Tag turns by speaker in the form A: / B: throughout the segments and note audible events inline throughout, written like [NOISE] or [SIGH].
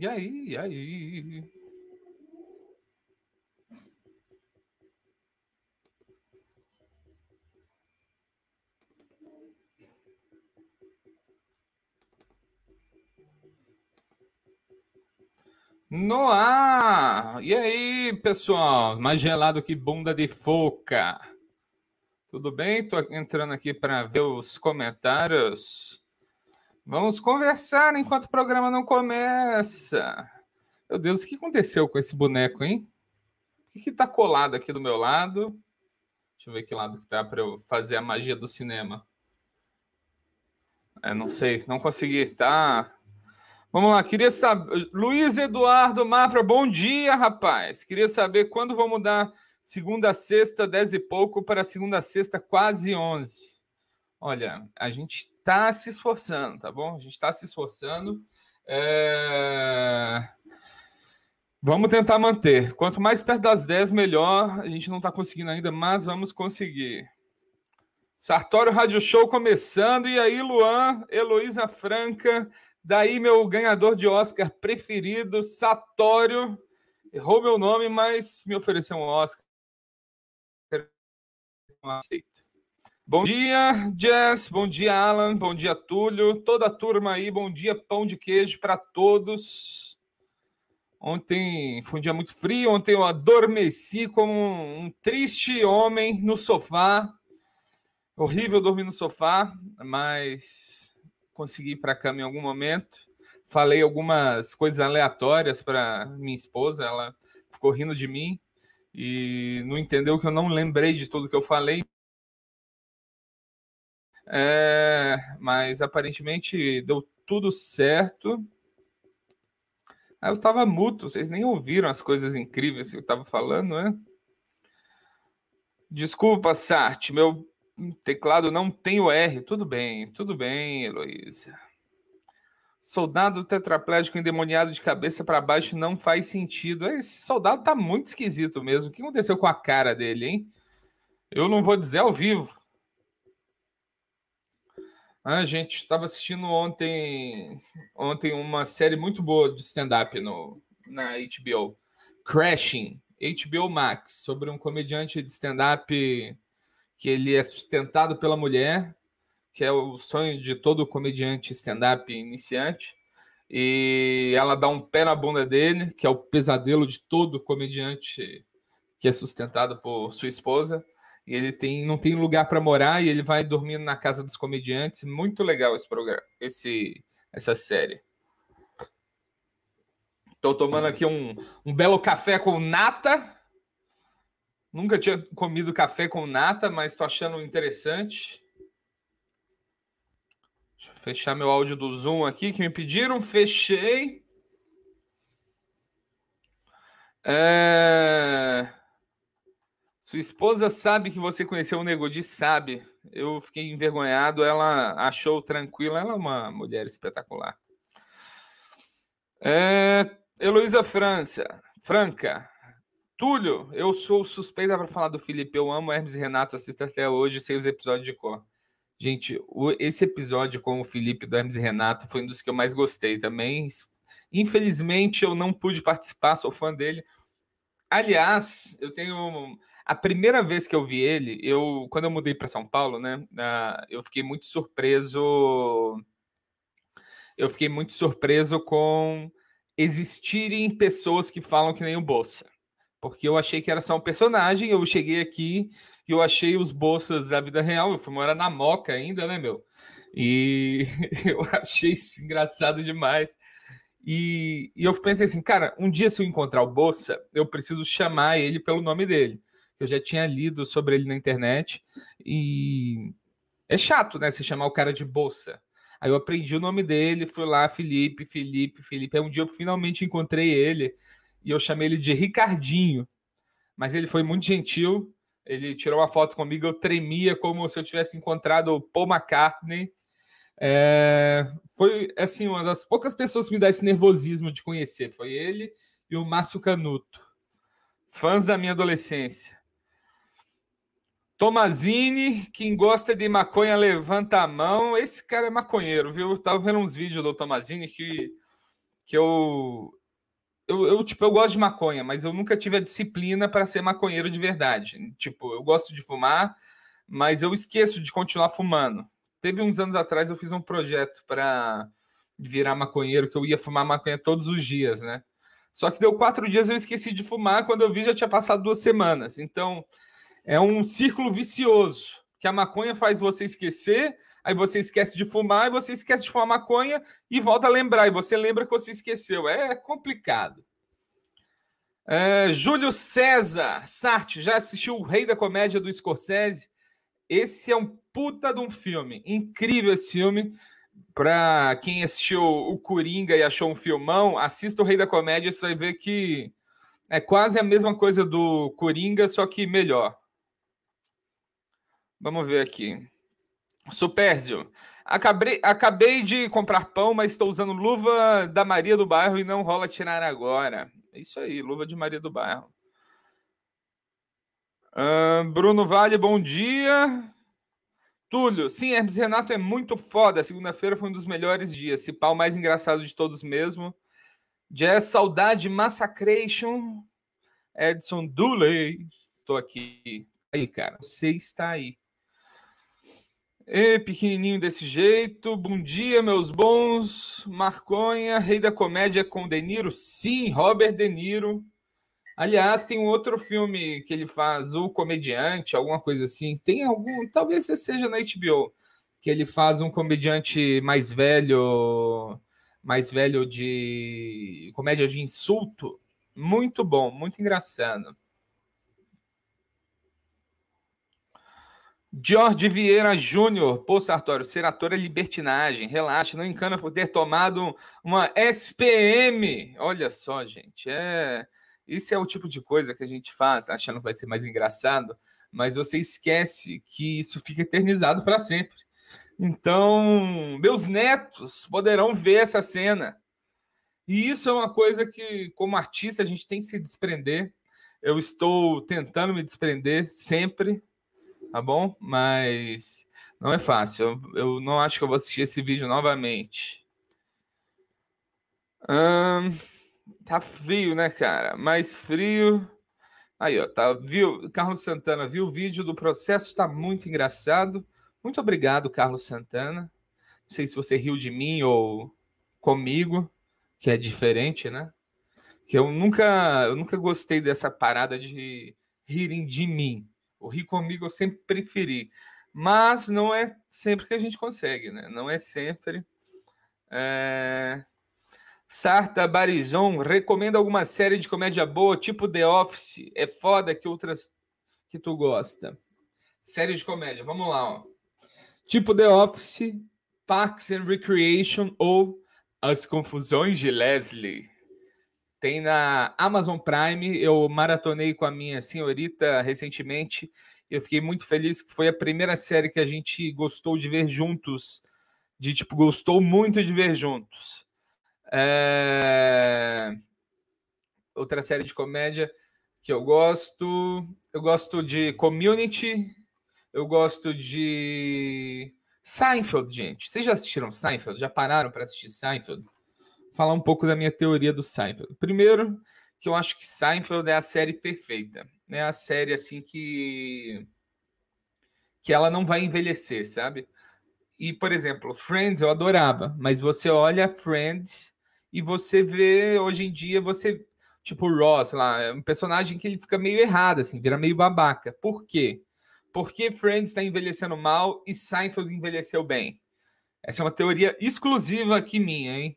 A: E aí, e aí? No ar! E aí, pessoal? Mais gelado que bunda de foca. Tudo bem? Tô entrando aqui para ver os comentários. Vamos conversar enquanto o programa não começa. Meu Deus, o que aconteceu com esse boneco, hein? O que, que tá colado aqui do meu lado? Deixa eu ver que lado que tá para eu fazer a magia do cinema. É, não sei, não consegui, tá? Vamos lá, queria saber. Luiz Eduardo Mafra, bom dia, rapaz. Queria saber quando vou mudar segunda a sexta, dez e pouco, para segunda a sexta, quase onze. Olha, a gente está se esforçando, tá bom? A gente está se esforçando. É... Vamos tentar manter. Quanto mais perto das 10, melhor. A gente não está conseguindo ainda, mas vamos conseguir. Sartório Rádio Show começando. E aí, Luan, Heloísa Franca, Daí meu ganhador de Oscar preferido, Satório, errou meu nome, mas me ofereceu um Oscar. Não aceito. Bom dia, Jess. Bom dia, Alan. Bom dia, Túlio. Toda a turma aí. Bom dia, pão de queijo para todos. Ontem foi um dia muito frio. Ontem eu adormeci como um triste homem no sofá. Horrível dormir no sofá, mas consegui ir para a cama em algum momento. Falei algumas coisas aleatórias para minha esposa, ela ficou rindo de mim e não entendeu que eu não lembrei de tudo que eu falei. É, mas aparentemente deu tudo certo. Ah, Eu estava mudo, vocês nem ouviram as coisas incríveis que eu estava falando, né? Desculpa, Sart, meu teclado não tem o R. Tudo bem, tudo bem, Heloísa. Soldado tetraplégico endemoniado de cabeça para baixo não faz sentido. Esse soldado tá muito esquisito mesmo. O que aconteceu com a cara dele, hein? Eu não vou dizer ao vivo. Ah, gente, estava assistindo ontem, ontem uma série muito boa de stand-up no na HBO, Crashing, HBO Max, sobre um comediante de stand-up que ele é sustentado pela mulher, que é o sonho de todo comediante stand-up iniciante. E ela dá um pé na bunda dele, que é o pesadelo de todo comediante que é sustentado por sua esposa. E ele tem, não tem lugar para morar e ele vai dormindo na casa dos comediantes. Muito legal esse programa, esse, essa série. Estou tomando aqui um, um belo café com nata. Nunca tinha comido café com nata, mas estou achando interessante. Deixa eu fechar meu áudio do Zoom um aqui que me pediram. Fechei. É... Sua esposa sabe que você conheceu o Nego Di? Sabe. Eu fiquei envergonhado. Ela achou tranquila. Ela é uma mulher espetacular. É... Heloísa França. Franca. Túlio, eu sou suspeita para falar do Felipe. Eu amo Hermes e Renato, assisto até hoje, sei os episódios de cor. Gente, o, esse episódio com o Felipe do Hermes e Renato foi um dos que eu mais gostei também. Infelizmente, eu não pude participar, sou fã dele. Aliás, eu tenho. um, A primeira vez que eu vi ele, eu quando eu mudei para São Paulo, né? eu fiquei muito surpreso. Eu fiquei muito surpreso com existirem pessoas que falam que nem o Bolsa porque eu achei que era só um personagem. Eu cheguei aqui e eu achei os bolsas da vida real. Eu fui morar na Moca ainda, né, meu? E [LAUGHS] eu achei isso engraçado demais. E, e, eu pensei assim, cara, um dia se eu encontrar o Bolsa, eu preciso chamar ele pelo nome dele. Eu já tinha lido sobre ele na internet. E é chato, né, se chamar o cara de Bolsa. Aí eu aprendi o nome dele, fui lá, Felipe, Felipe, Felipe. Aí um dia eu finalmente encontrei ele e eu chamei ele de Ricardinho. Mas ele foi muito gentil. Ele tirou uma foto comigo, eu tremia como se eu tivesse encontrado o Paul McCartney. É... foi assim uma das poucas pessoas que me dá esse nervosismo de conhecer. Foi ele e o Márcio Canuto, fãs da minha adolescência. Tomazini, quem gosta de maconha levanta a mão. Esse cara é maconheiro, viu? Eu tava vendo uns vídeos do Tomazini que que eu, eu, eu, tipo, eu gosto de maconha, mas eu nunca tive a disciplina para ser maconheiro de verdade. Tipo, eu gosto de fumar, mas eu esqueço de continuar fumando. Teve uns anos atrás eu fiz um projeto para virar maconheiro, que eu ia fumar maconha todos os dias, né? Só que deu quatro dias eu esqueci de fumar, quando eu vi já tinha passado duas semanas. Então é um círculo vicioso que a maconha faz você esquecer, aí você esquece de fumar, e você esquece de fumar maconha e volta a lembrar, e você lembra que você esqueceu. É complicado. É, Júlio César Sartre já assistiu O Rei da Comédia do Scorsese? Esse é um puta de um filme, incrível esse filme. Para quem assistiu o Coringa e achou um filmão, assista o Rei da Comédia, você vai ver que é quase a mesma coisa do Coringa, só que melhor. Vamos ver aqui. Supérzio. Acabei, acabei de comprar pão, mas estou usando luva da Maria do Bairro e não rola tirar agora. Isso aí, luva de Maria do Bairro. Ah, Bruno Vale, bom dia. Túlio, sim, Hermes Renato é muito foda. Segunda-feira foi um dos melhores dias. Esse pau mais engraçado de todos mesmo. Jazz Saudade Massacration. Edson Dooley. Tô aqui. Aí, cara, você está aí. E pequenininho desse jeito. Bom dia, meus bons. Marconha, rei da comédia com De Niro. Sim, Robert De Niro. Aliás, tem um outro filme que ele faz, O Comediante, alguma coisa assim. Tem algum, talvez seja na HBO, que ele faz um comediante mais velho, mais velho de comédia de insulto. Muito bom, muito engraçado. Jorge Vieira Júnior. Pô, Sartório, ser ator é libertinagem. Relaxa, não encana por ter tomado uma SPM. Olha só, gente. É... Esse é o tipo de coisa que a gente faz, achando que vai ser mais engraçado, mas você esquece que isso fica eternizado para sempre. Então, meus netos poderão ver essa cena. E isso é uma coisa que, como artista, a gente tem que se desprender. Eu estou tentando me desprender sempre, tá bom? Mas não é fácil. Eu, eu, não acho que eu vou assistir esse vídeo novamente. Hum, tá frio, né, cara? Mais frio. Aí, ó, tá, viu? Carlos Santana, viu o vídeo do processo? Tá muito engraçado. Muito obrigado, Carlos Santana. Não sei se você riu de mim ou comigo, que é diferente, né? Que eu nunca, eu nunca gostei dessa parada de rirem de mim. O rir comigo eu sempre preferi. Mas não é sempre que a gente consegue, né? Não é sempre. É... Sarta Barizon recomenda alguma série de comédia boa, tipo The Office. É foda que outras que tu gosta. Série de comédia, vamos lá, ó. Tipo The Office, Parks and Recreation ou As Confusões de Leslie. Tem na Amazon Prime. Eu maratonei com a minha senhorita recentemente. Eu fiquei muito feliz que foi a primeira série que a gente gostou de ver juntos. De tipo, gostou muito de ver juntos. É... Outra série de comédia que eu gosto. Eu gosto de Community. Eu gosto de Seinfeld, gente. Vocês já assistiram Seinfeld? Já pararam para assistir Seinfeld? falar um pouco da minha teoria do Seinfeld. Primeiro, que eu acho que Seinfeld é a série perfeita. É né? a série assim que que ela não vai envelhecer, sabe? E, por exemplo, Friends eu adorava, mas você olha Friends e você vê hoje em dia você tipo Ross lá, é um personagem que ele fica meio errado assim, vira meio babaca. Por quê? Porque Friends está envelhecendo mal e Seinfeld envelheceu bem. Essa é uma teoria exclusiva aqui minha, hein?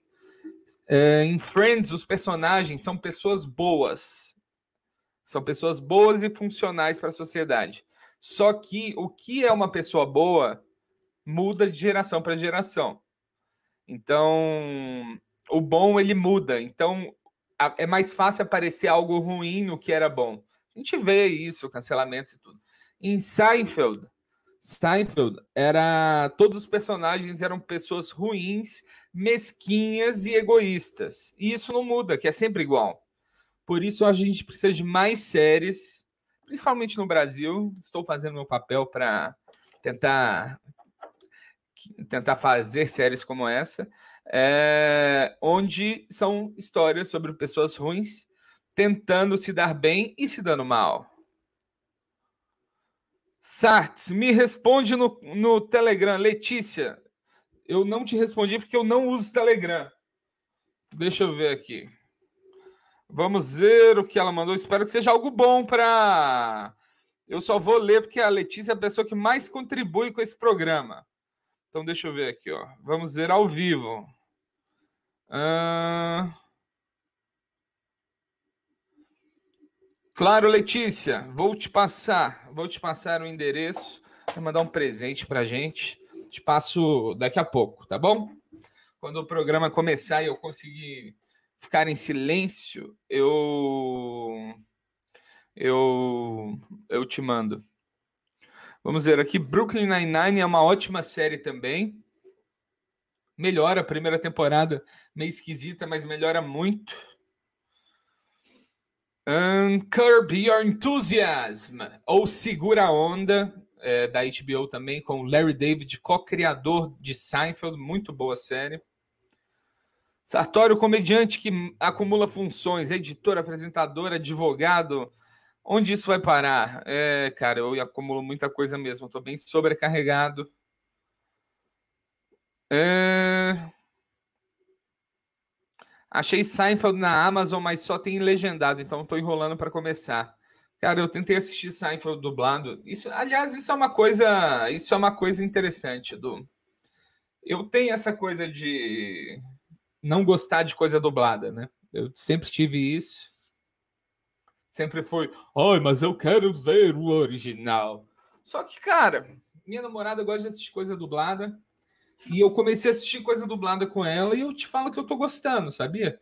A: É, em Friends, os personagens são pessoas boas. São pessoas boas e funcionais para a sociedade. Só que o que é uma pessoa boa muda de geração para geração. Então, o bom ele muda. Então, a, é mais fácil aparecer algo ruim no que era bom. A gente vê isso, cancelamentos e tudo. Em Seinfeld, Seinfeld era todos os personagens eram pessoas ruins, mesquinhas e egoístas. E isso não muda, que é sempre igual. Por isso a gente precisa de mais séries, principalmente no Brasil. Estou fazendo meu papel para tentar tentar fazer séries como essa. é, onde são histórias sobre pessoas ruins tentando se dar bem e se dando mal. Sartes, me responde no, no Telegram. Letícia, eu não te respondi porque eu não uso Telegram. Deixa eu ver aqui. Vamos ver o que ela mandou. Espero que seja algo bom para. Eu só vou ler porque a Letícia é a pessoa que mais contribui com esse programa. Então deixa eu ver aqui, ó. Vamos ver ao vivo. Ah... Claro, Letícia, vou te passar, vou te passar o endereço, vou mandar um presente para gente. Te passo daqui a pouco, tá bom? Quando o programa começar e eu conseguir ficar em silêncio, eu eu eu te mando. Vamos ver aqui, Brooklyn Nine-Nine é uma ótima série também. Melhora a primeira temporada, meio esquisita, mas melhora muito. Um, Curb Your Enthusiasm, ou Segura a Onda, é, da HBO também, com Larry David, co-criador de Seinfeld, muito boa série. Sartório, comediante que acumula funções, editor, apresentador, advogado, Onde isso vai parar? É, cara, eu acumulo muita coisa mesmo. Estou bem sobrecarregado. É... Achei Seinfeld na Amazon, mas só tem legendado, então estou enrolando para começar. Cara, eu tentei assistir Seinfeld dublado. Isso, aliás, isso é uma coisa, isso é uma coisa interessante do. Eu tenho essa coisa de não gostar de coisa dublada, né? Eu sempre tive isso sempre foi, ai, mas eu quero ver o original. Só que, cara, minha namorada gosta de assistir coisa dublada. E eu comecei a assistir coisa dublada com ela e eu te falo que eu tô gostando, sabia?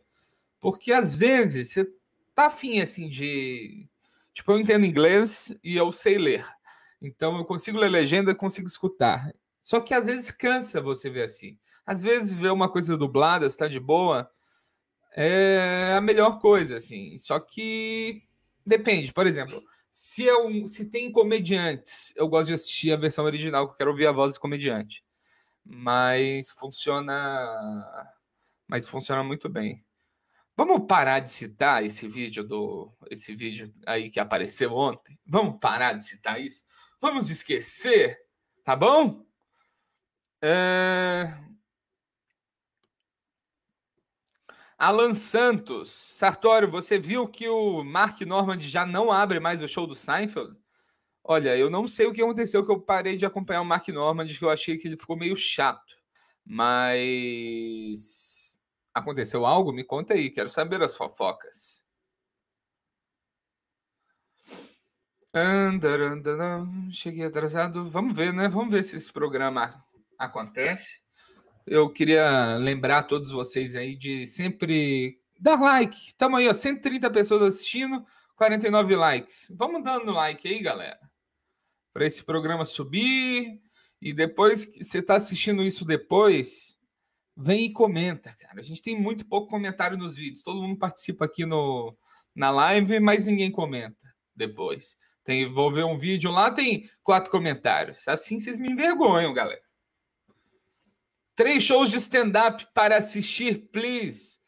A: Porque às vezes você tá afim assim de. Tipo, eu entendo inglês e eu sei ler. Então eu consigo ler legenda, consigo escutar. Só que às vezes cansa você ver assim. Às vezes ver uma coisa dublada, está de boa, é a melhor coisa, assim. Só que Depende, por exemplo, se eu se tem comediantes, eu gosto de assistir a versão original, que eu quero ouvir a voz do comediante. Mas funciona, mas funciona muito bem. Vamos parar de citar esse vídeo do esse vídeo aí que apareceu ontem. Vamos parar de citar isso. Vamos esquecer, tá bom? É... Alan Santos, Sartório, você viu que o Mark Norman já não abre mais o show do Seinfeld? Olha, eu não sei o que aconteceu que eu parei de acompanhar o Mark Norman, que eu achei que ele ficou meio chato. Mas aconteceu algo? Me conta aí, quero saber as fofocas. Cheguei atrasado. Vamos ver, né? Vamos ver se esse programa acontece eu queria lembrar a todos vocês aí de sempre dar like. Estamos aí, ó, 130 pessoas assistindo, 49 likes. Vamos dando like aí, galera, para esse programa subir. E depois que você está assistindo isso depois, vem e comenta, cara. A gente tem muito pouco comentário nos vídeos. Todo mundo participa aqui no, na live, mas ninguém comenta depois. Tem, vou ver um vídeo lá, tem quatro comentários. Assim vocês me envergonham, galera. Três shows de stand-up para assistir, please.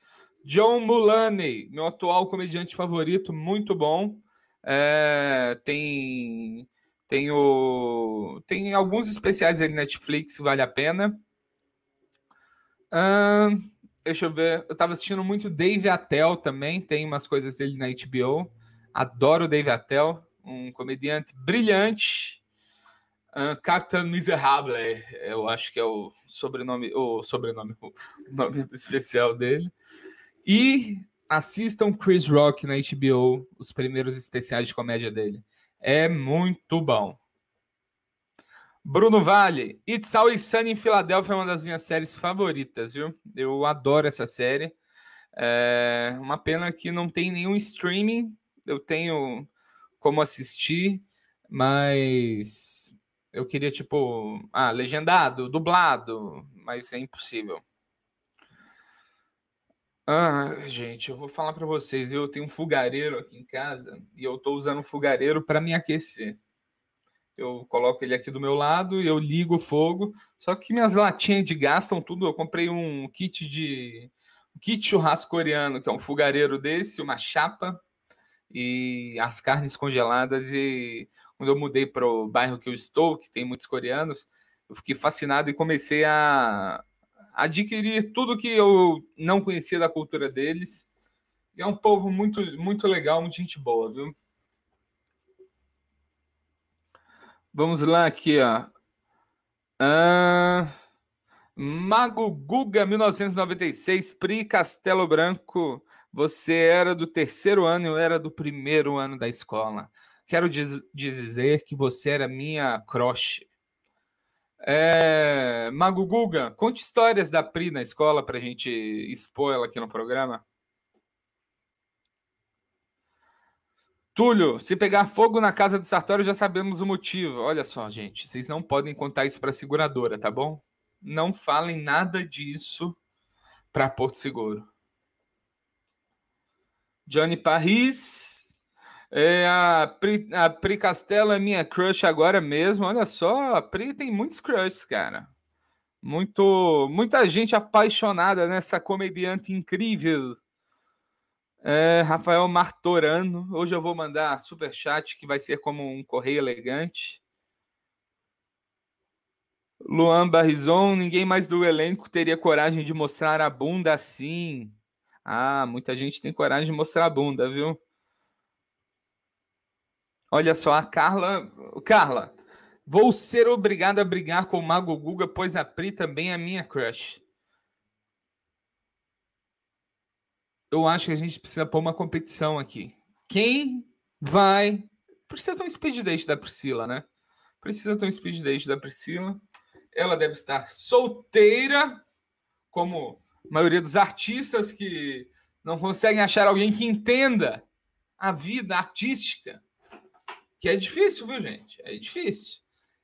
A: John Mulaney, meu atual comediante favorito, muito bom. É, tem, tem, o, tem alguns especiais aí na Netflix, vale a pena. Hum, deixa eu ver. Eu estava assistindo muito Dave Attell também, tem umas coisas dele na HBO. Adoro o Dave Attell, um comediante brilhante. Uh, Captain Miserable, eu acho que é o sobrenome, o sobrenome, o nome especial dele. E assistam Chris Rock na HBO, os primeiros especiais de comédia dele. É muito bom. Bruno Vale, It's Always Sunny em Filadélfia é uma das minhas séries favoritas, viu? Eu adoro essa série. É uma pena que não tem nenhum streaming. Eu tenho como assistir, mas eu queria, tipo, ah, legendado, dublado, mas é impossível. Ah, gente, eu vou falar para vocês, eu tenho um fogareiro aqui em casa e eu tô usando o fogareiro para me aquecer. Eu coloco ele aqui do meu lado e eu ligo o fogo. Só que minhas latinhas de gás estão tudo. Eu comprei um kit de um kit churrasco coreano, que é um fogareiro desse, uma chapa e as carnes congeladas. E quando eu mudei para o bairro que eu estou, que tem muitos coreanos, eu fiquei fascinado e comecei a adquirir tudo que eu não conhecia da cultura deles. E é um povo muito, muito legal, muita gente boa, viu? Vamos lá aqui, ó. Ah, Mago Guga, 1996, Pri Castelo Branco. Você era do terceiro ano, eu era do primeiro ano da escola. Quero diz dizer que você era minha croche. É, Mago Guga, conte histórias da Pri na escola para a gente expor ela aqui no programa. Túlio, se pegar fogo na casa do Sartório, já sabemos o motivo. Olha só, gente, vocês não podem contar isso para a seguradora, tá bom? Não falem nada disso para Porto Seguro. Johnny Paris, é, a, Pri, a Pri Castelo é minha crush agora mesmo. Olha só, a Pri tem muitos crushes, cara. Muito, muita gente apaixonada nessa comediante incrível. É, Rafael Martorano. Hoje eu vou mandar super chat que vai ser como um correio elegante. Luan Barrison, ninguém mais do elenco teria coragem de mostrar a bunda assim. Ah, muita gente tem coragem de mostrar a bunda, viu? Olha só, a Carla. Carla, vou ser obrigado a brigar com o Mago Guga, pois a Pri também é minha crush. Eu acho que a gente precisa pôr uma competição aqui. Quem vai. Precisa ter um speed date da Priscila, né? Precisa ter um speed date da Priscila. Ela deve estar solteira, como a maioria dos artistas que não conseguem achar alguém que entenda a vida artística. Que é difícil, viu, gente? É difícil.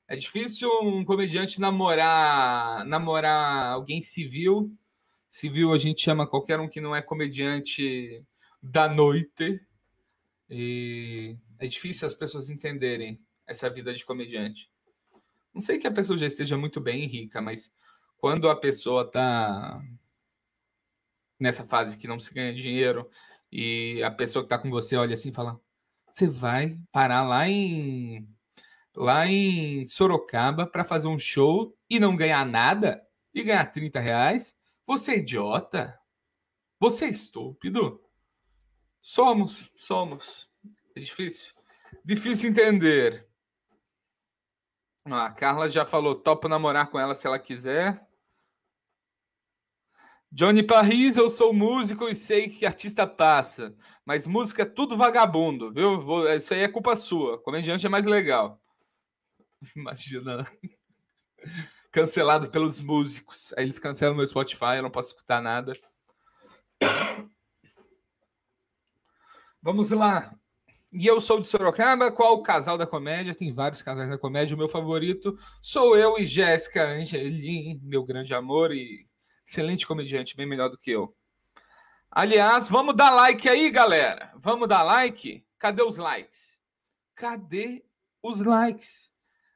A: É difícil um comediante namorar namorar alguém civil. Civil a gente chama qualquer um que não é comediante da noite. E é difícil as pessoas entenderem essa vida de comediante. Não sei que a pessoa já esteja muito bem rica, mas quando a pessoa tá nessa fase que não se ganha dinheiro e a pessoa que tá com você olha assim e fala: você vai parar lá em lá em Sorocaba para fazer um show e não ganhar nada e ganhar 30 reais? Você é idiota? Você é estúpido? Somos, somos. É difícil. Difícil entender. Ah, a Carla já falou, topo namorar com ela se ela quiser. Johnny Paris, eu sou músico e sei que artista passa, mas música é tudo vagabundo, viu? Vou, isso aí é culpa sua. Comediante é mais legal. [LAUGHS] Imagina. Cancelado pelos músicos. Aí eles cancelam meu Spotify, eu não posso escutar nada. Vamos lá. E eu sou de Sorocaba, qual o casal da comédia? Tem vários casais da comédia. O meu favorito sou eu e Jéssica Angelim, meu grande amor e excelente comediante, bem melhor do que eu. Aliás, vamos dar like aí, galera. Vamos dar like? Cadê os likes? Cadê os likes?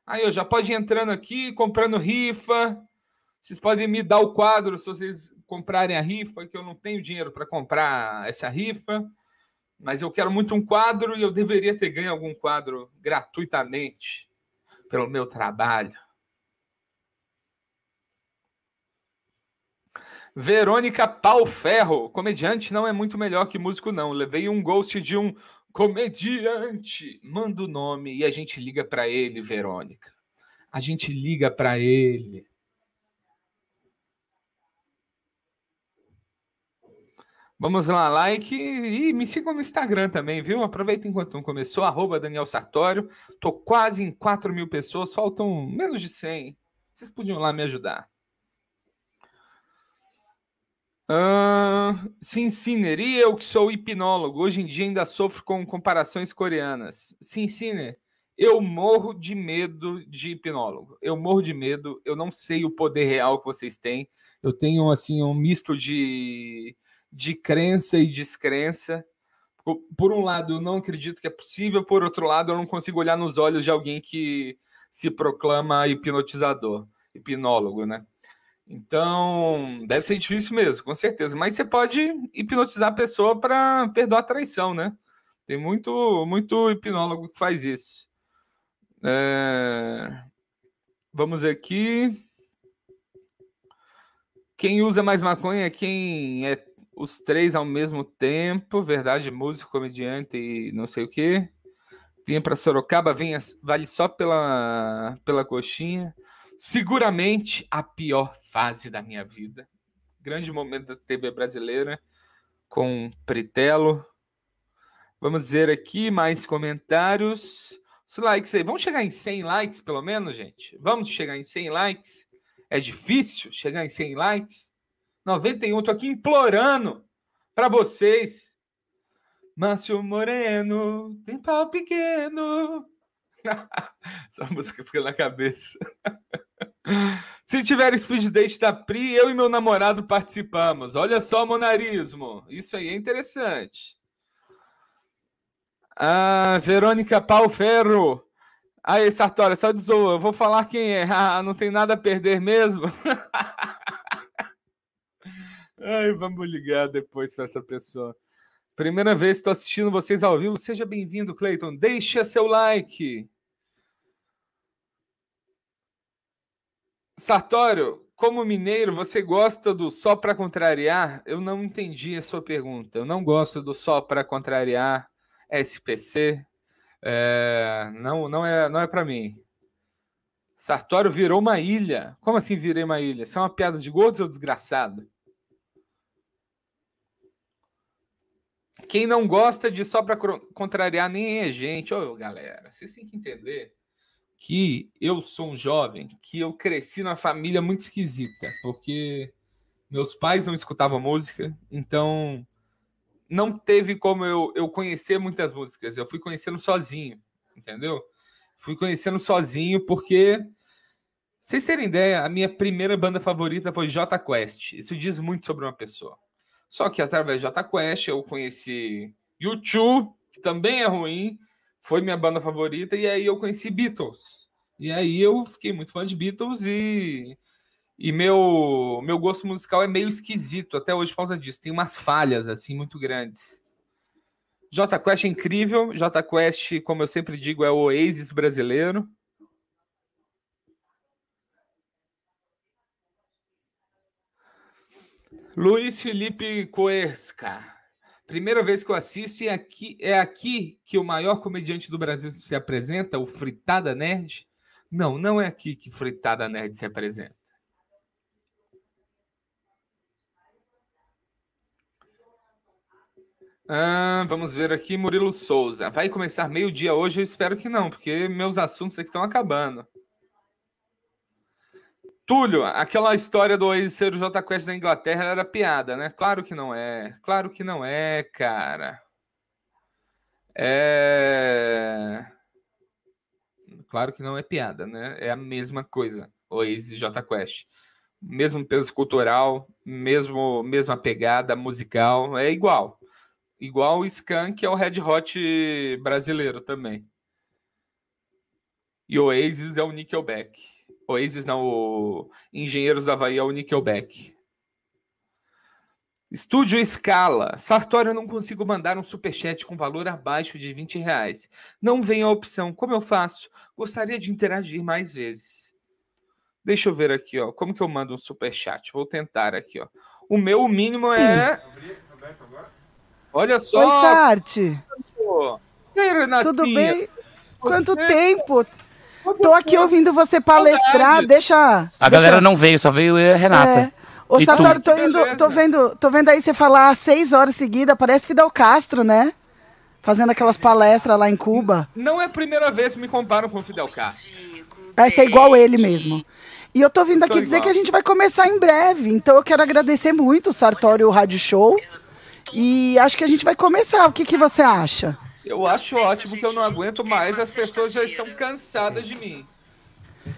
A: Aí, ó, já pode ir entrando aqui, comprando rifa. Vocês podem me dar o quadro se vocês comprarem a rifa, que eu não tenho dinheiro para comprar essa rifa. Mas eu quero muito um quadro e eu deveria ter ganho algum quadro gratuitamente pelo meu trabalho. Verônica Pauferro, comediante não é muito melhor que músico, não. Levei um ghost de um comediante. Manda o nome e a gente liga para ele, Verônica. A gente liga para ele. Vamos lá, like e me sigam no Instagram também, viu? Aproveita enquanto não começou, arroba Daniel Sartório. Tô quase em 4 mil pessoas, faltam menos de 100. Vocês podiam lá me ajudar. Uh, Cincinnati, eu que sou hipnólogo, hoje em dia ainda sofro com comparações coreanas. Cincinnati, eu morro de medo de hipnólogo. Eu morro de medo, eu não sei o poder real que vocês têm. Eu tenho assim um misto de, de crença e descrença. Por um lado, eu não acredito que é possível, por outro lado, eu não consigo olhar nos olhos de alguém que se proclama hipnotizador, hipnólogo, né? Então, deve ser difícil mesmo, com certeza. Mas você pode hipnotizar a pessoa para perdoar a traição, né? Tem muito, muito hipnólogo que faz isso. É... Vamos aqui. Quem usa mais maconha é quem é os três ao mesmo tempo, verdade, músico, comediante e não sei o que. Vinha para Sorocaba, vinha, vale só pela, pela coxinha. Seguramente a pior fase da minha vida. Grande momento da TV brasileira com Pretelo. Vamos ver aqui mais comentários. Os likes aí. Vamos chegar em 100 likes, pelo menos, gente? Vamos chegar em 100 likes? É difícil chegar em 100 likes? 91, tô aqui implorando para vocês. Márcio Moreno, tem pau pequeno. [LAUGHS] Essa música fica na cabeça. Se tiver speed date da Pri, eu e meu namorado participamos. Olha só, monarismo. Isso aí é interessante. Ah, Verônica Palferro. Aí, Sartório, só desoa. Eu vou falar quem é. [LAUGHS] Ah, não tem nada a perder mesmo. [LAUGHS] Ai, vamos ligar depois para essa pessoa. Primeira vez que estou assistindo vocês ao vivo. Seja bem-vindo, Cleiton. Deixa seu like. Sartório, como mineiro, você gosta do só para contrariar? Eu não entendi a sua pergunta. Eu não gosto do só para contrariar. SPC. É, não, não é, não é para mim. Sartório virou uma ilha. Como assim virei uma ilha? Isso é uma piada de gordos ou desgraçado? Quem não gosta de só para contrariar nem é gente. Ô, galera, vocês têm que entender que eu sou um jovem, que eu cresci numa família muito esquisita, porque meus pais não escutavam música, então não teve como eu, eu conhecer muitas músicas. Eu fui conhecendo sozinho, entendeu? Fui conhecendo sozinho porque, vocês terem ideia, a minha primeira banda favorita foi J Quest. Isso diz muito sobre uma pessoa. Só que através de J Quest eu conheci YouTube, que também é ruim, foi minha banda favorita, e aí eu conheci Beatles. E aí eu fiquei muito fã de Beatles e e meu, meu gosto musical é meio esquisito até hoje por causa disso. Tem umas falhas assim muito grandes. J Quest é incrível. J Quest, como eu sempre digo, é o Oasis brasileiro. Luiz Felipe Coesca. Primeira vez que eu assisto e aqui é aqui que o maior comediante do Brasil se apresenta, o Fritada Nerd. Não, não é aqui que Fritada Nerd se apresenta. Ah, vamos ver aqui, Murilo Souza. Vai começar meio-dia hoje? Eu espero que não, porque meus assuntos aqui estão acabando. Túlio, aquela história do ex ser o J Quest da Inglaterra era piada, né? Claro que não é. Claro que não é, cara. É. Claro que não é piada, né? É a mesma coisa. Oasis e J Quest. Mesmo peso cultural, mesmo mesma pegada musical, é igual. Igual o Skank é o Red Hot brasileiro também. E o Oasis é o Nickelback. Oasis não, o Engenheiros da Bahia é o Nickelback. Estúdio Escala. Sartório, eu não consigo mandar um superchat com valor abaixo de 20 reais. Não vem a opção. Como eu faço? Gostaria de interagir mais vezes. Deixa eu ver aqui, ó. Como que eu mando um superchat? Vou tentar aqui, ó. O meu mínimo é... Olha só.
B: Oi, Sarte. Tudo bem? Quanto você... tempo? tá Quanto Tô aqui tempo? ouvindo você palestrar, Verdade. deixa...
C: A galera deixa... não veio, só veio eu e a Renata. É.
B: Ô, e Sartori, tô, indo, tô, vendo, tô vendo aí você falar seis horas seguidas, parece Fidel Castro, né? Fazendo aquelas palestras lá em Cuba.
A: Não é a primeira vez que me comparam com o Fidel Castro.
B: Essa é igual ele mesmo. E eu tô vindo eu aqui dizer igual. que a gente vai começar em breve. Então eu quero agradecer muito o Sartório Rádio Show. E acho que a gente vai começar. O que, que você acha?
A: Eu acho ótimo que eu não aguento mais, as pessoas já estão cansadas de mim.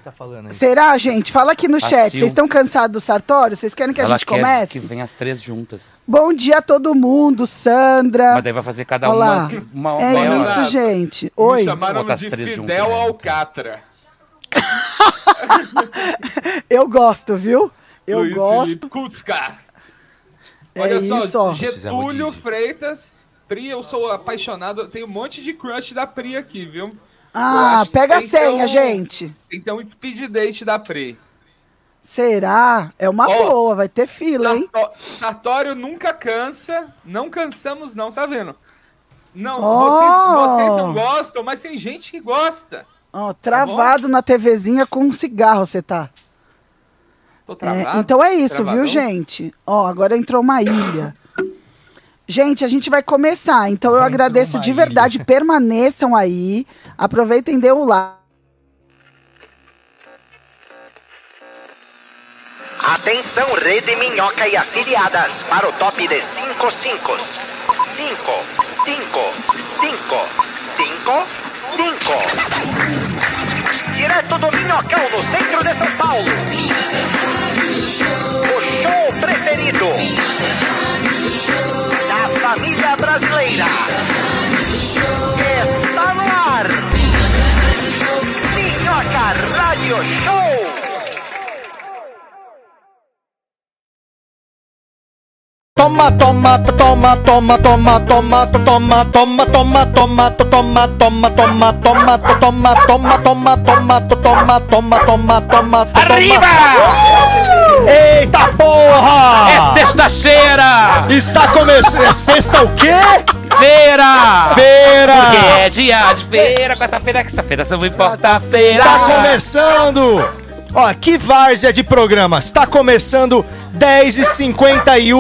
D: tá
E: Né?
D: falando aí.
B: Será, gente? Fala aqui no chat.
E: Vacilo.
B: Vocês estão cansados do Sartório? Vocês querem que a
E: Ela
B: gente
E: quer
B: comece?
E: que venha as três juntas.
B: Bom dia a todo mundo, Sandra.
E: Mas daí vai fazer cada
B: Olá.
E: uma uma
B: É
E: uma hora.
B: isso,
A: Olá.
B: gente.
A: Me
B: Oi.
A: chamaram
E: Botar as
A: de
E: três
A: Fidel
E: juntas, né?
A: Alcatra.
B: Eu gosto, viu? Eu
A: Luiz
B: gosto.
A: Kutska.
B: É
A: Olha só,
B: isso, ó.
A: Getúlio
D: rodízio.
A: Freitas. Pri, eu sou apaixonado. Eu tenho um monte de crush da Pri aqui, viu? Eu
B: Ah,
A: acho que
B: pega a
A: tem que ter
B: senha,
A: um-
B: gente.
A: Tem que ter um speed date da Pri.
B: Será? É uma
A: Ó, tá
B: boa, vai ter fila, hein?
A: Sartó- Sartório nunca cansa. Não cansamos, não, tá vendo? Não,
B: Ó.
A: vocês,
B: Oh!
A: vocês não gostam, mas tem gente que gosta.
B: Ó, travado na TVzinha com um cigarro você tá.
A: Tô
B: É,
A: travado.
B: então é isso,
A: Travadão?
B: viu, gente? Ó, agora entrou uma ilha. Gente, a gente vai começar, então eu agradeço
D: uma
B: de verdade. Permaneçam aí, aproveitem, dê o like.
F: Atenção, Rede Minhoca e afiliadas, para o top de 5 5. 5, 5, 5, 5, 5. Direto do Minhocão, no centro de São Paulo. O show preferido da família brasileira. Está no ar. Minhoca Radio Show.
D: Toma, toma, to- toma, toma, toma, toma, to- toma, toma, toma, toma, to- toma, toma, toma, toma, to- toma, toma, toma, toma, to- toma, toma, toma, toma, to- toma.
E: Arriba!
D: Eita
E: É
D: porra!
E: sexta-feira!
D: Está começando. É sexta o quê?
E: Feira! Porque
D: Feira!
E: é dia de feira, quarta-feira, sexta-feira, só não importa a feira.
D: Está começando! Ó, que várzea de programa! Está começando 10h51.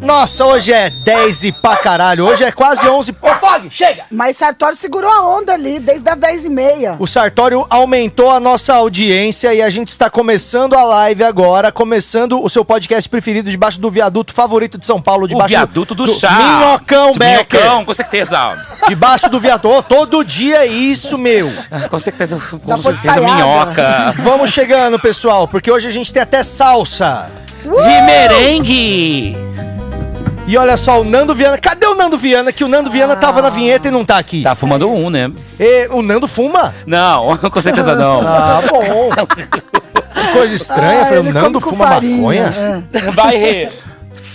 D: Nossa, hoje é 10 e pra caralho. Hoje é quase 11. Ô, Fog, chega!
B: Mas Sartori segurou a onda ali, desde as 10h30.
D: O Sartório aumentou a nossa audiência e a gente está começando a live agora, começando o seu podcast preferido debaixo do viaduto favorito de São Paulo,
E: O
D: debaixo
E: viaduto do, chá.
D: Minhocão
E: Do
D: Becker.
E: Minhocão, com certeza.
D: Debaixo do viaduto. Ô, todo dia é isso, meu.
E: Ah, Com certeza, com
B: Dá
E: certeza,
B: postalhada.
E: minhoca.
D: né? Vamos chegando, pessoal, porque hoje a gente tem até salsa.
B: Uh!
E: E merengue!
D: E olha só, o Nando Viana. Cadê o Nando Viana? Que o Nando Viana tava na vinheta e não tá aqui.
E: Ah. Tá fumando um, né?
D: E, o Nando fuma?
E: Não, [LAUGHS] com certeza não.
D: Ah, bom. Que coisa estranha. eu
B: Ah,
D: falei, o
B: ele
D: Nando
B: come com
D: fuma
B: farinha,
D: maconha?
B: é.
E: Vai rir.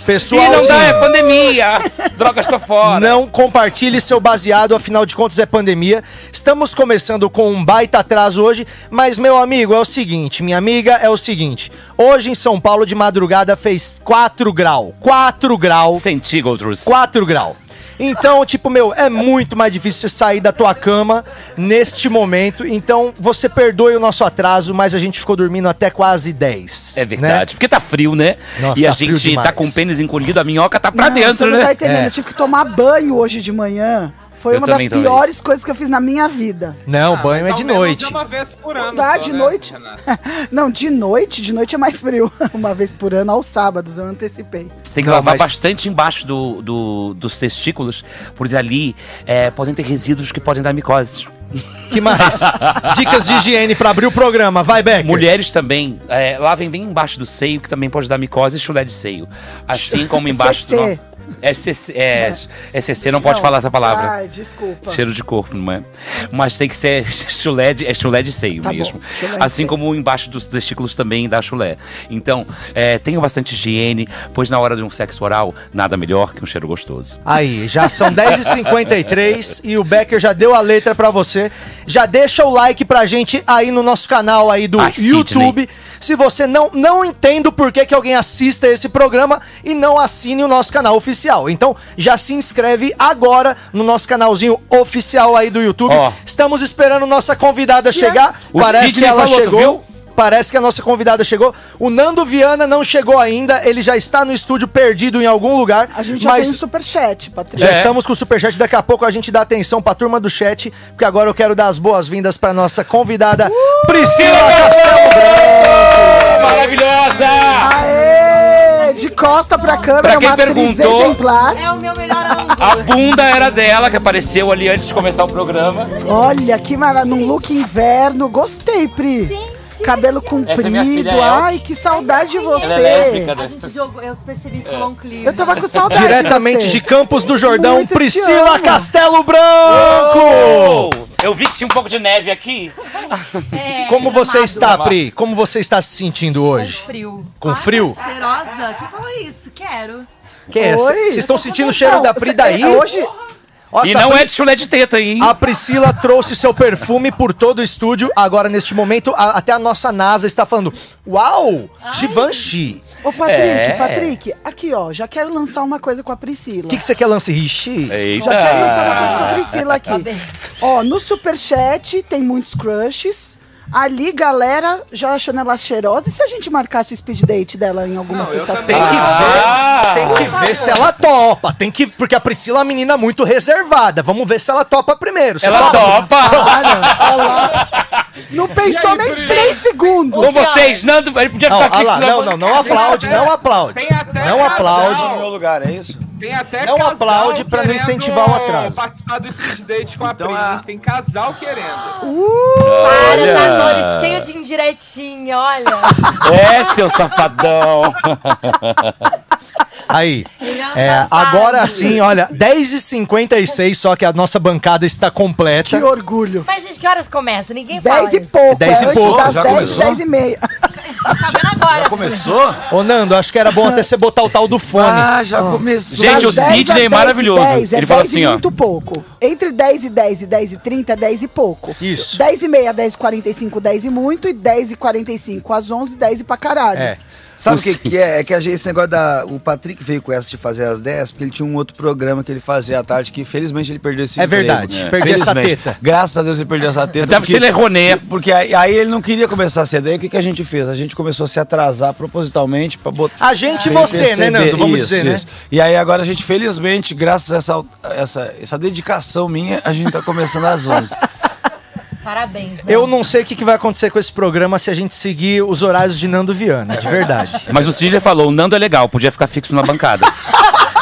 D: Pessoal,
E: E não dá,
D: assim,
E: é
D: [LAUGHS]
E: pandemia. Drogas tô fora.
D: Não compartilhe seu baseado, afinal de contas é pandemia. Estamos começando com um baita atraso hoje, mas meu amigo, é o seguinte, minha amiga, é o seguinte. Hoje em São Paulo de madrugada fez 4 grau. 4 grau.
E: Centígrados.
D: 4 grau. Então, tipo, meu, é muito mais difícil você sair da tua cama neste momento. Então, você perdoe o nosso atraso, mas a gente ficou dormindo até quase 10.
E: É
D: né?
E: verdade, porque tá frio, né?
D: Nossa,
E: e a
D: tá frio
E: gente
D: demais.
E: tá com o pênis encolhido, a minhoca tá pra
B: Não, você
E: dentro,
B: não
E: né?
B: tá entendendo,
D: É.
B: eu tive que tomar banho hoje de manhã. Foi
E: Eu
B: uma das
E: também tomei.
B: piores coisas que eu fiz na minha vida.
D: Não,
A: Ah,
D: banho
A: mas
D: é
A: ao
D: de
A: menos
D: noite.
A: É uma vez por ano.
B: Tá,
A: só,
B: de
A: né,
B: noite?
A: Renato?
B: [LAUGHS] Não, de noite, de noite é mais frio. [LAUGHS] Uma vez por ano, aos sábados, eu antecipei.
E: Tem que
D: Não,
E: lavar
D: mas-
E: bastante embaixo do, do- dos testículos, pois ali é, podem ter resíduos que podem dar micoses.
D: Que
E: [LAUGHS]
D: mais? Dicas de higiene pra abrir o programa, vai, Becker.
E: Mulheres também é, lavem bem embaixo do seio, que também pode dar micose e chulé de seio. Assim como
D: [LAUGHS]
E: embaixo do.
B: CC.
E: no- É CC, é, é CC, não pode
B: Não,
E: falar essa palavra.
B: Ai, desculpa.
E: Cheiro de corpo, não é? Mas tem que ser [LAUGHS] chulé de, é chulé de seio
B: Tá bom,
E: mesmo.
B: chulé de
E: assim
B: seio.
E: como embaixo dos testículos também dá chulé. Então, é, tenham bastante higiene, pois na hora de um sexo oral, nada melhor que um cheiro gostoso.
B: Ah.
D: Aí, já são 10h53 e o Becker já deu a letra pra você. Já deixa o like pra gente aí no nosso canal aí do
E: Ai, Sidney.
D: YouTube. Se você não, não entende o porquê que alguém assista esse programa e não assine o nosso canal oficial. Então, já se inscreve agora no nosso canalzinho oficial aí do YouTube.
E: Ó.
D: Estamos esperando nossa convidada chegar.
E: O
D: Parece
E: Sidney
D: que ela
E: falou, tu
D: chegou.
E: viu?
D: Parece que a nossa convidada chegou. O Nando Viana não chegou ainda. Ele já está no estúdio perdido em algum lugar.
B: A gente já
D: mas
B: tem um superchat, Patrícia.
D: já
E: É.
D: estamos com o superchat, daqui a pouco a gente dá atenção pra turma do chat, porque agora eu quero dar as boas-vindas pra nossa convidada,
B: Uh!
D: Priscila Castelo
E: Maravilhosa!
B: Aê! De costa pra câmera,
E: Pra quem
B: uma atriz
E: perguntou-
B: exemplar.
G: É o meu melhor
E: A
G: ângulo.
E: bunda era dela, que apareceu ali antes de começar o programa.
B: Olha que maravilha, num look inverno. Gostei, Pri. cabelo comprido.
E: Essa minha filha é
B: Ai, que saudade de você.
E: Ela é lésbica,
G: A
E: né?
G: gente jogou, eu percebi que rolou um clima.
B: Eu tava com saudade
D: Diretamente de
B: de você.
D: Campos do Jordão,
B: Muito te
D: Priscila
B: amo.
D: Castelo Branco!
E: Oh, eu vi que tinha um pouco de neve aqui.
G: É,
D: Como você
G: amado.
D: está, Pri? Como você está se sentindo
G: Com
D: hoje?
G: frio.
D: Com frio?
G: Cheirosa? Quem falou isso? Quero.
D: Quem é?
B: Oi.
D: Vocês estão sentindo o cheiro
B: Não,
D: da Pri
B: cê-
D: daí?
B: é, Hoje,
D: Nossa,
C: e não
D: a
C: é de chulé de teta, hein?
D: A Priscila trouxe seu perfume por todo o estúdio. Agora, neste momento, a- até a nossa NASA está falando: Uau! Givenchy!
B: ô Patrick,
C: É.
B: Patrick, aqui ó, já quero lançar uma coisa com a Priscila.
D: O que, que você quer, Lance Rishi?
B: Já quero lançar uma coisa com a
C: Eita!
B: Priscila
D: Tá
B: aqui. Ó, no superchat tem muitos crushes. Ali, galera, já achando ela cheirosa. E se a gente marcasse o speed date dela em alguma
A: Não, eu
D: Tem
A: também.
B: sexta-feira?
D: que
C: Ah.
D: ver, tem que ver se ela topa. Tem que, porque a Priscila é uma menina muito reservada. Vamos ver se ela topa primeiro. Ah, Se
C: Ela topa!
B: Não pensou
A: aí,
B: nem
A: Pri?
B: três [LAUGHS] segundos.
C: Com vocês, Nando, ele podia
D: Não,
C: ficar
D: olha lá,
C: fixo na
D: não,
C: banca.
D: não, não aplaude,
B: Ah,
D: não aplaude.
A: Tem até
D: Não
A: casal.
D: aplaude.
A: Não.
H: no meu lugar, é isso?
A: Tem até
D: Não
A: casal
D: aplaude pra não
A: querendo
D: incentivar o atraso.
A: Participar do speed date com a
H: Então,
A: Pri.
H: a-
A: Tem casal querendo.
G: Uh, Para, os
B: É.
G: atores cheio de indiretinha, olha.
C: É, seu safadão!
D: Aí.
G: Ele é um
D: É,
G: safado.
D: agora sim, olha, 10h56, só que a nossa bancada está completa.
B: [LAUGHS] Que orgulho.
G: Mas, gente, que horas começa? Ninguém fala
B: Dez e
G: isso.
B: pouco.
D: Dez e
B: é antes
D: pouco,
B: das
H: já
B: dez,
H: começou?
B: dez e meia.
G: Tá sabendo agora.
H: Começou?
D: Ô, Nando, acho que era bom até você botar o tal do fone.
H: Ah, já começou.
C: Gente, o
B: Das 10
C: Sidney
B: às
C: é maravilhoso.
B: 10, é
C: Ele fala
B: 10 e
C: assim, ó.
B: muito pouco. Entre 10 e 10 e 10 e 30, é 10 e pouco.
D: Isso.
B: 10 e meia, 10 e 45, 10 e muito. E 10 e 45 às 11, 10 e pra caralho.
D: É.
H: Sabe o que, que é? É que a gente, esse negócio da. O Patrick veio com essa de fazer às 10, porque ele tinha um outro programa que ele fazia à tarde, que felizmente ele perdeu esse
D: É
H: emprego.
D: verdade, perdi essa
H: Felizmente.
D: teta.
H: Graças a Deus ele perdeu essa teta.
C: Até porque ele é roné.
H: Porque aí, aí ele não queria começar cedo. Aí o que, que a gente fez? A gente começou a se atrasar propositalmente pra botar.
D: A gente e
H: pra ele
D: você, né,
H: perceber.
D: Nando? Vamos
H: Isso,
D: dizer, né?
H: isso. E aí agora a gente, felizmente, graças a essa, essa, essa dedicação minha, a gente tá começando às 11.
G: Parabéns, né?
D: Eu não sei o que que vai acontecer com esse programa se a gente seguir os horários de Nando Viana, de verdade.
C: Mas o Sidney falou, o Nando é legal, podia ficar fixo na
B: [LAUGHS]
C: bancada.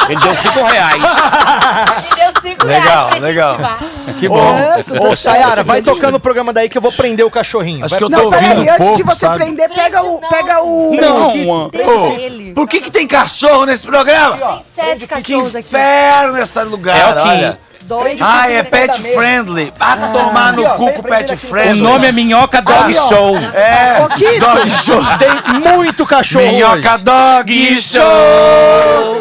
C: Ele deu cinco reais.
G: Me deu cinco
H: [LAUGHS]
G: reais
H: Legal,
D: Ah,
G: pra
H: legal.
G: incentivar.
H: que
B: É, super-
D: Ô, Sayara, vai tocando o programa daí que eu vou prender o cachorrinho.
H: Acho
D: Vai-
H: que eu tô
B: Não,
H: ouvindo
B: peraí,
H: um
B: antes
H: pouco,
B: de você
H: sabe?
B: prender, pega o.
G: Não.
B: Pega o.
C: Não,
B: que-
C: mano.
G: Deixa
H: Ô,
G: ele.
H: Por que, que tem cachorro nesse programa?
G: Tem sete
H: Que
G: cachorros aqui.
H: inferno esse lugar,
C: É o Kim.
H: olha.
G: Dois.
H: Ah, é
G: Dois.
H: pet friendly. Ah, tomar no
D: Aqui, ó,
H: cu
D: vem
H: com
D: primeiro
H: pet
D: aqui.
C: O
H: friendly.
C: nome é Minhoca Dog
B: Aí, ó.
C: Show.
H: é...
B: Ô, Kiko.
H: Dog Show.
D: Tem muito cachorro hoje.
H: Minhoca Dog Show.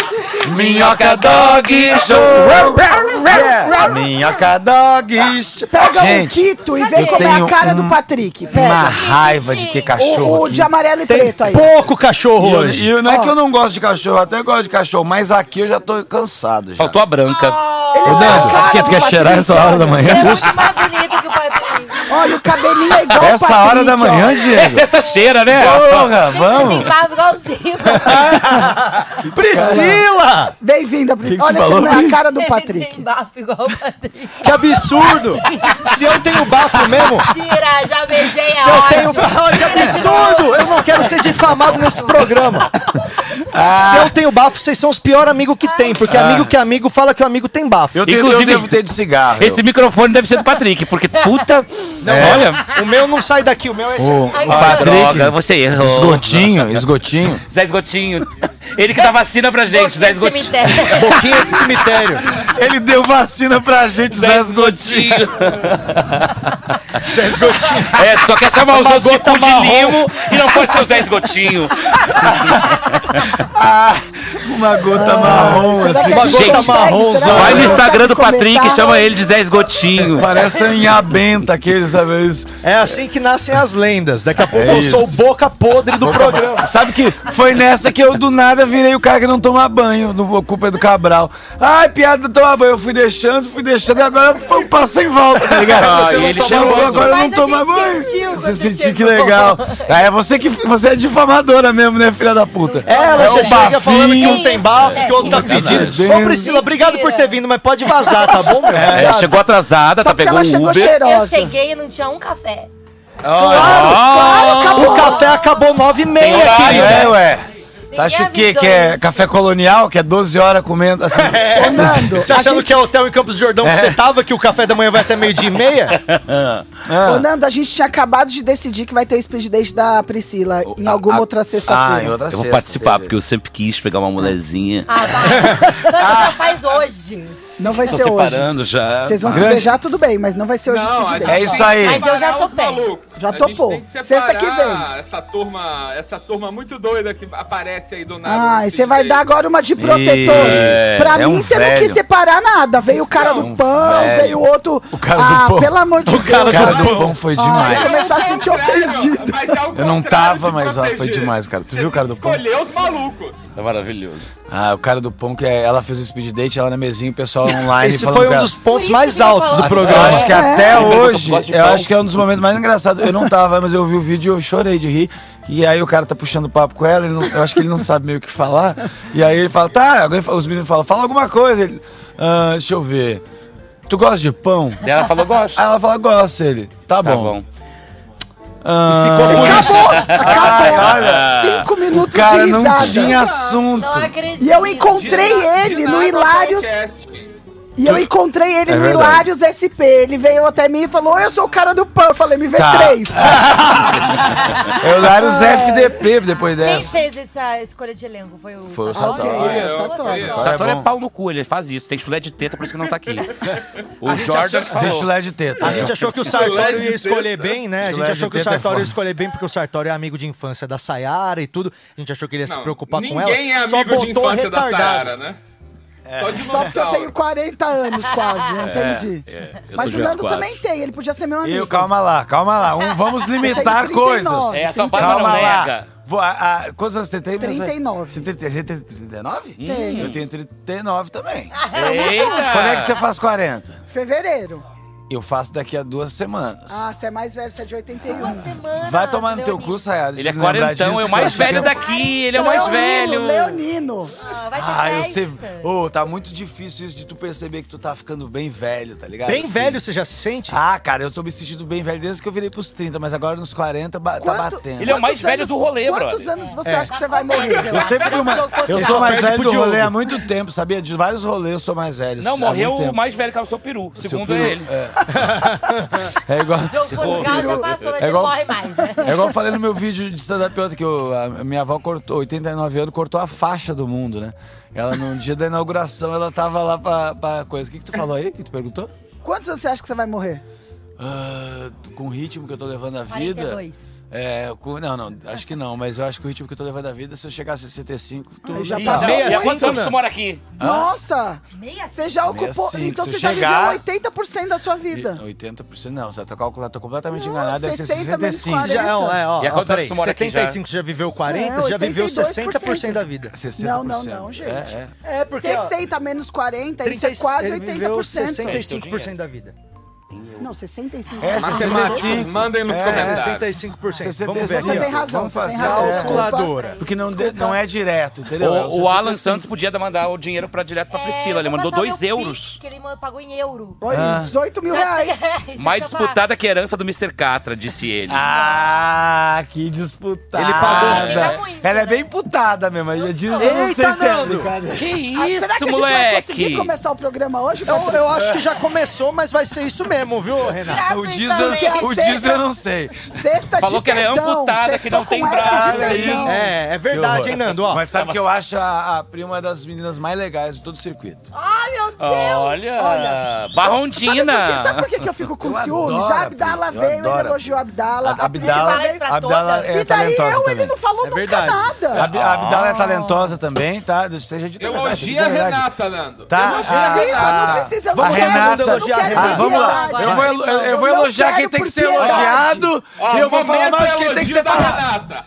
H: Minhoca Dog Show. Yeah. Minhoca Dog Show.
B: Pega o
H: Gente,
B: Quito e vem
H: eu
B: comer
H: tenho
B: a cara do
H: um-
B: Patrick.
H: uma
B: Pega.
H: raiva de ter
B: O,
H: cachorro
B: o
H: aqui.
B: de amarelo e preto aí.
D: Pouco cachorro
H: E eu-
D: hoje.
H: E eu- não é que eu não gosto de cachorro, eu até gosto de cachorro, mas aqui eu já tô cansado já.
C: Faltou a branca.
B: Ele é a cara
H: que
B: do
H: tu quer cheirar
B: Patrick,
H: essa hora da
B: olha.
H: manhã?
G: Ele é muito mais bonito que o Patrick.
B: Olha, o cabelinho é
G: um
B: igual o
H: Essa
B: Patrick,
H: hora da
B: ó.
H: manhã,
C: É
H: Diego?
C: sexta-feira, né?
H: Porra,
G: Gente, ele
H: vamos!
G: tem barba igualzinho.
D: Priscila!
B: Bem-vinda, Pri. Olha, essa
H: falou?
B: não é a cara do
G: Ele tem
B: Patrick.
G: barba igual o Patrick.
D: Que absurdo! Se eu tenho bafo mesmo,
G: Tira, já beijei
D: [LAUGHS] se
G: a
D: eu
G: ódio.
D: tenho. Olha que absurdo! Eu não quero ser difamado nesse programa.
H: Ah.
D: Se eu tenho bafo, vocês são os piores amigos que tem, porque amigo que é amigo fala que o amigo tem bafo.
H: Eu, tenho- eu
C: Inclusive-
H: devo ter de cigarro.
C: Esse microfone deve ser do Patrick,
G: [LAUGHS]
C: porque puta.
H: é,
C: Olha.
D: O meu não sai daqui, o meu é esse.
H: O
G: Ai,
H: Patrick,
C: Droga, você errou.
H: esgotinho, esgotinho.
C: Zé Esgotinho. Ele que dá vacina pra
G: Boquinha
C: gente, Zé
G: de
C: Esgotinho.
G: cemitério.
D: Boquinha de cemitério.
H: Ele deu vacina pra gente,
C: Zé Esgotinho.
D: Zé Esgotinho.
C: É, só quer
H: Tá
C: chamar os
D: Uma
C: outros de
D: gota
C: cu de
D: marrom.
C: limo e não pode ser o Zé
H: [LAUGHS]
C: Esgotinho.
H: [LAUGHS] Uma gota marrom,
B: Será que
H: assim.
B: a
D: Uma
B: gente
C: gota
B: consegue?
D: marronzona.
B: Será que
C: Vai no
B: a gente
C: Instagram
B: consegue
C: do Patrick e
B: começar?
C: chama ele de Zé Esgotinho.
H: Parece a inhabenta aquele, sabe? Isso.
D: É assim que nascem as lendas. Daqui a pouco
H: É
D: eu sou o
H: isso.
D: boca podre do programa.
H: Sabe que foi nessa que eu do nada virei o cara que não toma banho, no a culpa é do Cabral. Ai, piada não toma banho. Eu fui deixando, fui deixando e agora foi um passo em volta, tá ligado?
C: Ah,
H: Você
C: e
H: não
C: ele
H: toma
C: chegou.
H: banho, agora eu não
G: Mas a
H: toma
G: gente
H: banho.
G: sentiu quando
H: Você sentiu que
G: chegou.
H: legal. Aí é você que você é difamadora mesmo, né, filha da puta?
D: Ela
H: é
D: já
H: o
D: chega falando que um
H: bafinho.
D: tem bafo, que o outro tá fedido. Ô, Priscila, obrigado por ter vindo, mas pode vazar, tá bom, meu?
C: É, chegou atrasada,
B: Só
C: tá
B: porque
C: pegou
B: ela
C: um
B: chegou
C: Uber.
G: Eu
B: cheirosa.
G: cheguei e não tinha um café.
D: Claro, claro, acabou. O café acabou nove e
C: Tem
D: meia,
C: horário,
D: querida.
H: É, ué. Tá acha
G: Ninguém
H: o quê?
G: avisou
H: Que é
G: isso.
H: café colonial, que é 12 horas comendo assim.
D: É, você
B: Nando,
D: você
B: a
D: achando
B: gente-
D: que é hotel em Campos do Jordão que você tava, que o café da manhã vai até meio-dia
H: [LAUGHS]
D: e meia? Ah.
H: Ah.
B: Ô, Nando, a gente tinha acabado de decidir que vai ter o speed date da Priscila em
C: a-
B: alguma
C: a-
B: outra
H: Ah, em
B: sexta-feira.
H: outra
C: Eu vou
H: sexta,
C: participar,
H: entendi.
C: porque eu sempre quis pegar uma mulherzinha.
G: Ah, vai. Mas você faz hoje.
B: [LAUGHS] não vai
C: Tô
B: ser hoje.
C: separando já.
B: Vocês vão se
H: Ah. Grande-
B: beijar, tudo bem, mas não vai ser hoje o
A: Não, a
B: speed
A: gente
B: date.
H: É
A: tem
H: isso
A: que
H: aí.
A: separar
G: Mas eu já
A: os
G: topei.
A: malucos.
B: Já
A: A gente
B: topou.
A: tem que
B: Sexta que
A: separar
B: vem.
A: Essa turma, essa turma muito doida que aparece aí do nada.
B: Ah,
A: no
B: e você vai
A: speed
B: dar
A: date.
B: agora uma de protetor.
H: É,
B: pra
H: é
B: mim,
H: um
B: você não quis
H: velho.
B: separar nada. Veio o cara do
H: um
B: pão,
H: velho.
B: veio outro.
H: O cara
B: ah,
H: do pão.
B: pelo amor de Deus.
H: O cara
B: Ah,
H: do pão foi
B: eu vou
H: demais.
B: começar a sentir ofendido.
A: Mas é ao
H: Eu
A: contrário
H: não tava,
A: de
H: mas ó, foi
A: proteger.
H: demais, cara. Tu
A: Você
H: viu o cara do
A: tem que Escolher os malucos.
C: É maravilhoso.
H: Ah, o cara do pão que é- ela fez o speed date, ela na mesinha, o pessoal online
D: Esse
H: falando
D: foi
H: que
D: um
H: ela-
D: dos pontos
G: isso
D: mais
G: que eu ia
D: altos
G: falar.
D: do
H: Eu
D: programa.
H: acho que até hoje,
C: É. gosto de
H: eu
C: pau.
H: acho que é um dos momentos mais engraçados. Eu não tava, mas eu vi o vídeo e eu chorei de rir. E aí o cara tá puxando papo com ela, ele não- eu acho que ele não sabe meio o que falar. E aí ele fala, tá, agora ele fala- os meninos falam, fala alguma coisa. Ele, "Ah, deixa eu ver. Tu gosta de pão?
C: E ela falou, gosto.
H: Aí ela fala, gosta ele. Tá bom.
C: tá bom.
H: Ah,
B: Acabou! Acabou!
H: Ai, olha.
B: Cinco
H: o
B: minutos
H: cara
B: de risada.
H: não tinha assunto.
G: [LAUGHS] Não acredito.
B: E eu encontrei
A: na-
B: ele no
A: nada,
B: Hilários.
A: podcast.
B: E eu encontrei ele
H: É
B: no
H: verdade.
B: Hilários SP. Ele veio até mim e falou: Eu sou o cara do pão. Eu falei: Me vê
H: Tá. [LAUGHS]
B: três.
H: Eu era os FDP depois
G: Quem
H: dessa.
G: fez essa escolha de elenco? Foi o
H: Foi o
G: Sartori?
H: Sartori.
G: Ou
B: Ok, o Sartori.
G: você?
H: Sartori.
C: Sartori
H: é
C: é,
H: bom.
C: pau no cu, ele faz isso. Tem chulé de teta, por isso que não tá aqui. O
D: gente
C: Jordan
D: achou-
C: falou.
H: Deixa o LED de teta.
D: A gente achou que o Sartório ia escolher
A: Teta.
D: bem, né? A gente
H: Led
D: achou que o
H: Teta é
D: Sartório ia
H: foda.
D: escolher bem porque o Sartório é amigo de infância da Sayara e tudo. A gente achou que ele ia se
A: Não,
D: preocupar com ela.
A: Ninguém é
D: Só
A: amigo de
D: botou
A: infância da
D: retardado. É.
A: Sara, né? Só de
B: Só porque eu tenho 40 anos quase, eu entendi.
C: É, eu
B: Mas
C: sou
B: o Nando
C: Jordan
B: também tem, ele podia ser meu amigo.
H: Eu, calma lá, calma lá.
B: [LAUGHS]
H: Um- vamos limitar
B: Eu tenho 39.
H: coisas.
C: É, a tua barba
H: calma
C: não
H: lá.
C: nega.
H: Vou- a- a- quantos anos você tem? mesmo?
B: 39.
H: Você tem, você tem 39?
B: Tenho.
H: Eu tenho 39 também.
C: Hum. Eita!
H: Quando é que você faz 40?
B: Fevereiro.
H: Eu faço daqui a duas semanas.
B: Ah, você é mais velho, você é de 81.
G: Uma
B: Ah,
G: semana,
H: Vai tomar no teu
G: Leonino.
H: cu, Sayara.
C: Ele é
H: de me lembrar
C: quarentão,
H: disso,
C: é o
H: que
C: mais
H: eu achei que
C: velho
H: eu-
C: daqui, ele é o
B: Então,
C: mais velho.
B: Leonino.
G: Ah, Vai ter
H: Ah, eu sei.
G: festa.
H: Ô, tá muito difícil isso de tu perceber que tu tá ficando bem velho, tá ligado?
D: Bem
H: Assim.
D: velho você já se sente?
H: Ah, cara, eu tô me sentindo bem velho desde que eu virei pros 30, mas agora nos 40 ba- tá batendo.
C: Ele é o mais
B: quantos
C: velho do rolê,
B: Quantos
C: brother. É.
B: anos
D: É.
B: você acha que você vai morrer?
H: Eu sempre fui mais. Eu
D: Só
H: sou mais
D: perde
H: velho do
D: pro
H: rolê
D: Tipo Diogo.
H: há muito tempo, sabia? De vários rolês eu sou mais velho.
C: Não,
H: há
C: morreu
H: muito
C: o
H: tempo.
C: mais velho que é o seu peru. segundo
H: peru,
C: é ele.
H: É igual.
G: Jogo Portugal já passou, mas
H: É
G: ele
H: igual-
G: morre mais, né?
H: É igual eu falei no meu vídeo de stand-up ontem, que eu- a minha avó cortou, 89 anos, cortou a faixa do mundo, né? Ela, no dia da inauguração, ela tava lá pra, pra coisa. O que, que tu falou aí? que tu perguntou?
B: Quantos anos você acha que você vai morrer?
H: Ah, com o ritmo que eu tô levando a vida.
G: 42.
H: É, com- não, não, acho que não, mas eu acho que o ritmo que eu tô levando a vida, se eu chegar a 65, tu
B: Aí já
C: Ih,
B: passou
C: não, E há
B: muito.
C: quantos
H: né?
C: anos tu mora aqui?
B: Nossa!
G: Meia
B: Você já ocupou.
H: 65,
B: então você
H: se
B: já
H: chegar-
B: viveu 80% da sua vida.
H: 80%. Não, você tá calculando, tô completamente
B: Não,
H: enganado, é deve ser
B: 60 menos
H: 65.
D: Já, não, é, ó.
C: E há
D: ó,
C: quantos
D: peraí,
C: anos tu mora aqui já?
D: 75 já viveu 40,
B: Não,
D: já viveu
B: 82%.
D: 60% da vida.
H: 60%.
B: Não, não, não, gente.
H: É, é.
D: É,
B: 60 menos 40, isso é quase
D: ele viveu
B: 80%.
D: 65% da vida.
B: Não, 65.
H: É,
B: Mas
H: 65.
A: Mandem nos
H: É,
A: comentários.
D: 65%. Vamos
H: 65.
D: ver
B: Você
D: aqui,
B: tem
D: ó.
B: razão,
H: Vamos
B: você tem
H: fazer
B: razão.
H: a
B: desculpa.
D: calculadora.
H: Porque não, de- não é direto, entendeu? É
C: O, o Alan
H: 65.
C: Santos podia mandar o dinheiro pra, direto pra Priscila. Ele
G: É, eu vou
C: mandou
G: passar
C: 2
G: meu
C: euros. Ah.
G: Pix, Que ele ma- pagou em euro. É,
B: Oi,
G: [LAUGHS]
B: 18 mil reais.
C: Mais
G: Só pra-
C: disputada que a herança do Mr. Catra, disse ele.
H: Ah, que disputada.
D: Ele pagou.
G: Ele tá muito,
H: Ela é
G: né?
H: bem putada mesmo. Eu disso eu não
D: Ah, Eita,
H: sei se é
D: Nando.
H: brincadeira.
C: Que
B: Ah,
C: isso,
B: Será que a gente vai
C: moleque!
B: conseguir começar o programa hoje?
D: Eu, eu acho que já começou, mas vai ser isso mesmo, viu, Renato?
H: O diesel,
B: Gratuitamente.
H: o diesel eu não sei.
B: é Sexta
C: Falou
B: de
C: que ela é
B: tesão,
C: amputada, que
B: sextou
C: não tem
B: com S
C: braço,
B: de
C: é
B: tesão.
C: isso.
D: É, é verdade, hein, Nando? Ó,
H: Mas sabe que eu acho a, a prima é das meninas mais legais de todo o circuito.
B: Ai, meu Deus.
C: Olha,
B: Sabe por, quê? Sabe
C: Barrondina!
B: por quê que eu fico com
H: Eu
B: ciúmes?
H: adoro,
B: A Abdala
H: eu
B: veio, ele
H: adoro.
B: elogiou a Abdala.
H: A
B: a
H: Abdala,
B: Priscila veio.
G: pra
H: Abdala
G: todas.
H: é
B: E daí eu,
H: talentosa
B: ele
H: também.
B: não falou
D: É
B: nunca
D: verdade.
H: A,
B: nada.
H: Ab- a
D: Ah.
H: Abdala é talentosa também, tá? Seja de
A: Elogia a Renata, Nando.
H: Tá,
A: Elogia
H: a-
A: a
B: Precisa, não
H: a-
B: precisa. Eu
H: a
B: não quero-
H: Renata-
B: eu não quero
D: Ah,
B: piedade.
H: vamos lá.
B: Não
H: Eu vou, elo- eu- eu vou
B: quero
H: elogiar quem
B: por
H: tem que ser
B: piedade.
H: elogiado e eu vou falar mal de quem tem que ser falado.
A: falado.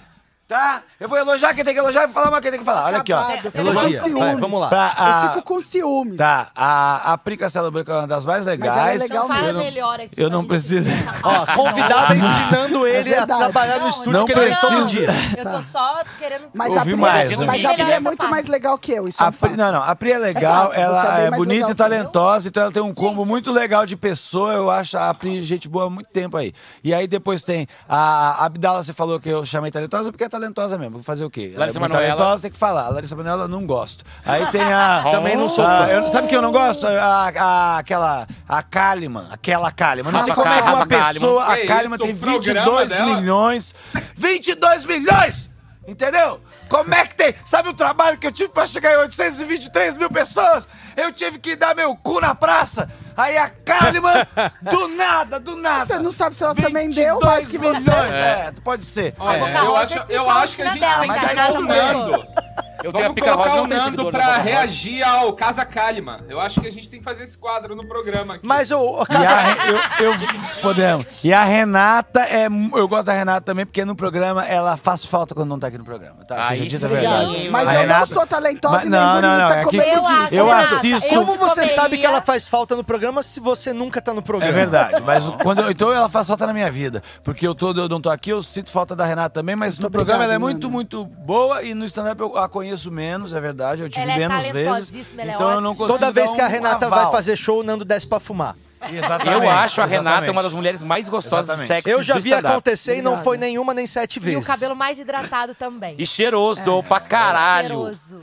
H: Tá? Eu vou elogiar quem tem que elogiar e falar mal quem tem que falar. Olha aqui, ó.
B: Acabado, eu fico com
D: Elogia, vai,
B: ciúmes.
D: vamos lá.
H: Pra, a-
B: Eu fico com ciúmes.
H: Tá, a, a Pri Castelo Branco é uma das mais legais.
B: ela é
G: Não
B: legal
G: Então faz
H: Eu não-
G: melhor aqui.
H: eu
G: pra
H: não
G: gente.
H: preciso.
D: ó convidada ensinando ele a
B: É verdade.
D: trabalhar no
G: Não,
D: estúdio
H: não
D: que ele tá
H: precisa.
D: hoje em dia.
G: Eu tô só querendo...
B: Mas a
H: Ouvi
B: Pri,
H: mais, ouvi
B: mas a
G: mais.
B: Pri é muito
G: Melhor
B: mais
G: essa
B: legal que eu, isso é
H: A
B: um
H: Pri,
B: fato.
H: não, não. A Pri é
B: fato,
H: legal,
B: você é
H: ela
B: bem
H: é
B: mais
H: bonita
B: legal
H: e
B: que eu.
H: talentosa, então ela tem um combo muito legal de pessoa. Eu acho a Pri gente boa há muito tempo aí. E aí depois tem a Abdala, você falou que eu chamei talentosa porque é talentosa mesmo. exemplo, vou fazer o quê?
C: Larissa
H: Ela é muito
C: Manoela.
H: talentosa, tem que falar. Larissa Manoela, não gosto. Aí tem a...
C: [LAUGHS] Também não sou fã.
H: a- eu- sabe que eu não gosto? A, a- aquela... A Kalimann. Aquela Kalimann. Não sei
C: Rafa
H: como é que uma
C: Kalimann.
H: pessoa...
A: Que
H: A Kalimann
A: isso,
H: tem
A: o programa
H: 22
A: dela?
H: milhões. 22 milhões! Entendeu? Como é que tem? Sabe o trabalho que eu tive pra chegar em 823 mil pessoas? Eu tive que dar meu cu na praça. Aí a Kalimann, do nada, do nada.
B: Você não sabe se ela também deu mais que você.
H: É. pode ser.
A: Olha,
G: Boca
A: eu,
G: Rosa
A: acho,
G: explica
A: eu
G: a
A: acho que a gente
G: rotina dela,
A: tem que
H: mas
A: colocar
H: aí
A: o
H: tudo
B: né?
H: bem.
A: Nando.
C: Eu tenho a
A: Vamos
C: pica rosa,
A: colocar o
C: não tenho
A: Nando
C: seguidor
A: pra
C: na Pica Rosa.
A: reagir ao Casa Kalimann. Eu acho que a gente tem que fazer esse quadro no programa aqui.
D: Mas o, o
H: E
D: Casa-
H: a Re- eu, eu- podemos. é E a Renata é. mu- Eu gosto da Renata também, porque no programa ela faz falta quando não tá aqui no programa. Tá?
C: Aí
H: Seja dita a
C: sim.
H: verdade.
B: Mas
H: A
B: eu não
H: Renata-
B: sou talentosa
H: Mas-
B: e nem
H: não, não,
B: bonita,
H: não, é
B: como
H: que-
B: eu
G: eu acho,
B: disse.
H: eu
G: Renata,
H: assisto-
G: eu
D: Como
G: te
D: você
G: comeria.
D: sabe que ela faz falta no programa se você nunca tá no
H: É
D: programa?
H: verdade, mas o- quando eu, então ela faz falta na minha vida. Porque eu, tô, eu não tô aqui, eu sinto falta da Renata também, mas no programa ela é
B: obrigado,
H: muito, muito boa e no stand-up eu a conheço menos, é verdade. Eu tive
G: Ela é
H: menos vezes.
G: talentosíssima, ela é
H: Então eu não
G: ótima.
H: consigo.
D: Toda vez
H: dar
D: que a
H: um
D: Renata
H: aval.
D: vai fazer show, o Nando desce pra fumar.
H: Exatamente,
C: Eu acho a Renata
H: exatamente.
C: uma das mulheres mais gostosas e
H: Exatamente.
C: sexy
D: Eu já vi acontecer e não
B: Obrigada.
D: foi nenhuma nem sete
G: E
D: vezes.
G: o cabelo mais hidratado também.
C: E cheiroso pra [LAUGHS] caralho.
G: Cheiroso.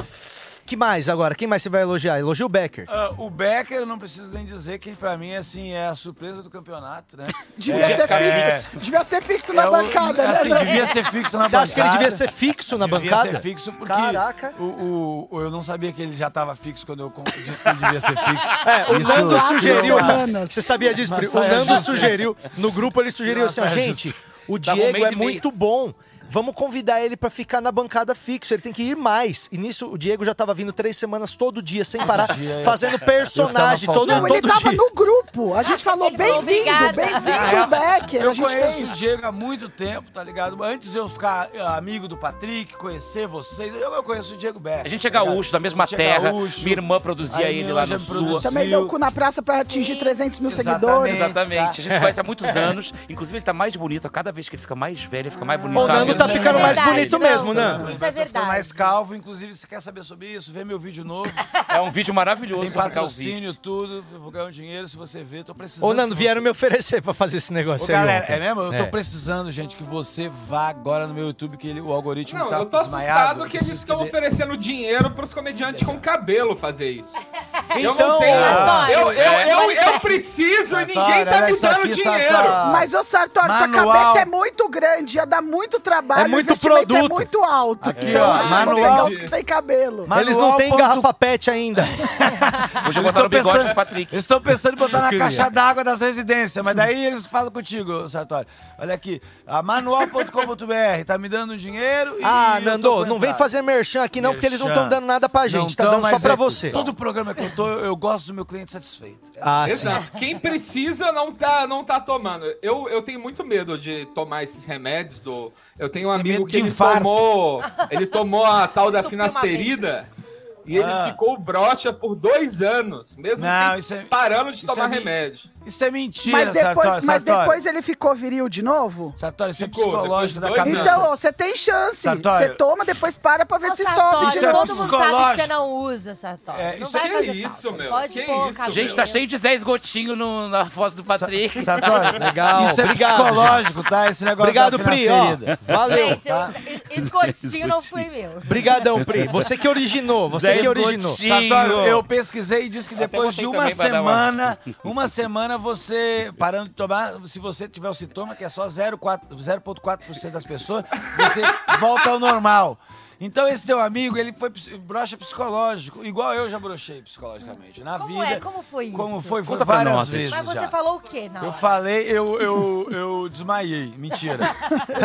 D: Que mais agora? Quem mais você vai elogiar? Elogia o Becker.
H: Ah, o Becker, eu não preciso nem dizer que pra mim assim, é a surpresa do campeonato, né?
B: Devia
H: É,
B: ser
H: é,
B: fixo. Devia ser fixo na
H: é o-
B: bancada,
H: assim,
B: né?
H: devia ser fixo na
D: Você
H: bancada.
D: acha que ele devia ser fixo na
H: devia
D: bancada?
H: ser é fixo porque
D: Caraca.
H: O, o- eu não sabia que ele já estava fixo quando eu con- disse que ele devia ser fixo.
D: [LAUGHS] É, o
H: Isso-
D: Nando sugeriu.
H: isso-
B: semanas.
D: Você sabia disso, Pri? O
H: saia
D: Nando
H: justa.
D: sugeriu. No grupo ele sugeriu
H: Uma
D: assim: ó,
H: saia
D: gente,
H: justa.
D: o
C: Tava um
D: Diego
C: mês
D: é
C: e meio.
D: muito bom. Vamos convidar ele pra ficar na bancada fixo. Ele tem que ir mais. E nisso o Diego já tava vindo três semanas todo dia, sem parar,
H: dia eu-
D: fazendo personagem
H: eu tava
D: todo,
B: Não, ele
D: todo
B: tava
D: dia.
B: no grupo. A gente falou
G: Ele falou,
B: bem-vindo,
G: "Obrigada".
D: Ah,
B: bem-vindo,
D: é.
B: Becker.
H: Eu
B: a gente
H: conheço
B: fez.
H: o Diego há muito tempo, tá ligado? Antes eu ficar eh, amigo do Patrick, conhecer vocês, eu, eu conheço o Diego Becker.
C: A gente é
H: tá ligado?
C: gaúcho, da
H: A
C: mesma
H: gente é
C: terra.
H: gaúcho.
C: Minha irmã produzia
H: Aí
C: ele
H: minha
C: lá
H: irmã
C: no
H: já
C: sul.
H: produziu.
B: Também deu o cu na praça pra atingir 300 mil
G: né?
B: seguidores.
H: exatamente. É.
C: Exatamente. A gente conhece há
H: [LAUGHS]
C: muitos anos. Inclusive, ele tá mais bonito. A cada vez que ele fica mais velho, ele fica mais bonito.
D: O Nando tá
H: Isso é
D: ficando mais
G: verdade,
D: bonito
G: não.
D: mesmo,
G: Isso é
D: Nando.
H: Tô ficando
G: verdade.
H: mais calvo, inclusive, se quer saber sobre isso, vê meu vídeo novo.
C: É um vídeo maravilhoso.
H: Tem
C: sobre
H: patrocínio,
C: calvície.
H: tudo. Eu vou ganhar um dinheiro se você ver. Tô precisando.
D: Ô, Nando,
H: que
D: vieram
H: você-
D: me oferecer pra fazer esse negócio
H: Ô,
D: aí.
H: galera,
D: ontem.
H: é mesmo? Eu tô
D: É.
H: precisando, gente, que você vá agora no meu YouTube, que ele- o algoritmo
A: Não,
H: tá
A: eu tô
H: desmaiado.
A: assustado que eles estão oferecendo dinheiro pros comediantes com cabelo fazer
B: [LAUGHS]
A: isso. eu
D: Então,
A: não tenho.
G: ah,
A: eu, eu, eu,
G: é.
A: eu preciso e ninguém
H: Sartori,
A: tá
H: olha
A: me
H: isso
A: dando
H: aqui,
A: dinheiro.
H: Sartori.
B: Mas, ô Sartori,
H: Manual.
B: sua cabeça é muito grande, ia dar muito trabalho.
D: É muito
B: o investimento
D: produto.
B: é muito alto.
H: Aqui,
B: então,
H: ó,
B: ah, vou
H: manual.
B: pegar os que tem cabelo.
H: Mas-
D: Eles não têm
H: Manual ponto-
D: garrafa
H: [LAUGHS]
D: pet ainda.
C: Hoje eu vou botar no bigode do Patrick.
H: eles estão pensando em botar na
C: queria.
H: caixa d'água das residências, mas daí eles falam contigo, Sartori. Olha aqui, a manual.com.br tá me dando dinheiro e
D: Ah,
H: eu tô
D: Nando, não
H: aguentado.
D: vem fazer merchan aqui não, porque eles não estão
H: Merchan.
D: dando nada pra
H: Não
D: gente. Tá
H: tão,
D: dando só
H: mas
D: pra
H: é-
D: você.
H: Todo programa que eu tô, eu, eu gosto do meu cliente satisfeito.
D: Ah, sim.
A: Exato. Quem precisa não tá, não tá tomando. Eu, eu tenho muito medo de tomar esses remédios do. Eu tenho um amigo
H: É medo
A: que
H: de
A: ele
H: infarto.
A: tomou. Ele tomou
B: [LAUGHS]
A: a tal da
G: Tudo tem uma
A: finasterida. E ele ficou broxa por dois anos, mesmo
H: Ah. Não,
A: sem
H: isso é-
A: parando de
H: isso
A: tomar
H: é mi-
A: remédio.
H: Isso é mentira,
B: Mas depois,
H: Sartori.
B: mas
H: Sartori.
B: depois ele ficou viril de novo?
H: Sartori, isso é
A: Ficou,
H: psicológico da
A: depois de
H: cabeça.
A: dois
B: Então, ó, você tem chance.
H: Sartori.
B: Você toma, depois para pra ver
G: Não,
B: se
G: Sartori,
B: sobe
H: Isso
B: de
H: é
G: todo
B: novo.
G: mundo sabe que
H: psicológico.
G: você não usa, Sartori.
H: É,
G: não
H: isso-
G: vai
A: que
G: fazer
A: isso,
G: falta.
A: meu?
G: Pode
A: Que
G: pôr
A: isso,
G: cabelo.
C: Gente, tá cheio de 10 gotinhos no- na foto do Patrick.
E: [LAUGHS]
H: Sartori,
D: Legal,
H: Isso é
D: obrigado,
H: psicológico, tá? Esse negócio
D: Obrigado,
H: da
D: Pri.
H: finasterida.
D: Ó,
H: [LAUGHS]
D: valeu.
G: Gente, eu, escotinho não foi meu.
D: Obrigadão, Pri. Você que originou, você
C: Zé
D: que originou.
C: Esgotinho.
H: Sartório, é? eu pesquisei e disse que depois
C: botei
H: de uma
C: também pra dar uma-
H: semana, uma semana você parando de tomar, se você tiver o sintoma, que é só 0,4% 0,4% das pessoas, [LAUGHS] você volta ao normal. Então esse teu amigo, ele foi ps- broxa psicológico, igual eu já brochei psicologicamente na
G: Como
H: vida.
G: é? Como foi
H: Como
G: isso?
H: foi, foi
C: Conta pra
H: várias
C: nós isso.
H: vezes
G: Mas você
H: já.
G: falou o quê é. na
H: Eu
G: hora?
H: falei, eu, eu, eu desmaiei. Mentira.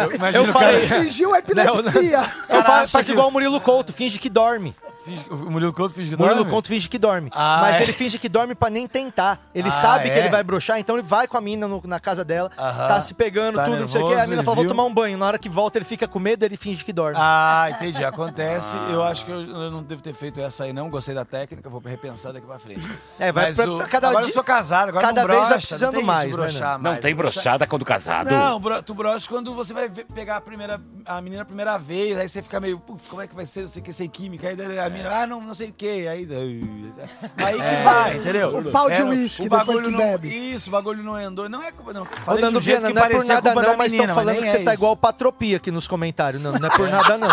H: Eu, imagina
D: Eu
H: o cara-
D: falei-
B: [LAUGHS] Fingiu a epilepsia.
D: Eu
H: Caraca,
D: fa- faz
H: que-
D: igual o Murilo Couto, finge que dorme.
H: Finge- O Murilo Couto finge que
D: Murilo
H: dorme?
D: Couto finge que dorme.
H: Ah,
D: mas
H: é.
D: ele finge que dorme pra nem tentar. Ele
H: Ah,
D: sabe que
H: é?
D: ele vai broxar, então ele vai com a mina no- na casa dela,
H: Aham.
D: tá se pegando,
H: Tá
D: tudo, não sei o quê. A
H: nervoso,
D: mina
H: ele
D: fala, vou
H: viu.
D: tomar um banho. Na hora que volta, ele fica com medo, ele finge que dorme. Ah.
H: Ah, entendi. Acontece. Eu acho que eu, eu não devo ter feito essa aí, não. Gostei da técnica, vou repensar daqui pra frente.
D: É, vai
H: Mas
D: pra-
H: o-
D: pra cada
H: agora
D: dia-
H: eu sou casado, agora
D: cada
H: não
D: vez vai
H: brocha,
D: precisando
H: não tem
D: mais,
H: isso,
D: né,
H: brochar
C: Não
H: mais.
E: Tá
C: tem brochada quando casado.
H: Não, bro- tu brocha quando você vai ver- pegar a, primeira, a menina a primeira vez, aí você fica meio, putz, como é que vai ser, não sei o que, sem química, aí a mina, ah, não, não sei o quê. Aí, aí que
D: É.
H: vai, entendeu?
B: O pau de
H: Era-
B: uísque
H: o
B: depois
H: bagulho
B: que
H: não-
B: bebe.
H: Isso, o bagulho não andou. Não é culpa, não.
D: Ô,
H: Falei de
D: Nando
H: um jeito
D: Viana,
H: que
D: não é por
H: parecia
D: nada
H: culpa da
D: não, mas
H: menina,
D: estão falando
H: nem
D: que você
H: é
D: tá
H: isso.
D: igual patropia aqui nos comentários, Nando. Não é por
H: [LAUGHS]
D: nada não.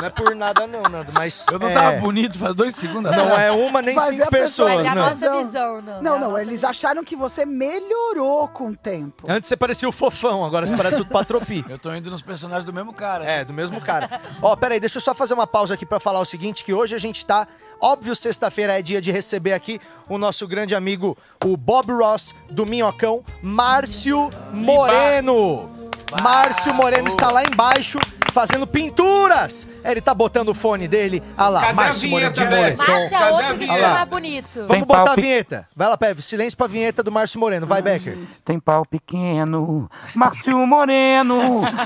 D: Não é por nada não, Nando, mas...
H: Eu não
D: é,
H: tava bonito faz dois segundos. né?
D: Não é uma nem
B: Vai ver
D: cinco
B: a pessoa,
D: pessoas, né?
G: Mas é a
B: não.
G: nossa
D: Nando.
G: visão, não.
B: Não,
G: é a
B: não,
G: nossa
B: eles
G: visão.
B: acharam que você melhorou com o tempo.
D: Antes você parecia o fofão, agora você parece o patropi.
H: [LAUGHS] Eu tô indo nos personagens do mesmo cara. né?
D: É, do mesmo cara. Ó, peraí, deixa eu só fazer uma pausa aqui pra falar o seguinte, que hoje a gente tá... Óbvio, sexta-feira é dia de receber aqui o nosso grande amigo, o Bob Ross, do Minhocão, Márcio Moreno. Márcio Moreno está lá embaixo fazendo pinturas. Ele tá botando o fone dele. Ah lá,
A: Cadê a
D: Márcio Moreno
A: vinheta,
D: de
A: velho?
D: moletom.
G: Márcia,
A: Cadê a
G: é outro que
A: vinheta?
G: fica mais bonito.
C: Tem
D: Vamos botar
C: palpi-
D: a vinheta. Vai lá, Pev. Silêncio pra vinheta do Márcio Moreno. Vai, Becker.
C: Tem pau pequeno, Márcio Moreno,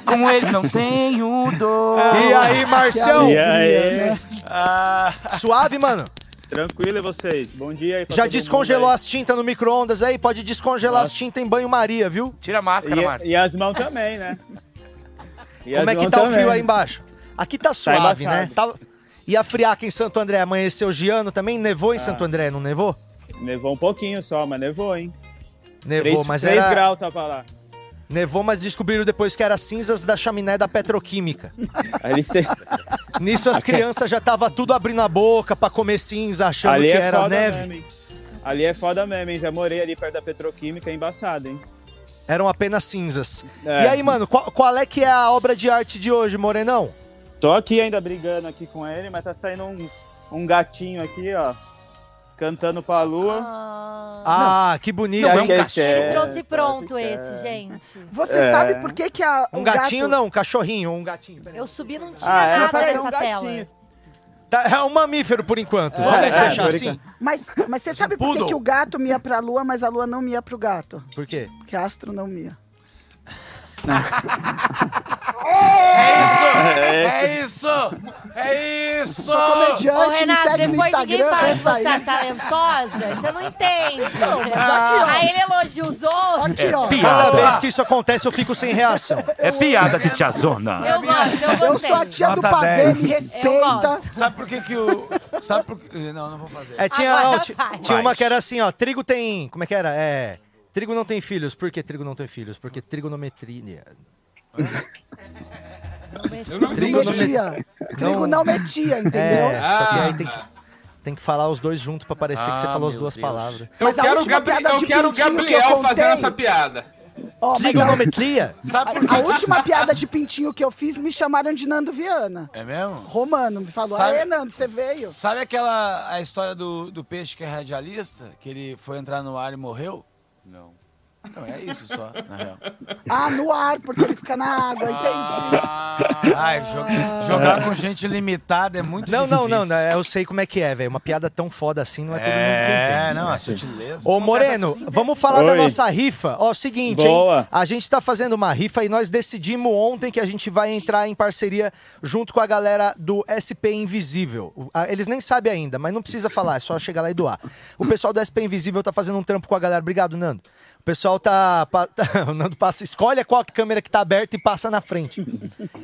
C: com ele não tenho dor.
D: E aí, Marcião?
I: E aí, [LAUGHS]
D: Suave, mano?
I: tranquilo e vocês? Bom dia aí pra
D: Já
I: todo mundo
D: descongelou
I: aí.
D: as tintas no micro-ondas aí? Pode descongelar as tintas em banho-maria, viu?
C: Tira a máscara,
I: E,
C: Márcio.
I: e as mãos também, né? E
D: Como
I: as
D: é que
I: mãos
D: tá o
I: também.
D: frio aí embaixo? Aqui tá suave, né?
I: embaçado.
D: Tá... E a friaca em Santo André? Amanheceu Giano também? Nevou em Santo André, não nevou?
I: Ah. Nevou um pouquinho só, mas nevou, hein?
D: Nevou,
I: 3,
D: mas
I: três
D: era...
I: graus tava lá.
D: Nevou, mas descobriram depois que era cinzas da chaminé da petroquímica.
I: Ali, cê-
D: Nisso as crianças já tava tudo abrindo a boca pra comer cinza, achando
I: ali
D: que
I: é
D: era
I: foda
D: neve.
I: mesmo, hein? Ali é foda mesmo, hein? Já morei ali perto da Petroquímica, é embaçado, hein?
D: Eram apenas cinzas.
I: É.
D: E aí, mano, qual, qual é que é a obra de arte de hoje, Morenão?
I: Tô aqui ainda brigando aqui com ele, mas tá saindo um, um gatinho aqui, ó. Cantando pra lua.
G: Ah,
D: Ah, que bonito.
I: Não,
D: hein?
I: é um
D: um,
I: cachorro.
G: eu
I: é,
G: trouxe pronto
I: é.
G: esse, gente.
B: Você
I: É.
B: sabe por que que a, o
D: gatinho
B: gato-
D: não, um cachorrinho, um gatinho. peraí.
G: Eu subi não tinha
I: Ah, era
G: nada
I: pra ser
G: nessa
I: um
G: tela.
I: gatinho.
D: Tá, é um mamífero por enquanto.
I: É,
D: Vamos
I: é,
D: deixar
I: por
D: assim.
B: Mas, mas você sabe por que,
H: poodle.
B: que o gato mia pra lua, mas a lua não mia pro gato?
D: Por quê?
B: Porque astro não mia.
H: É isso! É isso!
B: Sou
G: Ô,
B: comediante, me
G: Renato,
B: segue no
G: depois ninguém
B: Instagram,
G: fala que
B: essa
G: você
B: aí.
G: é talentosa, você não entende. Aí ele elogia os outros.
B: Aqui,
I: É,
B: ó.
D: Cada
C: É Piada.
D: vez que isso acontece, eu fico sem reação.
C: É piada de tiazona.
G: Eu gosto, eu
B: Eu
G: gostei.
B: sou a tia do
H: Nota
B: pavê,
H: 10.
B: me respeita.
H: Sabe por que que o... Sabe por que... Não, não vou fazer.
D: É, tinha,
G: Agora
D: ó, ti-
G: vai.
D: tinha uma que era assim, ó. Trigo tem. Como é que era? É. Trigo não tem filhos. Por que trigo não tem filhos? Porque trigonometria.
A: Eu não
B: Trigo
A: entendi.
B: não metia. Trigo não metia, entendeu?
D: Então, É, só que
A: Ah.
D: aí tem que, tem que falar os dois juntos pra parecer que você
C: Ah,
D: falou as
C: meu
D: duas
C: Deus.
D: palavras.
A: Eu
B: Mas a
A: quero o
B: última
A: Gabriel,
B: piada de
A: eu quero o
B: pintinho que eu
A: Gabriel fazendo
B: contei-
A: essa piada.
B: Ó, mas a,
D: Trigonometria?
H: Sabe por
B: a
H: que...
B: última piada de pintinho que eu fiz, me chamaram de Nando Viana.
H: É mesmo?
B: Romano me falou,
H: Sabe-
B: aê, Nando, você veio.
H: Sabe aquela a história do, do peixe que é radialista? Que ele foi entrar no ar e morreu? Não. Então é isso só, na real.
B: Ah, no ar, porque ele fica na
H: Ah.
B: água, entendi.
H: Ai, jo- Ah, jogar com gente limitada é muito
D: Não, não,
H: difícil.
D: não, não. Eu sei como é que é, velho. Uma piada tão foda assim não é todo mundo que entende.
H: É, não, a sutileza.
D: Ô, Moreno, vamos falar da
I: Oi.
D: nossa rifa. Ó, o seguinte, hein?
I: Boa.
D: A gente tá fazendo uma rifa e nós decidimos ontem que a gente vai entrar em parceria junto com a galera do SP Invisível. O- ah, Eles nem sabem ainda, mas não precisa falar, é só chegar lá e doar. O pessoal do SP Invisível tá fazendo um trampo com a galera. Obrigado, Nando. O pessoal tá. pa- [LAUGHS] tá- o Nando passa, escolhe qual câmera que tá aberta e passa na frente.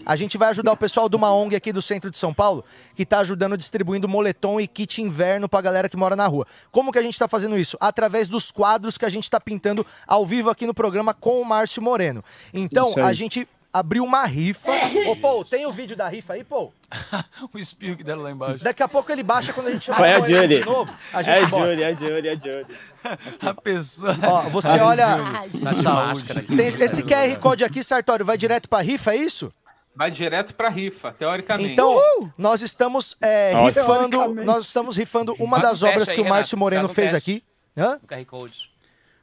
D: A gente vai ajudar o pessoal de uma ONG aqui do centro de São Paulo, que tá ajudando distribuindo moletom e kit inverno pra galera que mora na rua. Como que a gente tá fazendo isso? Através dos quadros que a gente tá pintando ao vivo aqui no programa com o Márcio Moreno. Então,
I: Isso aí.
D: a gente abriu uma rifa. Ô, Paul, tem o vídeo da rifa aí, Paul?
H: O espirro que deram lá embaixo.
D: Daqui a pouco ele baixa quando a gente chamar
I: Foi a
D: o Moreno
I: Julie.
D: de novo. A gente
I: É
D: bota.
I: Júlio, é Júlio, é Júlio.
H: [LAUGHS] A pessoa.
D: Ó, você olha.
G: Ah, gente.
C: Tá de
H: né?
C: máscara aqui.
D: Tem esse QR Code aqui, Sartório, vai direto pra rifa, é isso?
A: Vai direto pra rifa, teoricamente.
D: Então, nós estamos é,
I: Ótimo.
D: rifando,
B: Teoricamente.
D: nós estamos rifando uma
C: Faz um
D: das obras
C: teste aí,
D: que o Márcio
C: Renato.
D: Moreno
C: Faz um
D: fez
C: teste.
D: aqui. Hã?
C: QR Code.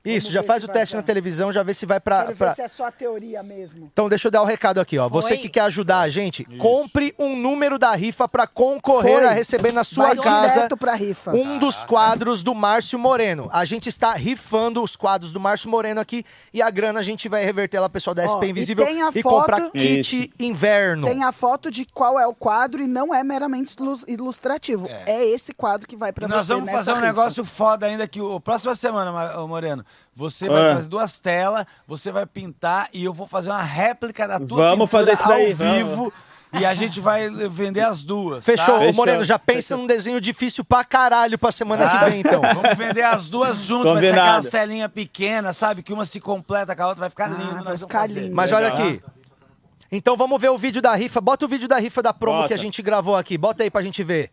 D: Isso,
B: Vamos
D: já
B: ver
D: faz
B: se
D: o
B: vai
D: teste na
B: dar.
D: televisão, já vê se vai pra.
B: Quero
D: pra-
B: ver se é só a teoria mesmo.
D: Então deixa eu dar o recado aqui, ó. Você
G: Foi.
D: que quer ajudar a gente, compre um número da rifa pra concorrer
B: Foi.
D: a receber na sua
B: Vai
D: casa
B: direto pra rifa.
D: um dos quadros do Márcio Moreno. A gente está rifando os quadros do Márcio Moreno aqui e a grana a gente vai reverter lá, pro pessoal da
B: Ó,
D: SP
B: e
D: É Invisível,
B: tem a
D: e, comprar
B: foto-
D: kit
I: Isso.
D: inverno.
B: Tem a foto de qual é o quadro e não é meramente ilus- ilustrativo. É, esse quadro que vai pra
H: E nós
B: você
D: né?
H: vamos
B: nessa
H: fazer um
B: rifa.
H: negócio foda ainda que o próxima semana, Mar- ô, Moreno, você vai
I: Ah.
H: fazer duas telas, você vai pintar e eu vou fazer uma réplica da tua
I: Vamos
H: pintura
I: fazer isso
H: ao
I: daí,
H: vivo.
I: vamos.
H: E a gente vai vender as duas. tá? Tá?
D: Fechou. Ô,
I: Fechou.
D: Moreno, já pensa num desenho difícil pra caralho pra semana
C: Ah.
D: que vem,
C: [LAUGHS]
D: então.
H: Vamos vender as duas juntas, vai ser
I: Combinado.
H: aquelas telinhas pequenas, sabe? Que uma se completa com a outra, vai
D: Ah,
H: ficar lindo. nós
B: vai
H: vamos
B: ficar
H: fazer.
B: lindo.
D: Mas olha aqui. Então vamos ver o vídeo da rifa. Bota o vídeo da rifa da promo
I: Bota.
D: que a gente gravou aqui. Bota aí pra gente ver.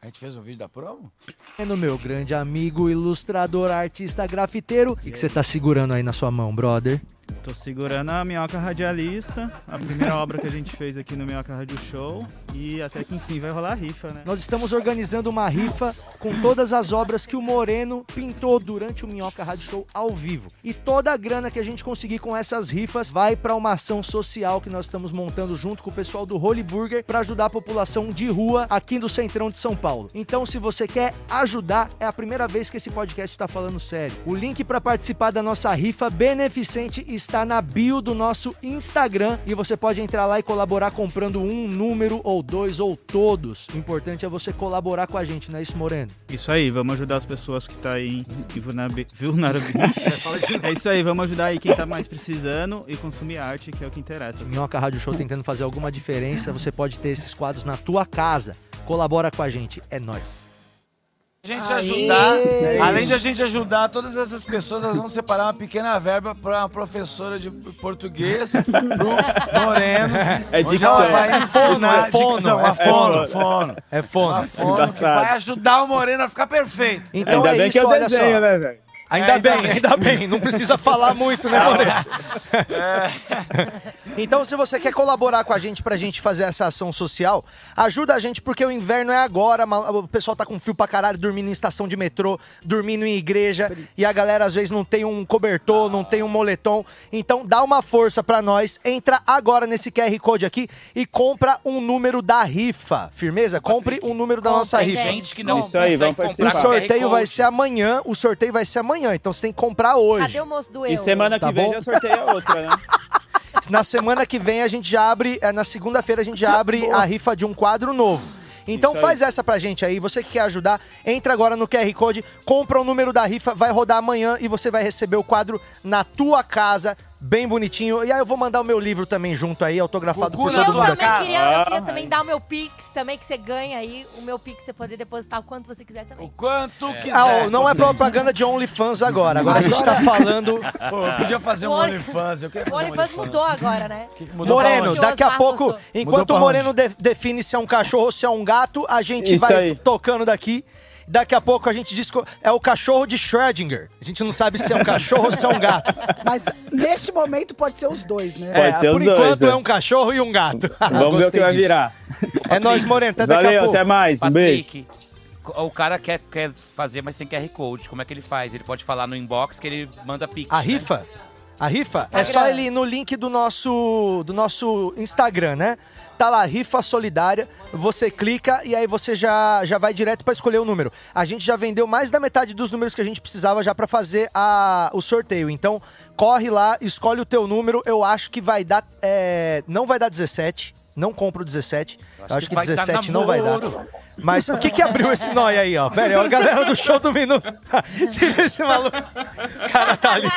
H: A gente fez um vídeo da promo?
J: É No meu grande amigo, ilustrador, artista, grafiteiro. O que você tá segurando aí na sua mão, brother?
I: Tô segurando a Minhoca Radialista, a primeira obra que a gente fez aqui no Minhoca Radio Show. E até que enfim vai rolar a rifa, né?
J: Nós estamos organizando uma rifa com todas as obras que o Moreno pintou durante o Minhoca Rádio Show ao vivo. E toda a grana que a gente conseguir com essas rifas vai para uma ação social que nós estamos montando junto com o pessoal do Holy Burger para ajudar a população de rua aqui do centrão de São Paulo. Então, se você quer ajudar, é a primeira vez que esse podcast está falando sério. O link para participar da nossa rifa beneficente está na bio do nosso Instagram e você pode entrar lá e colaborar comprando um número ou dois ou todos. O importante é você colaborar com a gente, não é isso, Moreno?
I: Isso aí, vamos ajudar as pessoas que tá aí em em vulnerabi-
J: [LAUGHS]
I: vulnerabilidade. é isso aí, vamos ajudar aí quem tá mais precisando e consumir arte, que é o que interessa.
J: Minhoca Rádio Show tentando fazer alguma diferença, você pode ter esses quadros na tua casa. Colabora com a gente, é nóis.
H: A gente ajudar,
I: É
H: além de a gente ajudar todas essas pessoas, nós vamos separar uma pequena verba para uma professora de
I: [LAUGHS]
H: português, pro Moreno.
I: É
H: onde
I: dicção.
H: ela vai
D: É fono,
H: ensinar
D: é fono,
H: dicção,
D: é
H: a fono,
D: fono.
H: fono.
D: É fono.
H: A fono que
I: Embaçado.
H: vai ajudar o Moreno a ficar perfeito.
D: Então
I: ainda
D: é
I: bem
D: isso,
I: que eu
D: olha
I: desenho,
D: só.
I: né, velho?
D: Ainda,
H: É, ainda
D: bem,
H: bem.
D: ainda bem. Não precisa falar
H: [LAUGHS]
D: muito, né, Moreno? Então, se você quer colaborar com a gente pra gente fazer essa ação social, ajuda a gente porque o inverno é agora, mal- o pessoal tá com frio pra caralho, dormindo em estação de metrô, dormindo em igreja, e a galera às vezes não tem um cobertor, não tem um moletom. Então, dá uma força pra nós, entra agora nesse QR Code aqui e compra um número da rifa. Firmeza? Compre um número da nossa
E: Tem
D: rifa.
E: gente que não
I: Isso aí,
E: consegue
I: vamos
E: comprar
I: participar.
E: com
I: Tá.
D: O sorteio
E: QR
D: vai
E: Code.
D: ser amanhã, o sorteio vai ser amanhã, então você tem que comprar hoje.
G: Cadê o moço do eu?
I: E semana que
J: Tá
I: vem
J: bom?
I: já sorteia outra, né?
D: Na semana que vem a gente já abre, é, na segunda-feira a gente já abre a rifa de um quadro novo. Então
I: Isso aí.
D: faz essa pra gente aí, você que quer ajudar, entra agora no QR Code, compra o número da rifa, vai rodar amanhã e você vai receber o quadro na tua casa, bem bonitinho. E aí eu vou mandar o meu livro também junto aí, autografado
H: Gugu
D: por
G: E
H: na
D: todo
G: eu
D: mundo
H: tua
G: também
D: aqui.
H: cara.
G: queria, eu queria
I: Ah,
G: também dar o meu Pix também, que você ganha aí. O meu Pix você poder depositar o quanto você quiser
H: O
G: também.
H: quanto quiser.
D: Ah, ó, não é propaganda de OnlyFans agora, agora a gente tá falando...
H: Pô, eu podia fazer um
G: O Only-
H: OnlyFans, eu queria
G: O
H: fazer um
G: OnlyFans mudou agora, né?
H: Que que mudou pra
D: Moreno,
H: onde?
G: onde?
D: daqui a
G: Osmar
D: pouco,
G: gostou.
H: Mudou
D: enquanto
H: pra
D: o Moreno de- define se é um cachorro ou se é um gato, a gente
I: Isso
D: vai
I: aí.
D: tocando daqui. Daqui a pouco a gente diz que é o cachorro de Schrödinger. A gente não sabe se é um cachorro ou se é
I: [LAUGHS]
D: um gato.
B: Mas neste momento pode ser os dois, né?
I: Pode
D: É,
I: ser
D: por
I: os dois,
D: enquanto
I: né?
D: é um cachorro e um gato.
I: Vamos ver o que
D: Gostei
I: vai
D: disso.
I: virar.
D: É nóis, Moreno. Até daqui a
I: Valeu,
D: pouco.
I: até mais. Um beijo.
E: Patrick, o cara quer, quer fazer, mas sem QR Code. Como é que ele faz? Ele pode falar no inbox que ele manda pix.
D: A
E: né?
D: rifa? A rifa? É só ele ir no link do nosso, do nosso Instagram, né? Tá lá, rifa solidária. Você clica e aí você já, já vai direto pra escolher o número. A gente já vendeu mais da metade dos números que a gente precisava já pra fazer a, o sorteio. Então, corre lá, escolhe o teu número. Eu acho que vai dar. é, não vai dar 17. Não compro 17. Eu acho, que,
E: vai dar
D: 17 não vai dar.
E: namoro.
D: Mas o que que abriu esse nó aí, ó? Pera aí, ó, a galera do show do minuto.
E: [LAUGHS]
D: Tira esse maluco. O cara tá ali.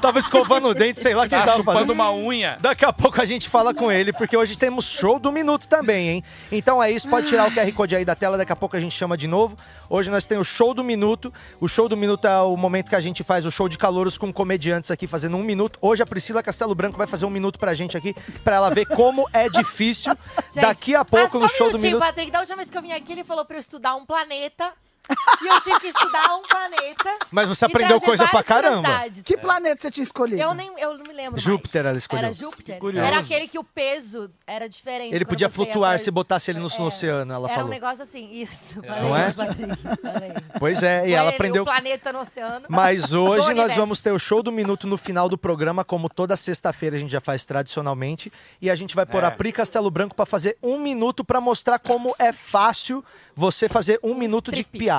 D: Tava escovando o dente, sei lá o que ele
E: Tá
D: tava
E: chupando
D: fazendo.
E: uma unha.
D: Daqui a pouco a gente fala com ele, porque hoje temos show do minuto também, hein? Então é isso, pode tirar o QR Code aí da tela, daqui a pouco a gente chama de novo. Hoje nós temos o show do minuto. O show do minuto é o momento que a gente faz o show de calouros com comediantes aqui fazendo um minuto. Hoje a Priscila Castelo Branco vai fazer um minuto pra gente aqui, pra ela ver como é difícil.
G: [LAUGHS] Gente,
D: daqui a pouco
G: ah,
D: no
G: só um
D: show do
G: minutinho,
D: minuto.
G: Patrick, da última vez que eu vim aqui, ele falou pra eu estudar um planeta. e eu tive que estudar um planeta.
D: [LAUGHS] Mas
G: e
D: você aprendeu
G: trazer
D: coisa pra
G: várias
D: caramba.
G: curiosidades.
B: Que planeta você tinha escolhido?
G: Eu nem eu não me lembro. mais.
D: Júpiter ela escolheu.
G: Era Júpiter.
H: curioso.
G: Era aquele que o peso era diferente.
D: Ele
G: quando
D: podia
G: você ia
D: flutuar
G: pra-
D: se botasse ele no, no
G: É.
D: oceano, ela
G: Era um
D: falou.
G: negócio assim, isso.
D: Não é? Pois é, e ela aprendeu.
G: O planeta no
J: [LAUGHS]
G: oceano.
D: Mas
G: Do
D: hoje nós
G: universo.
D: vamos ter o show do minuto no final do programa, como toda sexta-feira a gente já faz tradicionalmente, e a gente vai
J: É.
D: pôr a Pri Castelo Branco pra fazer um minuto pra mostrar como é fácil você fazer um, minuto de
G: strip.
D: piada.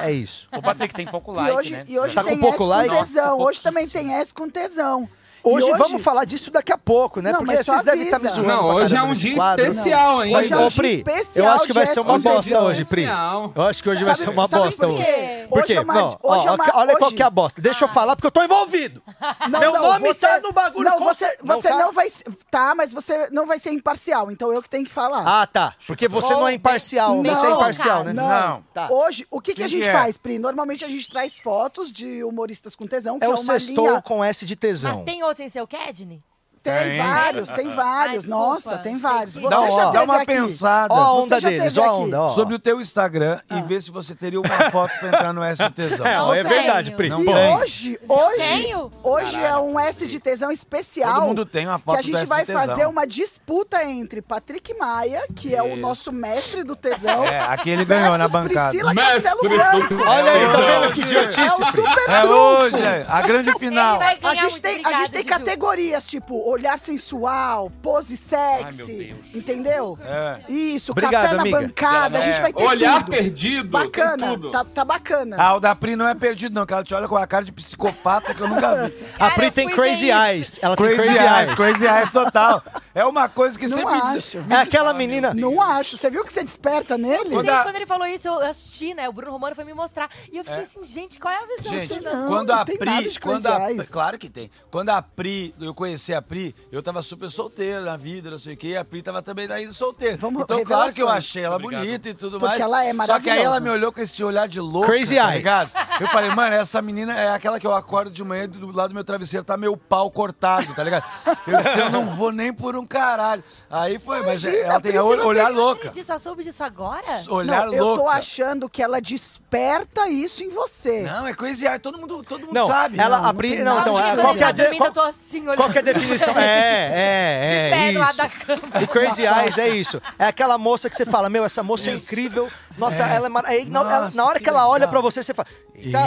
D: É isso.
E: O Patrick tem pouco
B: E
E: like,
B: hoje,
E: né?
B: e hoje
D: Tá com
B: tem
D: pouco
B: S com
D: like?
B: tesão.
E: Nossa,
B: hoje também
E: pouquíssimo.
B: tem S com tesão.
D: Hoje,
J: E hoje-
D: vamos
B: [LAUGHS]
D: falar disso daqui a pouco, né?
J: Não,
D: Porque
J: mas só
D: vocês devem
J: avisa.
D: estar me zoando.
J: Não,
D: pra
J: hoje
D: caramba
J: é um
D: nesse
J: dia
D: quadro.
J: especial, hein?
D: Hoje é um
J: Ô,
D: dia
J: Pri,
D: especial eu acho que vai
J: de
D: ser uma
J: SBT.
D: bosta hoje, Pri.
J: Especial.
D: Eu acho que hoje vai
J: é um Sabe-
D: ser uma
J: sabe
D: bosta
J: por
D: hoje.
J: quê?
D: Por
J: Hoje
D: quê?
J: é uma-
D: Não, ó,
J: hoje é uma-
D: olha qual
J: hoje- Ah.
D: que é a bosta. Deixa eu falar porque eu tô envolvido. Meu nome tá no bagulho.
B: Não,
D: com
B: você,
D: cer- Não,
B: você
D: tá?
B: não, vai vai. Tá, mas você não vai ser imparcial, então eu que tenho que falar.
D: Ah, tá. Porque você não é imparcial. você é imparcial, né?
B: Não.
D: Tá.
B: Hoje, o que, que,
D: Quem
B: a gente
D: que é?
B: faz, Pri? Normalmente a gente traz fotos de humoristas com tesão, que é,
D: É o
B: uma
D: sextou
B: linha...
D: com S de tesão. Ah.
G: Tem outro em seu Cadney?
B: Tem vários, tem vários.
G: Ai,
B: Nossa,
G: desculpa.
B: tem vários. Você
H: Dá,
B: já
H: ó, dá
B: teve
H: uma
B: aqui.
H: pensada.
B: Você já teve aqui.
H: Sobre o teu Instagram e ver se você teria uma foto pra entrar no S de tesão.
D: É, Não é tenho. verdade, Pri.
H: Não
B: E
H: tem.
B: hoje, hoje,
G: tenho.
B: hoje é um S de tesão especial.
H: Todo mundo tem uma foto
B: Que a
H: do
B: gente
H: S de
B: vai
H: tesão.
B: fazer uma disputa entre Patrick Maia, que é o
H: Isso.
B: nosso mestre do tesão.
H: É, aqui ele ganhou na
B: Então, versus
H: bancada.
B: Priscila
H: Mestre
B: Castelo
H: do
B: Branco.
H: tesão. Olha aí, tá vendo que idiotice,
B: É um
H: Pri?
B: super
H: É
B: trunfo.
H: hoje, é, a grande Ele final.
B: A
H: vai ganhar,
B: gente
H: muito
B: tem, a
H: obrigada,
B: gente tem
H: Gidu.
B: categorias, tipo olhar sensual, pose sexy, entendeu?
H: É.
B: Isso,
H: Obrigado,
B: café
H: amiga.
B: na bancada, a gente
H: É,
B: vai ter
H: olhar
B: tudo.
H: perdido, tem
B: Bacana,
H: tudo.
B: tá, tá bacana.
H: Ah, o da Pri não é perdido, não, que ela te olha com a cara de psicopata que eu nunca vi.
D: A Pri tem crazy eyes. Ela tem crazy eyes.
H: Crazy eyes total. É uma coisa que
B: Não
H: sempre.
B: acho.
D: É aquela menina.
B: Não acho. Você viu que você desperta nele?
G: Sim, quando ele falou isso, eu assisti, né? O Bruno Romano foi me mostrar. E eu fiquei assim, gente, qual é a visão?
H: Gente,
G: assim, não?
H: quando a Pri. Quando a, claro que tem. Quando a Pri, eu conheci a Pri, eu tava super solteiro na vida, não sei o quê, e a Pri tava também ainda solteira. então, claro que eu
B: revelações.
H: achei ela
B: Obrigado.
H: bonita e tudo
B: Porque
H: mais.
B: ela é
H: Só que aí ela
B: maravilhosa.
H: me olhou com esse olhar de louca.
D: Crazy
H: tá
D: eyes.
H: ligado? Eu falei, mano, essa menina é aquela que eu acordo de manhã e do lado do meu travesseiro tá meu pau cortado, tá ligado? Eu disse, eu não vou nem por um caralho. Aí foi, mas
B: Imagina,
H: ela
B: a Pri,
H: tem
B: você
H: olho-
B: não tem-
H: olhar
G: Eu não
H: louca.
G: acredito, só soube disso agora?
H: olhar
B: não, Eu tô
H: louca.
B: achando que ela desperta isso em você.
H: Não, é crazy eyes. Todo mundo, todo mundo
D: Não,
H: sabe.
D: ela abri-
H: tem
D: não,
H: nada.
D: então, é-
G: Quando
D: qual
G: ele
D: que é a
G: tá
D: de-
G: dormindo,
D: qual-
G: eu tô assim, olhando.
D: Qual que é a
G: [LAUGHS]
D: definição? É, é,
G: De
D: é.
G: pé do lado
D: Isso.
G: da cama.
D: E Crazy Eyes é isso. É aquela moça que você fala, meu, essa moça é incrível. Nossa,
J: É.
D: ela é maravilhosa. Na, ela-
J: Nossa,
D: na hora
J: que
D: que ela olha
J: legal.
D: pra você, você fala, eita,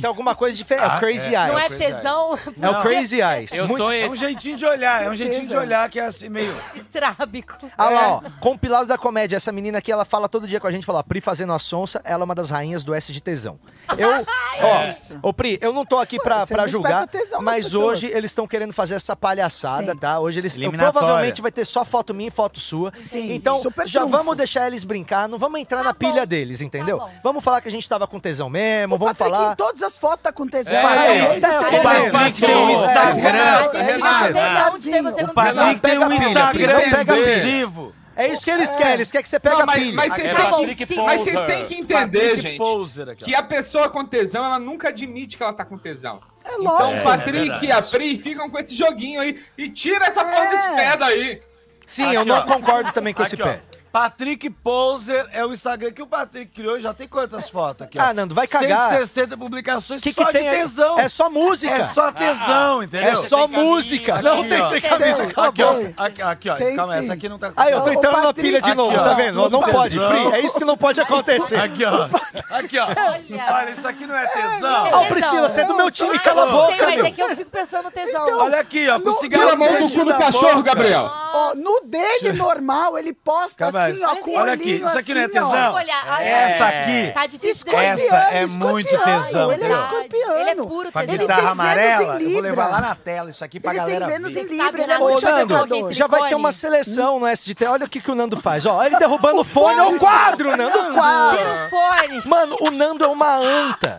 D: tem alguma coisa diferente. É o Crazy Eyes.
G: Não é tesão.
D: É o Crazy Eyes. Muito-
H: É um jeitinho de olhar, é um jeitinho de olhar que é assim meio.
G: Estrábico.
D: Ah
J: É.
D: lá, ó, compilados da comédia. Essa menina aqui, ela fala todo dia com a gente, fala, ó, Pri fazendo a sonsa, ela é uma das rainhas do S de tesão. Eu,
J: [LAUGHS] É isso.
D: ó, ô Pri, eu não tô aqui pra,
J: você
D: pra
J: não
D: julgar,
J: desperta tesão nas
D: mas
J: pessoas.
D: hoje eles estão querendo fazer essa palhaçada,
J: Sim.
D: tá? Hoje eles eu,
J: Eliminatória.
D: provavelmente vai ter só foto minha e foto sua.
J: Sim,
D: Então,
J: super
D: já
J: trunfo. Tá
D: vamos deixar eles brincar, não vamos entrar na pilha deles, entendeu? vamos falar que a gente tava com tesão mesmo, vamos
B: Patrick,
D: falar...
B: em todas as fotos tá com tesão.
D: É,
B: Ele
D: é,
B: tá
D: é,
B: com
D: o
B: tesão.
D: Patrick tem um Instagram.
B: É,
D: É isso mesmo.
B: legalzinho.
D: O Patrick tem um Instagram exclusivo. É isso que eles querem, eles querem que você pegue
A: Não,
D: a
A: mas,
D: pilha. Tá
A: mas vocês têm que, mas vocês têm que entender, gente, que a pessoa com tesão, ela nunca admite que ela tá com tesão. É
B: lógico.
A: Então
B: É,
A: o Patrick
B: é
A: e a Pri ficam com esse joguinho aí e tira essa porra desse pé daí.
D: É. Sim, eu não concordo também com esse
H: ó.
D: pé.
H: Patrick Poser é o Instagram que o Patrick criou, já tem quantas fotos aqui? ó?
D: Ah, Nando, vai cagar.
H: 160 publicações
D: Que que
H: só
D: tem
H: de
D: aí?
H: tesão.
D: É só música.
H: É só tesão,
D: Ah,
H: entendeu?
D: é só Tem camisa, música. Não tem
H: ó.
D: sem camisa,
H: Aqui,
D: cala a
H: ó.
D: boca.
H: Aqui, aqui, ó.
D: Tem
H: Calma,
D: sim.
H: essa aqui não tá...
D: Aí, eu tô entrando na pilha de novo,
H: ó.
D: tá vendo? Não, pode,
H: Tesão.
D: Pri, é isso que não pode acontecer.
H: Aqui, ó. Aqui, ó.
G: Olha.
H: Olha, isso aqui não é tesão.
D: Ó, Priscila, você é do meu time, cala a
G: Não sei,
D: boca,
G: mas é
D: meu.
G: que eu fico pensando no tesão.
B: Então,
H: Olha aqui, ó, com
B: No-
H: cigarro
B: tira a mão do
H: dentro
B: cu do
H: da
B: cachorro,
H: boca.
A: Gabriel.
B: Ó, no dele normal, ele posta
H: Calma aí.
B: assim, ó, com o
H: Olha aqui,
B: olhinho
H: isso aqui não é
B: assim, ó.
H: tesão?
G: Olha, olha.
H: Essa aqui,
G: Tá difícil de
H: essa é muito tesão.
B: Ele é
H: entendeu?
B: escorpião. Ele é puro
H: Com a guitarra amarela, eu vou levar lá na
B: terra.
H: tela isso aqui pra
B: Ele tem
H: galera
B: Vênus
H: Tá, ver. é
B: em Libra, né?
D: Ô,
B: Muito
D: Nando,
B: observador.
D: já vai ter
H: um-
D: uma seleção no SDT. Olha o que, que o Nando faz. Ó, ele derrubando o fone. Olha o quadro, Nando. O quadro.
G: Tira o fone.
D: Mano, o Nando é uma anta.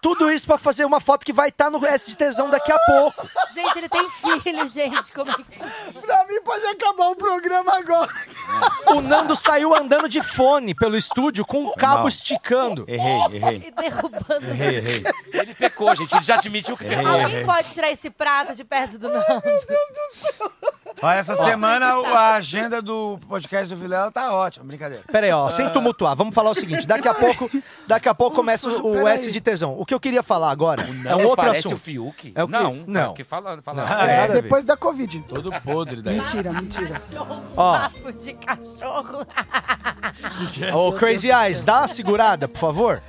D: Tudo isso pra fazer uma foto que vai estar no SDTzão daqui a pouco.
G: Gente, ele tem filho, gente. Como é que...
B: Pra mim pode acabar o programa agora.
D: O Nando saiu andando de fone pelo estúdio com o cabo
C: mal.
D: esticando.
C: Errei, errei.
G: E derrubando.
C: Errei, errei. Ele pecou, gente. Ele já admitiu que pecou.
G: Alguém pode tirar esse prato de perto do Nando?
H: Olha, essa semana o- a agenda do podcast do Vilela tá ótima, brincadeira.
D: Pera aí, ó, um sem tumultuar, vamos falar o seguinte, daqui a pouco, daqui a pouco começa o, o
H: peraí.
D: S de tesão. O que eu queria falar agora é um
C: Não,
D: outro
C: parece
D: assunto.
C: o Fiuk.
D: É o quê?
C: Não, é
D: não.
C: o que fala- fala-
D: Não,
C: Ah,
D: tem
C: é,
D: nada a ver.
B: Depois da Covid. então.
H: Todo podre daí.
B: Mentira, mentira.
D: Ó.
G: Papo Um de cachorro.
D: Ô, Crazy Eyes, dá uma segurada, por favor.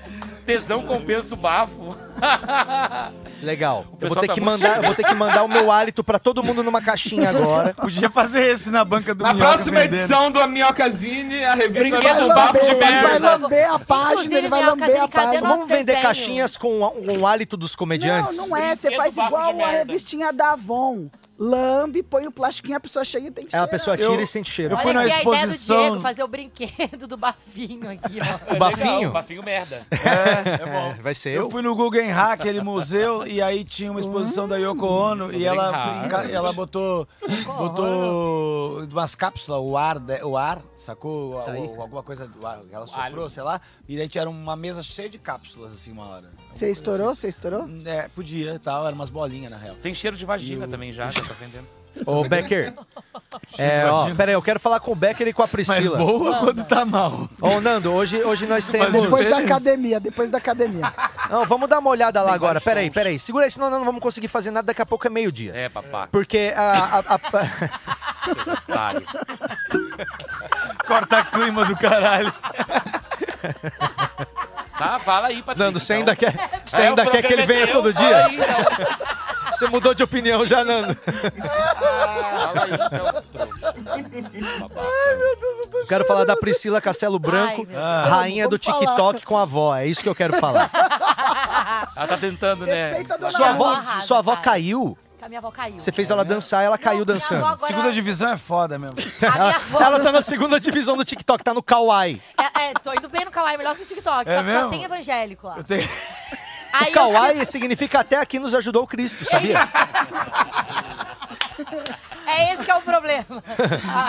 E: Tesão compensa o bafo.
D: [LAUGHS] Legal. Eu vou,
E: pessoal
D: ter
E: tá
D: que
E: muito- Tá
D: mandar, eu
E: [LAUGHS]
D: vou ter que mandar o meu hálito pra todo mundo numa caixinha agora.
H: Podia fazer esse na banca do
A: Na
H: Minhoca
A: próxima
H: vendendo.
A: edição do Minhocazine, a revista
E: Brinquedos
A: dos
B: Vai
A: bafos de
B: lamber, ele vai
A: merda.
B: lamber a página, ele vai
G: Minhoca,
B: lamber a
G: cadê
B: página.
G: nosso
D: Vamos vender
G: desenho?
D: caixinhas com o- com o hálito dos
B: Não,
D: comediantes?
B: não é. Você
E: Brinquedo
B: faz
E: bafo de
B: igual a
E: merda.
B: revistinha da Avon. Lambe, põe o plastiquinho, a pessoa chega e tem que
D: É, a
B: cheirar.
D: pessoa tira
H: Eu-
D: e sente cheiro.
H: eu fui
G: Olha
H: na
G: aqui a ideia do
H: exposição-
G: Diego fazer o brinquedo do bafinho aqui, ó.
D: O bafinho?
E: É bafinho merda.
D: É, vai ser
H: Eu
D: eu.
H: fui no Guggenheim, aquele museu, e aí tinha uma exposição da Yoko Ono, e ela,
E: Hum, Guggenheim.
H: enca- ela botou, botou umas cápsulas, o ar, de- o ar sacou?
E: Tá
H: Ou- ou alguma coisa, do ar, ela soprou, sei lá, e daí tinha uma mesa cheia de cápsulas, assim, uma hora.
B: Você estourou? Você estourou?
H: É, podia e tal, eram umas bolinhas, na real.
E: Tem cheiro de vagina também já, já tá vendendo.
D: Ô, Becker. É, ó, pera aí, eu quero falar com o Becker e com a Priscila.
H: boa quando tá mal.
D: Ô, Nando, hoje, [LAUGHS] hoje nós temos...
B: Depois da
H: menos.
B: academia, depois da academia.
D: Não, vamos dar uma olhada lá agora. Pera aí, pera aí. Segura aí, senão nós não vamos conseguir fazer nada. Daqui a pouco é meio-dia.
E: É, papá.
D: Porque a- a- a,
E: otário.
H: Corta clima do caralho.
E: Tá, fala aí, Patrícia.
D: Nando, você ainda
E: então.
D: quer, você
E: É, o
D: ainda quer que ele
E: programa é
D: venha
E: teu,
D: todo
E: fala
D: dia?
E: aí, então.
D: Você mudou de opinião já, Nando?
E: Fala aí, seu trouxa.
D: Eu quero falar da Priscila Castelo
G: Ai,
D: Branco,
G: meu
D: rainha do
B: Vamos falar.
D: TikTok com a avó. É isso que eu quero falar.
E: [LAUGHS] Ela tá tentando, né?
B: Respeita a dona
D: Sua
B: Ana.
D: avó,
G: arrasa,
D: sua avó
G: cara.
D: caiu.
G: A minha avó caiu.
D: Você fez ela
E: né?
D: dançar e ela caiu
G: Não, minha avó
D: dançando.
G: agora- [LAUGHS]
H: Segunda divisão é foda mesmo.
G: A minha avó...
D: [LAUGHS] Ela tá na segunda divisão do TikTok, tá no Kawaii.
G: É, é, tô indo bem no Kawaii, melhor que o TikTok.
H: É
G: só que só
H: mesmo?
G: tem evangélico lá.
H: Eu tenho-
G: Aí eu
D: Kawaii significa até aqui nos ajudou o Cristo, sabia?
G: fico- [LAUGHS] É esse que é o
D: [LAUGHS]
G: problema.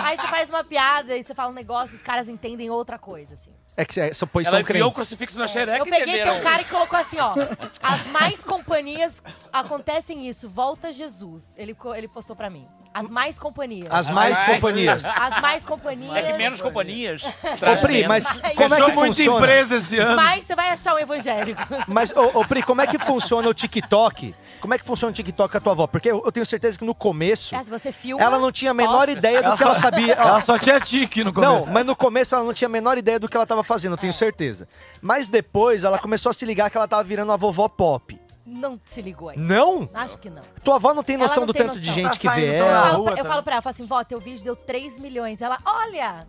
G: Aí você faz uma piada e você fala um negócio, os caras entendem outra coisa, assim.
D: É que é, são- pois
E: Ela
D: são
E: enfiou o
D: crentes.
E: crucifixo na xereca,
G: Eu peguei
E: entenderam?
G: teu cara e colocou assim,
E: [LAUGHS]
G: ó. As mais companhias acontecem isso. Volta Jesus. Ele, co- ele postou pra mim. As mais companhias.
D: As mais
E: Ai. [LAUGHS]
D: companhias.
G: As mais companhias.
E: É que menos companhias.
D: Ô, Pri, mas como é
H: Fechou
D: que
H: muita
D: funciona?
H: empresa esse ano.
G: Mais você vai achar um evangélico.
E: [LAUGHS]
D: Mas, ô, ô, Pri, como é que funciona o TikTok? Como é que funciona o TikTok com a tua avó? Porque eu, eu tenho certeza que no começo,
G: É, se você filma.
D: ela não tinha a menor
G: posta.
D: ideia do que ela
E: [LAUGHS]
D: sabia. Ó,
H: Ela só tinha tique no começo.
D: Não, mas no começo ela não tinha a menor ideia do que ela tava fazendo,
G: É.
D: eu tenho certeza. Mas depois ela começou a se ligar que ela tava virando uma vovó pop.
G: Não se ligou aí.
D: Não?
G: Acho que não.
D: Tua avó não tem
G: Ela
D: noção
G: não
D: do
G: tem
D: tanto de
G: noção.
D: gente
H: Tá
D: que vê
H: saindo toda
D: ela.
H: Na
G: Fala
H: rua
G: pra- eu
H: também.
G: falo pra ela, eu falo assim, vó, teu vídeo deu 3 milhões. Ela, olha,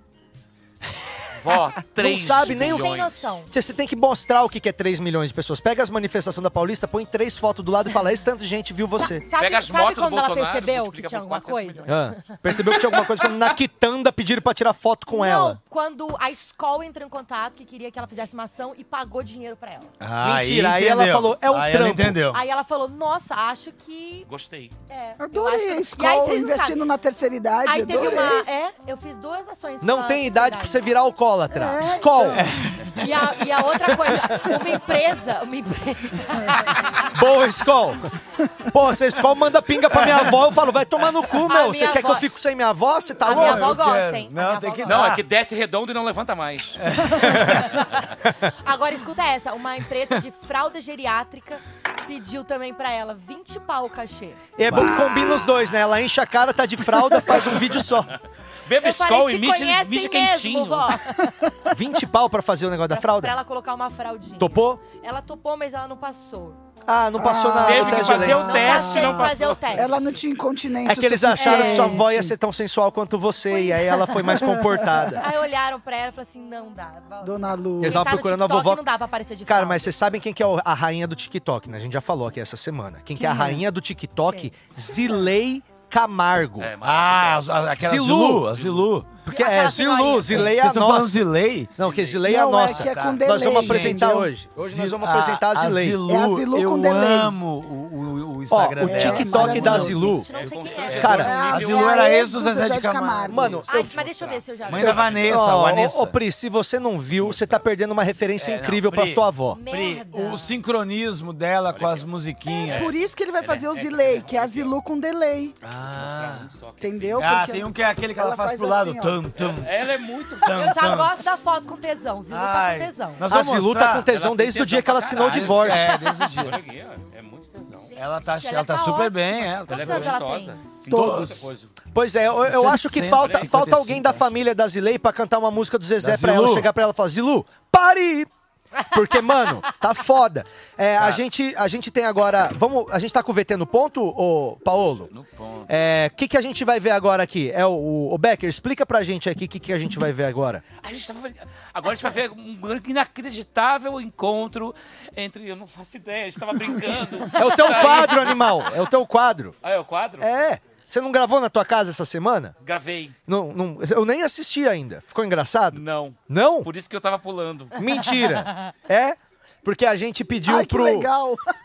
E: Vó, três
D: sabe nem o-
G: não tem
E: milhões.
G: noção.
D: Você você tem que mostrar o que que é 3 milhões de pessoas. Pega as manifestações da Paulista, põe três fotos do lado e fala: esse tanto de gente viu você.
G: Sabe,
E: Pega as
G: sabe
E: motos do
G: quando ela
E: Bolsonaro,
G: percebeu que
E: multiplica
G: tinha
E: por
G: alguma
E: 400
G: coisa?
E: milhões.
D: Ah, percebeu que tinha alguma coisa quando na quitanda pediram pra tirar foto com
G: não,
D: ela.
G: quando a escola entrou em contato que queria que ela fizesse uma ação e pagou dinheiro pra ela.
D: Mentira, aí ela
H: Ah, entendeu.
D: falou, é um
H: aí Ela
D: trampo.
H: entendeu.
G: Aí ela falou, nossa, acho que...
E: Gostei.
G: É, eu acho
B: Adorei
G: que-
B: a
G: E aí
B: escola,
G: vocês não
B: investindo
G: sabem.
B: na terceira idade.
G: Aí teve
B: adorei.
G: uma... É, eu fiz duas ações. com
D: Não
G: a
D: tem idade pra você virar alcoólatra.
B: É,
D: Skol,
G: E a, e a outra coisa, uma empresa, uma empresa...
D: boa Skol. Pô, se a Skol manda pinga pra minha avó, eu falo, vai tomar no cu, meu. Você
G: minha
D: quer que
G: avó-
D: eu fique sem minha avó? Você tá
G: A
D: louco?
G: minha avó
H: eu quero.
G: gosta, hein? A
H: Não,
G: minha
H: tem
G: avó
H: que-
G: gosta.
E: Não, é que desce redondo e não levanta mais.
D: É.
G: Agora escuta essa, uma empresa de fralda geriátrica pediu também pra ela 20 pau o cachê.
D: E é bom que combina os dois, né? Ela enche a cara, tá de fralda, faz um vídeo só.
E: Bebe
G: Eu
E: Skol
G: falei,
E: e
G: te
E: miche,
G: conhecem
E: miche
G: mesmo,
E: quentinho.
G: vó.
D: 20 pau pra fazer o negócio da
G: Pra
D: fralda?
G: ela colocar uma fraldinha.
D: Topou?
G: Ela topou, mas ela não passou.
D: Ah, não passou na
E: Teve
D: no
E: que
D: teste de
E: fazer
D: leite.
E: o
G: Não
E: teste,
G: passei
E: não
G: pra fazer
E: passou.
G: o teste.
B: Ela não tinha incontinência.
D: É que eles acharam que sua avó ia
B: suficiente.
D: ser tão sensual quanto você, e aí ela foi mais comportada.
G: Aí olharam pra ela e falaram assim, não dá. vó.
B: Dona Lu.
D: Eles
G: Quem
D: estavam
G: tá no
D: procurando a
G: TikTok
D: vovó.
G: Não dá pra aparecer de
D: Cara,
G: fralda.
D: mas vocês sabem quem que é o- a rainha do TikTok, né? A gente já falou aqui essa semana. Quem que é a rainha do TikTok? Zilei Camargo.
E: É, mas-
H: Ah, as- a- aquela
D: Zilu.
H: Zilu, a Zilu.
D: Porque
G: Aquela
D: é
G: senhorinha.
D: Zilu, Zilei é
H: Vocês
D: a
H: estão falando
D: nossa.
H: Zilei?
D: Não, que Zilei é a
B: Não, é
D: nossa.
B: que é com
D: Nós
B: delay,
D: vamos apresentar
B: entendeu?
D: hoje. Hoje nós
H: Zil-
D: vamos apresentar a Zilei.
H: Ah, Zilu,
B: É a Zilu
H: eu
B: com delay.
H: amo o, o, o
D: Ó,
H: Instagram
D: o
H: dela.
D: TikTok da
B: maravilhoso.
D: Zilu.
G: Gente, não sei quem é.
D: Cara,
B: É
H: A Zilu era ex do Zezé de Camargo.
D: Mano,
G: Ai, mas deixa eu ver se eu já vi.
H: Mãe da Vanessa,
D: Ó,
H: Vanessa. É,
D: Ô, ô, Pri, se você não viu, você tá perdendo uma referência incrível pra
H: Pri.
D: tua avó.
H: Pri,
G: Merda.
H: o sincronismo dela com as
D: É
H: musiquinhas.
B: É Por isso que ele vai fazer o Zilei, que é a Zilu com delay. Entendeu?
H: Ah,
B: Porque-
H: tem um que é aquele que ela,
B: ela
H: faz,
B: faz
H: pro lado.
B: assim, ó.
H: tum, tum,
E: Ela é muito...
H: tum,
G: Eu já
H: tum.
G: gosto da foto com tesão. Zilu tá
H: Ai,
G: com tesão. [LAUGHS]
H: nós
D: A
H: vamos
D: Zilu
H: mostrar.
D: tá com tesão
E: Ela tem
D: desde o
E: tesão
D: dia que ela
E: pra
D: assinou o
E: caralho.
D: divórcio.
H: É, [LAUGHS] desde o dia.
E: Olha aqui, ó, É muito tesão.
H: Ela tá,
G: Ela
H: ela tá
G: tá
H: super
G: ótima.
H: bem, ela tá
E: Ela é
G: Quantos anos ela
E: gostosa.
G: tem?
E: Sim,
H: Todos.
E: outra coisa.
D: Pois é, eu, eu acho que
H: 60,
D: falta,
H: 55,
D: falta alguém da
H: acho.
D: família da Zilei pra cantar uma música do Zezé
H: Da
D: pra ela
H: Zilu?
D: chegar pra ela e falar: Zilu, pare! Porque, mano, tá foda. É, A, gente, a gente tem agora. Vamos, a gente tá com o VT no ponto, ô, Paolo? No ponto. O que, que a gente vai ver agora aqui? É o, o- o Becker, explica pra gente aqui o que, que a gente vai ver agora.
E: A gente tá... Agora a gente vai ver um inacreditável encontro entre. Eu não faço ideia, a gente tava brincando.
D: [LAUGHS] É o teu quadro, animal. É o teu quadro.
E: Ah, é o quadro?
D: É. Você não gravou na tua casa essa semana?
E: Gravei.
D: Não, não- eu nem assisti ainda. Ficou engraçado?
E: Não.
D: Não?
E: Por isso que eu tava pulando.
D: Mentira. É? Porque a gente pediu pro.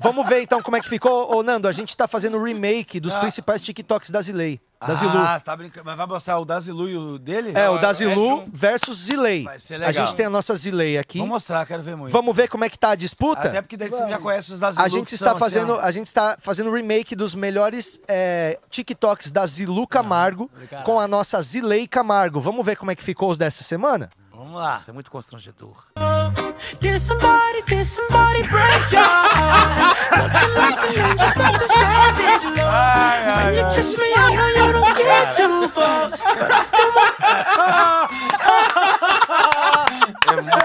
D: Vamos ver então como é que ficou. Ô, Nando, a gente tá fazendo o remake dos
H: Ah.
D: principais TikToks da Zilei. Da Zilu.
H: Ah, você tá brincando. Mas vai mostrar o da Zilu e o dele?
D: é, o da Zilu versus Zilei.
H: um. Vai ser
D: A
H: legal.
D: gente tem a nossa Zilei aqui.
H: Vou mostrar, quero ver muito.
D: Vamos ver como é que tá a disputa?
H: Até porque daí você já conhece os da Zilu.
D: A gente,
H: que
D: está
H: são, assim,
D: fazendo,
H: ó.
D: a gente está fazendo o remake dos melhores é, TikToks da Zilu Camargo
H: obrigado.
D: com a nossa Zilei Camargo. Vamos ver como é que ficou os dessa semana?
E: [LAUGHS] Vamos lá. Isso é muito constrangedor.
K: Did somebody, did somebody break your
D: [LAUGHS]
K: heart? Looking like an
H: É
K: angel, but a savage love. When you kiss me, I know you don't get too far, but I still want.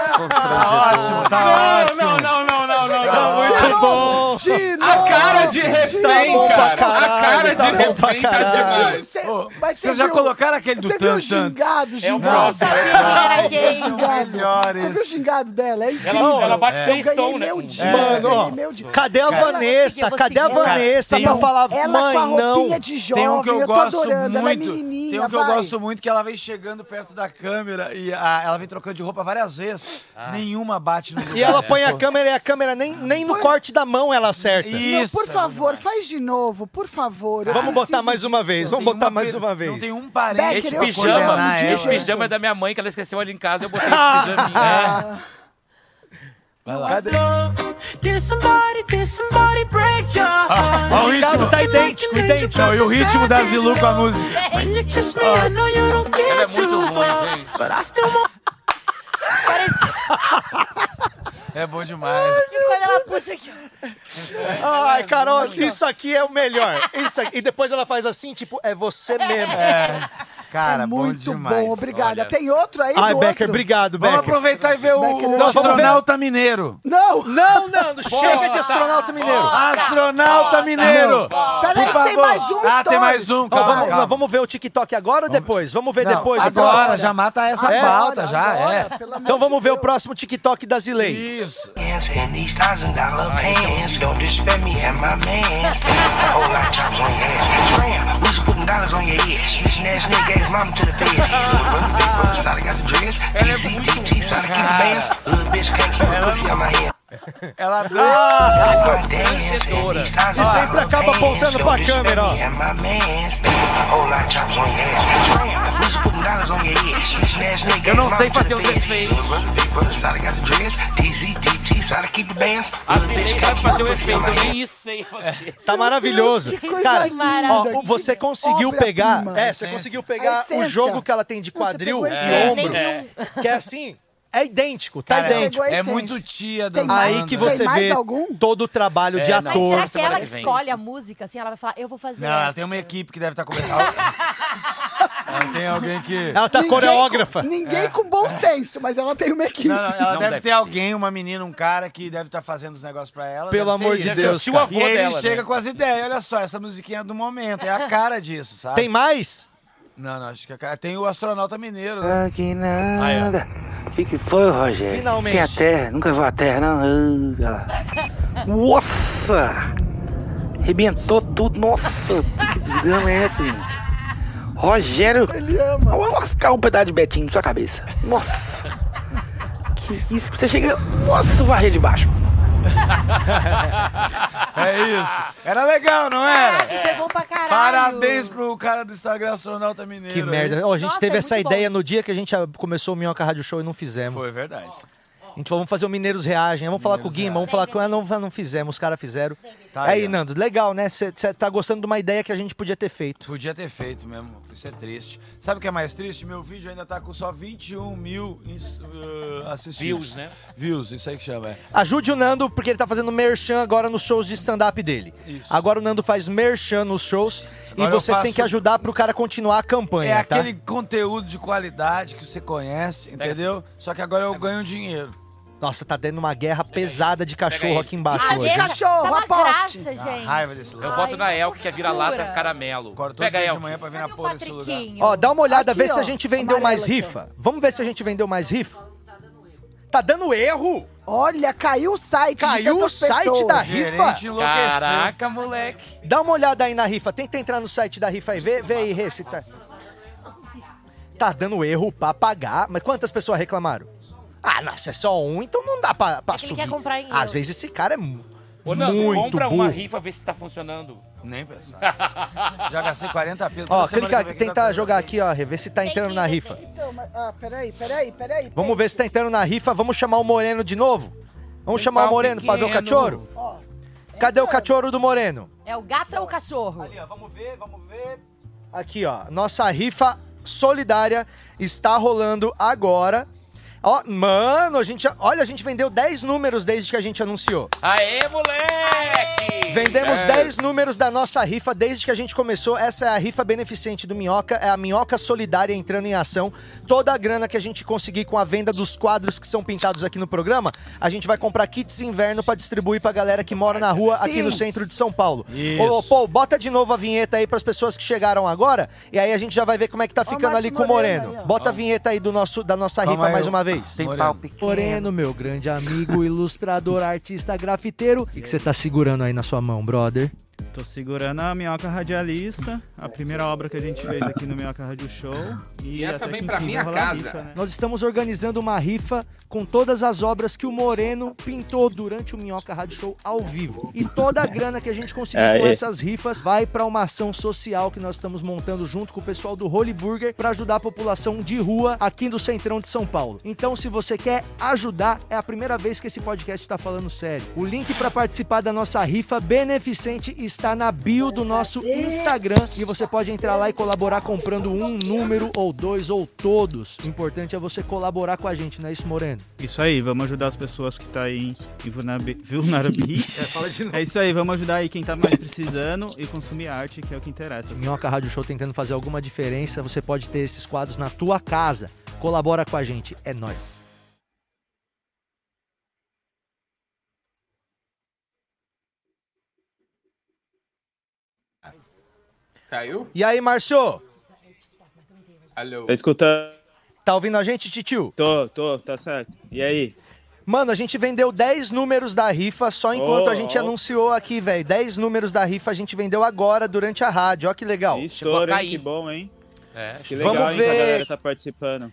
H: Ótimo, tá ótimo. Não, não, não, não, não,
D: Muito bom.
A: A cara de refém, cara. a cara de refém tá demais.
B: mas
H: Vocês
B: você
H: já
B: viu-
H: colocaram aquele do
B: Você viu o
H: Tan
E: É
B: gingado,
E: um
B: gingado?
H: próximo.
B: né? Ai,
H: Ai,
B: que
H: esses são
B: gingado. Você viu o
H: melhores.
B: gingado dela? É incrível.
E: ela bate
B: Eu
E: três
B: ganhei
E: tom, né?
B: meu dia,
D: Mano,
B: eu ganhei
D: ó,
B: É, meu dia.
D: Cadê a Vanessa? Cadê a Vanessa
H: tem
D: pra
H: um-
D: falar,
B: Então, Ela
D: mãe,
B: com a roupinha
D: não?
B: de jovem,
H: Tem um que eu,
B: eu, tô
H: gosto
B: adorando. Ela é
H: muito.
B: menininha,
H: tem um que eu
B: vai.
H: gosto muito, que ela vem chegando perto da câmera e a- ela vem trocando de roupa várias vezes. Nenhuma bate no
D: E ela põe a câmera e a câmera nem, nem no corte da mão ela acerta.
B: Não,
H: Isso.
B: por
E: É
B: favor, faz de novo, por favor. eu
D: Vamos botar
B: preciso
D: mais um. uma
B: disso.
D: vez, vamos
H: Tem
D: botar
H: uma
D: mais
H: pe-
D: uma vez.
H: Não tem um parente.
B: Becker,
E: Esse
B: eu
E: pijama,
D: né?
B: condenar
E: esse
B: ela.
E: pijama é da minha mãe, que ela esqueceu ali em casa, eu botei esse pijaminha.
D: [LAUGHS] Cadê?
K: Did somebody, did somebody break your heart?
D: Ah,
H: Ah, Ó, o
D: Gingado
H: ritmo.
D: tá idêntico, idêntico. é
H: Não, e o ritmo da Zilu com a música.
K: When you kiss me, I know you don't
E: Ela é
K: get
E: muito
K: too
E: ruim,
K: far,
E: gente.
K: but I still want.
H: É bom demais.
G: E quando ela puxa aqui.
D: Ai, Carol, isso aqui é o melhor. Isso aqui- E depois ela faz assim, tipo, é você mesmo.
H: Cara,
B: É muito
H: bom
B: bom,
H: demais.
B: obrigada. Tem um- outro aí?
D: Ai,
B: do
D: Becker,
B: outro?
D: obrigado,
H: Vamos
D: Becker.
H: aproveitar e ver o,
B: Becker,
H: o
B: nós vamos ver-
H: astronauta mineiro.
B: Não!
D: Não, Nando,
B: [LAUGHS]
D: chega de astronauta mineiro.
H: Astronauta mineiro.
B: Peraí, que tem mais um
H: Ah, tem
B: stories.
H: mais um,
D: Ó,
H: calma,
D: vamos,
H: calma.
D: nós vamos ver o TikTok agora ou depois? Vamos ver
H: Não,
D: depois. então. o
H: Agora,
D: próximo.
H: já mata essa
D: É?
H: pauta, já
B: Agora,
H: é.
B: pelo amor
D: Então
B: de
D: vamos ver o
B: Deus.
D: próximo TikTok da
E: É.
D: Zilei.
H: Isso.
K: hands in these thousand dollar pants. Don't disrespect me and my mans. Whole lot of chops on your ass. Tram, we just putting dollars on your head. Bitch ass nigga gave his mama to the feds. Little brother, big brother, Sally got the dress. DC, DT, Sally keep the bands. Little bitch can't keep her pussy on my hand.
H: Ela dança.
K: I'm dancing in these thousand
D: E sempre
K: dollar
D: acaba apontando
K: pants.
D: pra
K: Don't disrespect
D: câmera, ó.
K: me and my mans. Whole lot of chops on your ass. Tram, we just putting dollars on your head. Bitch ass nigga gave
E: Eu
K: his
E: não
K: mama
E: sei
K: to
E: fazer
K: the
E: os
K: feds.
E: efeitos.
K: Little brother, big brother, Sally got the dress. DZ, DT, Sally keep the bands.
E: A
K: Little bitch
E: Cirei
K: can't
E: sabe
K: keep
E: fazer
K: her pussy on
E: o efeito,
K: my
E: eu
K: hand.
E: nem isso sei fazer.
D: Tá maravilhoso.
B: Deus, que coisa
D: Cara,
B: linda,
D: ó,
B: que
D: você conseguiu
B: obra-prima.
D: pegar. É, você
H: Essência.
D: conseguiu
B: A
D: pegar
B: essência.
D: o jogo que ela tem de quadril
B: pegou a
D: e
B: essência.
D: ombro. Que é assim, é idêntico, tá
H: Cara,
B: pegou
D: idêntico.
B: a
H: É
B: essência.
H: muito tia
B: Tem
H: dançando. né?
B: mais?
D: Aí que
B: Tem
D: você
B: mais
D: vê
B: algum?
D: todo o trabalho de
E: É, não.
G: Mas será
D: ator.
E: Porra,
G: que ela
E: semana
G: que
E: que vem.
G: escolhe a música, assim? Ela vai falar, eu vou fazer
H: Não, ela
G: essa.
H: tem um uma equipe que deve estar começando. Ela tem alguém que...
D: Ela tá
B: Ninguém
D: coreógrafa.
B: com- Ninguém
D: É.
B: com bom senso, mas ela tem uma equipe.
H: Não, não, ela
E: Não
H: deve,
E: deve
H: ter alguém, uma menina, um cara que deve estar fazendo os negócios pra ela.
D: Pelo
H: deve ser
D: amor de
H: isso.
D: Deve ser o Deus,
E: tio cara. avô
H: E aí ele
E: dela, né?
H: chega com as ideias. Olha só, essa musiquinha é do momento. É a cara disso,
B: tá.
H: sabe?
D: Tem mais?
H: Não, não, acho que é a cara. Tem o astronauta mineiro, né?
L: Ah, que nada. O que, que foi, Rogério?
D: Finalmente.
L: Sem a terra, nunca viu a terra, não. Ah, olha lá. Nossa! Arrebentou tudo, nossa! Que desgrama é essa, gente? Rogério!
B: Ele ama.
L: Vou lascar um pedaço de Betinho na sua cabeça. Nossa! Que isso, você chega. Nossa, tu varrer de baixo.
H: [LAUGHS] É isso. Era legal, não era?
G: Isso é bom pra caralho.
H: Parabéns pro cara do Instagram, astronauta mineiro.
D: Que
H: aí.
D: merda. Ó, a gente
G: Nossa,
D: teve
G: é
D: essa
G: muito bom.
D: ideia no dia que a gente ah, começou o Minhoca Rádio Show e não fizemos.
H: Foi verdade.
D: A gente falou, vamos fazer o Mineiros Reagem, vamos falar com o Guima, vamos falar com ela, não, não fizemos, os caras fizeram.
H: Tá
D: aí,
H: aí, ó.
D: Nando, legal, né? Você tá gostando de uma ideia que a gente podia ter feito.
H: Podia ter feito mesmo. Isso é triste. Sabe o que é mais triste? Meu vídeo ainda tá com só 21 mil ins- ah, assistidos.
E: Views, né?
H: Views, isso aí que chama. É.
D: Ajude o Nando, porque ele tá fazendo merchan agora nos shows de stand-up dele.
H: Isso.
D: Agora o Nando faz merchan nos shows
H: Agora
D: e
H: eu
D: você tem
H: faço-
D: que ajudar pro cara continuar a
H: É
D: campanha, tá?
H: aquele conteúdo de qualidade que você conhece, entendeu? Só que agora eu ganho dinheiro.
D: Nossa, tá dando uma guerra pesada de cachorro
E: ele.
D: aqui embaixo.
E: Ah,
D: hoje.
E: deixa-
B: Cachorro,
G: Tá uma
B: aposte.
G: graça, gente.
H: raiva desse lugar.
E: Eu voto na El, que é vira-lata
G: fofura.
E: caramelo.
H: todo
E: Pega
H: dia
E: El.
H: de manhã pra vir
G: um
H: na porra desse lugar.
D: Ó, dá uma olhada, vê
B: Aqui,
D: se a
B: ó,
D: gente vendeu
B: amarelo
D: mais
B: aqui, ó.
D: rifa. Vamos ver se a gente vendeu mais rifa? Tá dando erro?
B: Olha, caiu o site. de
D: Caiu o
B: tantas
D: site
B: pessoas.
D: da rifa?
E: Caraca, moleque.
D: Dá uma olhada aí na rifa. Tenta entrar no site da rifa aí. Vê, vê aí, Rê, se tá... Tá dando erro pra pagar. Mas quantas pessoas reclamaram? Ah, nossa, é só um, então não dá pra, pra
G: É que ele
D: subir.
G: quer comprar em
D: Às
G: euro.
D: vezes esse cara é mu-
E: Ô, Nando,
D: muito
E: compra
D: burro.
E: uma rifa, vê se tá funcionando.
H: Nem
E: [LAUGHS]
H: pensar. Já gastei 40 pila. toda
D: Ó,
H: semana
D: clica,
H: que eu venho
D: tenta
H: aqui,
D: jogar aqui, ó, Rê, vê se tá entrando na rifa.
B: Então, mas- ah, peraí, peraí, peraí.
D: Vamos ver se tá entrando na rifa. Vamos chamar o Moreno de novo? Vamos chamar o Moreno pra ver o cachorro? Cadê o cachorro do Moreno?
G: É o gato ou o cachorro?
D: Ali, ó, vamos ver, vamos ver. Aqui, ó. Nossa rifa solidária está rolando agora. Ó, mano, a gente. Olha, a gente vendeu 10 números desde que a gente anunciou.
E: Aê, moleque!
H: É.
D: Vendemos 10 números da nossa rifa desde que a gente começou. Essa é a rifa beneficente do Minhoca, é a Minhoca Solidária entrando em ação. Toda a grana que a gente conseguir com a venda dos quadros que são pintados aqui no programa, a gente vai comprar kits inverno pra distribuir pra galera que mora na rua aqui
B: Sim.
D: no centro de São Paulo.
H: Isso.
D: Ô, Paul, bota de novo a vinheta aí pras pessoas que chegaram agora, e aí a gente já vai ver como é que tá ficando
B: Márcio
D: ali com o
B: Moreno
D: Moreno.
B: aí, ó.
D: bota a vinheta aí do nosso, da nossa
H: Calma
D: rifa
H: aí,
D: mais
H: eu-
D: uma vez.
C: Tem
H: Moreno.
C: pau pequeno.
J: Moreno, meu grande
H: [LAUGHS]
J: amigo, ilustrador, artista, grafiteiro. O que que você tá segurando aí na sua mão, brother?
I: Tô segurando a Minhoca Radialista, a primeira obra que a gente fez aqui no Minhoca Radio Show. E,
A: E essa
I: até
A: vem
I: que
A: pra
I: enfim
A: minha
I: vai rolar a
A: casa.
I: rifa, né?
J: Nós estamos organizando uma rifa com todas as obras que o Moreno pintou durante o Minhoca Rádio Show ao vivo. E toda a grana que a gente conseguir com essas rifas vai para uma ação social que nós estamos montando junto com o pessoal do Holy Burger para ajudar a população de rua aqui do centrão de São Paulo. Então, se você quer ajudar, é a primeira vez que esse podcast está falando sério. O link para participar da nossa rifa beneficente está na bio do nosso Instagram e você pode entrar lá e colaborar comprando um número ou dois ou todos. O importante é você colaborar com a gente, não é isso, Moreno?
I: Isso aí, vamos ajudar as pessoas que tá aí em vulnerabi- vulnerabilidade. É isso aí, vamos ajudar aí quem tá mais precisando e consumir arte, que é o que interessa.
J: Minhoca Rádio Show tentando fazer alguma diferença, você pode ter esses quadros na tua casa. Colabora com a gente, é nóis.
A: Saiu?
D: E aí, Márcio?
A: Alô.
I: Tá escutando?
D: Tá ouvindo a gente, Titio?
I: Tô, tô, tá certo. E aí?
D: Mano, a gente vendeu 10 números da rifa só enquanto
I: Oh,
D: a gente
I: oh.
D: anunciou aqui, velho. 10 números da rifa a gente vendeu agora durante a rádio. Ó que legal.
E: Chegou a
I: Estouro, hein?
E: cair.
I: Que bom, hein?
E: É,
I: Que
D: Vamos
I: legal, hein, que a
D: ver.
I: galera tá participando.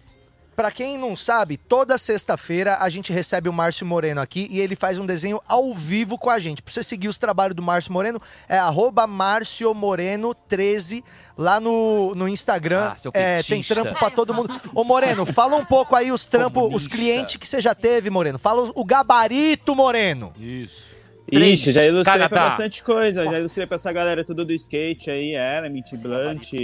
D: Pra quem não sabe, toda sexta-feira a gente recebe o Márcio Moreno aqui e ele faz um desenho ao vivo com a gente. Pra você seguir os trabalhos do Márcio Moreno, é arroba Márcio Moreno 13 lá no, no Instagram.
C: Ah, seu
D: é, tem
C: petista.
D: trampo pra todo mundo. Ô, Moreno, fala um pouco aí os trampos, os
C: Comunista.
D: clientes que você já teve, Moreno. Fala os- o gabarito, Moreno.
H: Isso.
E: Três,
I: Ixi, já ilustrei pra
E: Canadá.
I: bastante coisa. Já ilustrei pra essa galera tudo do skate aí, Element, Blunt,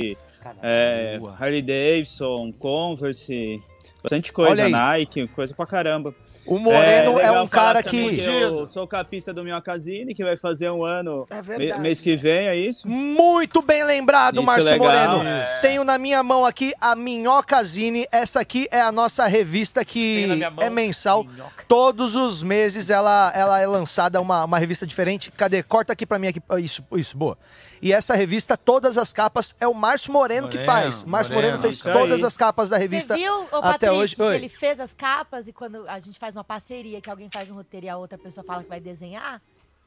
I: é,
H: Boa.
I: Harley Davidson, Converse, bastante coisa,
D: Olha aí.
I: Nike, coisa pra caramba.
D: O Moreno é,
I: legal falar
D: um cara
I: também
D: que.
I: Eu sou capista do Minhocasine, que vai fazer um ano
B: É
I: me-
B: verdade. Hum,
I: mês que vem, é isso?
D: Muito bem lembrado,
I: Isso,
D: Márcio
I: legal.
D: Moreno.
I: Isso.
D: Tenho na minha mão aqui a Minhocazine. Essa aqui é a nossa revista
E: Tem na
D: que
E: minha mão.
D: é mensal.
E: Minhoca.
D: Todos os meses ela, ela é lançada uma, uma revista diferente. Cadê? Corta aqui pra mim aqui. Ah, Isso, isso, boa. E essa revista, todas as capas, é o Márcio Moreno, que
H: Moreno,
D: faz. Márcio Moreno,
H: Moreno,
D: fez
I: isso aí.
D: todas as capas da revista.
G: Você viu, ô, Patrick,
D: até hoje.
G: que
D: Oi.
G: ele fez as capas e quando a gente faz uma parceria, que alguém faz um roteiro e a outra pessoa fala que vai desenhar?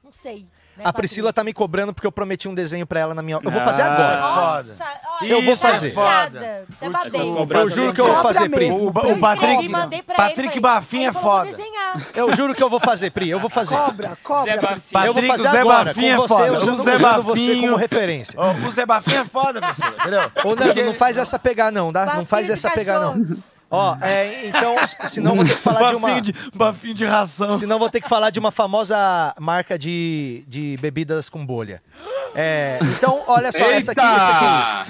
G: Não sei. né,
D: A
G: Patrick?
D: Priscila tá me cobrando porque eu prometi um desenho pra ela na minha. Eu vou fazer
I: Ah.
D: agora.
G: Nossa,
H: Foda.
G: olha,
D: Eu vou
G: tá
D: fazer.
G: chateada. Até
L: Tá
G: babei.
I: descobrado.
D: Eu juro que eu vou
B: Cobra
D: fazer, Pri.
B: mesmo.
H: O,
G: Eu
H: o
G: escrevi,
H: Patrick.
G: mandei pra ele,
H: Patrick
G: falei,
H: Bafinha é
G: ele falou, "Vou
H: foda.
G: desenhar."
D: Eu juro que eu vou fazer, Pri. Eu vou fazer.
B: Cobra,
E: Zé
B: cobra.
E: Garcia.
D: eu vou
H: Patrick,
D: fazer
H: o Zé
D: agora,
H: Bafinho
D: com
H: é
D: você,
H: foda.
D: usando,
H: O Zé
D: usando você
H: Bafinho-
D: como referência.
H: Ó, o Zé Bafinha é foda, pessoal, entendeu?
D: Ô, Nando, não faz essa pegar não, tá? Não
G: Bafinho
D: faz
G: de
D: essa pegar não.
G: cachorro.
D: Ó, é, então, senão eu vou ter que falar de uma...
H: Bafinho de, bafinho de ração.
D: Senão eu vou ter que falar de uma famosa marca de, de bebidas com bolha. É, então, olha só, essa aqui,
A: Eita!
D: essa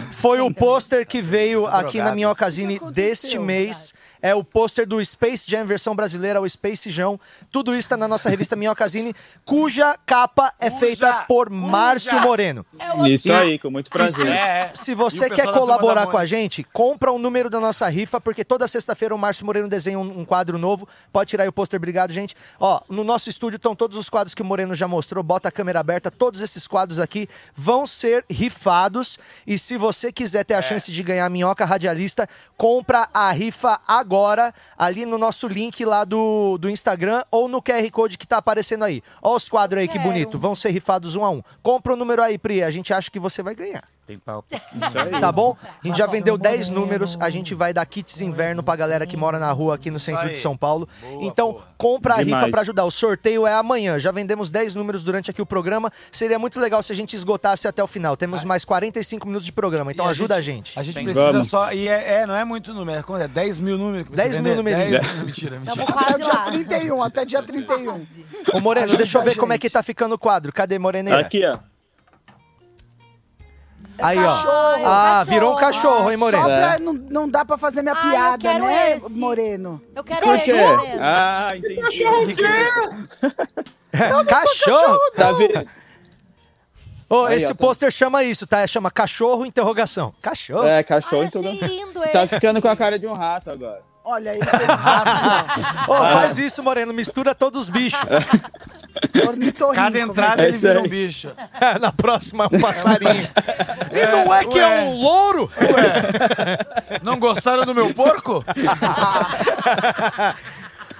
D: aqui foi o pôster que veio aqui na minha Minhocasine
B: O que aconteceu,
D: deste mês. é o pôster do Space Jam versão brasileira, o Space Jão. Tudo isso está na nossa revista Minhocazine, cuja capa é feita por Márcio Moreno.
I: Isso aí, com muito prazer.
D: E se-
I: É.
D: Se
I: E o
D: você
I: pessoal
D: quer
I: da Turma da
D: colaborar com a
I: Mônica.
D: gente, compra o número da nossa rifa, porque toda sexta-feira o Márcio Moreno desenha um, um quadro novo. Pode tirar aí o pôster, obrigado, gente. Ó, no nosso estúdio estão todos os quadros que o Moreno já mostrou, bota a câmera aberta, todos esses quadros aqui vão ser rifados. E se você quiser ter a chance de ganhar a minhoca radialista, compra a rifa agora, ali no nosso link lá do, do Instagram ou no QR Code que tá aparecendo aí. Ó os quadros aí, que bonito. Vão ser rifados um a um. Compra o número aí, Pri, a gente acha que você vai ganhar.
C: Tem pau.
D: Tá bom? A gente já vendeu 10 números, a gente vai dar kits inverno pra galera que mora na rua aqui no centro de São Paulo. Então, compra a rifa
J: Demais.
D: pra ajudar. O sorteio é amanhã. Já vendemos 10 números durante aqui o programa. Seria muito legal se a gente esgotasse até o final. Temos mais 45 minutos de programa, então
H: E
D: ajuda a gente.
H: A gente precisa só. E é, é, não é muito número. é Quanto é? 10 mil números que precisa
D: 10 mil
H: vender?
D: numerinhos.
H: 10 mil- mentira, mentira.
B: Até o dia 31, até dia 31.
D: Ô Moreno, deixa eu ver como é que tá ficando o quadro. Cadê, Moreneira?
I: Aqui, ó.
D: Aí, ó.
B: É Cachorro, é
D: Ah,
B: cachorro.
D: virou um cachorro, hein, É. Moreno?
B: Só pra não, não dá pra fazer minha
G: Ah, eu
B: piada,
G: quero
B: né,
G: esse.
B: Moreno?
G: Eu quero
I: Por
G: esse,
I: quê?
G: Moreno.
I: Ah, entendi.
B: Cachorro
I: [LAUGHS] Que que-
D: Cachorro!
I: Tá vendo?
D: Ô,
I: Aí, ó,
D: esse
I: tá-
D: pôster chama isso, tá? Chama cachorro interrogação. Cachorro.
I: É, cachorro então.
G: lindo
I: Tá
G: esse.
I: ficando com a cara de um rato agora. Ah.
B: Olha aí,
D: [LAUGHS] Ô, faz isso, Moreno. Mistura todos os
G: [LAUGHS]
D: bichos.
B: ornitorrinco.
G: né?
H: Cada entrada
I: É
H: ele
I: isso
H: vira um
I: aí.
H: bicho.
D: Na próxima é um
I: [LAUGHS]
D: passarinho. E não é que é
H: ué.
D: um louro?
H: Não gostaram do meu porco?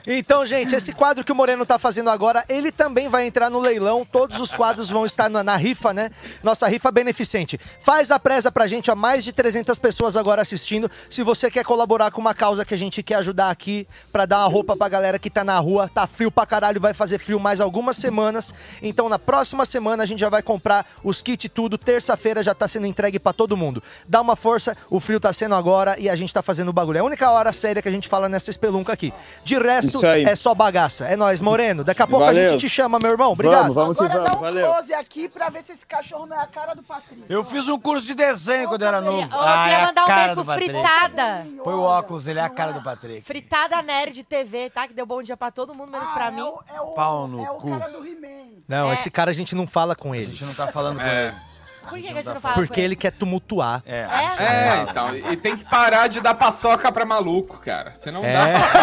D: Então, gente, esse quadro que o Moreno tá fazendo agora, ele também vai entrar no leilão. Todos os quadros vão estar na, na rifa, né? Nossa rifa beneficente. Faz a preza pra gente, ó. Mais de 300 pessoas agora assistindo. Se você quer colaborar com uma causa que a gente quer ajudar aqui, pra dar uma roupa pra galera que tá na rua, tá frio pra caralho, vai fazer frio mais algumas semanas. Então, na próxima semana, a gente já vai comprar os kits e tudo. Terça-feira já tá sendo entregue pra todo mundo. Dá uma força, o frio tá sendo agora e a gente tá fazendo o bagulho. É a única hora séria que a gente fala nessa espelunca aqui. De resto,
I: Isso aí.
D: é só bagaça. É nóis, Moreno. Daqui a pouco a
I: Valeu.
D: gente te chama, meu irmão. Obrigado.
I: Vamos, vamos que
B: Agora
I: vamos.
B: dá um
I: Valeu.
B: close aqui pra ver se esse cachorro não é a cara do Patrick.
H: Eu fiz um curso de desenho quando eu era novo.
G: Ô,
D: Ah,
G: eu queria
H: é a
G: mandar um
H: cara
G: beijo
H: do
G: pro
H: Patrick.
G: Fritada.
H: Põe o óculos, ele é a cara do Patrick.
G: Fritada Nerd TV, tá? Que deu bom dia pra todo mundo, menos
A: Ah,
G: pra mim.
B: É o,
H: Pau no
B: é o
H: cu.
B: cara do He-Man.
D: Não,
G: É.
D: esse cara a gente não fala com
H: A
D: ele.
H: gente não tá falando com
A: É.
H: ele.
G: Por que, que a gente não fala com
D: Porque ele quer tumultuar.
H: É.
G: É?
A: É, então. E tem que parar de dar paçoca pra maluco, cara. Você não dá
D: [LAUGHS]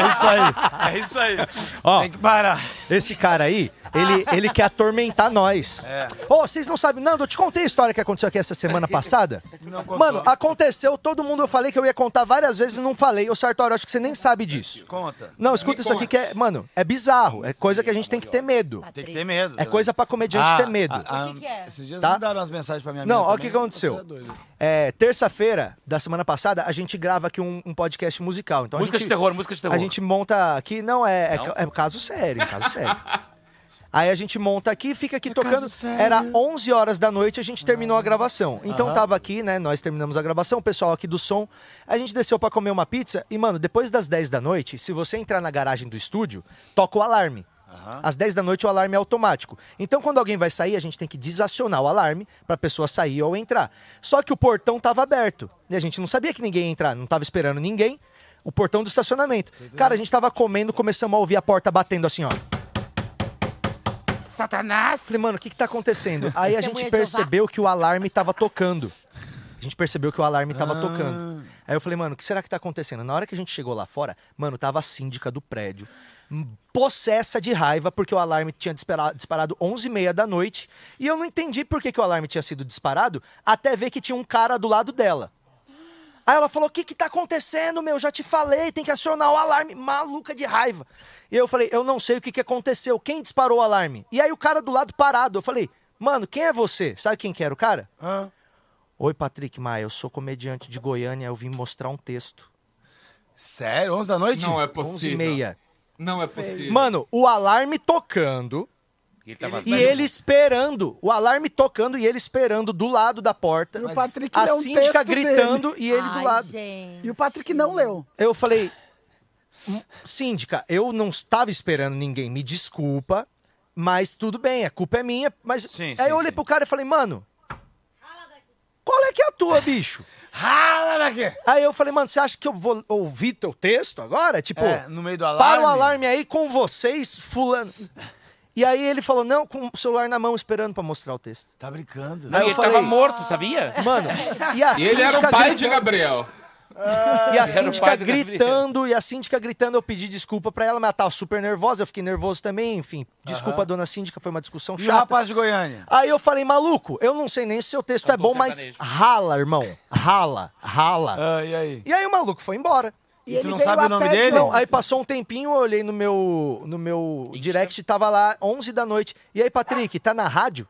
H: É, é isso aí. É isso aí.
D: Ó.
H: Tem que parar.
D: Esse cara aí, ele, ele quer atormentar nós.
H: É.
D: Ô, vocês não sabem. Nando, eu te contei a história que aconteceu aqui essa semana passada?
H: [LAUGHS] Não contou.
D: Mano, aconteceu, todo mundo, eu falei que eu ia contar várias vezes e não falei. Ô, Sartório, acho que você nem sabe disso.
H: Conta.
D: Não, escuta isso aqui que é, mano, é bizarro. É coisa que a gente tem que ter medo.
H: Tem que ter medo. né? Ah,
D: É coisa pra comediante ter medo.
G: O que que é?
H: Esses dias
D: Tá?
H: mandaram umas mensagens pra minha
D: Não,
H: mina
D: olha o que
H: também.
D: aconteceu.
H: Tá doido.
D: É, terça-feira da semana passada, a gente grava aqui um, um podcast musical. Então,
E: Música
D: a gente,
E: de terror, música de terror.
D: A gente monta aqui, não, é, é ca- é caso sério, é
E: [LAUGHS]
D: caso sério. Aí a gente monta aqui, fica
E: É
D: aqui tocando. Era 11 horas da noite, a gente terminou a gravação. Então tava aqui, né? Nós terminamos a gravação, o pessoal aqui do som. A gente desceu pra comer uma pizza e, mano, depois das 10 da noite, se você entrar na garagem do estúdio, toca o alarme. Às 10 da noite o alarme é automático. Então quando alguém vai sair, a gente tem que desacionar o alarme pra pessoa sair ou entrar. Só que o portão tava aberto. E a gente não sabia que ninguém ia entrar, não tava esperando ninguém. O portão do estacionamento. Cara, a gente tava comendo, começamos a ouvir a porta batendo assim, ó.
E: Satanás!
D: Falei, mano, o que que tá acontecendo? Aí
E: é
D: a gente
G: Testemunha de
D: percebeu que o alarme tava tocando. A gente percebeu que o alarme tava tocando. Aí eu falei, mano, o que será que tá acontecendo? Na hora que a gente chegou lá fora, mano, tava a síndica do prédio. hum, Possessa de raiva, porque o alarme tinha dispara- disparado 11h30 da noite. E eu não entendi por que, que o alarme tinha sido disparado, até ver que tinha um cara do lado dela. Aí ela falou: O que que tá acontecendo, meu? Já te falei, tem que acionar o alarme. Maluca de raiva. E eu falei: Eu não sei o que que aconteceu. Quem disparou o alarme? E aí o cara do lado parado. Eu falei: Mano, quem é você? Sabe quem que era o cara?
H: Hã?
D: Oi, Patrick Maia, eu sou comediante de Goiânia. Eu vim mostrar um texto.
H: Sério? 11 da noite?
A: Não é
D: 11 e
A: possível.
D: meia.
A: Não é possível.
D: Mano, o alarme tocando.
E: E ele tava um-
D: E ele esperando, o alarme tocando e ele esperando do lado da porta.
B: o Patrick
D: a
B: leu um
D: síndica
B: texto dele.
D: gritando e ele
G: Ai,
D: do lado.
G: gente.
B: E o Patrick não leu.
D: Eu falei, "M- síndica, eu não estava esperando ninguém, me desculpa, mas tudo bem, a culpa é minha. Mas
H: Sim,
D: aí
H: sim,
D: eu olhei
H: sim.
D: pro cara e falei, mano, Qual é que é a tua,
H: [LAUGHS]
D: bicho? Rala daqui! Aí eu falei, mano, você acha que eu vou ouvir teu texto agora? Tipo,
H: É, no meio do
D: para o
H: alarme?
D: alarme aí com vocês, fulano. E aí ele falou, não, com o celular na mão, esperando pra mostrar o texto.
H: Tá brincando.
E: Não,
D: Aí
E: e
D: eu
E: ele
D: falei,
E: tava morto, sabia?
D: Mano, e a
A: E ele era o
D: síndica
A: pai de
D: gritando-
A: Gabriel.
D: e a
A: Ele Ah, era o
D: síndica
A: pai do
D: gritando, e a síndica gritando, eu pedi desculpa pra ela, mas ela tava super nervosa, eu fiquei nervoso também, enfim. Desculpa,
H: Aham.
D: dona síndica, foi uma discussão
H: E o
D: chata.
H: rapaz de um Goiânia?
D: Aí eu falei, maluco, eu não sei nem se seu texto é bom, mas rala, irmão. Rala, rala.
H: Ah, e aí?
D: E aí o maluco foi embora.
H: E E tu ele não veio sabe o a nome pé de dele?
D: Não, aí passou um tempinho, eu olhei no meu, no meu
H: né?
D: direct, tava lá 11 da noite. E aí, Patrick, tá na rádio?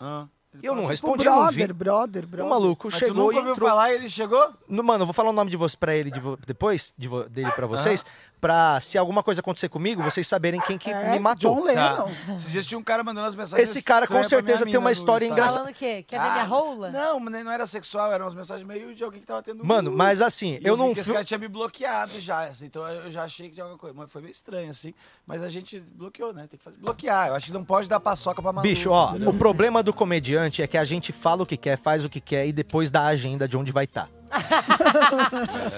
D: Eu
G: Tipo,
D: não respondi, eu não vi.
B: Tipo, brother, brother, brother.
D: O maluco
B: Mas tu
D: chegou
B: nunca
D: e
B: ouviu
D: entrou.
H: falar e ele chegou?
D: No, mano, eu vou falar o nome de você para ele de vo- depois, de vo- dele para vocês, pra se alguma coisa acontecer comigo, vocês saberem quem que
B: É,
G: é
D: me matou.
H: Tá. Esses dias tinha um cara mandando as mensagens.
D: Esse cara com
H: estranhas pra
D: certeza
H: minha
D: tem uma
H: mina no
D: história
H: Instagram.
D: engraçada.
G: quê?
H: Quer
B: Ah,
H: ver minha rola? Não, mas não era sexual, eram umas mensagens meio de alguém que tá tava tendo. um
D: Mano, mas assim,
H: E
D: eu não
H: vi que esse
D: fui-
H: cara tinha me bloqueado já, assim, então eu já achei que tinha alguma coisa, mas foi meio estranho assim, mas a gente bloqueou, né? Tem que fazer bloquear. Eu acho que não pode dar paçoca pra maluco.
D: Bicho, ó,
H: entendeu?
D: o problema do comediante é que a gente fala o que quer, faz o que quer e depois dá a agenda de onde
B: [LAUGHS]
D: vai estar.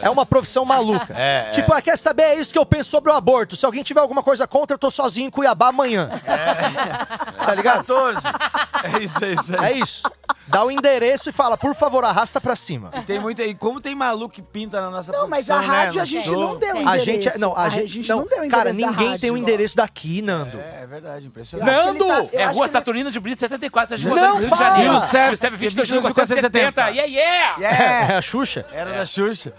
D: é uma profissão maluca.
H: É,
D: tipo, ah, quer saber? É isso que eu penso sobre o aborto. Se alguém tiver alguma coisa contra, eu tô sozinho em Cuiabá amanhã. Tá ligado?
H: 14. É isso, é isso.
D: É isso. Dá o endereço e fala, por favor, arrasta pra cima.
H: E tem muito aí, como tem maluco que pinta na nossa
B: Não, mas
H: profissão,
B: a
H: né,
B: rádio
H: no
B: a gente
H: show.
B: não deu
D: A gente, é, não, a, gente, não,
B: deu o
D: Cara,
B: endereço da
D: ninguém tem
B: rádio,
D: um o
B: ó.
D: endereço daqui, Nando.
H: É, é verdade, impressionante.
D: Nando!
E: É Rua Saturino de Brito, 74, Sérgio
D: Não
E: Rodrigues, Rio de
D: fala!
E: Janeiro.
D: E o Sérgio-
E: E o Sérgio
H: 22.470.
E: 22.470. Yeah, yeah!
D: É, a Xuxa.
H: Era da
D: [LAUGHS]
H: Xuxa.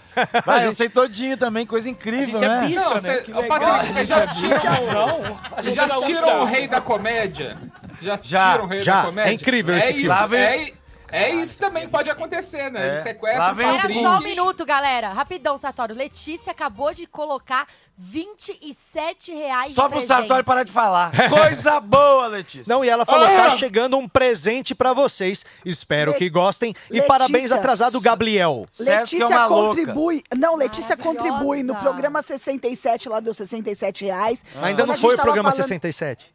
H: Vai, eu sei todinho também, coisa incrível,
A: A gente é
H: né?
A: bicha, Não, né? você- ô, Patrick,
H: A
A: vocês
H: gente
A: já
H: é bicha.
A: assistiram- Não.
E: A
A: Vocês
E: gente
A: já
E: era um
A: assistiram o
E: saco.
A: Rei da Comédia? Já
H: Já,
A: assistiram o Rei
H: já.
A: da Comédia?
H: É incrível
A: é
H: esse
A: isso,
H: filme. Lá vem-
A: É, é isso também que pode acontecer, né?
H: É.
A: Ele sequestra
H: Lá vem o
A: Patrick.
G: Só um minuto, galera. Rapidão, Sartório. Letícia acabou de colocar 27 reais
H: Só
G: de
H: pro
G: presente.
H: Sartori parar de falar.
D: É,
H: Coisa boa, Letícia.
D: Não, e ela falou:
H: Ah!
D: tá chegando um presente pra vocês. Espero que gostem. E
B: Letícia.
D: parabéns atrasado, Gabriel. é
B: Letícia
H: é
B: contribui. Não, Letícia contribui no programa 67, lá deu 67 reais.
H: Ah.
D: Ah.
B: Quando
D: Ainda
B: a
D: não
B: gente
D: foi o
B: tava
D: programa
B: falando-
D: 67.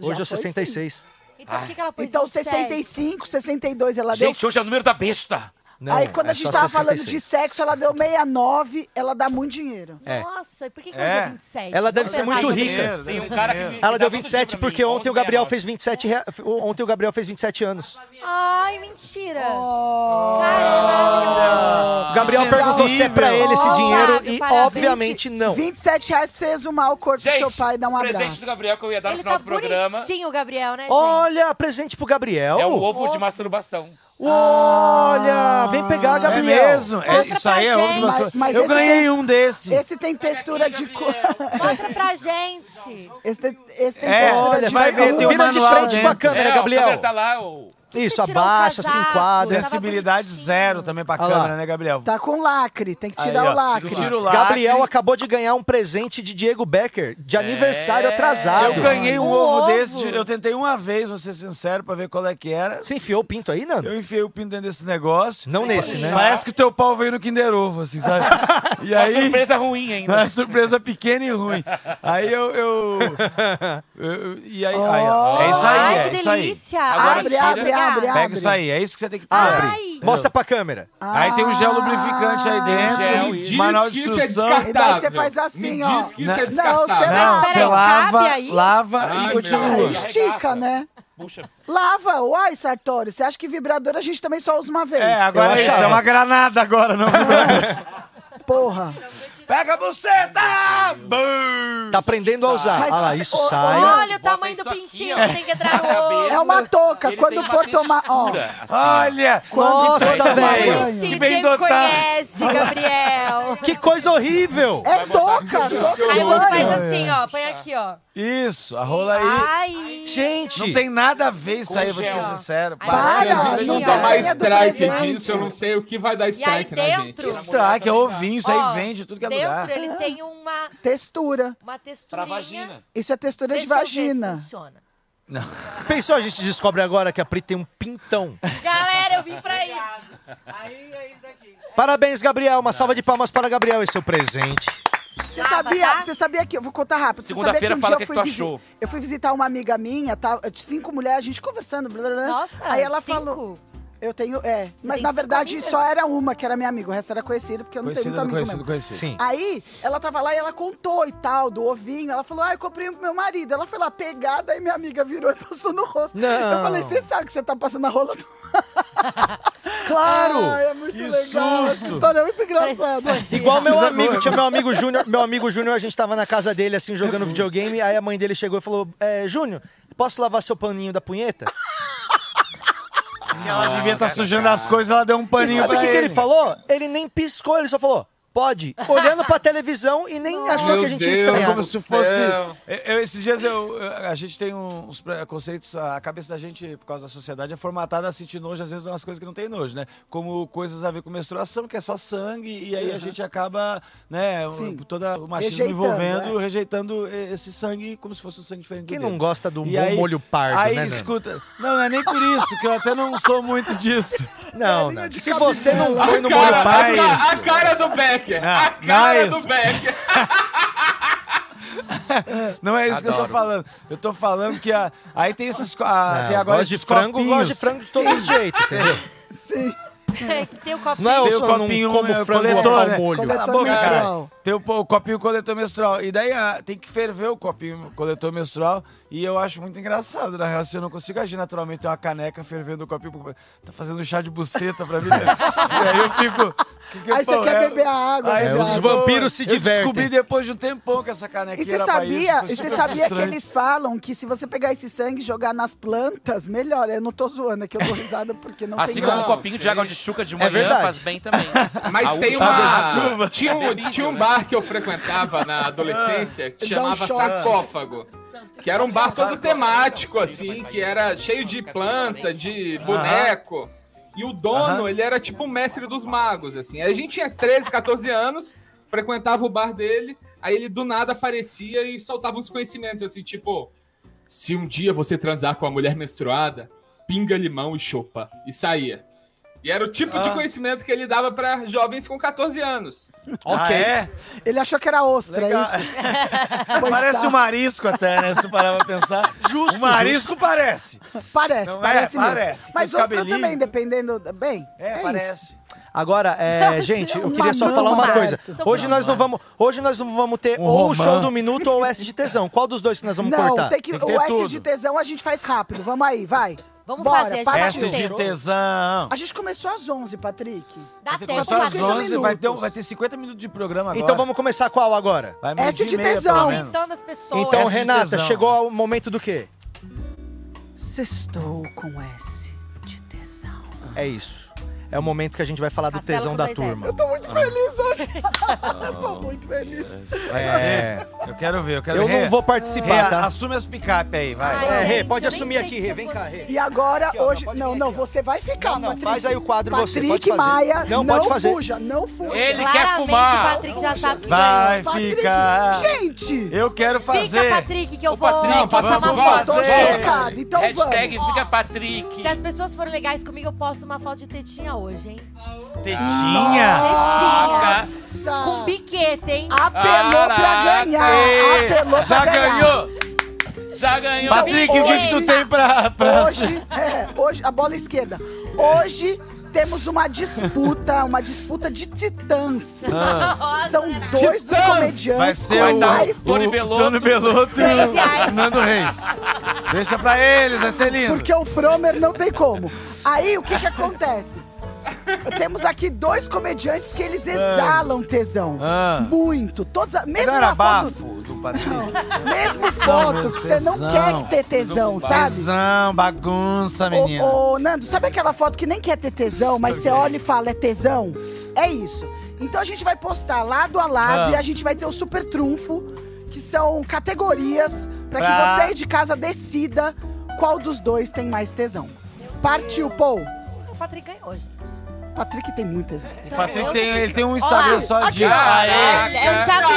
D: Hoje é o 66.
G: Então, por que, que ela pôs
B: Então,
G: 27?
B: 65, 62 ela deu. é
E: Gente, hoje é o número da besta.
B: Aí
D: é
B: quando a gente tava falando de sexo, ela deu 69, ela dá muito dinheiro.
D: É.
G: Nossa, e é por que, que
D: É.
G: ela deu 27?
D: Ela deve
G: Vamos
D: ser
G: pensar
D: muito
G: sobre
D: rica.
G: isso.
E: Tem um cara que
H: tá
E: me-
D: Ela deu
E: que dá muito
D: 27
E: dinheiro pra
D: porque
E: mim,
D: ontem o
E: 11,69.
H: é
D: Gabriel fez 27 rea- ontem o Gabriel fez 27 anos.
G: Ai, mentira.
D: O Gabriel
H: Que
D: perguntou se é pra
H: sensível.
D: ele esse
B: Ó,
D: dinheiro
G: Fábio,
D: e
G: parabéns.
D: obviamente não.
B: 27 reais pra você exumar o corpo
E: Gente,
B: do seu pai e dar um
E: presente
B: abraço.
E: do Gabriel que eu ia dar no
G: Ele
E: final
G: tá
E: do programa.
G: bonitinho, o Gabriel, né, gente?
D: Olha, presente pro Gabriel.
E: É um ovo de masturbação.
D: Olha, vem pegar,
H: É
D: Ah, Gabriel.
H: mesmo? É,
G: Mostra
H: isso
G: pra
H: aí é
G: gente.
H: outro mas,
B: Mas- mas
H: Eu
B: esse
H: ganhei
B: é-
H: um desse.
B: Esse tem textura de cor.
G: Mostra pra gente.
B: Esse tem, esse tem
H: É,
B: textura
H: olha,
B: de
H: vai ver, tem um
D: Vira de
H: manual
D: frente com a
H: dentro.
D: câmera,
E: é,
D: Gabriel.
E: A câmera tá lá, o...
D: Isso,
G: Você tirou o
D: abaixa, se
G: casaco?
D: enquadra.
G: Tava
H: Sensibilidade zero também pra
D: lá.
H: câmera, né, Gabriel?
B: Tá com lacre, tem que tirar
H: Aí, ó,
B: o lacre.
H: tira o lacre.
D: Gabriel acabou de ganhar um presente de Diego Becker de
E: É.
D: aniversário atrasado.
H: Eu ganhei um,
G: Um
H: ovo,
G: ovo.
H: desse, de- eu tentei uma vez, vou ser sincero, pra ver qual é que era.
D: Você enfiou o pinto aí, Nando?
H: Eu enfiei o pino dentro desse negócio.
D: Não nesse, né?
H: Parece que o teu pau veio no Kinder Ovo, assim, sabe? E
E: Uma
H: aí, Né?
E: surpresa ruim ainda.
H: Uma é surpresa pequena e ruim. Aí eu. eu, eu- e aí, aí, ó. É isso aí,
G: Ai,
H: é
G: que
H: isso aí.
G: delícia.
E: Agora
B: Abre,
E: tira.
B: abre, abre, abre.
H: Pega isso aí, é isso que você tem que
D: Abre.
H: Abre.
D: Mostra pra câmera.
H: Aí tem um gel lubrificante aí
E: Gel,
H: dentro, um
E: isso.
H: manual de
A: Diz que isso é
H: instrução.
A: descartável.
B: E daí você faz assim,
A: Me
B: ó.
A: diz que isso é
B: Não,
A: descartável.
B: você
H: Não,
G: Mas
H: você
G: peraí,
H: lava,
G: cabe aí?
H: lava
A: Ai,
H: e
A: meu.
H: continua.
B: Aí estica, né?
E: Puxa.
B: Lava. Uai, Sartori, você acha que vibrador a gente também só usa uma vez?
H: É, agora é
D: Eu
H: isso, é
D: achava.
H: uma granada agora, não.
B: Porra.
H: Pega a buceta! Bum!
D: Tá aprendendo a usar.
B: Mas
D: Tá Olha lá,
B: você-
D: isso
B: o-
D: sai.
G: Olha o
E: Bota
G: tamanho do
E: isso aqui,
G: pintinho
E: ó.
G: que tem que entrar no
E: Na
G: ovo.
E: cabeça.
B: É uma touca.
E: Ele
B: Quando
E: tem uma
B: for tomar. Ó,
E: textura, assim,
H: Olha!
B: Quando
D: Nossa,
B: for tomar
D: velho.
B: banho.
G: Gente,
H: que bem
G: quem
H: dotado.
G: conhece, Gabriel.
D: Que coisa horrível!
B: É touca. touca
G: Aí
B: de
G: o outro faz
B: banho.
G: assim, ó. Põe aqui, ó.
H: Isso, a rola aí.
G: Ai.
D: Gente!
H: Não tem nada a ver isso aí, vou te ser
E: gel.
H: sincero.
G: Ai,
H: Para,
A: Se a
B: Para,
A: gente
B: não
A: não
B: dá
A: tomar
B: senha do
A: strike
B: presente.
A: disso, eu não sei o que vai dar
G: E aí
A: strike na gente.
G: dentro.
H: Strike, é ovinho, isso
G: ó,
H: aí vende, tudo que é
G: dentro
H: lugar.
G: ele tem uma,
B: Textura.
G: uma
E: Pra
G: texturinha.
E: vagina.
B: Isso é textura
G: Deixa
B: de
G: eu ver se
B: vagina.
G: funciona.
D: Pensou, a gente descobre agora que a Pri tem um pintão.
G: Galera, eu vim pra isso.
D: Parabéns, Gabriel. Uma salva de palmas para Gabriel e seu presente.
B: Você
G: Lava,
B: sabia,
G: tá?
B: você sabia que. Eu vou contar rápido. Você sabia
E: Segunda-feira
B: que um
E: fala
B: dia eu
E: o que
B: fui
E: que tu
B: visi-
E: achou.
B: Eu fui visitar uma amiga minha, tá, de cinco mulheres, a gente conversando. Blá, blá, blá.
G: Nossa,
B: Aí ela
G: cinco?
B: falou. Eu tenho, é. mas na verdade só era uma, que era minha amiga. O resto era conhecido, porque eu não
H: Conhecido,
B: tenho muito amigo
H: conhecido,
B: mesmo.
H: conhecido. Sim.
B: Aí, ela tava lá e ela contou e tal, do ovinho. Ela falou, ah, eu comprei pro meu marido. Ela foi lá pegada e minha amiga virou e passou no rosto.
D: Não.
B: Eu falei, você sabe que você tá passando a rola no... [LAUGHS]
D: Claro!
B: Ai, é muito
D: Que
B: legal.
D: susto!
B: Essa história é muito engraçada.
D: [LAUGHS] Igual meu
H: é
D: amigo, tinha meu amigo Júnior, meu amigo Júnior, a gente tava na casa dele, assim,
H: É
D: jogando videogame, aí a mãe dele chegou e falou, é, Júnior, posso lavar seu paninho da punheta?
H: Ela devia estar sujando as coisas, ela deu um [LAUGHS]
D: E
H: paninho
D: sabe o
H: pra
D: que, que
H: ele.
D: ele falou? Ele nem piscou, ele só falou, pode, olhando pra televisão e nem achou que a gente ia estranhar.
H: Como se fosse... Eu- eu- esses dias eu, eu- a gente tem uns preconceitos, a cabeça da gente, por causa da sociedade, é formatada a sentir nojo, às vezes, de umas coisas que não tem nojo, né? Como coisas a ver com menstruação, que é só sangue, e aí a
D: Uhum.
H: gente acaba, né, um- toda o machismo
D: Rejeitando,
H: envolvendo,
D: é.
H: rejeitando e- esse sangue como se fosse um sangue diferente do
D: Quem
H: dele.
D: não gosta de um
H: E
D: bom
H: aí-
D: molho pardo,
H: aí,
D: né, Nando?
H: escuta, não, não é nem por isso, que eu até não sou muito disso.
D: Não, não. Se você não
A: A
D: foi no molho
A: cara, a,
D: pardo...
A: ca- a cara do
H: é
A: Becker! a
D: é
A: cara do Becker!
H: Não é isso que eu
D: Adoro.
H: tô falando. Eu tô falando que a- aí tem esses. co- a-
D: Não,
H: tem agora
D: gosto de
H: esses
D: frango,
H: copinhos.
D: gosto de frango de todo jeito, entendeu?
G: [LAUGHS]
B: Sim.
G: Tem o copinho.
D: Não é o
H: tem o
D: só não
H: copinho
D: como
H: eh,
D: frango
H: coletor,
D: ao
H: né?
D: molho.
H: Cala a
D: Coletor
H: boca, cara.
D: menstrual.
H: Tem o, po- o copinho coletor menstrual. E daí ah, tem que ferver o copinho coletor menstrual. E eu acho muito engraçado, na real. Assim, eu não consigo agir naturalmente. Tem uma caneca fervendo o copinho. Tá fazendo um chá de buceta
B: [LAUGHS]
H: pra mim. Né? e aí eu fico... que que eu
B: Aí você
H: falo?
B: quer
H: É-
B: beber a água,
H: Aí
B: né?
H: eu
B: Os
H: fico-
D: vampiros se divertem.
H: Eu descobri depois de um tempão que essa caneca
B: E você
H: era pra isso,
B: sabia,
H: foi
B: e você
H: super
B: sabia que
H: frustrante.
B: eles falam que se você pegar esse sangue e jogar nas plantas, melhor. Eu não tô zoando, é que eu tô risada porque
H: Ah,
B: não
E: assim
B: tem
E: como um
B: graça.
E: copinho de água de chuca
H: É
E: de manhã
A: É verdade.
E: faz bem também.
A: Mas
E: A
A: tem
E: última vez-
A: uma. Tinha um, tinha um bar que eu frequentava na adolescência que
E: Dá um
A: chamava
E: shot.
A: Sarcófago. Que era um bar todo temático, assim, que era cheio de planta, de boneco. E o dono, ele era tipo o mestre dos magos, assim. Aí A gente tinha 13, 14 anos, frequentava o bar dele, aí ele do nada aparecia e soltava uns conhecimentos, assim, tipo. Se um dia você transar com uma mulher menstruada, pinga limão e chupa. E saía. E era o tipo de
B: Ah.
A: conhecimento que ele dava pra jovens com 14 anos.
B: [LAUGHS]
H: Ok. é?
B: Ele achou que era ostra,
H: Legal.
B: é isso? [LAUGHS] Pois
H: Parece
B: tá.
H: um marisco até, né? Se tu parar pra pensar. Justo. Um marisco parece.
B: Parece,
H: Não é?
B: parece mesmo.
H: Parece.
B: Mas
H: Os
B: ostra
H: cabelinhos.
B: também, dependendo... Bem, é, isso.
H: parece.
D: Agora,
B: [LAUGHS]
D: é, gente, eu queria só
B: Uma
D: falar uma
B: mão
D: coisa.
B: aberta.
D: Hoje nós não vamos, hoje nós não vamos ter
H: Um
D: ou o
H: romã.
D: show do minuto ou o S de tesão. Qual dos dois que nós vamos
B: não,
D: cortar?
B: tem que, o S de tesão a gente faz rápido. Vamos aí, vai.
G: Vamos
B: Bora,
G: fazer, a gente
B: partiu.
H: S de tesão.
B: A gente começou às 11, Patrick.
G: Dá
H: Tem que começar às 11, vai ter, um- vai ter 50 minutos de programa agora.
D: Então vamos começar qual agora?
H: Vai
B: S é
H: meio-dia
B: de
H: e meia, pelo
B: tesão. é
H: menos.
G: Então, das pessoas.
D: Então,
H: S de
D: Renata,
H: tesão.
D: chegou o momento do quê?
B: Sextou com S de tesão.
D: É isso. É o momento que a gente vai falar do tesão da turma. Ah.
B: Eu tô muito feliz hoje.
D: [LAUGHS]
B: eu tô muito feliz.
H: É. Eu quero ver, eu quero
D: Eu
H: ver.
D: não vou participar,
H: Rê,
D: tá?
H: Assume as picape aí, vai.
D: É, Rê, pode assumir aqui, Rê. Vem cá, Rê.
B: E agora, hoje. Não, não, você vai ficar,
D: Não, não,
B: Patrick.
D: faz aí o quadro você,
B: Patrick
D: pode fazer.
B: Maia,
D: Não,
B: não,
D: pode fazer.
B: fuja, não fuja.
E: Ele quer
G: Claramente,
E: fumar.
G: o Patrick já sabe que
H: Vai
G: ganhou.
H: ficar.
B: Gente!
H: Eu quero fazer. tá
G: Fica, Patrick, que eu vou passar
H: vamos
G: uma foto.
H: fazer.
B: Então
E: Hashtag fica Patrick.
G: Se as pessoas forem legais comigo, eu posto uma foto de tetinha hoje, hein?
H: Tetinha.
G: Tetinha.
B: Nossa.
G: Com biqueta, hein?
B: Apelou pra ganhar.
H: Ei,
B: Apelou
H: já
B: pra ganhar.
H: ganhou.
E: Já ganhou.
H: Patrick, o que, que tu tem pra... pra...
B: Hoje, é, hoje, a bola esquerda. Hoje temos uma disputa, uma disputa de titãs.
H: Ah.
B: São dois dos
H: Titãs!
B: comediantes.
H: Vai ser
B: com
H: o,
B: mais-
H: o,
E: Tony
H: o
E: Bellotto.
H: Tony Belotto e
G: Reais.
H: o Nando Reis. Deixa pra eles, vai ser lindo. Ah.
B: Porque é o Fromer não tem como. Aí, o que que
H: [LAUGHS]
B: acontece? Temos aqui dois comediantes que
H: É.
B: eles exalam tesão.
H: Ah.
B: Muito. Todos, a- mesmo
H: Não era
B: na foto,
H: bafo do Patrick.
B: mesmo foto que você não
H: tesão.
B: quer ter tesão, sabe?
H: Tesão, bagunça, menina.
B: Ô, ô, Nando, sabe aquela foto que nem quer ter tesão, mas você olha e fala, é tesão? É isso. Então a gente vai postar lado a lado
H: Ah.
B: e a gente vai ter o super trunfo, que são categorias pra que
H: Pra-
B: você aí de casa decida qual dos dois tem mais tesão. Partiu, Paul.
G: O Patrick ganhou, gente.
B: Patrick tem muito tesão.
H: O Patrick tem, ele tem um Instagram
G: Olha,
H: só
G: aqui,
H: disso.
G: ó.
H: Aê!
G: É o Thiago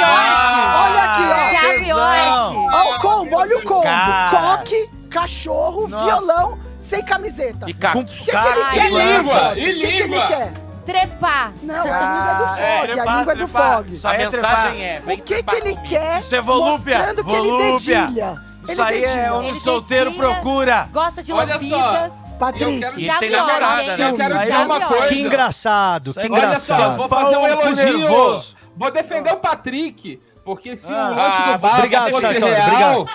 B: Olha
G: York.
B: aqui,
G: Thiago York.
B: ó. Olha o combo, olha o combo.
H: Cara.
B: Coque, cachorro,
H: Nossa.
B: violão, sem camiseta.
E: E
B: O
E: cacto.
B: que, que
H: Cara,
B: ele
H: e
B: quer?
A: língua, e
B: O que que ele
A: língua.
B: quer?
G: Trepar.
B: Não,
H: Ah,
B: a língua é do Fog, a língua é do Fog.
H: Isso
E: A
H: aí é
E: mensagem
H: trepar.
E: é, vem
B: O que que
E: trepar
B: ele
E: comigo.
B: quer
H: Isso é volúpia,
B: mostrando que ele
H: volúpia.
B: dedilha?
H: Isso aí é
B: dedilha.
H: homem
G: Ele
H: solteiro,
G: dedilha.
H: procura.
G: Gosta de
A: Olha só.
G: lambidas.
B: Patrick.
E: E ele tem namorada, né?
A: Eu quero dizer uma coisa.
D: Que engraçado,
H: tá
D: que
A: Olha
D: engraçado.
A: só, vou fazer um
D: Paulo
A: elogio.
D: nervoso.
A: Vou defender o Patrick, porque se o lance
D: Ah,
A: do Barba
D: obrigado,
A: fosse
D: Sartori,
A: real,
D: obrigado.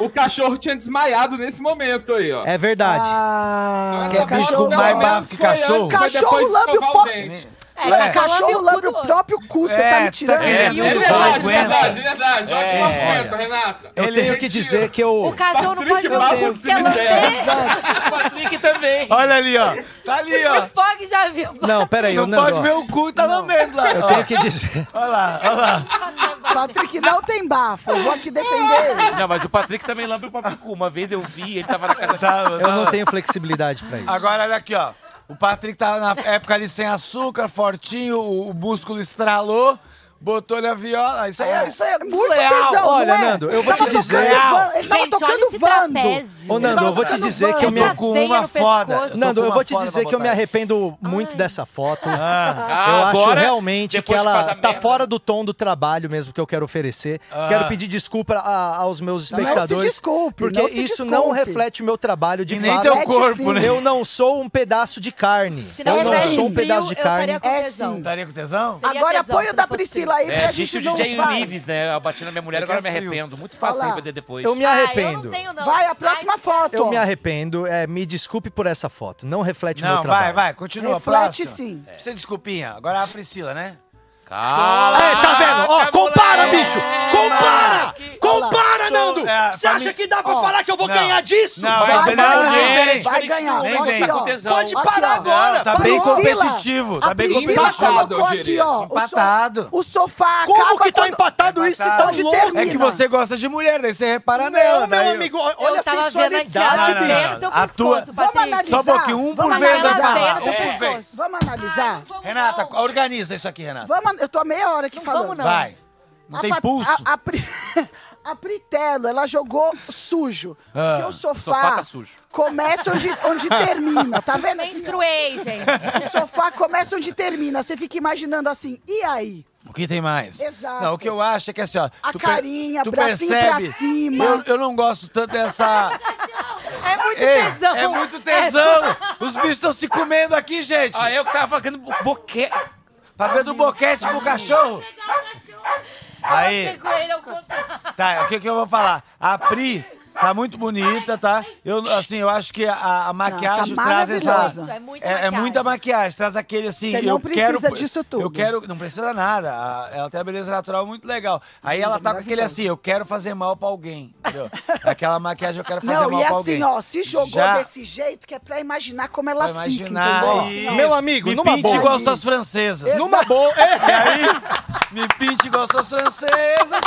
A: o cachorro tinha desmaiado nesse momento aí, ó.
D: É verdade.
B: Ah,
D: Quer bicho com mais bafo que cachorro?
B: Cachorro lambe o
A: pó.
B: É, cachorro lambe o próprio cu, você tá me tirando.
A: É,
D: querendo,
A: verdade,
D: só
A: verdade,
H: né?
D: aguenta.
A: verdade, verdade. Ótimo
D: É.
A: argumento, Renata.
D: Eu tenho que dizer que eu.
H: é
G: O cachorro não pode
A: Patrick
G: ver
A: Barba
G: o
A: do
G: cu, quer
A: cemitério.
G: lamber. O Patrick também.
D: Olha ali, ó.
H: Tá ali, ó.
G: O Fog já viu.
D: Não, peraí,
H: Não
D: eu não.
H: pode
D: ó.
H: ver o cu e tá lambendo lá.
D: Eu
H: ó.
D: tenho que dizer.
H: Olha lá, olha lá.
B: Patrick não tem bafo, eu vou aqui defender ele.
E: Não, mas o Patrick também lambe o próprio cu. Uma vez eu vi, ele tava na casa
H: Tá,
D: Eu não
H: tá.
D: tenho flexibilidade pra isso.
H: Agora, olha aqui, ó. O Patrick tava na época ali sem açúcar, fortinho, o, o músculo estralou, botou-lhe a viola. Isso aí é, isso aí é
B: Muito
H: desleal.
B: tesão,
D: Olha,
B: não é?
D: Nando, eu vou
B: Tava
D: te dizer.
B: tocando van- Ele tava
G: Gente, olha
B: tocando
G: esse
B: vando.
G: trapézio.
D: Ô, Nando, eu vou te
B: tocando
D: dizer que eu me.
G: Essa veia no pescoço.
D: Nando, eu vou te
H: Tô com uma
D: dizer
H: fora
D: que eu me
H: pra botar.
D: arrependo muito dessa foto.
E: Ah,
D: eu acho
E: agora,
D: realmente que
E: depois que faz
D: ela
E: a
D: tá
E: merda.
D: fora do tom do trabalho mesmo que eu quero oferecer.
H: Ah.
D: Quero pedir desculpa a- aos meus
B: Não se
D: espectadores.
B: desculpe,
D: Porque
B: não se
D: isso
B: desculpe.
D: não reflete o meu trabalho de
H: E nem
D: fato.
H: teu
B: Mete
H: corpo,
B: sim.
H: né?
D: Eu não sou um pedaço de carne.
G: Se não
D: eu não
G: houvesse
D: sou um
G: fio,
D: pedaço de
G: eu
D: carne.
G: estaria com
B: É
G: tesão.
B: sim.
H: Estaria com tesão?
G: Seria
B: Agora
G: tesão
B: apoia
G: se
B: o da
G: não fosse
B: Priscila aí, né,
E: É,
B: pra
E: disse
B: gente
E: o
B: não
E: DJ
B: vai.
E: Unives, né? Eu bati na minha mulher, agora eu me
H: frio.
E: arrependo. Muito fácil
B: Olha lá.
E: arrepender depois.
D: Eu me
G: Ah,
D: arrependo.
G: eu não tenho, não.
B: Vai, a próxima
G: Ai,
B: foto.
D: Eu me arrependo. É, me desculpe por essa foto. Não reflete o
H: Não,
D: meu trabalho.
H: vai, vai, continua.
B: Reflete
H: próxima.
B: sim.
H: Sem desculpinha. Agora a Priscila, né?
E: Cala!
D: É, tá vendo? Ó,
E: Caraca,
D: compara,
E: moleque!
D: bicho! Compara! Compara, Nando!
H: É,
D: Você
H: pra
D: acha
H: mim-
D: que dá pra
B: Ó,
D: falar que eu vou
H: não.
D: ganhar disso?
H: Não,
E: Vai,
H: vai,
E: vai,
H: não,
E: vai,
H: nem,
E: vai,
H: vem.
B: vai ganhar.
H: Nem
B: Olha
H: vem.
B: aqui, ó.
E: Com tesão.
D: Pode
B: Aqui,
D: parar
B: ó.
D: agora!
H: Tá
D: Parou.
H: bem
B: Priscila,
H: competitivo, tá
B: a
H: bem
B: Priscila
A: competitivo.
B: colocou
A: Empatado, eu
B: aqui,
A: diria.
B: ó. o so-
H: Empatado.
B: O sofá
D: Como
B: acaba
D: que tá
B: quando-
D: empatado isso e tá
B: Onde
D: louco?
B: termina?
H: É que você gosta de mulher, daí você repara nela,
D: Não,
H: daí
D: meu
H: eu-
D: amigo, ó-
G: Eu
D: olha a
G: tava vendo aqui,
B: tá
G: ó,
D: sensualidade,
H: Não, não,
G: veio
H: não.
G: do teu
H: A tua-
G: pescoço,
B: Vamos
G: Patrick.
H: Só um pouquinho, um por
G: Vamos
H: vez eu
G: analisar a veia
H: falar.
G: do teu
H: Um por vez.
G: pescoço.
B: Ah, Vamos analisar?
H: Renata, organiza isso aqui, Renata.
B: Vamos, an- eu tô há meia hora aqui
G: Não
B: falando.
G: vamos, não.
H: Vai. Não
B: A
H: tem
B: Pat-
H: pulso?
B: A, a, Pri- [LAUGHS] a Pritelo, ela jogou sujo.
H: Ah,
B: porque o sofá,
E: sofá tá sujo.
B: começa onde, onde termina, tá vendo?
G: Menstruei, gente.
B: O sofá começa onde termina. Você fica imaginando assim, e aí?
H: O que tem mais?
B: Exato.
H: Não, o que eu acho é que assim, ó.
B: A
H: pe-
B: carinha, bracinho pra cima.
H: Eu, eu não gosto
B: [LAUGHS]
H: tanto dessa.
G: É muito
H: Ei,
G: tesão.
H: É muito tesão! Os bichos estão se comendo aqui, gente!
E: Ah, eu que tava pagando boque...
H: Pagando boquete pro cachorro! Aí,
G: Pegou assim ele ao contrário.
H: tá, o que, que eu vou falar? A Pri tá muito bonita, tá? Eu, assim, eu acho que a, a maquiagem
B: tá
H: traz essa.
B: maravilhosa.
G: É muita
H: É, é
G: maquiagem.
H: muita maquiagem, traz aquele assim.
B: Você
H: eu
B: não
H: quero-
B: precisa disso tudo.
H: Eu quero. Não precisa nada. a- Ela tem a beleza natural muito legal. Aí ela tá com aquele assim, eu quero fazer mal pra alguém. Entendeu? Aquela maquiagem eu quero fazer
B: Não,
H: mal
B: e
H: pra
B: assim,
H: alguém.
B: ó, se jogou
H: Já-
B: desse jeito, que é pra imaginar como ela
H: Pra
B: fica,
H: imaginar.
B: entendeu?
H: isso.
B: Assim, ó.
D: Meu amigo,
H: me
D: numa
H: pinte
D: boa.
H: igual as suas francesas.
D: Numa boa. É,
H: E aí, me pinte igual as suas francesas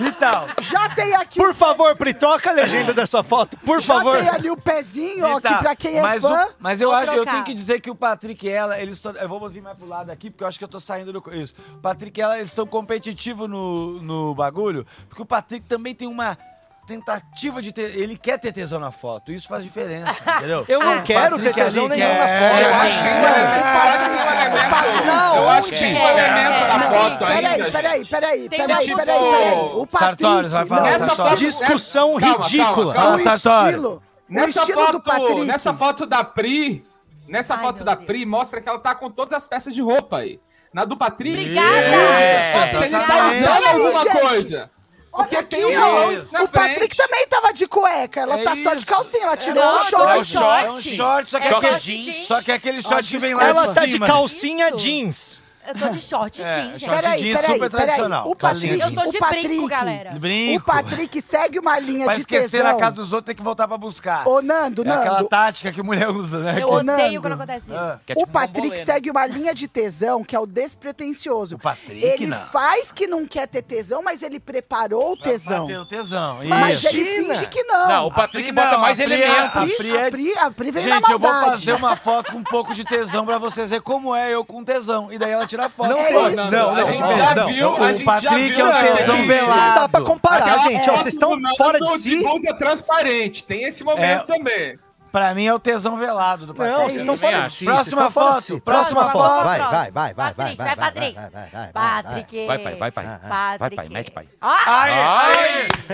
H: e tal.
B: Já tem aqui
D: Então,
B: um
D: Por favor,
B: [LAUGHS]
D: Pri, troca a legenda dessa foto, por
B: Já
D: favor.
B: tem ali um o pezinho, ó,
H: E tá.
B: que pra quem é
H: mas
B: fã.
H: o- mas eu
G: vou
H: acho, eu
G: trocar.
H: tenho que dizer que o Patrick e ela, eles estão. Eu vou vir mais pro lado aqui, porque eu acho que eu tô saindo do. co- Isso. O Patrick e ela, eles estão competitivos no, no bagulho, porque o Patrick também tem uma tentativa de ter. Ele quer ter tesão na foto. Isso faz diferença, entendeu? Ah,
D: Eu não quero ter
H: Patrick é,
D: tesão
H: ali
D: nenhum na
H: quer.
D: foto.
A: Eu acho que tem um
B: Ah,
H: assim,
A: elemento, parece que tem um elemento.
D: Não,
A: eu acho que tem um
G: é,
A: elemento
G: é,
A: na
G: não,
A: foto
G: peraí,
A: ainda.
B: Peraí,
A: gente.
B: peraí, peraí, peraí,
G: Tem uma
B: peraí,
G: tipo-
B: peraí, peraí. O Patrick.
H: Sartori, vai falar,
B: não,
H: Nessa
B: Sartori.
H: foto-
D: Discussão
A: Calma, calma,
D: ridícula.
A: calma.
B: o
H: Fala, Sartori.
B: estilo. o
A: Nessa
B: estilo do
A: foto,
B: Patrick.
A: nessa foto da Pri, nessa
G: Ai,
A: foto
G: meu
A: da
G: Deus.
A: Pri mostra que ela tá com todas as peças de roupa aí. Na do Patrick.
G: Obrigada!
A: É, só se ele tá
G: Exatamente.
A: usando
B: Olha aí,
A: alguma
B: gente.
A: coisa. Porque
B: Olha
A: tem
B: aqui,
A: um
B: ó.
A: violão isso na
B: O Patrick
A: frente.
B: também tava de cueca. Ela
H: É
B: tá só de
H: isso.
B: calcinha. Ela tirou
G: não,
B: o
G: não,
B: short. tá
H: É um short, é um short, só que,
G: É
H: aquele,
G: short jeans.
H: só que é aquele short que vem lá
D: Ela
H: de
D: tá de
H: cima.
D: calcinha
G: Isso.
D: jeans.
G: Eu tô de short
H: É,
G: jeans,
H: short
G: gente.
B: Peraí,
H: jeans
B: peraí,
H: super
B: peraí.
H: tradicional.
B: O Patrick,
H: Calcinha
G: Eu tô
B: o
G: de
B: Patrick,
G: brinco, galera.
B: O
H: Brinco.
B: Patrick segue uma linha
H: Pra
B: de
H: esquecer
B: tesão.
H: na casa dos outros, tem que voltar pra buscar.
B: Ô, Nando,
H: é aquela
B: Nando.
H: tática que mulher usa, né? Ah.
G: Eu
B: Ô,
G: odeio
B: Nando.
G: quando acontece isso.
E: Que é
B: o
E: tipo um
B: Patrick
E: bambolê, né?
B: segue uma linha de tesão que é o despretensioso.
H: O Patrick,
B: ele
H: não.
B: faz que não quer ter tesão, mas ele preparou o tesão.
H: Bateu tesão.
B: Mas
H: isso.
B: ele finge que não.
E: Não, o Patrick
H: Pri
E: bota
H: não,
E: mais
H: a Pri é-
E: elementos.
H: a
B: Ixi,
H: Pri é-
B: a Pri, a Pri veio na
H: Gente, eu vou
B: maldade.
H: fazer uma foto com um pouco de tesão pra vocês verem como é eu com tesão. E daí ela tira a foto.
D: Não
B: É
D: pode,
B: isso.
D: não,
A: a
D: não,
A: gente
D: não,
A: já
D: não.
A: viu, a
H: O
A: gente já
H: Patrick
A: viu.
H: é um
A: a
H: tesão
A: Pri.
H: velado.
D: Não dá pra comparar,
A: Aquela
D: gente. Ó, vocês estão
A: foto do
D: fora de
A: Nando
D: si.
A: blusa transparente. é Tem esse momento
H: É.
A: também.
H: Pra mim é o tesão velado do Patrick.
D: Não, vocês estão fora de si. vocês
H: Próxima
B: tá
D: estão fora de
H: foto,
D: si.
H: próxima foto.
D: Vai, vai, vai, vai, vai,
G: Patrick,
D: vai,
G: vai,
D: vai,
G: Patrick.
D: vai, vai, vai, vai, vai.
G: Patrick.
C: Vai, pai, vai, pai.
B: Ah,
C: Vai, pai, mete, pai.
H: Aí,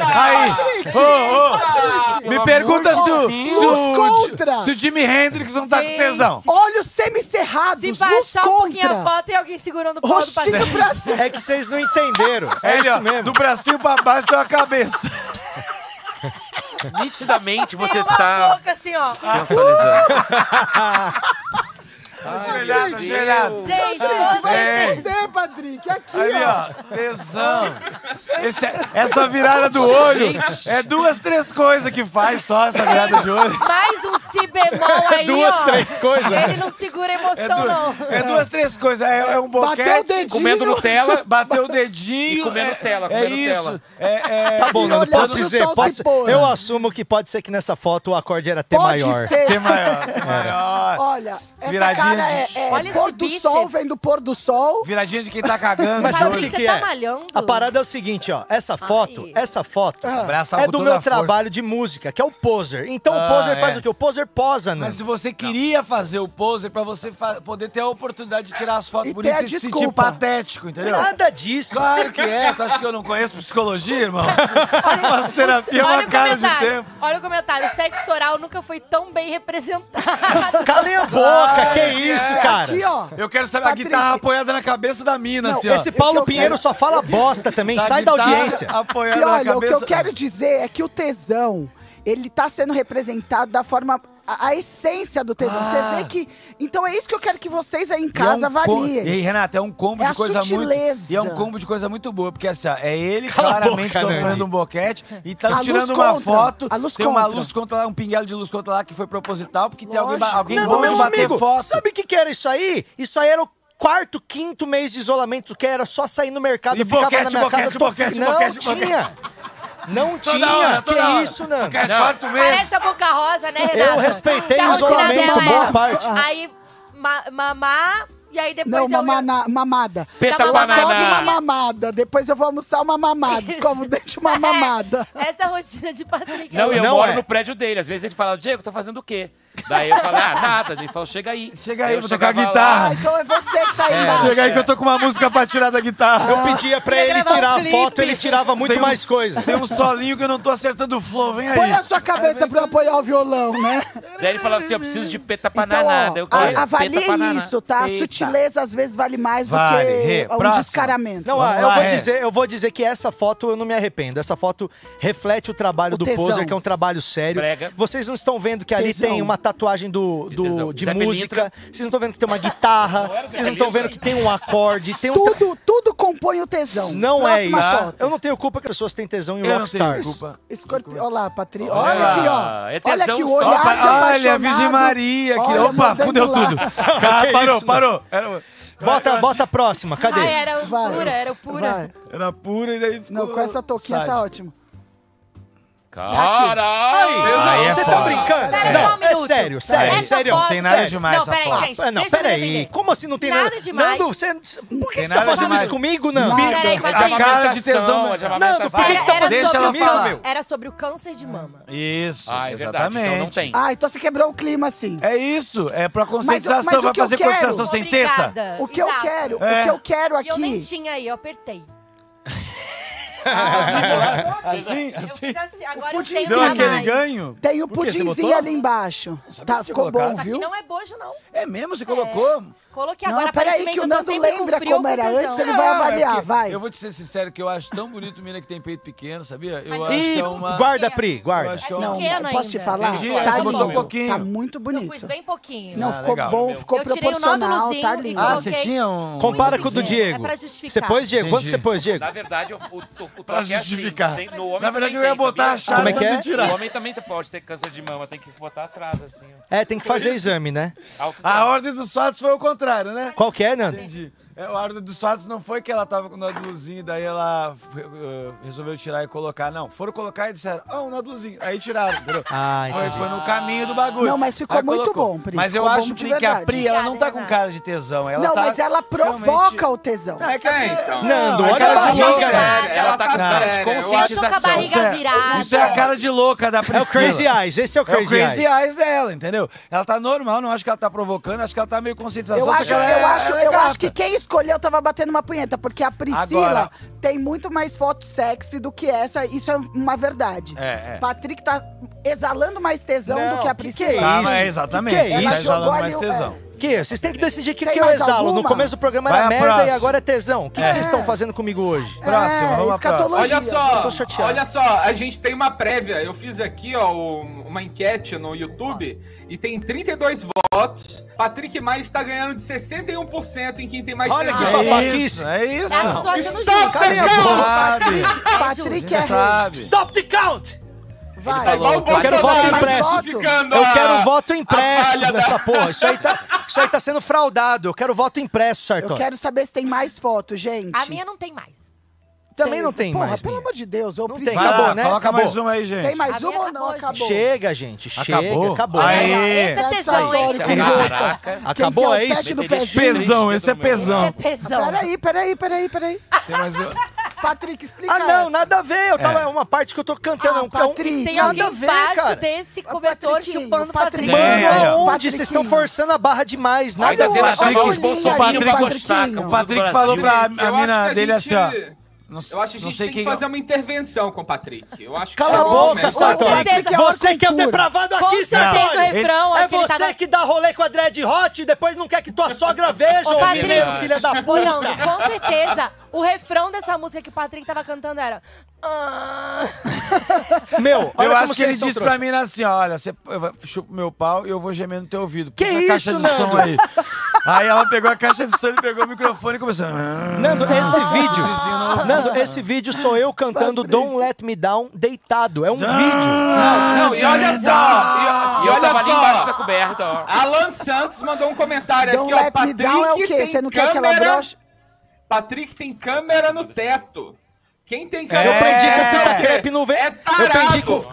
H: aí,
G: Patrick.
H: ô, ô. Me pergunta se, o-
B: Nos
H: se, o-
B: contra.
H: se o Jimi Hendrix não tá com tesão.
B: Olha os semicerrados,
G: Se
B: nos
G: baixar um pouquinho a
B: contra.
G: foto, tem alguém segurando o pau do
B: Rostinho
G: Patrick.
B: [LAUGHS] pra cima.
D: É que vocês não entenderam. É
H: Ele, ó,
D: isso mesmo.
H: Do bracinho pra baixo tem uma cabeça.
C: Nitidamente
G: Tem
C: você
G: uma
C: tá
G: boca assim, ó.
C: sensualizando.
H: Ajoelhado, ajoelhado.
G: Gente, você...
H: Ei,
B: Cadê, Patrick? Aqui,
H: É. Ali,
B: ó.
H: ó, tesão. Esse- é, essa virada do olho
C: Gente.
H: é duas, três coisas que faz só
D: Tá
H: essa virada de olho.
G: Mais um si bemol aí,
D: É Duas,
G: ó.
D: três coisas.
G: Ele não segura emoção, não.
H: É duas, três coisas. É, é um boquete.
B: Bateu o dedinho.
E: Comendo Nutella.
H: Bateu o dedinho.
E: E comendo
H: é,
E: tela,
H: é
E: comendo
H: isso.
E: tela.
H: É, é,
D: Tá bom, Nando,
B: olhando
D: posso
B: pro
D: dizer,
B: sol se
D: posso-
B: pôr.
D: eu assumo que pode ser que nessa foto o acorde era T
B: Pode
D: maior. é.
B: ser. É.
H: Tem
B: [LAUGHS]
H: maior. tem [LAUGHS] maior.
B: Olha, essa cara
H: Viradinha
B: é,
H: de-
B: é
G: Olha
B: pôr
G: esse
B: do
G: bíceps.
B: sol, vem do pôr do sol.
H: Viradinha de quem tá cagando.
D: Mas sabe o que,
G: Patrick,
D: que
G: você tá
D: é?
G: malhando? Ah,
D: A parada é o seguinte, ó. Essa foto, essa foto
B: Ah.
H: Abraça
D: é
H: com
D: do
H: toda
D: meu
H: a força.
D: trabalho de música, que é o poser. Então
H: Ah,
D: o poser faz
H: é.
D: o quê? O poser posa, né?
H: Mas se você queria fazer o poser pra você fa- poder ter a oportunidade de tirar as fotos
B: E ter
H: bonitas
B: a
H: e se sentir
B: desculpa.
H: patético, entendeu?
D: Nada disso.
H: Claro que é. Tu acha que eu não conheço psicologia, irmão?
D: [LAUGHS]
H: Faço terapia é
G: Olha
H: uma
G: o
H: cara de
G: comentário.
H: tempo.
G: Olha o comentário. O sexo oral nunca foi tão bem representado.
D: Calem a
H: Claro
D: boca, que
H: que
D: isso,
H: é.
D: cara.
B: Aqui, ó.
H: Eu quero saber
B: Patrick.
H: a guitarra apoiada na cabeça da mina,
B: Não,
H: assim, ó. Tá
D: Esse Paulo
B: eu
D: Pinheiro
B: quero- [LAUGHS]
H: [LAUGHS]
D: só fala bosta também,
H: Da
D: sai da
H: guitarra
D: audiência.
H: Apoiada
B: E olha,
H: na
B: o que
H: cabeça...
B: eu quero dizer é que o tesão, ele tá sendo representado da forma. A, a essência do tesão. Você
H: Ah.
B: vê que. Então é isso que eu quero que vocês aí em
H: E é um
B: casa
H: com-
B: avaliem.
H: E aí, Renata, é um combo
B: É
H: de
B: a
H: coisa muito.
B: sutileza.
H: E é um combo de coisa muito boa, porque assim, ó, é ele
D: Cala a
H: claramente
D: boca,
H: sofrendo
D: Nandi.
H: um boquete e
B: A
H: tá
B: luz
H: tirando uma
B: contra.
H: foto.
B: A luz
H: tem uma
B: contra.
H: luz contra lá, um pinguelo de luz contra lá que foi proposital, porque tem alguém, ba-
B: Lógico.
H: alguém
D: Não,
H: bom de
D: meu
H: bater
D: amigo,
H: foto.
D: sabe o que, que era isso aí? Isso aí era o quarto, quinto mês de isolamento, que era só sair no mercado
H: E
D: ficava
H: boquete,
D: na minha
H: boquete,
D: casa.
H: boquete,
D: não
H: boquete,
D: tinha. Não
H: Toda
D: tinha.
H: hora,
D: que
H: toda hora.
D: isso, Nando?
H: Boquete, quatro meses.
G: Parece a boca rosa, né, Renata?
D: Eu respeitei
G: Que a
D: o
G: rotina
D: isolamento
G: dela
D: a boa
G: é
D: parte.
G: Aí, ma- mamar, e aí depois
B: Não,
G: eu... ia-
B: mamana, mamada.
G: Peta
B: Uma
G: banana.
B: come uma mamada. Depois eu vou almoçar uma mamada. Escovo o dente uma mamada.
G: É, essa é a rotina de Patrick.
E: Não, eu
D: Não
E: moro
D: é.
E: no prédio dele. Às vezes ele fala, Diego, tá fazendo o quê? Daí eu falo, ah, nada. Ele fala, chega aí.
H: Chega aí,
E: eu
H: vou tocar
E: chegava
H: guitarra.
B: Ah, então é você que tá aí embaixo.
H: Chega aí que eu tô com uma música pra tirar da guitarra.
D: Eu pedia pra ele
G: gravar um
D: tirar a
G: clipe.
D: foto, ele tirava muito
H: Tem um-
D: mais coisa.
H: Tem um solinho que eu não tô acertando o flow, vem aí.
B: Põe a sua cabeça pra eu apoiar o violão, né?
E: Daí ele fala assim, eu preciso de peta
B: Então,
E: pananada. eu
B: ó,
E: quero
B: a-
E: peta
B: avaliem
E: pananada.
B: isso, tá? A
H: Eita.
B: sutileza às vezes vale mais
H: Vale. Rê,
B: do que um
H: próximo.
B: descaramento.
D: Não,
H: Vamos
D: ah, eu,
H: lá,
D: vou
H: é.
D: dizer, eu vou dizer que essa foto eu não me arrependo. Essa foto reflete o trabalho
B: O
D: do
B: tesão.
D: poser, que é um trabalho sério.
E: Brega.
D: Vocês não estão vendo que ali
B: Tesão.
D: tem uma tatuagem do, do-
E: tesão.
D: de
E: Zé
D: música.
E: Pilintra.
D: Vocês não estão vendo que tem uma guitarra. Vocês não estão vendo que tem um acorde. Tem um tra-
B: tudo, tudo compõe o tesão.
D: Não é isso.
B: Próxima foto.
D: Eu não tenho culpa que as pessoas têm tesão em
H: Eu não tenho
D: rockstars.
H: culpa.
B: Escorpi... Olha lá, Patrícia.
E: Olha.
B: Olha aqui, ó.
E: É
B: Olha
E: tesão
B: aqui o
E: só.
B: olhar
H: Opa,
B: de
H: olha, a
B: apaixonado.
H: Virgem Maria. Que...
B: Olha,
H: Opa,
B: mandando
H: fudeu
B: lá. [LAUGHS]
H: tudo. Ah,
D: Que
H: parou,
D: isso,
H: parou. Era,
D: Bota, bota a próxima, cadê?
G: Ah, era o
B: Vai.
G: pura, era o pura.
B: Vai.
H: era pura e daí ficou...
B: Não, com essa touquinha
H: Sad.
B: tá ótimo.
E: Caralho!
A: Aí é
D: Você tá
A: foda.
D: brincando?
G: Pera, só um
D: Não, é
G: minuto.
D: sério, sério,
G: Essa
D: sério.
G: foto-
H: tem nada demais
G: Não,
H: essa
G: peraí,
H: foto.
G: gente.
D: Ah, Não,
G: deixa eu
D: peraí.
G: defender.
D: Como assim não tem
G: Nada
D: nada?
G: demais.
D: Nando, você, por que
H: Tem
D: você tá
H: nada
D: fazendo
H: demais.
D: isso comigo, Nando?
G: Não, peraí, Patrick.
H: A cara é de tesão.
E: A
H: mesmo.
D: Nando, por que que você
G: Era-
D: tá
G: era
D: fazendo isso
H: sobre
D: comigo,
H: falar.
D: meu?
G: Era sobre o câncer de mama.
H: Isso,
E: Ah, é verdade.
H: exatamente.
E: Então não tem.
B: Ah, então você quebrou o clima, assim.
H: É isso, é pra
B: Mas- mas
H: conscientização.
B: o
H: Vai
B: que eu
H: fazer
B: quero-
H: conscientização sem teta?
G: Obrigada.
B: O que eu
G: Exato.
B: quero,
H: É.
B: o que eu quero
G: E eu nem
B: aqui.
G: tinha aí, eu apertei.
H: [LAUGHS] Assim,
G: Eu fiz assim, agora eu
B: pudim
G: tenho
H: deu
B: Sim,
G: lá
H: é aquele
G: mais.
H: ganho?
B: Tem o
H: Por quê? Você
B: pudinzinho
H: botou?
B: ali embaixo.
H: se
B: Tá,
H: tinha
B: ficou bom,
H: colocado.
G: Isso aqui
B: viu?
G: não é bojo, não.
H: É mesmo, você colocou?
G: Coloquei
B: Não,
G: agora,
B: peraí,
G: aparentemente
B: que o
G: eu tô
B: Nando
G: sempre com
B: lembra
G: frio,
B: como
G: com
B: era
G: tesão.
B: antes, ele vai
H: Não, é
B: avaliar,
H: porque
B: vai.
H: Eu vou te ser sincero que eu acho tão bonito mina que tem peito pequeno, sabia? Eu
G: Mas-
H: acho
D: Ih,
H: que é uma...
D: guarda, Pri,
H: Eu
D: guarda.
H: acho que é
G: Não,
H: uma...
B: Não,
G: pequeno
B: posso te
G: ainda.
B: falar?
H: Entendi, aí
B: tá
H: você botou um
B: lindo.
H: pouquinho.
B: Tá muito
G: Eu pus
B: bonito.
G: bem pouquinho.
B: Não,
H: Ah,
B: ficou
H: legal.
B: bom, ficou
G: Eu tirei o nó do
B: proporcional,
G: luzinho
B: tá
G: e
B: lindo.
H: Ah,
G: coloquei.
H: você tinha um...
D: Compara com o do
G: pequeno, é
D: Diego.
G: pra
D: Você
G: justificar.
D: pôs, Diego? Quanto
H: Entendi.
D: você pôs, Diego?
E: Na verdade, eu- o, to- o,
H: Pra
E: toque é assim,
H: justificar.
E: tem- no homem
H: Na verdade, eu
E: também
H: ia
E: tem,
H: botar a
E: sabia?
H: chave
D: Como é que
H: pra
D: é?
H: me
E: O
H: tirar.
E: homem também pode ter câncer de mama, tem que botar atrás, assim. ó.
D: É, tem que fazer exame, né?
E: Alto
H: A ordem dos fatos foi o contrário, né?
D: Qual que é, Nando?
H: Entendi. É, o áudio dos fatos não foi que ela tava com o nó de luzinha e daí ela f- eh, resolveu tirar e colocar. Não, foram colocar e disseram, ah, um nó de luzinha. Aí tiraram,
D: [LAUGHS]
H: entendeu?
D: Ah,
H: foi,
D: entendi.
H: foi no caminho do bagulho.
B: Não, mas ficou
H: Aí
B: muito
H: colocou.
B: bom, Pri,
H: Mas eu
B: ficou bom de
H: acho, Pri, que a
B: verdade.
H: Pri, ela não tá com cara de tesão. Ela
B: não,
H: tá
B: mas é ela provoca o tesão. Não,
H: é que é,
B: então.
H: Nando,
B: é
H: olha
B: cara
H: a
B: de
H: barriga
B: louca.
H: dela. Ela tá com
B: Não.
H: cara de conscientização.
B: Eu tô com a barriga
H: Isso é-
B: virada.
H: Isso é a cara de louca da Priscila.
D: Crazy Eyes, esse é o Crazy
H: É o Crazy
D: Eyes.
H: Eyes dela, entendeu? Ela tá normal, não acho que ela tá provocando, acho que ela tá meio conscientização.
B: Eu
H: só
B: acho,
H: que ela é,
B: eu, acho,
H: ela é
B: eu
H: gata.
B: acho que quem escolheu tava batendo uma punheta, porque a Priscila
H: Agora-
B: tem muito mais foto sexy do que essa. Isso é uma verdade.
H: É, é.
B: Patrick tá exalando mais tesão
D: Não,
B: do que a
D: que que
B: Priscila.
D: é
H: Tá, mas é exatamente.
D: Que que é
H: Ela
D: isso?
H: tá exalando
B: Jogou ali
H: mais
B: o-
H: tesão.
D: Que? Vocês têm que decidir o que,
B: Tem
D: que eu
B: mais
D: exalo. No
B: alguma?
D: começo do programa era
H: Vai a
D: merda e
H: próxima.
D: agora é tesão. O que, que
H: É.
D: vocês estão fazendo comigo hoje?
H: Próximo, vamos à próxima.
A: Olha
D: Eu
A: só,
D: tô chateado.
A: olha só, a gente tem uma prévia. Eu fiz aqui, ó, um- uma enquete no YouTube e tem 32 votos. Patrick Maia tá ganhando de 61% em quem tem mais
D: Olha que
A: tesão.
D: babaquice. Tá
H: É isso.
G: Acho que tô achando
A: Stop
G: justo.
A: the count!
H: Sabe?
B: Patrick é rei.
H: Sabe?
D: Stop the count!
B: Vai.
A: Tá igual o
D: Eu quero voto
A: Bolsonaro
D: impresso.
A: justificando
D: Eu
A: a-
D: quero voto
A: a
D: impresso
A: falha da-
D: nessa porra. Isso aí, tá,
A: [LAUGHS]
D: isso aí tá sendo fraudado. Eu quero voto impresso,
B: Eu
D: Sartori.
B: quero saber se tem mais foto, gente.
G: A minha não tem mais.
D: Também não tem
B: Porra,
H: né?
D: mais.
B: pelo
D: minha.
B: amor de Deus. Ô,
D: Não
B: Priscila,
D: tem. Acabou,
H: Vai lá,
D: né?
H: Coloca
D: Acabou.
H: mais uma aí,
B: Tem
H: gente.
B: mais
G: A
B: uma
G: minha
B: ou não?
G: acabou,
B: Acabou.
D: Chega, gente. Chega.
H: Acabou?
D: Acabou.
H: Aê.
G: Esse é
B: Pede
G: tesão, hein?
B: sartório com gota.
E: Caraca.
D: Acabou,
B: Quem que
D: é
B: é o
D: isso?
B: pet do pezinho?
H: Pesão,
G: Esse
H: esse é
G: é
H: pesão.
G: tesão.
B: Peraí, peraí, peraí, peraí.
H: Tem mais uma.
B: Patrick, explica
D: Ah, não,
B: essa.
D: nada a ver. Eu tava, é. uma parte que eu tô cantando.
B: Ah,
D: é um, é um-
B: Patrick,
G: Tem
D: nada
G: alguém
D: a ver,
G: embaixo
D: cara.
G: desse cobertor
B: Patriquinho,
G: chupando o Patrick.
B: Patrick.
D: Mano,
H: É, aí, ó.
D: aonde? Vocês estão
B: Patriquinho.
D: forçando a barra demais. Nada
E: Ainda
D: a ver.
E: tenta chamar
H: Tá Patrick-
E: os bolsominions pra
B: Patrick-
E: gostar. cara,
B: O
H: O
E: do
H: Patrick
E: Brasil.
H: falou pra a
A: Eu acho que
H: mina dele assim, ó. Não,
A: Eu acho que a
H: não
A: gente tem
H: sei
A: que
H: quem é.
A: fazer uma intervenção com o Patrick. Eu acho que
D: Cala a
A: isso é bom, né?
D: boca, Sartori.
G: certeza é
D: Você que é o
B: concurso.
D: depravado
G: Com
D: aqui,
G: certeza o
D: Sartori.
G: refrão.
D: É
G: aquele
B: tá
D: você
G: tava-
D: que dá rolê com a Dread Hot e depois não quer
G: [LAUGHS]
D: que tua sogra veja, ô
G: Patrick.
D: mineiro, filha da
G: Ô, não,
D: puta.
G: com certeza. O refrão dessa música que o Patrick tava cantando era. "Ah".
D: Meu, olha
H: Eu
D: como
H: acho que
D: vocês
H: ele
D: são
H: disse pra
D: trouxas.
H: mim assim, ó, olha, você chupa o meu pau e eu vou gemer no teu ouvido.
D: Que
H: Põe essa caixa
D: isso,
H: de som
D: Nando?
H: aí. Aí ela pegou a caixa de som, ele pegou o microfone e começou.
D: Nando, esse
H: Ah, não. Tá
D: vídeo. Nando, esse vídeo sou eu cantando Don't Let Me Down deitado. É um
H: Ah,
D: vídeo.
A: Não, e olha só, e- e,
E: E eu
A: olha
E: tava ali embaixo da
A: só.
E: coberta, ó.
A: Alan Santos mandou um comentário
B: Don't
A: aqui, ó.
B: let me
A: Patrick
B: down é o quê?
A: tem
B: Você não quer que ela
A: câmera.
B: broche?
A: Patrick tem câmera no teto. Quem tem
D: Eu
H: É,
A: câmera
D: prendi com
A: no
D: fita
A: teto
D: crepe no ve...
A: É
D: eu prendi
A: tarado.
D: com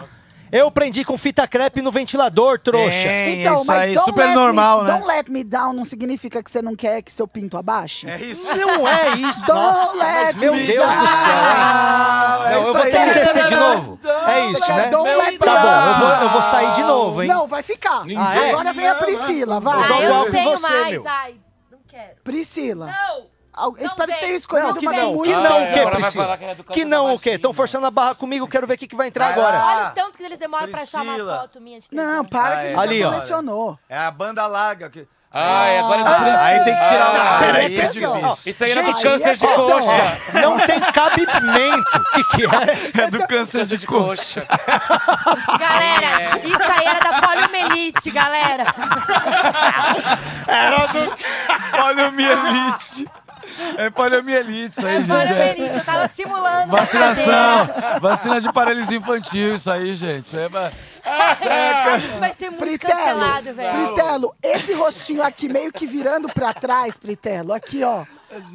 D: eu prendi com fita crepe no ventilador, trouxa.
H: Tem,
B: Então,
H: é isso
B: mas
H: aí,
B: don't
H: super
B: let
H: normal,
B: me,
H: né?
B: Don't let me down não significa que você não quer que seu pinto abaixe?
H: É isso.
D: Não é isso,
B: Don't
D: nossa, mas
B: let
D: meu
B: me Ah,
D: Deus do céu.
H: down.
D: hein?
H: É
D: Não, eu
H: isso
D: vou
H: aí.
D: ter que descer de novo. É isso,
B: Don't
D: né?
B: let me
D: Tá bom, eu
B: down.
D: vou, eu vou sair de novo, hein?
B: Não, vai ficar.
A: Ah, é?
B: Agora vem a
H: né?
B: Priscila, vai.
D: jogo
G: Ah,
D: Joga
G: eu
D: álcool
G: não
D: em
G: tenho
D: você,
G: mais.
D: meu.
G: Ai, não quero.
B: Priscila.
G: Não!
B: al- eu
G: Não
B: espero que
G: vem.
B: tenha
D: Não,
B: escolhido
D: que
B: uma
D: não.
B: muito...
D: Que
E: Ah,
D: não
E: é,
D: o quê,
E: agora vai
D: Priscila?
E: falar que é do
D: Que não o quê?
E: baixinho,
D: Estão forçando a barra comigo, quero ver o que que vai entrar
H: Vai lá.
D: agora.
G: Olha o tanto que eles demoram pra achar
H: Priscila.
G: uma foto minha de tesão.
B: Não, para que ele
D: Ah, é. Ali,
B: já
D: ó.
B: selecionou.
H: É a banda larga. Que...
E: Ai, agora eu
H: Ah, aí tem que tirar
E: Ah,
H: da
D: peraí,
H: Aí é
D: peraí,
H: difícil.
D: ó.
E: Isso aí era do
B: Gente,
E: câncer
B: aí
E: de
B: é tesão,
E: coxa.
D: Não tem cabimento.
H: [LAUGHS]
D: O que que é?
H: É do câncer de cor.
E: Coxa.
G: Galera, isso aí era da poliomielite, galera.
H: Era do poliomielite. É poliomielite isso aí, [LAUGHS] gente. é.
G: poliomielite, eu tava simulando. uma cadeira.
H: Vacinação. Vacina de paralisia infantil, isso aí, gente. Isso aí é pra-
G: É, A gente vai ser muito
B: Pritelo,
G: cancelado, velho.
B: Pritelo, esse rostinho aqui meio que virando pra trás, Pritelo, aqui, ó.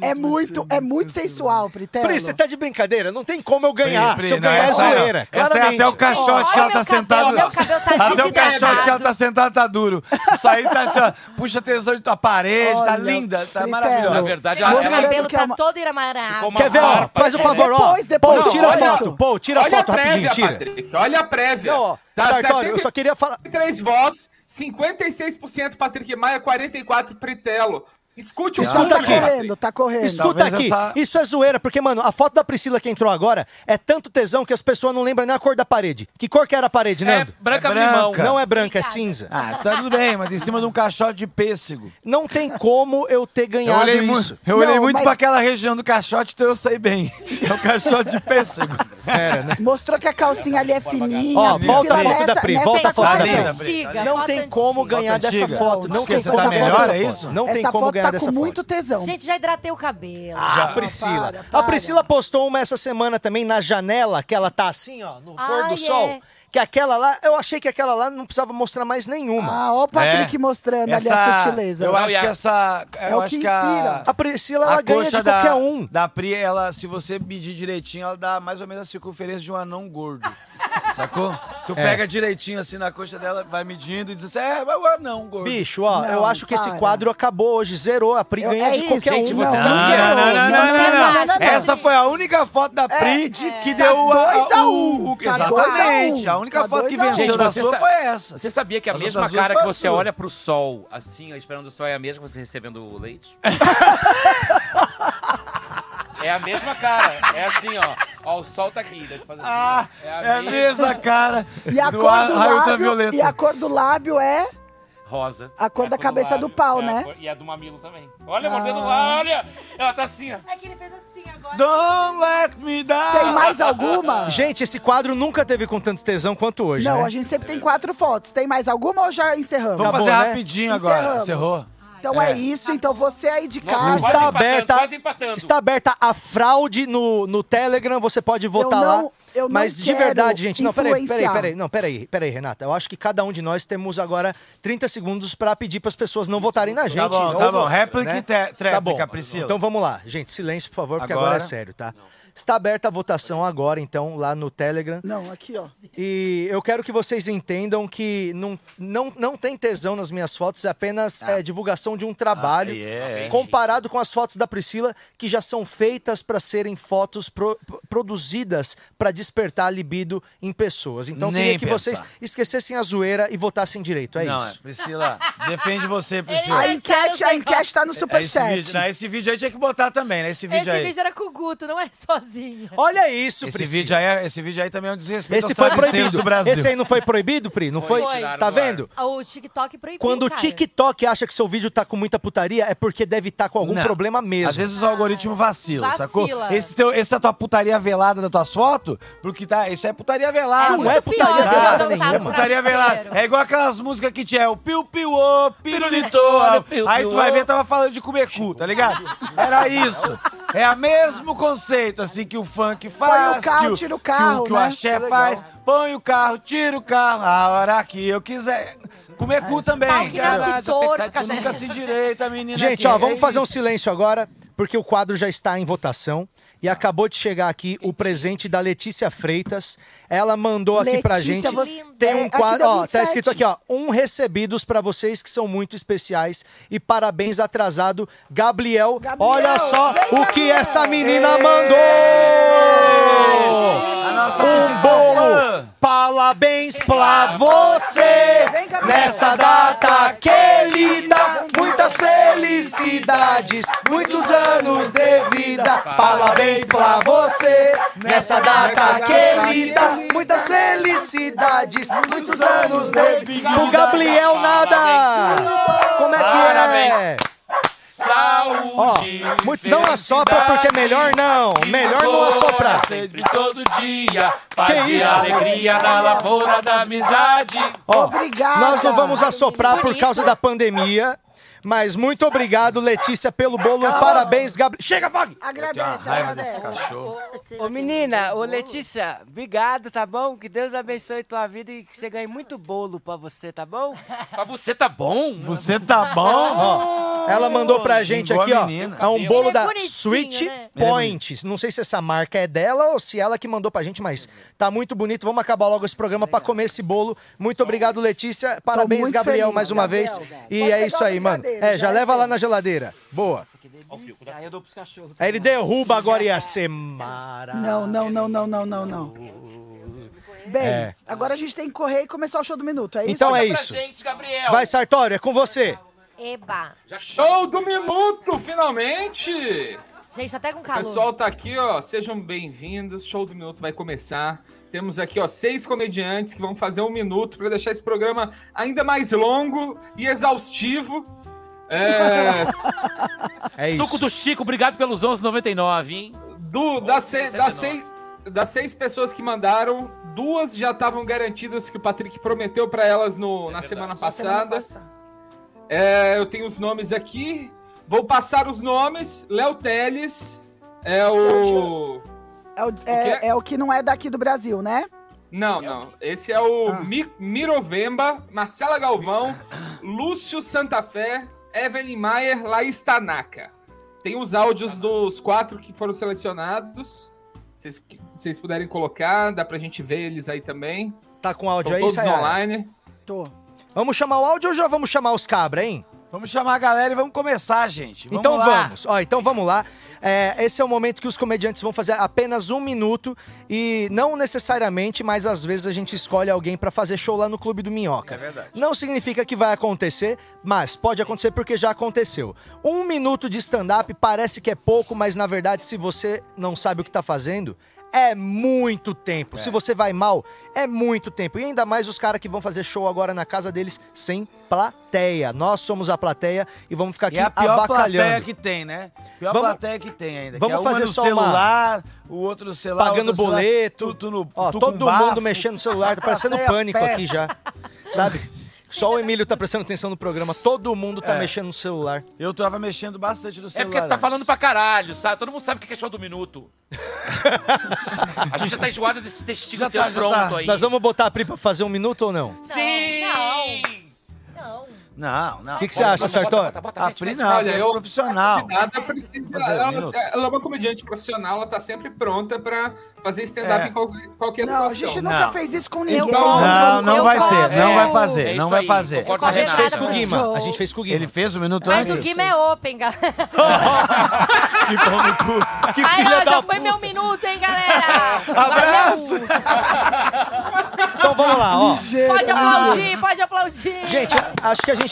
B: É muito, é muito sensual, Pritelo.
D: Pri, você tá de brincadeira? Não tem como eu ganhar.
H: Pri,
D: Se eu
H: não,
D: ganhar é
H: né? essa aí não.
D: zoeira.
H: Essa é
D: claramente.
H: até o caixote
G: Olha
H: que ela
G: meu
H: tá
G: cabelo,
H: sentada.
G: meu cabelo tá
H: até o caixote
G: desidratado.
H: que ela tá sentada tá duro. Isso aí tá assim, ó, puxa tesão de tua parede, tá
B: Olha,
H: linda, tá
B: Fritelo.
E: Na
H: maravilhosa.
E: verdade,
G: Meu
E: ela,
B: Mostrando
E: ela
G: cabelo
B: que é
G: tá
B: uma-
G: todo iramarado.
E: uma
D: Quer ver, ó?
E: harpa,
M: um
D: Faz o
E: cara.
D: favor, ó.
B: é, Depois, depois,
D: Pô, tira a
B: olha.
D: foto. Pô, tira a
A: Olha a
D: foto rapidinho,
A: prévia,
D: tira.
A: Patrick. Olha a prévia.
D: Não, ó.
A: Tá
D: Sartório, eu
A: 70
D: só queria falar.
A: 43 votos, 56% Patrick Maia, 44% Pritelo. Escute o
D: Escuta
A: público,
D: aqui.
B: Tá
A: Patrick.
B: correndo, tá correndo.
D: Escuta
H: Talvez
D: aqui,
H: essa-
D: isso é zoeira, porque, mano, a foto da Priscila que entrou agora é tanto tesão que as pessoas não lembram nem a cor da parede. Que cor que era a parede,
E: É
D: Nando?
E: branca
H: É
E: com limão.
H: branca.
D: Não é branca, é cinza.
H: Ah, tá tudo bem, mas em cima de um caixote de pêssego.
D: Não tem como eu ter
H: Eu
D: ganhado
H: olhei, mu-
D: isso.
H: eu olhei
B: Não,
H: muito
B: mas-
H: pra aquela região do caixote, então eu sei bem. [LAUGHS] É o caixote de pêssego. Era, né?
B: Mostrou que a calcinha ali é fininha.
D: Ó,
B: Priscila,
D: volta a foto
B: nessa-
D: da Pri,
B: nessa
D: volta a
B: tá
D: foto da
B: correndo.
D: Pri.
G: antiga,
D: Não
G: foto
D: tem
G: antiga.
D: como ganhar
H: Foto
D: dessa
H: antiga.
D: foto.
B: Não,
D: Não tem
H: você
D: como
H: tá
D: ganhar
H: melhor,
D: dessa
H: é
D: foto.
H: isso?
D: Não tem
B: Essa
D: como
B: foto
D: ganhar
B: tá
D: dessa
B: com
D: foto.
B: muito tesão.
G: Gente, já hidratei o cabelo.
D: Ah, Priscila.
B: para,
D: A
B: para.
D: Priscila postou uma essa semana também na janela, que ela tá assim, ó, no
G: Ah,
D: pôr do
G: é.
D: sol. Que aquela lá, eu achei que aquela lá não precisava mostrar mais nenhuma.
B: Ah, ó o Patrick mostrando ali a sutileza.
H: Né? Eu acho que essa. Eu
B: é o
H: acho
B: que
H: que a,
B: inspira.
D: A Priscila, ela ganha
H: coxa
D: de qualquer
H: da,
D: um.
H: Da Pri, ela, se você medir direitinho, ela dá mais ou menos a circunferência de um anão gordo. [LAUGHS] Sacou? Tu
D: É.
H: pega direitinho assim na coxa dela, vai medindo e diz assim: é, mas o anão gordo.
D: Bicho, ó, eu
H: Não,
D: acho que esse
H: para.
D: quadro acabou hoje, zerou. A Pri
H: Eu-
D: ganha
H: é
D: de
H: isso,
D: qualquer
H: gente,
D: um.
H: você Não, não ganhou, não, não, não, não, não, não, não, não. Essa foi a única foto da Pri que deu a-
D: É, Tá dois a
H: o-
D: um.
H: o-
D: Tá
H: exatamente.
D: dois a um.
H: A única
D: Tá
H: foto que
D: dois a um.
H: venceu
D: Gente,
H: da
D: você
H: sua
D: sa-
H: foi essa.
C: Você sabia que a
H: As
C: mesma
H: outras duas
C: cara
H: foi
C: que
H: a
C: você
H: sua.
C: olha pro sol, assim, ó, esperando o sol, é a mesma que você recebendo o leite? é a mesma cara. É assim, ó. Ó, o sol tá aqui. daí tu faz assim,
H: Ah,
C: ó.
H: é a mesma cara
B: [LAUGHS] E a
C: do
B: cor
C: ar-
B: do
C: raio
B: lábio,
C: ultravioleta.
B: e a cor do lábio é
C: Rosa.
B: a cor da
C: do
B: cabeça
C: lábio,
B: do pau,
C: é a
B: né?
C: cor- E a do mamilo também. Olha,
B: Ah.
C: mordendo lá, olha! Ela tá assim, ó.
G: É que ele fez assim agora.
H: Don't let me down.
B: Tem mais alguma?
D: Gente, esse quadro nunca teve com tanto tesão quanto hoje,
B: Não,
D: né?
B: a gente sempre tem quatro fotos. Tem mais alguma ou já encerramos?
D: Vamos Acabou, fazer né? rapidinho agora.
B: Encerramos.
D: Encerrou?
B: Então é.
D: É.
B: isso. Então você aí de casa.
D: está aberta, está aberta a fraude no, no Telegram, você pode votar
B: não-
D: lá.
B: eu não
D: Mas de
B: quero
D: verdade, gente, não, peraí, peraí,
B: influenciar.
D: peraí, não, peraí, peraí, Renata. Eu acho que cada um de nós temos agora 30 segundos para pedir para as pessoas não votarem na gente.
H: Tá bom, tá
D: Ou vo-
H: bom. Réplica e te-
D: Tá bom.
H: tréplica, Priscila.
D: Então vamos lá, gente, silêncio, por favor, porque agora,
H: Agora.
D: é sério, tá? Está aberta a votação agora, então, lá no Telegram.
B: Não, aqui, ó.
D: E eu quero que vocês entendam que não, não, não tem tesão nas minhas fotos, é apenas é, divulgação de um trabalho.
H: Ah, é, é.
D: Comparado com as fotos da Priscila, que já são feitas para serem fotos pro- produzidas para despertar a libido em pessoas. Então eu
H: Nem
D: queria que
H: pensar.
D: vocês esquecessem a zoeira e votassem direito. É
H: não, é,
D: isso.
H: Priscila, defende você, Priscila.
G: é
H: É,
B: A enquete, a enquete tá no
H: Esse
B: superchat.
H: vídeo, né? Esse vídeo aí tinha que botar também, né? Esse vídeo
G: Esse
H: aí.
G: vídeo era com o Guto, não é sozinho.
D: Olha isso,
H: esse
D: Priscila.
H: vídeo aí, é- esse vídeo aí também é um desrespeito
D: Esse
H: aos
D: foi
H: travesseiros
D: proibido.
H: do Brasil.
D: Esse aí não foi proibido, Pri? Não foi? Tá vendo?
G: O TikTok proibiu,
D: Quando o
G: cara.
D: TikTok acha que seu vídeo tá com muita putaria, é porque deve estar com algum
H: Não.
D: problema mesmo.
H: Às vezes os algoritmos vacilam,
G: Vacila.
H: sacou? Esse teu, essa tua putaria velada das tuas fotos, porque tá, isso é putaria velada.
D: É Não é muito putaria pior, velada não sabe
H: É
D: nenhuma.
H: putaria velada. É igual aquelas músicas que tinha o piu piu ô, pirulito.
D: Olha o
H: ó.
D: [LAUGHS] piu,
H: Aí
D: piu,
H: tu vai
D: ô.
H: ver, tava falando de comer cu, tá ligado? Era isso. É o mesmo conceito, assim, que o funk faz.
B: o carro,
H: que
B: tira o
H: que
B: carro,
H: Que o,
B: né?
H: axé
D: Tá
B: Legal.
H: faz. Põe o carro, tira o carro, a hora que eu quiser. Comer cu também.
G: Pau que nasce torto,
H: Tu nunca se direita, menina. aqui.
D: Gente, ó,
H: É
D: vamos fazer um
H: isso.
D: silêncio agora, porque o quadro já está em votação. E acabou de chegar aqui o presente da Letícia Freitas. Ela mandou aqui pra
B: Letícia,
D: gente.
B: você-
D: Tem
B: É,
D: um
B: aqui
D: quadro,
B: deu
D: ó, tá
B: 27.
D: escrito aqui, ó, um recebidos pra vocês que são muito especiais e parabéns atrasado, Gabriel. Olha só o que essa menina mandou!
H: A nossa
D: um
H: principal
D: bolo. Parabéns pra você nessa data querida. Muitas felicidades, muitos anos de vida. Parabéns pra você nessa data querida. Muitas felicidades, muitos anos de vida. O Gabriel nada. Como é que é?
E: Saúde!
D: Ó, muito, não assopra porque é melhor não. Melhor não assoprar.
E: Sempre todo dia. Paz
D: Que
E: e
D: isso?
E: alegria na lavoura da amizade.
D: Ó,
B: Obrigada.
D: Nós não vamos assoprar por causa da pandemia. Mas muito obrigado, Letícia, pelo bolo. Parabéns, Gabriel. Chega, Pog!
B: Agradece,
H: Raiva desse
B: agradece.
H: cachorro.
M: Ô menina, ô Letícia, obrigado, tá bom? Que Deus abençoe tua vida e que você ganhe muito bolo pra você, tá bom?
E: Pra você tá bom? É
H: Você tá bom?
D: Ó, ela mandou pra gente
H: xingou
D: aqui,
H: a
D: ó.
H: menina. É
D: É um
G: Ele
D: bolo
G: é
D: da
G: bonitinho,
D: Sweet
G: né?
D: Point. Não sei se essa marca é dela ou se ela que mandou pra gente, mas tá muito bonito. Vamos acabar logo esse programa pra comer esse bolo. Muito obrigado, Letícia. Parabéns,
B: muito
D: Gabriel,
B: feliz,
D: mais uma
B: Gabriel.
D: vez.
B: Pode
D: E
B: pegar
D: é isso
B: uma
D: aí, mano.
B: brincadeira,
D: É,
B: já
D: já leva
B: é
D: lá
B: certo.
D: na geladeira. Boa.
M: Aí eu dou pros cachorros.
D: Aí ele derruba agora ia ser mara.
B: Não, não, não, não, não, não, não. Bem,
D: É.
B: agora a gente tem que correr e começar o show do minuto, é isso?
D: Então é
E: Pra
D: isso.
E: gente, Gabriel.
D: Vai, Sartório, é com você.
G: [LAUGHS] Eba.
A: Show do minuto, finalmente!
G: Gente, tá até com
E: um
A: O
G: calor.
A: pessoal tá aqui, ó. Sejam bem-vindos. Show do minuto vai começar. Temos aqui, ó, seis comediantes que vão fazer um minuto para deixar esse programa ainda mais longo e exaustivo. É,
D: [LAUGHS] É isso.
E: Suco do Chico, obrigado pelos 11,99, hein?
A: do, das, se-
E: 11,99.
A: das seis, das seis pessoas que mandaram, duas já estavam garantidas que o Patrick prometeu para elas
E: É
A: no, na semana passada. É, eu tenho os nomes aqui. Vou passar os nomes. Léo Teles é o.
B: É o, é- é o que não é daqui do Brasil, né?
A: Não, não. Esse é o Mi- Mirovemba, Marcela Galvão, Lúcio Santafé, Evelyn Maier, Laís Tanaka. Tem os áudios dos quatro que foram selecionados. Se vocês- se vocês puderem colocar, dá pra gente ver eles aí também.
D: Tá com áudio
A: Estão todos
D: aí, Sayara?
A: online.
B: Tô.
D: Vamos chamar o áudio ou já vamos chamar os cabra, hein?
H: Vamos chamar a galera e vamos começar, gente. Vamos
D: então
H: lá.
D: vamos. Ó, então vamos lá. É, esse é o momento que os comediantes vão fazer apenas um minuto e não necessariamente, mas às vezes a gente escolhe alguém pra fazer show lá no Clube do Minhoca. É verdade. Não significa que vai acontecer, mas pode acontecer porque já aconteceu. Um minuto de stand-up parece que é pouco, mas na verdade, se você não sabe o que tá fazendo, é muito tempo. Se você vai mal, é muito tempo. E ainda mais os caras que vão fazer show agora na casa deles sem plateia. Nós somos a plateia e vamos ficar aqui
H: E é a pior
D: avacalhando.
H: plateia que tem, né? Pior
D: Vamos-
H: plateia que tem ainda. que
D: vamos
H: é uma
D: fazer
H: no
D: só uma-
H: celular, o outro no celular.
D: Pagando
H: outro no celular,
D: boleto.
H: tu- tu no-
D: Ó,
H: tu com
D: todo
H: um bafo.
D: mundo mexendo no celular, tá parecendo
H: Plateia
D: pânico aqui
H: péssima.
D: já.
H: [LAUGHS]
D: Sabe? Só o Emílio tá prestando atenção no programa, todo mundo tá
H: É.
D: mexendo no celular.
H: Eu tava mexendo bastante no
E: É
H: celular.
E: porque tá falando pra caralho, sabe? Todo mundo sabe o que é show do minuto. a gente já tá enjoado desse destino
H: tá,
E: teu tá pronto aí.
D: Nós vamos botar a Pri pra fazer um minuto ou não?
E: Sim!
H: Não, não.
D: O que que você acha, Sartori?
H: A Pri não, ela é profissional.
A: Nada precisa,
H: Fazer um
A: ela,
H: minuto.
A: ela é uma comediante profissional, ela tá sempre pronta pra fazer stand-up
H: É.
A: em qualquer, qualquer
B: Não, a
A: situação. né?
B: gente nunca fez isso com ninguém.
H: Não, não vai ser, não
A: É,
H: vai fazer,
A: é
H: não
A: isso
H: vai
A: aí,
H: fazer.
A: concordo A com a gente Renata. fez com o Guima,
D: a gente fez com o
H: Guima. Ele fez um
M: tá
H: minuto
G: Mas o
H: antes?
G: Guima é open, galera.
H: Que pau no cu. Que
G: Ai,
H: filha
G: ó,
H: da
G: já foi meu minuto, hein, galera?
D: Abraço! Então vamos lá, ó. Ah,
G: Pode aplaudir, pode aplaudir.
D: Gente, acho que a gente.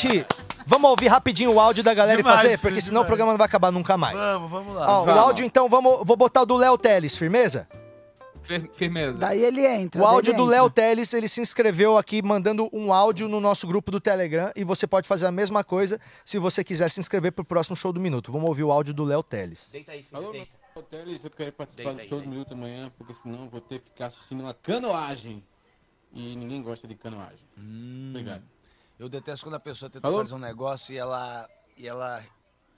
D: Vamos ouvir rapidinho o áudio da galera
H: Demais,
D: e fazer, porque senão o programa não vai acabar nunca mais.
H: Vamos, vamos lá.
D: Ó, o
H: Vamos.
D: áudio, então, vamos, vou botar o do Léo Teles, firmeza?
A: Fir- Firmeza.
B: Daí ele entra.
D: O áudio
B: daí ele
D: do Léo
B: entra.
D: Teles, ele se inscreveu aqui mandando um áudio no nosso grupo do Telegram e você pode fazer a mesma coisa se você quiser se inscrever pro próximo show do minuto. Vamos ouvir o áudio do Léo Teles.
E: Deita aí,
N: filho, deita. Eu quero participar
E: Deita aí,
N: do show do minuto amanhã, porque senão vou ter que ficar assistindo uma canoagem. E ninguém gosta de canoagem.
A: Hum.
N: Obrigado.
H: Eu detesto quando a pessoa tenta
N: Alô?
H: fazer um negócio e ela, e ela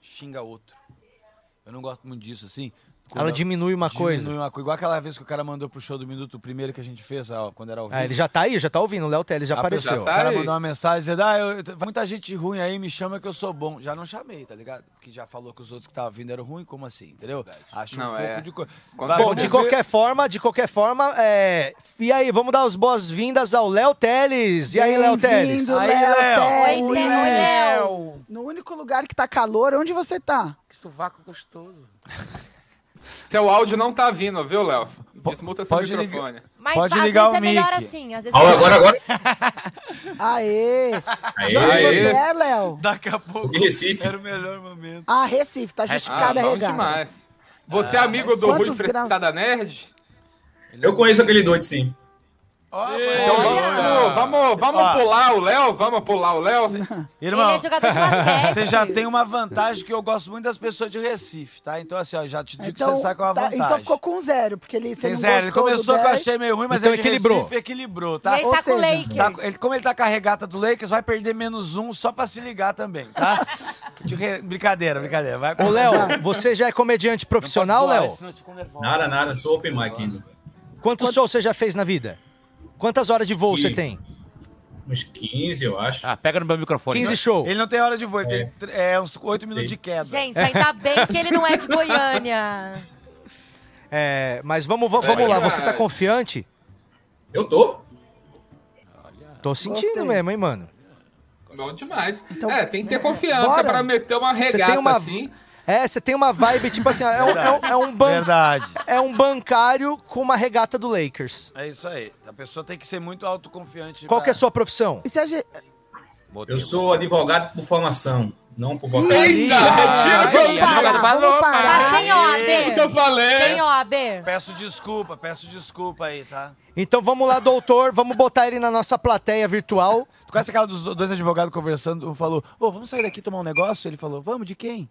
H: xinga outro. Eu não gosto muito disso, assim. Quando
D: Ela diminui uma coisa.
H: Diminui uma coisa. Igual aquela vez que o cara mandou pro show do Minuto o primeiro que a gente fez, ó, quando era ao
D: Ah,
H: vivo.
D: ele já tá aí, já tá ouvindo, o Léo Teles já
H: A pessoa-
D: apareceu.
H: O cara mandou uma mensagem dizendo: Ah, eu- eu- muita gente ruim aí me chama que eu sou bom. Já não chamei, tá ligado? Porque já falou que os outros que estavam vindo eram ruins, como assim? Entendeu? Acho
A: Não,
H: um pouco
A: é.
H: de coisa.
D: Bom, de qualquer forma, de qualquer forma, é... E aí, vamos dar as boas-vindas ao Léo Teles. E aí, Léo Teles?
B: Bem-vindo, Léo Teles. No único lugar que tá calor, onde você tá?
E: Que sovaco gostoso.
B: é-
A: Seu áudio não tá vindo, viu, Léo? Desmuta seu
H: pode ligar-
A: microfone.
G: Mas
H: Pode
G: às
H: ligar
G: vezes
H: o
G: é melhor
H: mic.
G: assim. Às vezes
H: Alô,
G: é
H: agora,
G: melhor. assim.
H: [LAUGHS]
B: Aê! De onde
A: Aê.
B: você é, Léo?
H: Daqui a pouco.
A: De Recife.
H: Era o melhor momento.
B: Ah, Recife, tá justificada
A: Ah,
B: a
A: bom
B: regada.
A: demais. Você
O: Ah,
A: é amigo do
B: Quantos
A: Rui Fretada Nerd?
P: Eu conheço aquele doido, sim.
A: Então vamos, vamos, vamos
H: Ó.
A: pular o Léo? Vamos pular o Léo?
H: Irmão,
A: Ele é jogador de basquete.
H: você já tem uma vantagem que eu gosto muito das pessoas de Recife, tá? Então, assim, ó, já te digo que você sai com uma
B: tá-
H: vantagem.
B: então ficou com zero, porque ele, você
H: Tem
B: não
H: zero, ele
B: gostou do
H: começou que eu
B: 10.
H: achei meio ruim, mas é
D: Então
H: ele
D: equilibrou.
H: equilibrou. equilibrou, tá?
B: E ele tá Ou com o seja, Lakers.
H: tá- ele- como ele tá com a regata do Lakers, vai perder menos um só pra se ligar também, [LAUGHS] tá? De re- Brincadeira, brincadeira. Vai
D: Ô, Léo, você já é comediante profissional, Léo?
P: Nada, nada, sou open mic ainda.
D: Quantos shows você já fez na vida? Quantas horas de voo
P: Ih.
D: você tem?
P: Uns 15, eu acho.
C: Ah, pega no meu microfone.
D: 15 show.
H: Ele não tem hora de voo, ele tem tr- é, uns 8 minutos de queda.
G: Gente, ainda bem que ele não é de Goiânia.
D: É, mas vamos, va-
P: É,
D: vamos lá,
P: cara.
D: você tá confiante?
P: Eu tô.
D: Tô sentindo
A: Gostei.
D: mesmo, hein, mano?
A: Bom demais.
H: Então,
A: é, tem que ter confiança
D: bora.
A: pra meter uma
D: Você
A: regata
D: tem uma-
A: assim.
D: É, você tem uma vibe, tipo assim, ó, é um, é um, é um ban-
H: Verdade.
D: é um bancário com uma regata do Lakers.
H: [LAUGHS] É isso aí. A pessoa tem que ser muito autoconfiante.
D: Qual
H: pra-
D: que é a sua profissão?
P: Eu sou advogado por formação, não por vocação.
D: Eita,
A: retira o que eu
P: Aí,
A: disse.
P: advogado
A: Vamos
P: balão,
O: né?
G: parar. Mas tem OAB?
P: O que eu falei?
G: Tem OAB?
H: Peço desculpa, peço desculpa aí, tá?
D: Então vamos lá, doutor, vamos botar ele na nossa plateia virtual.
H: Tu conhece é aquela dos dois advogados conversando, um falou, ô, vamos sair daqui tomar um negócio? Ele falou, vamos, de quem?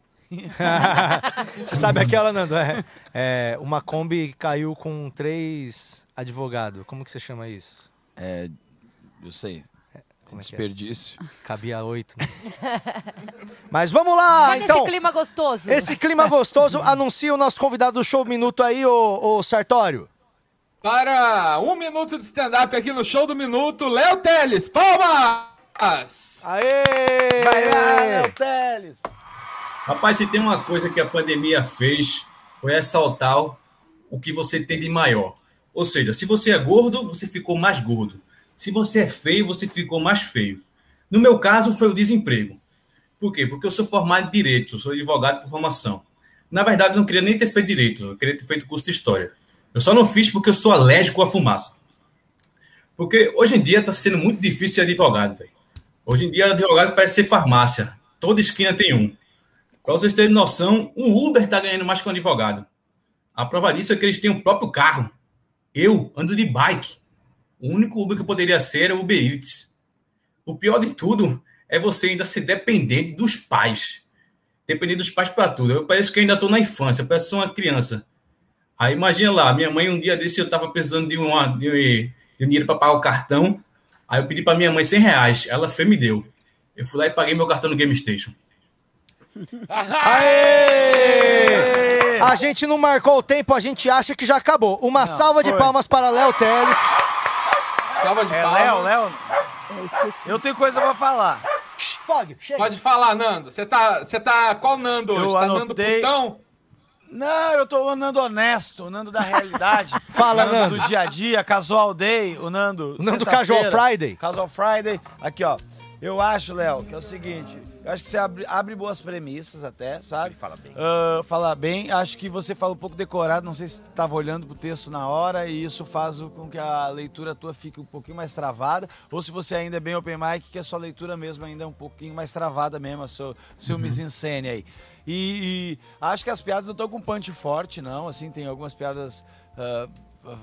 D: Você sabe aquela, Nando? É, é, uma Kombi caiu com três advogados. Como que você chama isso?
H: É, eu sei.
D: Como é que é?
H: Desperdício.
D: [LAUGHS] Cabia oito, né? [LAUGHS] Mas vamos lá,
G: Olha
D: então.
G: esse clima gostoso. né? [LAUGHS]
D: Esse clima gostoso anuncia o nosso convidado do show Minuto aí, ô, ô Sartório.
A: Para um minuto de stand-up aqui no show do minuto, Léo Teles, palmas!
D: Aê!
A: Vai lá,
D: Léo
H: Teles!
P: Rapaz, se tem uma coisa que a pandemia fez, foi ressaltar o que você tem de maior. Ou seja, se você é gordo, você ficou mais gordo. Se você é feio, você ficou mais feio. No meu caso, foi o desemprego. Por quê? Porque eu sou formado em direito, eu sou advogado por formação. Na verdade, eu não queria nem ter feito direito, eu queria ter feito curso de história. Eu só não fiz porque eu sou alérgico à fumaça. Porque hoje em dia está sendo muito difícil ser advogado, velho. Hoje em dia, advogado parece ser farmácia. Toda esquina tem um. Para vocês terem noção, um Uber está ganhando mais que um advogado. A prova disso é que eles têm o próprio carro. Eu ando de bike. O único Uber que eu poderia ser é o Uber Eats. O pior de tudo é você ainda ser dependente dos pais. Dependente dos pais para tudo. Eu parece que eu ainda estou na infância, parece que sou uma criança. Aí imagina lá, minha mãe um dia desse eu estava precisando de, uma, de, de um dinheiro para pagar o cartão. Aí eu pedi para minha mãe 100 reais. Ela foi e me deu. Eu fui lá e paguei meu cartão no Game Station.
E: É.
D: Aê! A gente não marcou o tempo, a gente acha que já acabou. Uma salva de
O: foi.
D: palmas para Léo Teles.
A: Salva
O: de é,
D: palmas.
O: Léo, Léo. Eu esqueci. Eu tenho coisa pra falar.
D: Fog, chega.
A: Pode falar, Nando. Você tá, você tá qual Nando hoje?
O: Eu
A: Tá
O: anotei.
A: Nando Putão?
O: Não, eu tô o Nando honesto, o Nando da
H: [LAUGHS]
O: realidade.
D: Fala,
O: o Nando.
D: Nando.
O: do dia a dia, Casual Day, o Nando.
D: O Nando
O: sexta-feira,
D: Casual Friday.
O: Casual Friday. Aqui, ó. Eu acho, Léo, que é o seguinte. Eu acho que você abre, abre boas premissas até, sabe? Ah, fala bem.
H: falar bem, acho que você fala um pouco decorado, não sei se estava olhando pro texto na hora e isso faz o- com que a leitura tua fique um pouquinho mais travada, ou se você ainda é bem open mic, que a sua leitura mesmo ainda é um pouquinho mais travada mesmo, a seu, seu
O: Uhum.
H: mise-en-scène aí. E, e acho que as piadas não estão com um punch forte, não, assim, tem algumas piadas... ah,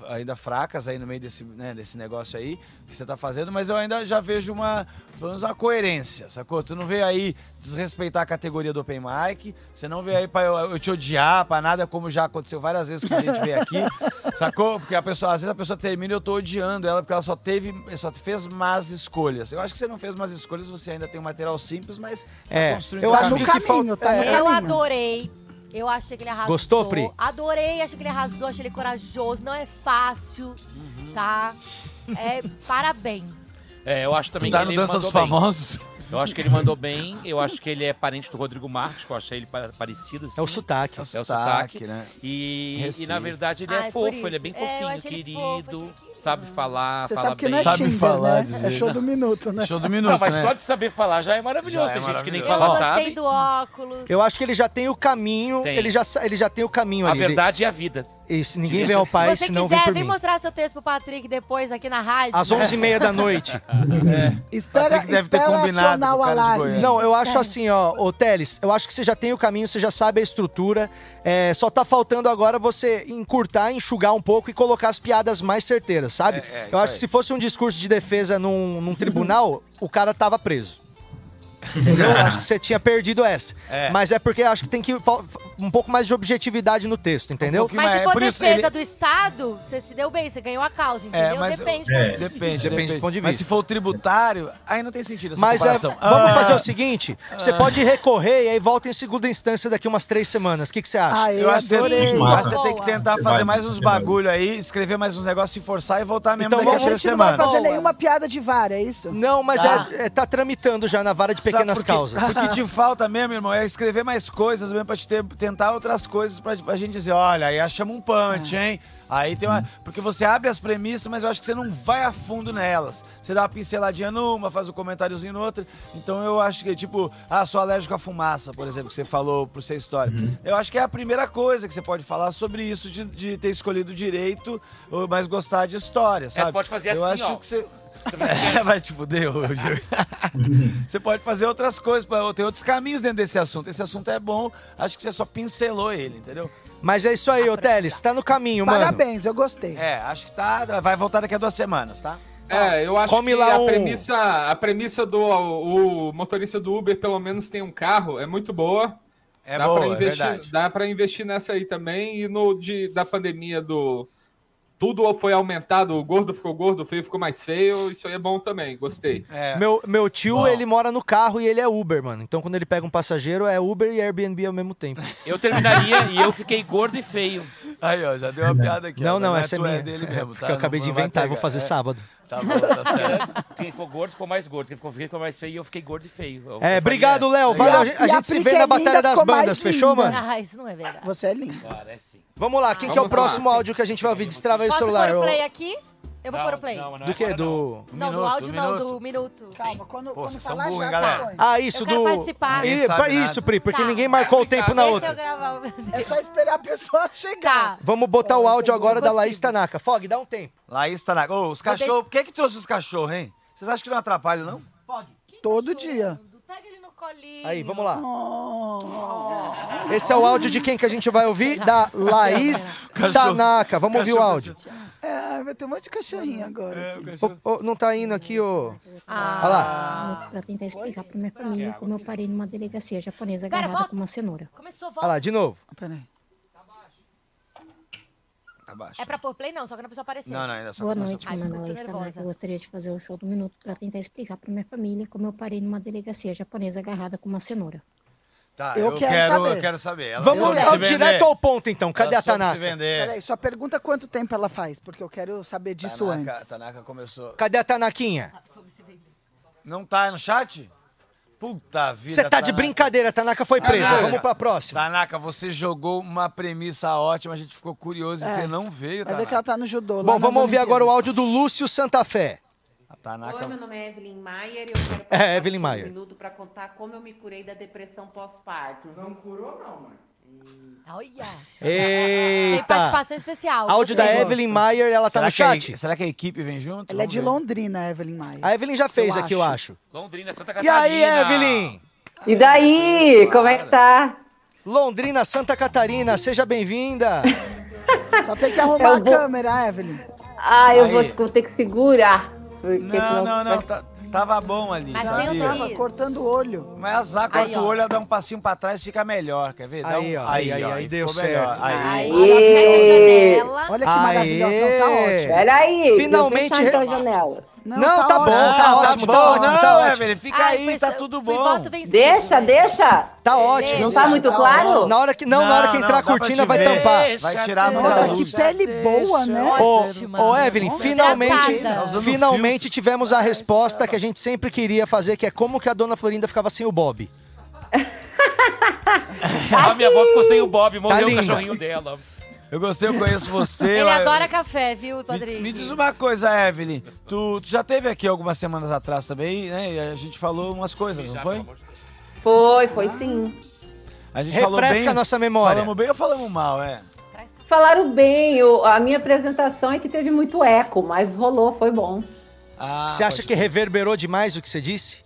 H: ainda fracas aí no meio desse, né, desse negócio aí que você tá fazendo, mas eu ainda já vejo uma, pelo menos uma coerência, sacou? Tu não veio aí desrespeitar a categoria do Open Mic, você não veio aí pra eu, eu te odiar, pra nada, como já aconteceu várias vezes que a gente veio aqui, sacou? Porque a pessoa, às vezes a pessoa termina e eu tô odiando ela, porque ela só teve, só fez más escolhas. Eu acho que você não fez más escolhas, você ainda tem um material simples, mas tá
D: É,
H: construindo
D: eu
H: um
D: acho que falta-
H: é,
G: Eu adorei. Eu achei que ele arrasou.
D: Gostou, Pri?
G: Adorei, achei que ele arrasou, achei ele corajoso. Não é fácil, tá? É, parabéns.
E: É, eu acho também
H: Tu tá
E: que
H: no
E: ele
H: Dança
E: mandou
H: dos
E: bem.
H: Famosos?
E: Eu acho que ele mandou bem. Eu acho que ele é parente do Rodrigo Marques, que eu achei ele pa- parecido. assim.
D: É o sotaque.
E: É o sotaque,
H: sotaque, né?
E: E, e,
H: Recife.
E: na verdade ele é
G: Ah, é por
E: fofo, ele é
G: isso.
E: bem
G: É, eu
E: fofinho,
G: achei ele
E: querido, sabe falar,
B: Você
E: Ah, fala
B: sabe que
E: bem.
B: não é Tinder, né? É show do minuto, né?
H: Show
E: do minuto, Não, mas né? só de saber falar já é maravilhoso.
H: Já é
E: Tem gente que nem
H: maravilhoso.
G: eu
E: fala, sabe?
G: gostei do óculos.
D: Eu acho que ele já tem o caminho,
E: Tem.
D: ele já, sa- ele já tem o caminho
E: A
D: ali. ele-
E: verdade é a vida.
D: Isso, ninguém vem ao pai,
G: Se você
D: senão vem
G: quiser,
D: por
G: vem
D: mim.
G: mostrar seu texto pro Patrick depois aqui na rádio.
O: É.
D: Às 11h30
O: [LAUGHS]
D: da noite.
B: Espera, espera acionar o alarme.
D: Não, eu acho
B: Espera.
D: assim, ó, ô Teles, eu acho que você já tem o caminho, você já sabe a estrutura. é, só tá faltando agora você encurtar, enxugar um pouco e colocar as piadas mais certeiras, sabe?
O: É, é, isso
D: eu
O: aí.
D: acho que se fosse um discurso de defesa num,
O: [LAUGHS]
D: num tribunal, o cara tava preso. Entendeu? Eu acho que você tinha perdido essa.
O: É.
D: Mas é porque eu acho que tem que fal- um pouco mais de objetividade no texto,
O: Um
D: entendeu?
G: [LAUGHS] Mas
O: é
G: se for defesa do Estado, você se deu bem, você ganhou a causa, entendeu? Depende.
H: eu-
D: É.
H: depende, depende,
D: Depende do ponto de
H: Mas
D: vista.
H: se for o tributário, aí não tem sentido essa
D: Mas é,
H: comparação.
D: vamos
H: Ah,
D: fazer o seguinte: você
H: ah.
D: pode recorrer e aí volta em segunda instância daqui umas três semanas. O que, que você acha?
H: eu acho que é você, eu acho que você tem que tentar
D: Você
H: fazer
D: vai,
H: mais uns
D: você vai.
H: bagulho aí, escrever mais uns negócios, se forçar e voltar mesmo
D: Então
H: daqui a
D: vamos-
H: três
D: A gente não vai
H: semanas.
D: fazer
B: Tem uma piada de vara, é isso?
D: Não, mas
H: Tá.
D: é, é- tá tramitando já na vara de
H: Sabe
D: pequenas
H: por quê?
D: causas.
H: O que te falta mesmo, irmão, é escrever mais coisas mesmo pra te ter- tentar outras coisas pra, pra gente dizer, olha, aí achamos um punch,
D: É.
H: hein? Aí tem uma. Porque você abre as premissas, mas eu acho que você não vai a fundo nelas. Você dá uma pinceladinha numa, faz um comentáriozinho no outro. Então eu acho que, tipo, ah, sou alérgico à fumaça, por exemplo, que você falou pro seu história.
K: Uhum.
H: Eu acho que é a primeira coisa que você pode falar sobre isso de, de ter escolhido direito, ou- mas gostar de história, sabe?
E: pode fazer
H: eu
E: assim,
H: acho
E: ó.
H: Que você... [LAUGHS] vai te fuder
E: [LAUGHS]
H: hoje. Você pode fazer outras coisas, pô, tem outros caminhos dentro desse assunto. Esse assunto é bom, acho que você só pincelou ele, entendeu?
D: Mas é isso aí, ô Teles, tá no caminho, mano.
B: Parabéns, eu gostei.
H: É, acho que tá. Vai voltar daqui a duas semanas, tá?
A: É, eu acho
H: Come
A: que
H: lá
A: a
H: um-
A: premissa, a premissa do o motorista do Uber pelo menos tem um carro, é muito boa.
H: É
A: dá
H: boa,
A: pra
H: é
A: investir,
H: verdade.
A: dá para investir nessa aí também e no de da pandemia do tudo foi aumentado, o gordo ficou gordo, o feio ficou mais feio, isso aí é bom também, gostei.
H: É.
D: Meu, meu tio, ele mora no carro e ele é Uber, mano. Então quando ele pega um passageiro, é Uber e Airbnb ao mesmo tempo.
E: Eu terminaria e eu fiquei gordo e feio.
H: Aí, ó, já deu uma piada aqui. ó,
D: Não, não,
H: é
D: essa é
H: tua,
D: minha.
H: dele mesmo, tá?
D: Que eu acabei de
H: Não vai
D: inventar, eu vou
H: pegar.
D: fazer
H: É.
D: sábado.
H: Tá bom,
E: [LAUGHS]
H: tá certo.
E: Quem ficou gordo ficou mais gordo. Quem ficou feio ficou mais feio. E eu fiquei gordo e feio. Eu-
D: É,
E: eu
D: obrigado,
E: faria-
D: Léo. Valeu. A gente- A gente se vê na Batalha das Bandas, fechou, mano?
G: Ah, isso não é verdade.
B: Você é lindo.
E: Parece.
D: Vamos lá, quem que é o
G: Vamos lá.
D: próximo áudio que a gente vai ouvir? Destrava aí o
G: Posso
D: celular.
G: pôr o
D: ô.
G: play aqui? Eu vou pôr o play.
D: Do que? Do.
G: é Não, do áudio não, do minuto. Calma,
B: quando,
D: Pô,
G: quando
D: vocês são
G: falar
D: burros,
G: já
D: hein, galera?
G: põe.
D: Ah, isso
G: eu quero
D: do-
Q: Tipo,
G: participar. Tá.
D: Ninguém Ih, sabe pa- isso, nada. Pri, porque ninguém marcou o tempo na
G: Deixa
D: outra.
G: eu gravar o-
B: É só esperar a pessoa chegar.
D: Vamos botar o áudio agora da Laís Tanaka. Fog, dá um tempo.
Q: Laís tá na. Ô, os
D: Vou
Q: cachorros.
H: é
Q: Por que que trouxe os cachorros, hein? Vocês acham que não atrapalha, não?
B: Todo dia.
D: Aí, vamos lá.
B: Oh.
D: Esse é o áudio de quem que a gente vai ouvir? Da Laís
B: [LAUGHS] Cachorro.
D: Tanaka. Vamos ouvir o
B: Cachorro.
D: áudio.
B: É, vai ter um monte de cachorrinho agora.
Q: É,
B: aqui.
D: Ô, ô, não tá indo aqui, ô. Olha lá.
R: Ah.
G: Ah.
R: Pra tentar explicar pra minha
G: É,
R: família como eu parei numa delegacia japonesa
G: Pera,
R: agarrada
G: volta.
R: com uma cenoura.
G: Começou, volta.
D: Olha lá, de novo.
B: Tá
G: É pra pôr play não, só que não precisa aparecer.
Q: Não, não, ainda só
R: Boa
Q: começou
R: noite,
Q: a
R: meu
Q: passar.
R: nome é
G: Tô
R: Laís Tanaka.
G: nervosa.
R: Eu gostaria de fazer o show do minuto pra tentar explicar pra minha família como eu parei numa delegacia japonesa agarrada com uma cenoura.
Q: Tá,
R: Eu
Q: eu,
R: quero
Q: quero, eu quero
R: saber.
Q: saber. Ela
D: Vamos
Q: soube
D: ao
Q: se vender.
D: direto ao ponto, então. Cadê
Q: Ela
D: a
Q: soube se
D: Tanaka?
Q: vender.
B: Peraí, só pergunta quanto tempo ela faz, porque eu quero saber disso
Q: Tanaka,
B: antes.
D: tá
Q: Tanaka começou.
D: Cadê a Tanaquinha?
Q: Não tá no chat? Puta vida.
D: Você tá de
Q: Tanaka.
D: brincadeira, Tanaka foi
H: Ah,
D: presa.
Q: Tanaka.
D: Vamos pra próxima.
Q: Tanaka, você jogou uma premissa ótima, a gente ficou curioso e
D: É.
Q: você não veio,
B: Vai
Q: Tanaka.
B: ver que ela tá no judô. lá
D: Bom,
B: nas
D: vamos ouvir
B: Olimpíadas.
D: agora o áudio do Lúcio Santa Fé. A
S: Oi, meu
D: Tanaka.
S: nome é Evelyn Maier e eu quero
D: [LAUGHS] É,
S: passar
D: Evelyn
S: aqui
D: Maier.
S: um minuto para contar como eu me curei da depressão pós-parto. Não curou não, mãe.
G: Olha. Tem
D: Eita.
G: participação especial.
D: Áudio da
G: Gostei.
D: Evelyn Maier, ela tá
Q: Será
D: no
Q: que a
D: chat.
Q: equi- será que a equipe vem junto?
B: Ela é de Londrina, Evelyn Maia.
D: A Evelyn já fez aqui, eu acho.
E: Londrina, Santa
D: E
E: Catarina.
D: aí, Evelyn?
T: E daí? Como é que tá?
D: Londrina, Santa Catarina, seja bem-vinda.
B: Só tem que arrumar
D: Eu
B: a
D: vou-
B: câmera, Evelyn.
T: Ah, eu
D: Aí.
T: vou, vou ter que segurar. Porque
Q: Não, não, não.
T: Tá...
Q: tá- tava bom ali.
B: Mas
Q: sabia?
B: sem o Tava Thaís. tá cortando o olho.
Q: Mas é azar,
B: Aí,
Q: corta o
B: ó.
Q: olho, ela dá um passinho pra trás fica melhor. Quer ver? Dá
D: Aí,
Q: um-
D: ó, aí, aí deu
Q: ficou
D: certo.
Q: melhor. Aí.
B: Olha que maravilhosa, não tá ótimo.
T: Peraí, Finalmente.
D: Finalmente
T: Fechar
D: re-
T: então a janela.
D: Não, tá, bom, tá ótimo, tá ótimo, tá ótimo. fica aí, tá tudo bom.
T: Deixa, deixa.
D: Tá ótimo.
T: Não tá muito claro?
D: Na hora que, não, na hora que entrar a cortina vai tampar.
Q: Vai tirar muita
B: Nossa,
Q: luz.
B: que pele boa, né?
D: Ô, ô, Evelyn, finalmente,
B: Tratada. Tá usando
D: finalmente tivemos a resposta que a gente sempre queria fazer, que é como que a dona Florinda ficava sem o Bob.
E: A minha avó ficou sem o Bob, morreu
D: Tá
E: o
D: linda.
E: cachorrinho dela.
Q: Eu gostei, eu conheço você.
G: Ele
Q: eu-
G: adora café, viu, Patrick?
Q: Me diz uma coisa, Evelyn. Tu, tu já teve aqui algumas semanas atrás também, né? E a gente falou umas coisas, não foi?
T: Foi, foi sim.
Q: A gente
D: Refresca a nossa memória.
Q: Falamos bem ou falamos mal, é?
T: Falaram bem, eu- a minha apresentação é que teve muito eco, mas rolou, foi bom. [LAUGHS]
Q: Ah,
D: você acha que reverberou demais o que você disse?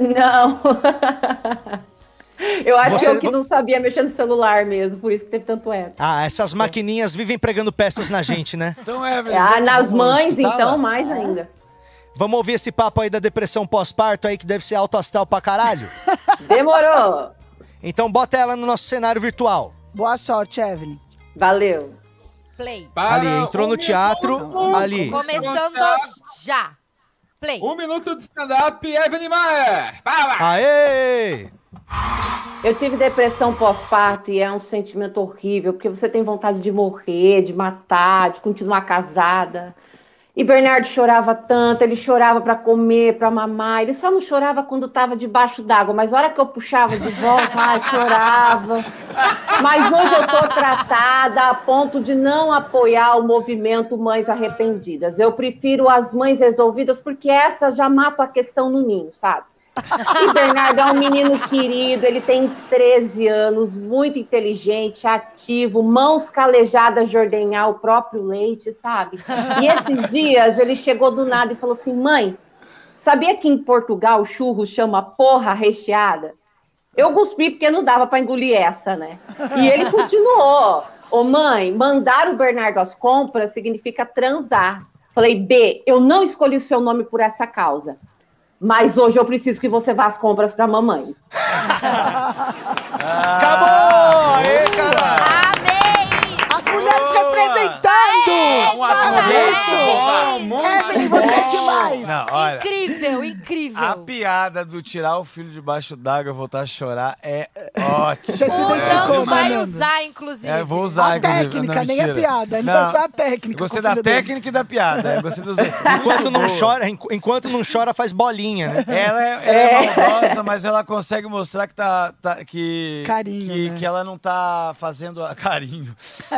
T: Não. [LAUGHS] Eu acho
D: Você-
T: que eu que não sabia mexer no celular mesmo, por isso que teve tanto eco.
D: Ah, essas maquininhas vivem pregando peças na gente, né?
Q: Então, Evelyn.
T: Ah,
D: vamos-
T: nas
D: vamos
T: mães,
D: escutá-la?
T: então, mais ainda.
D: Vamos ouvir esse papo aí da depressão pós-parto aí, que deve ser alto astral pra caralho?
T: [LAUGHS] Demorou.
D: Então bota ela no nosso cenário virtual.
B: Boa sorte, Evelyn.
T: Valeu.
G: Play.
D: Ali, entrou no teatro, ali.
G: Começando já. Play.
A: Um minuto de stand-up, Evelyn Maia.
D: Aê!
T: Eu tive depressão pós-parto e é um sentimento horrível, porque você tem vontade de morrer, de matar, de continuar casada. E Bernardo chorava tanto, ele chorava pra comer, pra mamar, ele só não chorava quando tava debaixo d'água, mas a hora que eu puxava de volta, ai, chorava. Mas hoje eu tô tratada a ponto de não apoiar o movimento Mães Arrependidas. Eu prefiro as mães resolvidas, porque essas já matam a questão no ninho, sabe? E Bernardo é um menino querido, ele tem 13 anos, muito inteligente, ativo, mãos calejadas de ordenhar o próprio leite, sabe? E esses dias ele chegou do nada e falou assim: mãe, sabia que em Portugal churros chama porra recheada? Eu cuspi porque não dava pra engolir essa, né? E ele continuou. Ô mãe, mandar o Bernardo às compras significa transar. Falei, B, eu não escolhi o seu nome por essa causa. Mas hoje eu preciso que você vá às compras pra mamãe.
D: Acabou! Aê, caralho!
B: As mulheres representando!
D: Umas mulheres
B: Parabéns!
D: boas,
B: Evelyn, você é demais!
Q: Não,
H: Não, olha.
G: Incrível, incrível.
H: A piada do tirar o filho debaixo d'água e voltar a chorar é ótima.
B: Você se identificou,
H: É,
G: Vai
B: Fernando.
G: usar, inclusive.
H: É, eu vou usar,
B: A
H: inclusive.
B: técnica,
H: Não,
B: nem a
H: mentira.
B: piada. né? Ele vai
H: Não.
B: usar a técnica
H: Gostei
B: com o
H: da
B: filho dele.
H: técnica e da piada. eu Gostei dos...
D: Enquanto não chora, enqu- enquanto não chora, faz bolinha, né?
H: Ela é, ela é maldosa, mas ela consegue mostrar que tá. tá- que,
D: Carinho, né?
H: Que, que ela não tá fazendo a- [LAUGHS] carinho.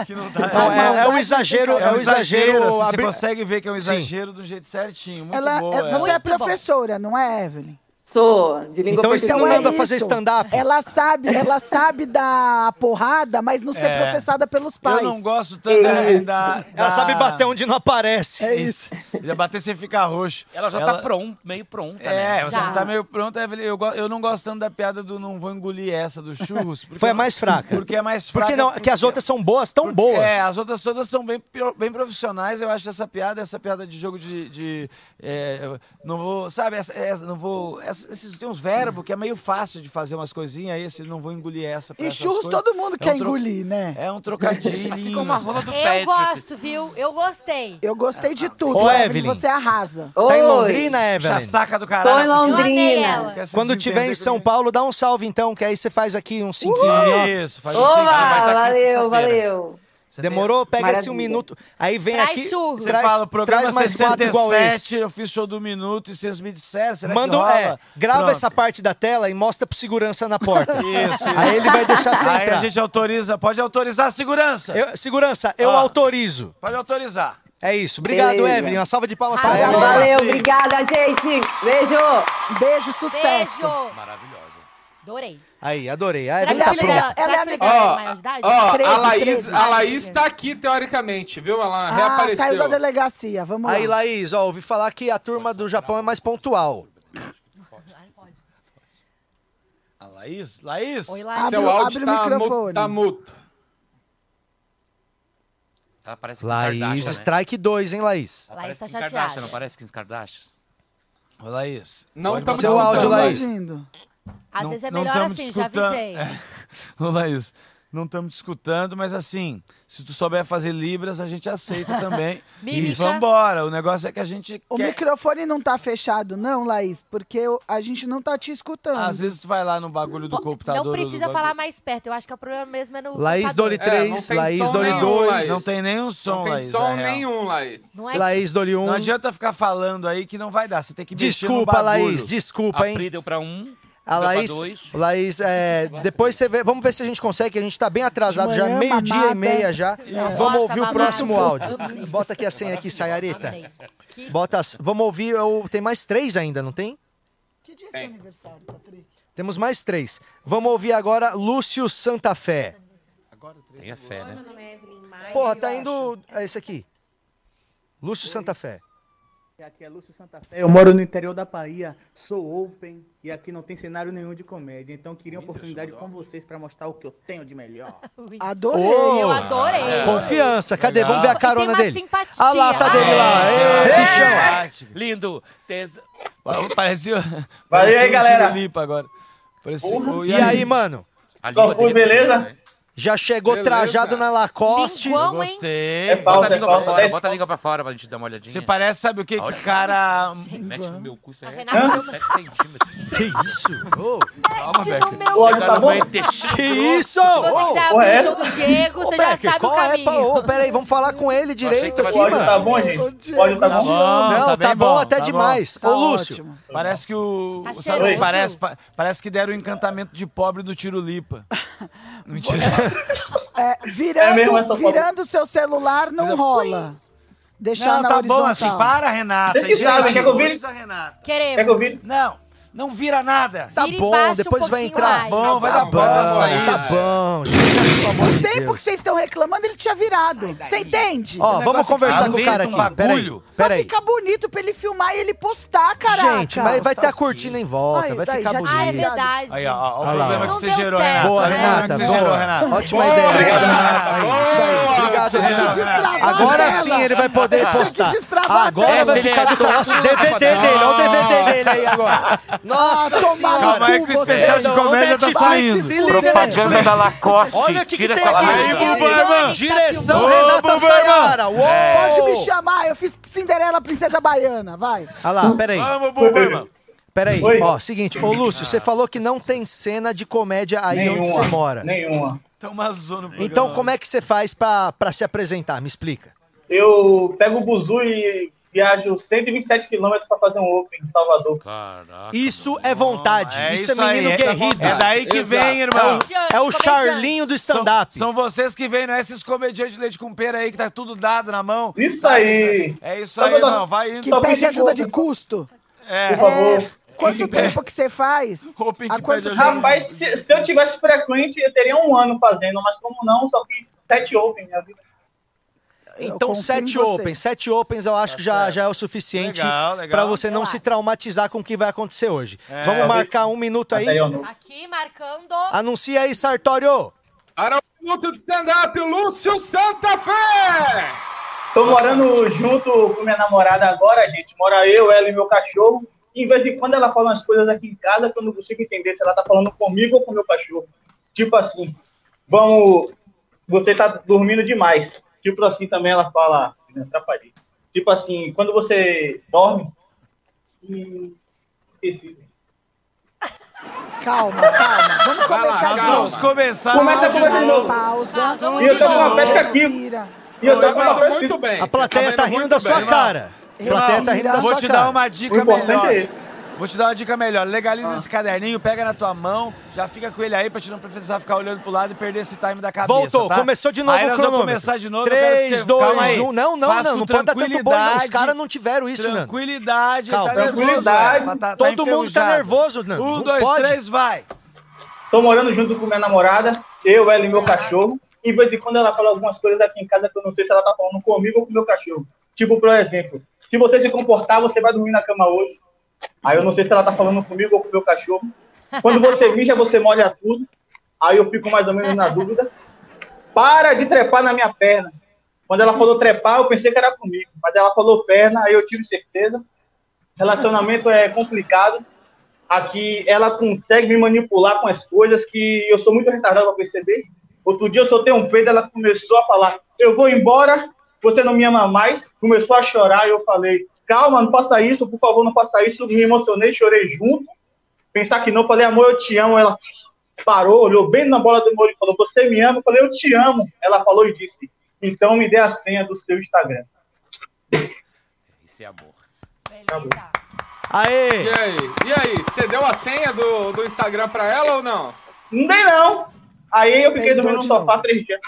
H: Que não tá,
D: Não, é- é um exagero- é um exagero,
H: assim,
D: abri-
H: Você consegue ver que é um
D: Sim.
H: exagero do jeito certinho. Muito
B: Ela,
H: boa.
B: é-
H: essa.
B: você é professora, não é, Evelyn? É
T: Sou, de língua
D: Então isso
T: portuguesa.
D: não manda fazer stand-up?
B: Ela sabe, ela sabe da porrada, mas não ser
D: É.
B: processada pelos pais. É
H: Eu não gosto tanto da, da-
D: Ela
H: da-
D: sabe bater um onde não aparece.
H: Ah. É isso. Já bater, você fica roxo.
E: Ela já tá pronta, meio pronta, né?
H: É, você já tá meio pronta, Evelyn. Eu, go- eu não gosto tanto da piada do não vou engolir essa do churros. porque-
D: Foi a mais fraca.
H: Porque é mais fraca.
D: Porque não, que as outras são boas, tão boas.
H: É, as outras todas são bem, pio- bem profissionais. Eu acho essa piada, essa piada de jogo de. de, é, eu não vou. Sabe, essa, essa- não vou. essa- esses, tem uns verbos que é meio fácil de fazer umas coisinhas, esse não vou engolir essa. pra
B: E
H: essas
B: churros
H: coisas.
B: todo mundo
H: É um
B: quer
H: tro-
B: engolir, né?
H: É um trocadilho.
T: Assim
E: Ficou uma rola do
G: Eu
E: Patrick.
G: gosto, viu? Eu gostei.
B: Eu gostei de tudo,
D: Ô,
B: Evelyn,
D: Evelyn.
B: Você arrasa.
D: Tá em Londrina, Evelyn?
H: Saca
B: Tô
H: do
B: em
D: caralho.
B: Londrina.
D: Quando tiver em São Paulo, dá um salve então, que aí você faz aqui um cinquinho. ó.
H: Isso, faz
T: um Oba, cinquinho. vai tá aqui valeu, sexta-feira. valeu.
D: Você Demorou? Pega esse
T: Maravilha.
D: um minuto. Aí vem
T: Traz
D: aqui.
T: churros.
H: Você fala, programa
D: traz mais quatro
H: 67,
D: igual esse.
H: eu fiz show do minuto e vocês me disseram, será
D: Manda,
H: que rola?
D: é, grava
H: Pronto.
D: essa parte da tela e mostra pro segurança na porta.
H: [LAUGHS] Isso, isso.
D: Aí ele vai deixar você
H: Aí
D: entrar.
H: a gente autoriza, pode autorizar a segurança.
D: Eu- segurança, eu
H: Ó.
D: autorizo.
H: Pode autorizar.
D: É isso. Obrigado,
H: Beleza.
D: Evelyn. Uma salva de palmas para
T: Arrasou,
D: ela.
T: Valeu, obrigada, gente. Beijo.
B: Beijo,
G: Beijo.
E: Maravilhosa.
G: Adorei.
D: Aí, adorei. A
G: Será
D: Evelyn
G: que
D: tá
G: a filha dela-
D: pronta.
G: será que a filha dela é maior de idade?
B: ó,
A: a
B: 13,
A: Laís,
B: 13.
A: a Laís tá aqui, teoricamente, viu? Ela
B: Ah,
A: reapareceu.
B: saiu da delegacia. Vamos
D: Aí,
B: lá.
D: Laís, ó, ouvi falar que a turma do Japão é mais pontual.
H: A Ah, Laís, Laís.
B: Oi,
A: Laís. Seu áudio tá mu- tá muto.
E: Ela parece que
D: Laís,
E: Kardashian, né?
D: strike 2, hein, Laís?
E: Ela
G: Laís
E: parece
G: tá
E: Kim Kardashian,
G: chateada.
E: não parece Kim Kardashian?
H: Ô, Laís.
A: Não
H: pode
A: tamo
H: você-
A: te
D: Seu áudio,
A: escutando.
D: Laís.
G: Às
H: Não-
G: vezes é
H: não
G: melhor
H: tamo te
G: assim, já
H: escutando.
G: avisei.
H: É. [LAUGHS] Ô, Laís, não estamos discutando, mas assim, se tu souber fazer libras, a gente
G: [LAUGHS]
H: aceita também.
B: Mímica.
H: E vambora, o negócio é que a gente
B: O
H: quer...
B: microfone não tá fechado, não, Laís, porque eu- a gente não tá te escutando.
H: Às vezes tu vai lá no bagulho do
D: Tá
H: computador...
G: não
H: ou do
G: precisa
H: bagulho-
G: falar mais perto. Eu acho que o problema mesmo é no.
D: Laís
G: computador.
D: Doli
H: É,
D: 3, Laís Doli
A: nenhum,
D: 2.
A: Laís.
H: Não tem nenhum som,
A: Não tem
H: Laís.
A: som
H: na real.
A: nenhum, Laís.
G: Não
D: é- Laís Doli um.
H: Não adianta ficar falando aí que não vai dar. Você tem que
D: Desculpa,
H: mexer no bagulho.
D: Laís, desculpa,
E: A
D: hein?
E: Pri deu pra um,
D: A Ah,
E: deu
D: Laís,
E: pra dois.
D: Laís é, depois você vê. Vamos ver se a gente consegue, que a gente tá bem atrasado
B: De
D: já,
B: manhã,
D: meio-dia
B: mamada.
D: e meia já.
B: Isso.
D: Vamos
B: Nossa,
D: ouvir o
B: mamada.
D: próximo áudio.
B: Amei.
D: Bota aqui a senha aqui, Sayarita. Bota, as- vamos ouvir. eu- tem mais três ainda, não tem?
B: Que dia é seu aniversário, Patrick?
D: Temos mais três. Vamos ouvir agora Lúcio Santa Fé.
E: Tenha fé, né?
S: Meu nome é Evelyn Maia.
D: Porra, tá indo. É esse aqui. Lúcio Santa Fé.
U: Aqui é Lúcio Santa Fé. Eu moro no interior da Bahia, sou open e aqui não tem cenário nenhum de comédia. Então queria uma oportunidade com vocês para mostrar o que eu tenho de melhor.
B: Adorei.
D: Ô,
B: eu adorei.
D: Confiança, cadê?
E: Legal.
D: Vamos ver a
E: E
D: carona
G: tem uma
D: dele.
G: simpatia.
D: A lata dele lá.
H: É,
D: Ê,
H: é.
D: bichão.
E: Lindo. Tese-
H: Parecia. parecia
U: aí,
H: um
U: galera.
H: Tirilipa agora. Parecia, Ô,
D: E aí, mano?
E: A língua
U: Só fui,
E: dele é
U: beleza?
E: bonita, né?
D: Já chegou
E: Beleza.
D: trajado na Lacoste.
G: Linguão, hein?
H: Gostei.
U: É
E: Bota a
U: falta, é
E: língua pra fora,
U: falta.
E: bota a língua pra fora pra gente dar uma olhadinha.
H: Você parece, sabe o que? Que cara.
E: Mete no meu cu, isso aí é
G: Renata deu uma-
E: 7 centímetros.
D: Que isso? Ô,
H: Calma, Becker.
U: Olha, tá
E: Agora
U: bom?
H: é
E: vai intestino.
D: Que isso?
G: Se você quiser
U: Ô,
G: abrir
U: é?
G: o show do Diego,
D: Ô,
G: você já
D: Becker,
G: sabe o
D: qual é? pa-
G: caminho.
D: Ô, peraí, vamos falar com ele direito
E: que
D: aqui,
U: O áudio tá
D: mano.
U: bom, gente? O áudio tá
H: Tá
U: bom?
H: bom,
D: Não, tá
H: bem
D: bom até
H: tá
D: demais.
B: Tá
D: Ô, Lúcio.
B: ótimo.
H: Parece que o.
G: Tá
H: sabe,
G: cheiroso.
H: parece, pa- parece que deram o encantamento de pobre do
D: [LAUGHS]
H: Tirolipa. Mentira.
B: É,
U: É mesmo
B: virando
U: essa
B: o virando seu celular não rola. Deixar
H: Não,
B: na
H: tá bom
B: horizontal.
H: assim. Para, Renata.
U: Vocês que
H: Gente,
U: sabem, quer que eu vire?
H: usa, Renata.
U: Quer que eu vire?
G: Queremos.
H: Não, não vira nada.
D: Tá
G: Vira e
D: bom,
G: baixa um
D: depois vai
G: pouquinho
D: entrar.
G: mais.
H: Bom, vai
D: Tá
H: dar
D: bom,
H: bosta
D: Tá
H: isso.
D: bom, gente. Pelo amor
B: O
D: de
B: tempo
D: Deus.
B: que vocês estão reclamando, ele tinha virado. Você entende?
D: Ó,
H: negócio é
D: vamos
H: que
D: conversar
H: você
D: com o cara
H: inventa
D: aqui.
H: um
D: Peraí,
H: bagulho.
B: Pra
D: peraí.
B: ficar bonito pra ele filmar e ele postar, caraca.
D: Gente, mas vai ter
H: Mostrar
D: a
H: o quê?
D: cortina em volta,
B: Aí,
D: vai
B: daí,
D: ficar
B: já-
D: bonito.
G: Ah, é
B: Diego.
G: verdade.
H: Aí, ó, ó, o
D: Olha lá.
H: problema é que
G: Não
H: você
G: deu
H: gerou,
G: certo,
H: Renata.
D: Boa,
H: Olha o problema
D: Renata,
H: que você gerou, Renata.
D: boa. Ótima ideia.
H: Obrigado,
D: Renata. Aí, isso aí. Obrigado, Renata.
B: destravar
D: Agora
B: a
D: sim
B: tela.
D: ele vai poder
B: Tinha que
D: postar.
B: destravar a
D: Agora
B: tela.
D: vai
E: Esse
D: ficar do
E: diretor-
D: nosso DVD dele. Olha o DVD dele aí agora. Nossa senhora!
H: Calma aí que o especial de comédia tá saindo.
C: Propaganda da Lacoste.
D: Olha o que, que
C: Tira
D: tem
C: essa
D: aqui.
C: lapada. Aí, Buberman.
D: Direção
C: Ô,
D: É Renata
C: Buberman.
D: Sayara. Uou.
C: É.
B: Pode me chamar, eu fiz Cinderela Princesa Baiana, vai.
D: Ah lá, peraí.
B: Vamos,
D: Buberman. Peraí,
B: Oi.
D: ó, seguinte, ô Lúcio, você falou que não tem cena de comédia aí onde você mora.
H: Tá uma zona. pro
D: Então,
H: programa.
D: como é que você faz pra, pra se apresentar? Me explica.
O: Eu pego o buzu e viajo 127 quilômetros pra fazer um open em Salvador.
D: Isso é vontade.
H: É
D: isso, é menino
H: aí, essa
D: guerrido.
H: vontade. É daí que vem, irmão.
D: É o, é o Charlinho do stand-up.
H: São, são vocês que vêm, não é esses comediantes de leite com pera aí que tá tudo dado na mão.
O: Isso
H: Tá,
O: aí.
H: isso- É isso
O: Só
H: aí,
O: vou dar-
H: irmão. Vai indo.
B: Que pede ajuda de custo.
H: É.
O: Por favor.
B: Quanto tempo que você faz? Há quanto tempo?
O: Rapaz, se, se eu tivesse frequente, eu teria um ano fazendo, mas como não, só fiz sete open minha vida.
D: Então, sete opens. Sete opens eu acho
H: Tá
D: que já, já é o suficiente
O: Legal, legal.
D: pra você não se traumatizar com o que vai acontecer hoje.
O: É.
D: Vamos marcar um minuto aí.
G: Aqui, marcando.
D: Anuncia aí, Sartório.
A: Para o minuto de stand-up, Lúcio Santa Fé!
O: Tô morando junto com minha namorada agora, gente. Mora eu, ela e meu cachorro. E em vez de quando ela fala umas coisas aqui em casa que eu não consigo entender se ela tá falando comigo ou com meu cachorro. Tipo assim, vamos. Você tá dormindo demais. Tipo assim também ela fala. Me atrapalhei. Tipo assim, quando você dorme. Hum, Esqueci.
B: Calma, calma. Vamos
H: Vai lá,
B: começar de
H: nós
B: novo.
H: vamos começar.
B: Pausa,
H: Vamos de novo.
B: Pausa.
H: Vamos E eu tô de com uma novo. pesca aqui.
B: Respira.
H: E eu tô com uma pesca aqui. Muito bem.
D: A plateia
H: Você
D: tá
H: tá vendo
D: rindo da
H: muito
D: sua
H: bem,
D: cara. A
H: Irmão,
D: plateia tá rindo da
H: vou
D: sua cara.
H: te dar uma dica
D: O importante
H: melhor.
D: é esse.
H: Vou te dar uma dica melhor. Legaliza esse caderninho, pega na tua mão, já fica com ele aí pra te não precisar ficar olhando pro lado e perder esse time da cabeça.
D: Voltou,
H: tá?
D: começou de novo
H: aí
D: o
H: nós
D: cronômetro.
H: Vamos começar de novo. eu quero que
D: 3,
H: você...
D: 2,
H: Calma
D: 1. Não, não,
H: Faça
D: não.
H: com
D: Não pode dar tempo bom. não. Os
H: tranquilidade.
D: caras não tiveram isso, Nando.
H: Tranquilidade,
D: Calma,
H: tá nervoso,
D: tranquilidade.
H: velho. Tá- tá
D: Todo mundo tá
H: enferrujado.
D: nervoso, Nando.
H: Um,
D: Não
H: dois,
D: pode.
H: três, vai.
O: Tô morando junto com minha namorada, eu, ela e meu cachorro. E de vez em quando ela fala algumas coisas aqui em casa que eu não sei se ela tá falando comigo ou com meu cachorro. Tipo, por exemplo, se você se comportar, você vai dormir na cama hoje. Aí eu não sei se ela tá falando comigo ou com meu cachorro. Quando você mija, você molha tudo. Aí eu fico mais ou menos na dúvida. Para de trepar na minha perna. Quando ela falou trepar, eu pensei que era comigo. Mas ela falou perna, aí eu tive certeza. Relacionamento é complicado aqui ela consegue me manipular com as coisas que eu sou muito retardado para perceber. Outro dia eu soltei um peido, ela começou a falar: Eu vou embora, você não me ama mais. Começou a chorar e eu falei: Calma, não faça isso, por favor, não faça isso. Me emocionei, chorei junto. Pensar que não, falei: Amor, eu te amo. Ela parou, olhou bem na bola do meu olho e falou: Você me ama? Eu falei: Eu te amo. Ela falou e disse: Então me dê a senha do seu Instagram.
C: Esse é amor.
D: Aê!
A: E aí? E aí? Você deu a senha do, do Instagram pra ela ou não?
O: Não dei não. Aí eu fiquei
A: Peidou
O: dormindo no
A: de
O: sofá três dias.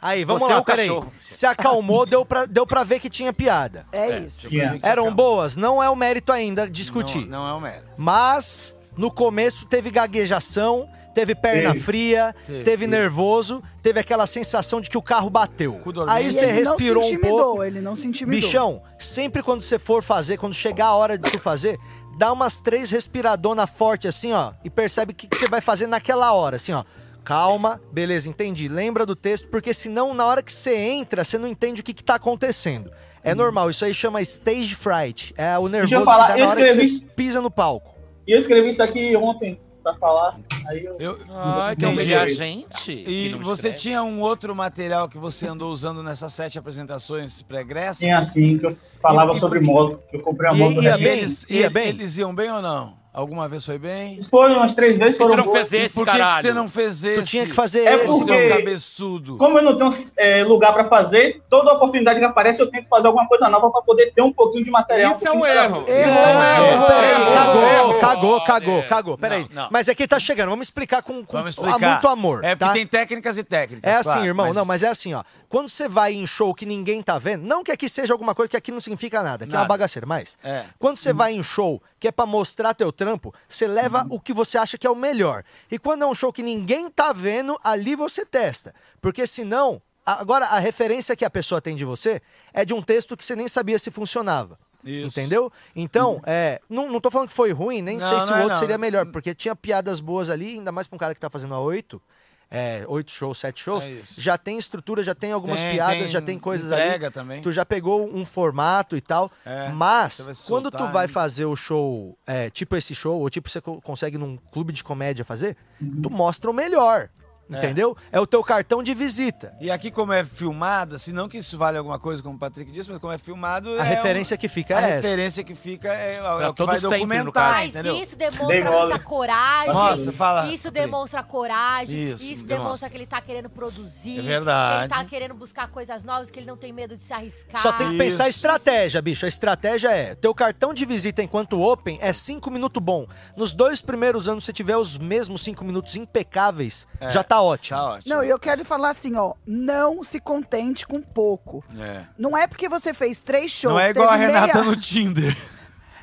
D: Aí, vamos
O: Você é
D: lá,
O: o
D: peraí.
O: cachorro.
D: Se acalmou, deu pra, deu pra ver que tinha piada.
B: É, isso.
O: deixa eu ver que
D: Eram boas, não é o mérito ainda discutir.
H: Não, é o mérito.
D: Mas, no começo, teve gaguejação, teve perna
H: Teve.
D: fria, teve,
H: Teve.
D: nervoso, teve aquela sensação de que o carro bateu. Aí
B: E ele não se
D: você respirou um
B: intimidou,
D: pouco.
B: Ele não se intimidou.
D: Bichão, sempre quando você for fazer, quando chegar a hora de tu fazer, dá umas três respiradonas forte assim, ó, e percebe o que, que você vai fazer naquela hora, assim, ó. Calma, beleza, entendi. Lembra do texto, porque senão na hora que você entra, você não entende o que, que tá acontecendo. É normal, isso aí chama stage fright. É o
O: Hum. eu
D: nervoso
O: falar,
D: que dá
O: eu
D: na hora que você
O: escrevi-
D: pisa no palco.
O: E eu escrevi isso aqui ontem pra falar. Aí eu.
H: Ah,
O: Não
H: entendi.
O: lembrei.
H: E você tinha um outro material que você andou usando nessas sete apresentações pregressas?
O: Tinha assim, que eu falava
H: E- e
O: sobre
H: por-
O: moto. Eu comprei a
H: E-
O: moto
H: e
O: daqui.
H: eles, e- Eles iam bem ou não? Alguma vez foi bem?
O: Foram umas três vezes,
H: Por que
O: foram
H: tu não
O: boas.
H: fez esse, E por que que caralho? você não fez esse?
D: Tu tinha que fazer
O: é
D: esse,
O: porque,
D: seu
H: cabeçudo.
O: Como eu não tenho é, lugar pra fazer, toda oportunidade que aparece eu tento fazer alguma coisa nova pra poder ter um pouquinho de material.
A: Isso é um
O: pouquinho de
A: erro.
O: trabalho. um
D: Não, peraí, cagou,
O: É erro.
D: cagou, cagou, cagou. Peraí.
H: Não, não.
D: Mas é quem tá chegando, vamos explicar com, com
H: Vamos explicar.
D: muito amor.
H: É porque
D: tá?
H: tem técnicas e técnicas.
D: É assim,
H: claro,
D: irmão. Não, mas é assim, ó. Quando você vai em show que ninguém tá vendo, não que aqui seja alguma coisa que aqui não significa nada, que é uma
H: Nada.
D: bagaceira, mas.
H: É.
D: Quando você vai em show que é pra mostrar teu trampo, você leva o que você acha que é o melhor. E quando é um show que ninguém tá vendo, ali você testa. Porque senão. a- Agora, a referência que a pessoa tem de você é de um texto que você nem sabia se funcionava.
H: Isso.
D: Entendeu? Então, é, não, não tô falando que foi ruim, nem
H: Não,
D: sei se
H: não
D: o
H: é
D: outro
H: não.
D: seria melhor, porque tinha piadas boas ali, ainda mais pra um cara que tá fazendo a oito. é, oito shows, sete shows,
Q: É isso.
D: já tem estrutura, já tem algumas
Q: Tem,
D: piadas,
Q: tem
D: já tem coisas
Q: entrega
D: ali.
Q: também.
D: Tu já pegou um formato e tal.
Q: É, você
D: mas
Q: vai se
D: quando tu
Q: soltar,
D: vai
Q: hein?
D: fazer o show, é, tipo esse show, ou tipo você co- consegue num clube de comédia fazer,
B: Uhum.
D: tu mostra o melhor.
Q: É.
D: Entendeu? É o teu cartão de visita.
Q: E aqui, como é filmado, assim, não que isso vale alguma coisa, como o Patrick disse, mas como é filmado.
D: A
Q: é
D: referência
Q: uma-
D: que fica
Q: a
D: é essa.
Q: referência que fica é, é o que
D: todo
Q: vai
D: sempre, no
Q: documentar,
D: caso.
G: Mas
Q: entendeu?
G: isso demonstra muita coragem.
Q: Nossa, fala,
G: Isso
Q: Rodrigo.
G: demonstra coragem. Isso,
Q: Isso,
G: demonstra.
Q: demonstra.
G: que ele tá querendo produzir.
D: É verdade.
G: Que ele tá querendo buscar coisas novas, que ele não tem medo de se arriscar.
B: Tá.
D: Só tem que pensar a estratégia, bicho. A estratégia é: teu cartão de visita enquanto open é cinco minutos bom. Nos dois primeiros anos, se tiver os mesmos cinco minutos impecáveis,
B: É,
D: já tá ótimo.
B: Não, e eu quero falar assim, ó, não se contente com pouco.
D: É.
B: Não é porque você fez três shows.
Q: Não é igual a
B: teve
Q: Renata
B: meia-
Q: no Tinder.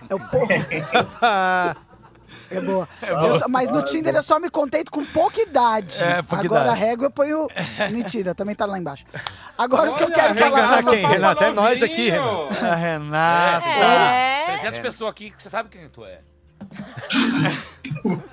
B: É o porra. [LAUGHS] É boa. Eu só- mas no Tinder eu só me contento com pouca idade.
Q: É, pouca
B: Agora
Q: idade.
B: a régua eu ponho. Mentira, também tá lá embaixo. Agora o que eu
E: Olha,
B: quero falar.
D: Renata
B: pra
D: quem,
B: vocês-
D: Renata? É nós aqui, Ah, Renata. A
E: [LAUGHS]
D: Renata.
E: É. 300 pessoas aqui que você sabe quem tu é.
D: [LAUGHS]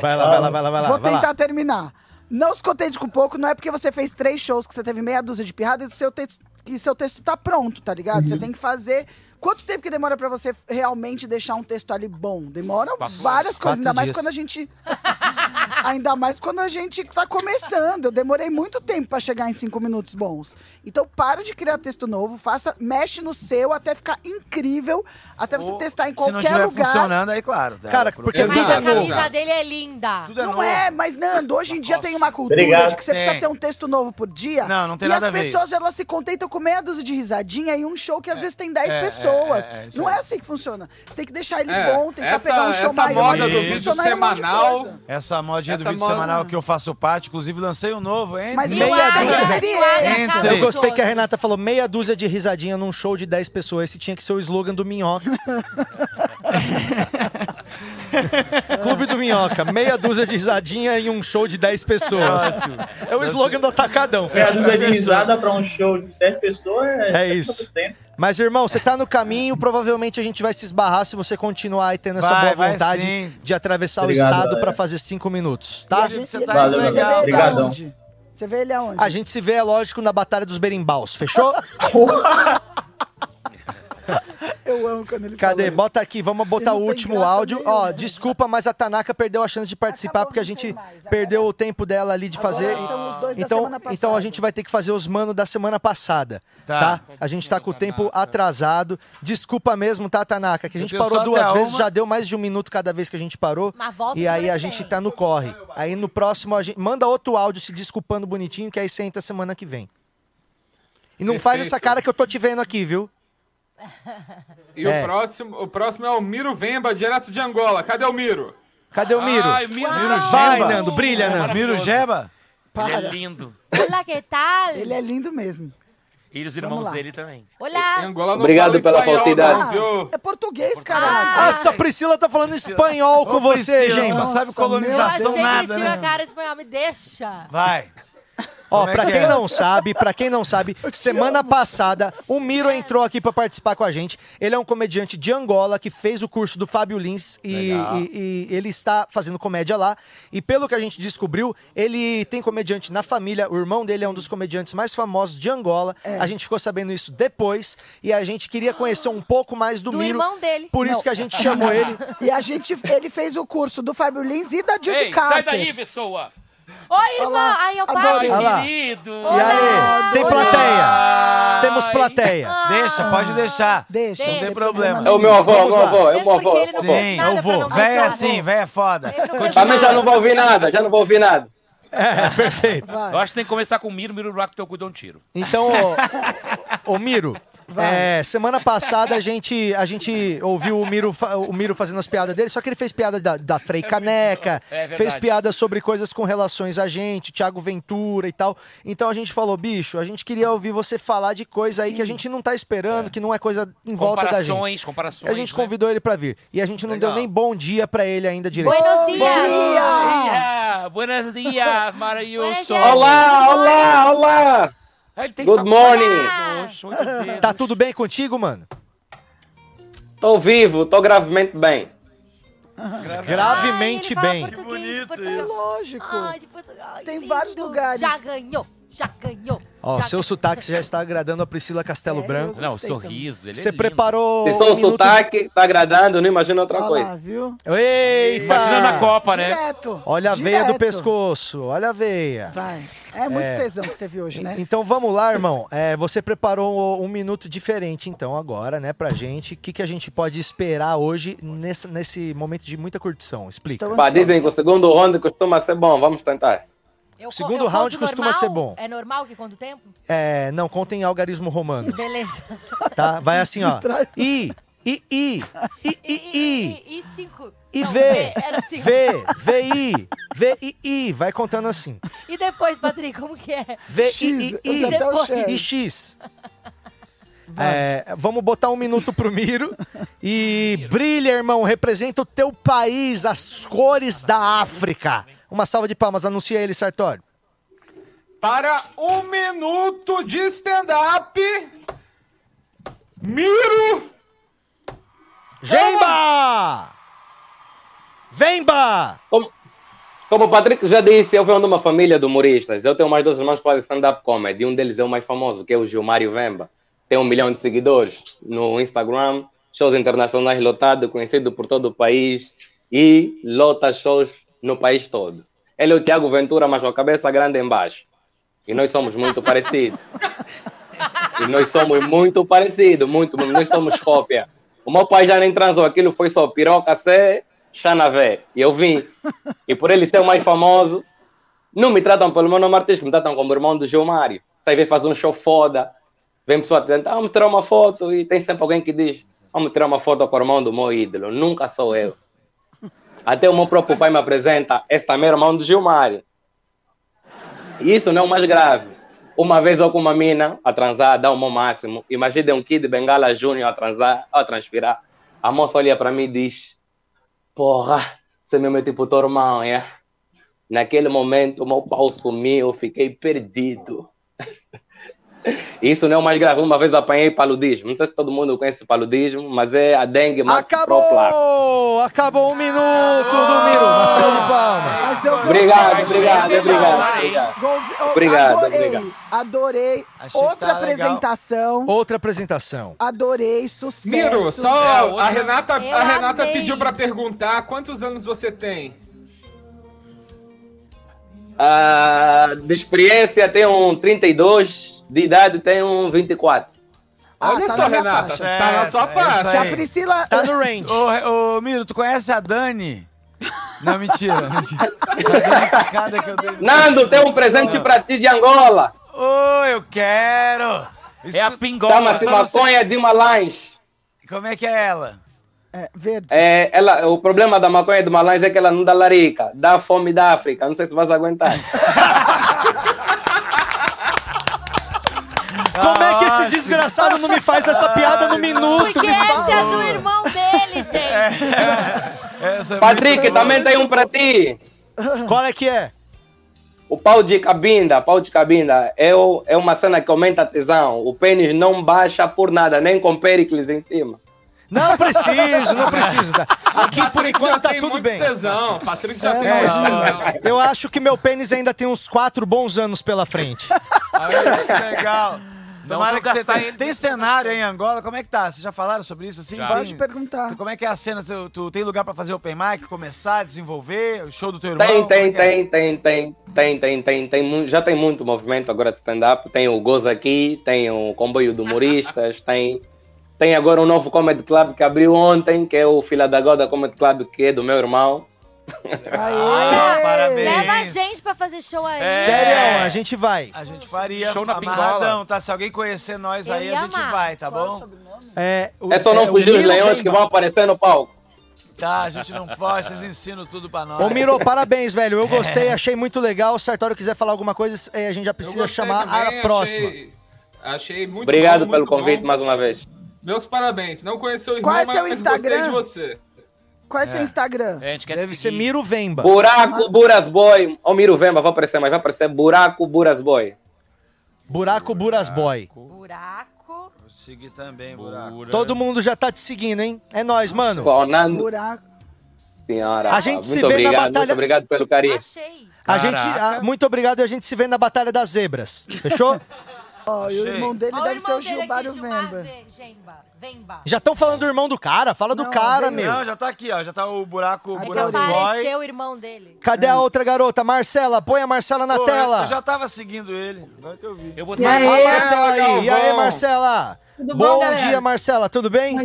D: Vai lá, vai lá, vai lá, vai lá.
B: Vou
D: vai lá.
B: tentar terminar. Não se contente com pouco, não é porque você fez três shows que você teve meia dúzia de pirradas que seu texto, que seu texto tá pronto, tá ligado? Você tem que fazer. Quanto tempo que demora pra você realmente deixar um texto ali bom? Demora
K: Quatro-
B: várias coisas, ainda
K: quatro
B: mais
K: dias.
B: quando a gente. [LAUGHS] ainda mais quando a gente tá começando. Eu demorei muito tempo pra chegar em cinco minutos bons. Então para de criar texto novo, faça, mexe no seu até ficar incrível, até você testar em
Q: Se
B: qualquer
Q: não estiver
B: lugar.
Q: funcionando, aí claro. tá?
D: Cara, porque
Q: Exato.
G: Mas a camisa dele é linda.
B: não é, mas Nando, hoje em dia tem uma cultura
Q: Obrigado.
B: de que você precisa
Q: Tem.
B: ter um texto novo por dia.
Q: Não, não tem
B: e
Q: nada
B: as
Q: a ver
B: pessoas
Q: isso.
B: elas se contentam com meia dúzia de risadinha e um show que às vezes tem 10
Q: é,
B: pessoas.
Q: é, é, isso
B: não
Q: aí.
B: é assim que funciona. Você tem que deixar ele
Q: É,
B: bom, tentar pegar um show
A: essa
B: maior.
A: moda do
Q: Isso.
A: vídeo
Q: Funcionar em um monte de
A: semanal.
Q: Essa modinha
A: Essa
Q: do vídeo
A: moda-
Q: semanal que eu faço parte, inclusive lancei um novo, hein?
B: Mas
D: Meia dúzia.
Q: Entre.
D: Eu gostei que a Renata falou meia dúzia de risadinha num show de 10 pessoas. Esse tinha que ser o slogan do Minhoca. Clube do Minhoca, meia dúzia de risadinha em um show de 10 pessoas.
Q: Ótimo.
D: É o slogan do Atacadão.
O: É, a dúvida de risada pra um show de 10 pessoas é.
D: É isso. Mas, irmão, você tá no caminho, provavelmente a gente vai se esbarrar se você continuar aí tendo essa
Q: Vai,
D: boa
Q: vai
D: vontade
Q: sim.
D: de atravessar
Q: Obrigado,
D: o estado
Q: galera.
D: pra fazer cinco minutos,
B: E
D: tá?
B: a gente- Você tá Valeu, indo legal. legal. Obrigadão. Você vê ele aonde?
D: A gente se vê, é lógico, na Batalha dos Berimbaus, fechou?
B: [LAUGHS] Eu amo quando ele
D: Cadê?
B: fala.
D: Bota aqui, vamos botar
B: Ele
D: o
B: não tem
D: último
B: graça
D: áudio.
B: nenhuma. né?
D: Ó, desculpa, mas a Tanaka perdeu a chance de participar porque a gente
B: é
D: perdeu o tempo dela ali de fazer.
B: são os dois da
D: então,
B: semana
D: então a gente vai ter que fazer os mano da semana passada, tá?
Q: Tá.
D: A gente tá com o tempo atrasado. Desculpa mesmo, tá, Tanaka? Que a
Q: Eu
D: gente
Q: tenho
D: parou
Q: só
D: duas
Q: até
D: vezes,
Q: uma.
D: já deu mais de um minuto cada vez que a gente parou.
G: Mas volta
D: E aí
G: semana
D: a
G: que
D: gente
G: vem.
D: tá no corre. Aí no próximo a gente manda outro áudio se desculpando bonitinho que aí você entra semana que vem. E não faz
A: Perfeito.
D: essa cara que eu tô te vendo aqui, viu?
A: E
D: É.
A: o, próximo, o próximo é o Miro Vemba, direto de Angola. Cadê o Miro?
D: Cadê o Miro?
A: Ai, Miro Geba.
D: Vai, Nando, brilha, Nando.
Q: Miro Geba?
E: Ele
Q: Ah,
B: Para.
E: é lindo.
G: Olá, que tal?
B: Ele é lindo mesmo.
E: E os
B: Vamos
E: irmãos
B: lá.
E: dele também.
G: Olá.
A: Angola
V: Obrigado pela falsidade.
B: É português,
D: Ah,
B: caralho.
D: Essa Priscila tá falando espanhol com
Q: Ô,
D: você,
Q: Priscila,
D: gente.
Q: ela sabe né?
G: eu achei que
D: [LAUGHS]
G: tinha
D: né?
G: cara espanhol, me deixa.
Q: Vai.
D: Ó,
Q: Como é
D: pra
Q: que
D: quem
Q: é?
D: não sabe, pra quem não sabe, semana passada o Miro entrou aqui pra participar com a gente. Ele é um comediante de Angola que fez o curso do Fábio Lins e,
Q: Legal.
D: e- e ele está fazendo comédia lá. E pelo que a gente descobriu, ele tem comediante na família. O irmão dele é um dos comediantes mais famosos de Angola.
Q: É.
D: A gente ficou sabendo isso depois e a gente queria conhecer um pouco mais do,
G: Do
D: Miro.
G: irmão dele.
D: Por isso
G: Não.
D: que a gente chamou ele.
B: E a gente, ele fez o curso do Fábio Lins e da Judy
E: Ei,
B: Carter.
E: sai daí, pessoa!
G: Oi, irmã. Ai, eu paro.
B: Adorei. Olha lá.
E: Querido!
D: E aí, tem plateia. Temos plateia.
Q: Ah. Deixa, pode deixar.
B: Deixa.
Q: Não tem problema.
V: É o meu avô,
Q: Vamos
V: meu
Q: lá.
V: avô, é o meu avô. é o meu avô.
Q: Sim, eu vou.
H: é
Q: Véia
A: né?
Q: assim, véia foda.
V: Também já não vou ouvir nada, já não vou ouvir nada.
E: Eu acho que tem que começar com o Miro, Miro lá que teu cu dá um tiro. [LAUGHS]
D: Então, ô, ô, Miro, é, semana passada a gente, a gente ouviu o Miro, fa- o Miro fazendo as piadas dele, só que ele fez piada da, da Frei Caneca,
E: É verdade.
D: fez piada sobre coisas com relações a gente, Thiago Ventura e tal. Então a gente falou, bicho, a gente queria ouvir você falar de coisa aí que a gente não tá esperando, que não é coisa em volta da gente.
E: Comparações, comparações,
D: A gente
E: né?
D: convidou ele pra vir. E a gente não deu nem bom dia pra ele ainda direito.
G: Buenos dias.
E: Dia! Buenos dias, Maravilhoso!
V: Olá, olá, olá!
E: Ele tem
V: Good
E: só-
V: morning!
D: Tá tudo bem contigo, mano?
V: Tô vivo, tô gravemente bem.
D: Gravemente bem.
Q: Que bonito.
G: de Portugal.
B: Lógico.
G: Ai, de Portugal. Ai,
B: Tem
G: lindo.
B: vários lugares.
G: Já ganhou, já ganhou.
D: Ó,
G: já É,
D: seu sotaque já está agradando a Priscila Castelo Branco.
C: Não, o sorriso dele é
D: Você
C: lindo.
D: preparou.
V: Se só
D: um
V: o
D: minuto
V: sotaque tá agradando, não imagina outra
D: Olha
V: coisa.
D: lá,
B: viu?
D: de- Eita!
B: Imagina na Copa, né? Direto,
D: Olha a veia do
B: direto.
D: pescoço, olha a veia.
B: Vai. É muito
D: É.
B: tesão que teve hoje, né?
D: Então vamos lá, irmão. É, você preparou um minuto diferente, então, agora, né, pra gente. O que, que a gente pode esperar hoje nesse, nesse momento de muita curtição? Explica.
V: Pá, dizem que o segundo round costuma ser bom, vamos tentar.
G: ganhou. Eu co-
D: segundo
G: eu
D: round
G: conto
D: costuma ser
G: normal?
D: bom.
G: É normal que quanto tempo?
D: É, não, contem algarismo romano,
G: Beleza.
D: [LAUGHS] tá? Vai assim, ó.
G: De trás.
D: I, I, I, I, I, I.
G: E, e cinco.
D: E
G: Não,
D: V, [LAUGHS]
G: Era cinco.
D: V, V, I, V, I, I. Vai contando assim.
G: E depois, Patrick, como que é?
D: V, I, I,
G: E depois?
D: I. E X. É, vamos botar um minuto pro Miro. E brilha, irmão. Representa o teu país, as cores da África. Uma salva de palmas. Anuncia ele, Sartório.
A: Para um minuto de stand-up, Miro
D: Gemba! Vemba!
V: Como, como o Patrick já disse, eu venho de uma família de humoristas. Eu tenho mais dois irmãos que fazem stand-up comedy. Um deles é o mais famoso, que é o Gilmário Vemba. Tem um milhão de seguidores no Instagram, shows internacionais lotado, conhecido por todo o país e lota shows no país todo. Ele é o Tiago Ventura, mas com a cabeça grande embaixo. E nós somos muito parecidos. E nós somos muito parecidos, muito, nós somos cópia. O meu pai já nem transou, aquilo foi só piroca, cê, xanavé. E eu vim. E por ele ser o mais famoso, não me tratam pelo meu nome artístico, me tratam como irmão do Gilmário. Sai vem fazer um show foda, vem pessoa te tentar, vamos tirar uma foto. E tem sempre alguém que diz, vamos tirar uma foto com o irmão do meu ídolo. Nunca sou eu. Até o meu próprio pai me apresenta, esta também é irmão do Gilmário. E isso não é o mais grave. Uma vez eu com uma mina a transar, dá o meu máximo. Imagina um kid bengala júnior a transar, a transpirar. A moça olha para mim e diz: Porra, você mesmo é tipo teu irmão, é? Naquele momento, meu pau sumiu, eu fiquei perdido. [LAUGHS] Isso não é o mais grave. Uma vez apanhei paludismo. Não sei se todo mundo conhece paludismo, mas é a dengue max proplax.
D: Acabou! Acabou um minuto do Miro. Uma salva de palmas.
B: Mas eu gostei.
V: Obrigado, obrigado, obrigado,
A: Então,
V: obrigado.
B: Golve- oh,
D: Obrigado,
B: adorei,
D: obrigado.
B: adorei. Outra apresentação.
D: Outra apresentação.
B: Adorei, sucesso.
A: Miro, só a Renata,
B: Eu
A: a Renata
B: amei.
A: pediu pra perguntar quantos anos você tem.
V: Ah, de experiência tem um 32, de idade tem um 24.
B: Ah,
A: Olha só, Renata, tá
D: É,
A: na
H: É,
A: sua faixa.
B: Se a Priscila.
D: Tá no range.
H: Ô, ô, Miro, tu conhece
B: [LAUGHS]
H: a Dani? Não, mentira. mentira. A ficada que eu dei.
V: Nando, tem um presente pra ti de Angola.
H: Ô, eu quero!
E: É a pingola.
V: Toma-se maconha de Malães.
H: Como é que é ela?
B: É, verde.
V: É, ela, o problema da maconha de Malães é que ela não dá larica, dá fome da África. Não sei se vais aguentar.
D: Como é que esse desgraçado não me faz essa piada no minuto?
G: Porque
D: me
G: essa é
D: fala?
G: do irmão dele, gente.
V: Patrick, também tem um pra ti.
D: Qual é que é?
V: O pau de cabinda, pau de cabinda, é, o- é uma cena que aumenta a tesão. O pênis não baixa por nada, nem com Pericles em cima.
D: Não preciso, não preciso. tá? Aqui por enquanto tá tudo bem.
A: Tesão, Patrick
H: [LAUGHS]
A: já tem
D: É,
A: muito
D: não,
A: tesão.
D: Eu acho que meu pênis ainda tem uns quatro bons anos pela frente.
H: Que legal. Tomara
D: tá vou
H: que você
D: gastar
H: tenha.
D: ele.
H: Tem cenário em Angola? Como é que tá? Vocês já falaram sobre isso? Assim?
B: Já.
H: Tem-
B: Pode perguntar.
H: Como é que é a cena? Tu, tu tem lugar pra fazer open mic, começar, desenvolver? O show do teu irmão?
V: Tem,
H: Como é
V: tem,
H: que é?
V: tem, tem, tem, tem, tem, tem, tem, mu- já tem muito movimento agora de stand-up. Tem o Goza aqui, tem o Comboio de Humoristas, [LAUGHS] tem, tem agora um novo Comedy Club que abriu ontem, que é o Filha da Goda Comedy Club, que é do meu irmão. Ah,
B: Aê!
G: Leva a gente pra fazer show
D: É.
G: aí.
D: Sério, um, a gente vai.
H: A gente faria
D: Show
H: Show
D: na
H: na amarradão,
D: pingola.
H: tá? Se alguém conhecer nós
G: Eu
H: aí,
G: ia
H: a gente
G: amar.
H: vai, tá bom?
D: É, o-
V: É só não
D: é, o
V: fugir os
D: Miro
V: leões
D: Vemba.
V: que vão aparecer no palco.
H: Tá, a gente não foge, vocês ensinam tudo pra nós.
D: Ô, Miro, parabéns, velho. Eu gostei, achei muito legal. Se o Sartório quiser falar alguma coisa, eh, a gente já precisa chamar
A: também,
D: a próxima.
A: achei- Achei muito
V: Obrigado
A: bom,
V: pelo
A: muito bom.
V: convite mais uma vez.
A: Meus parabéns. Não conheceu o irmão,
B: Qual é
A: mas
B: seu
A: gostei de
B: Instagram?
A: você.
B: Qual é seu
V: É.
B: Instagram?
E: É, a gente quer
D: Deve ser Miro Vemba.
V: Buraco Buras Boy. Ó, o Miro Vemba, vai aparecer, mas vai aparecer Buraco Buras Boy.
D: Buraco Buras Boy.
G: Buraco.
H: Vou seguir também, buraco.
D: Todo mundo já tá te seguindo, hein? É nóis, mano.
V: Ó, Nando,
B: Buraco.
V: senhora.
D: A
V: muito
D: gente se vê na
V: obrigado,
D: batalha-
V: Muito obrigado pelo carinho.
D: A gente, ah, muito obrigado e a gente se vê na Batalha das Zebras. Fechou?
B: Ó, e o irmão dele
G: Olha o
B: deve ser
G: irmão
B: o
G: dele
B: Gilbário
G: aqui, Gilmar
B: Vemba.
G: Ve- Gemba. Vemba.
D: Já estão falando do irmão do cara? Fala do cara, meu.
H: Não, já tá aqui, ó. Já tá o buraco, o
G: É que
H: buraco
G: apareceu o irmão dele.
D: Cadê a outra garota? Marcela, põe a Marcela na
H: Pô, eu-
D: tela.
H: Eu já tava seguindo ele. Agora que eu vi. Eu
D: A Marcela aí. E aí, Marcela?
B: Tudo bom,
D: bom
B: galera?
D: dia, Marcela. Tudo bem?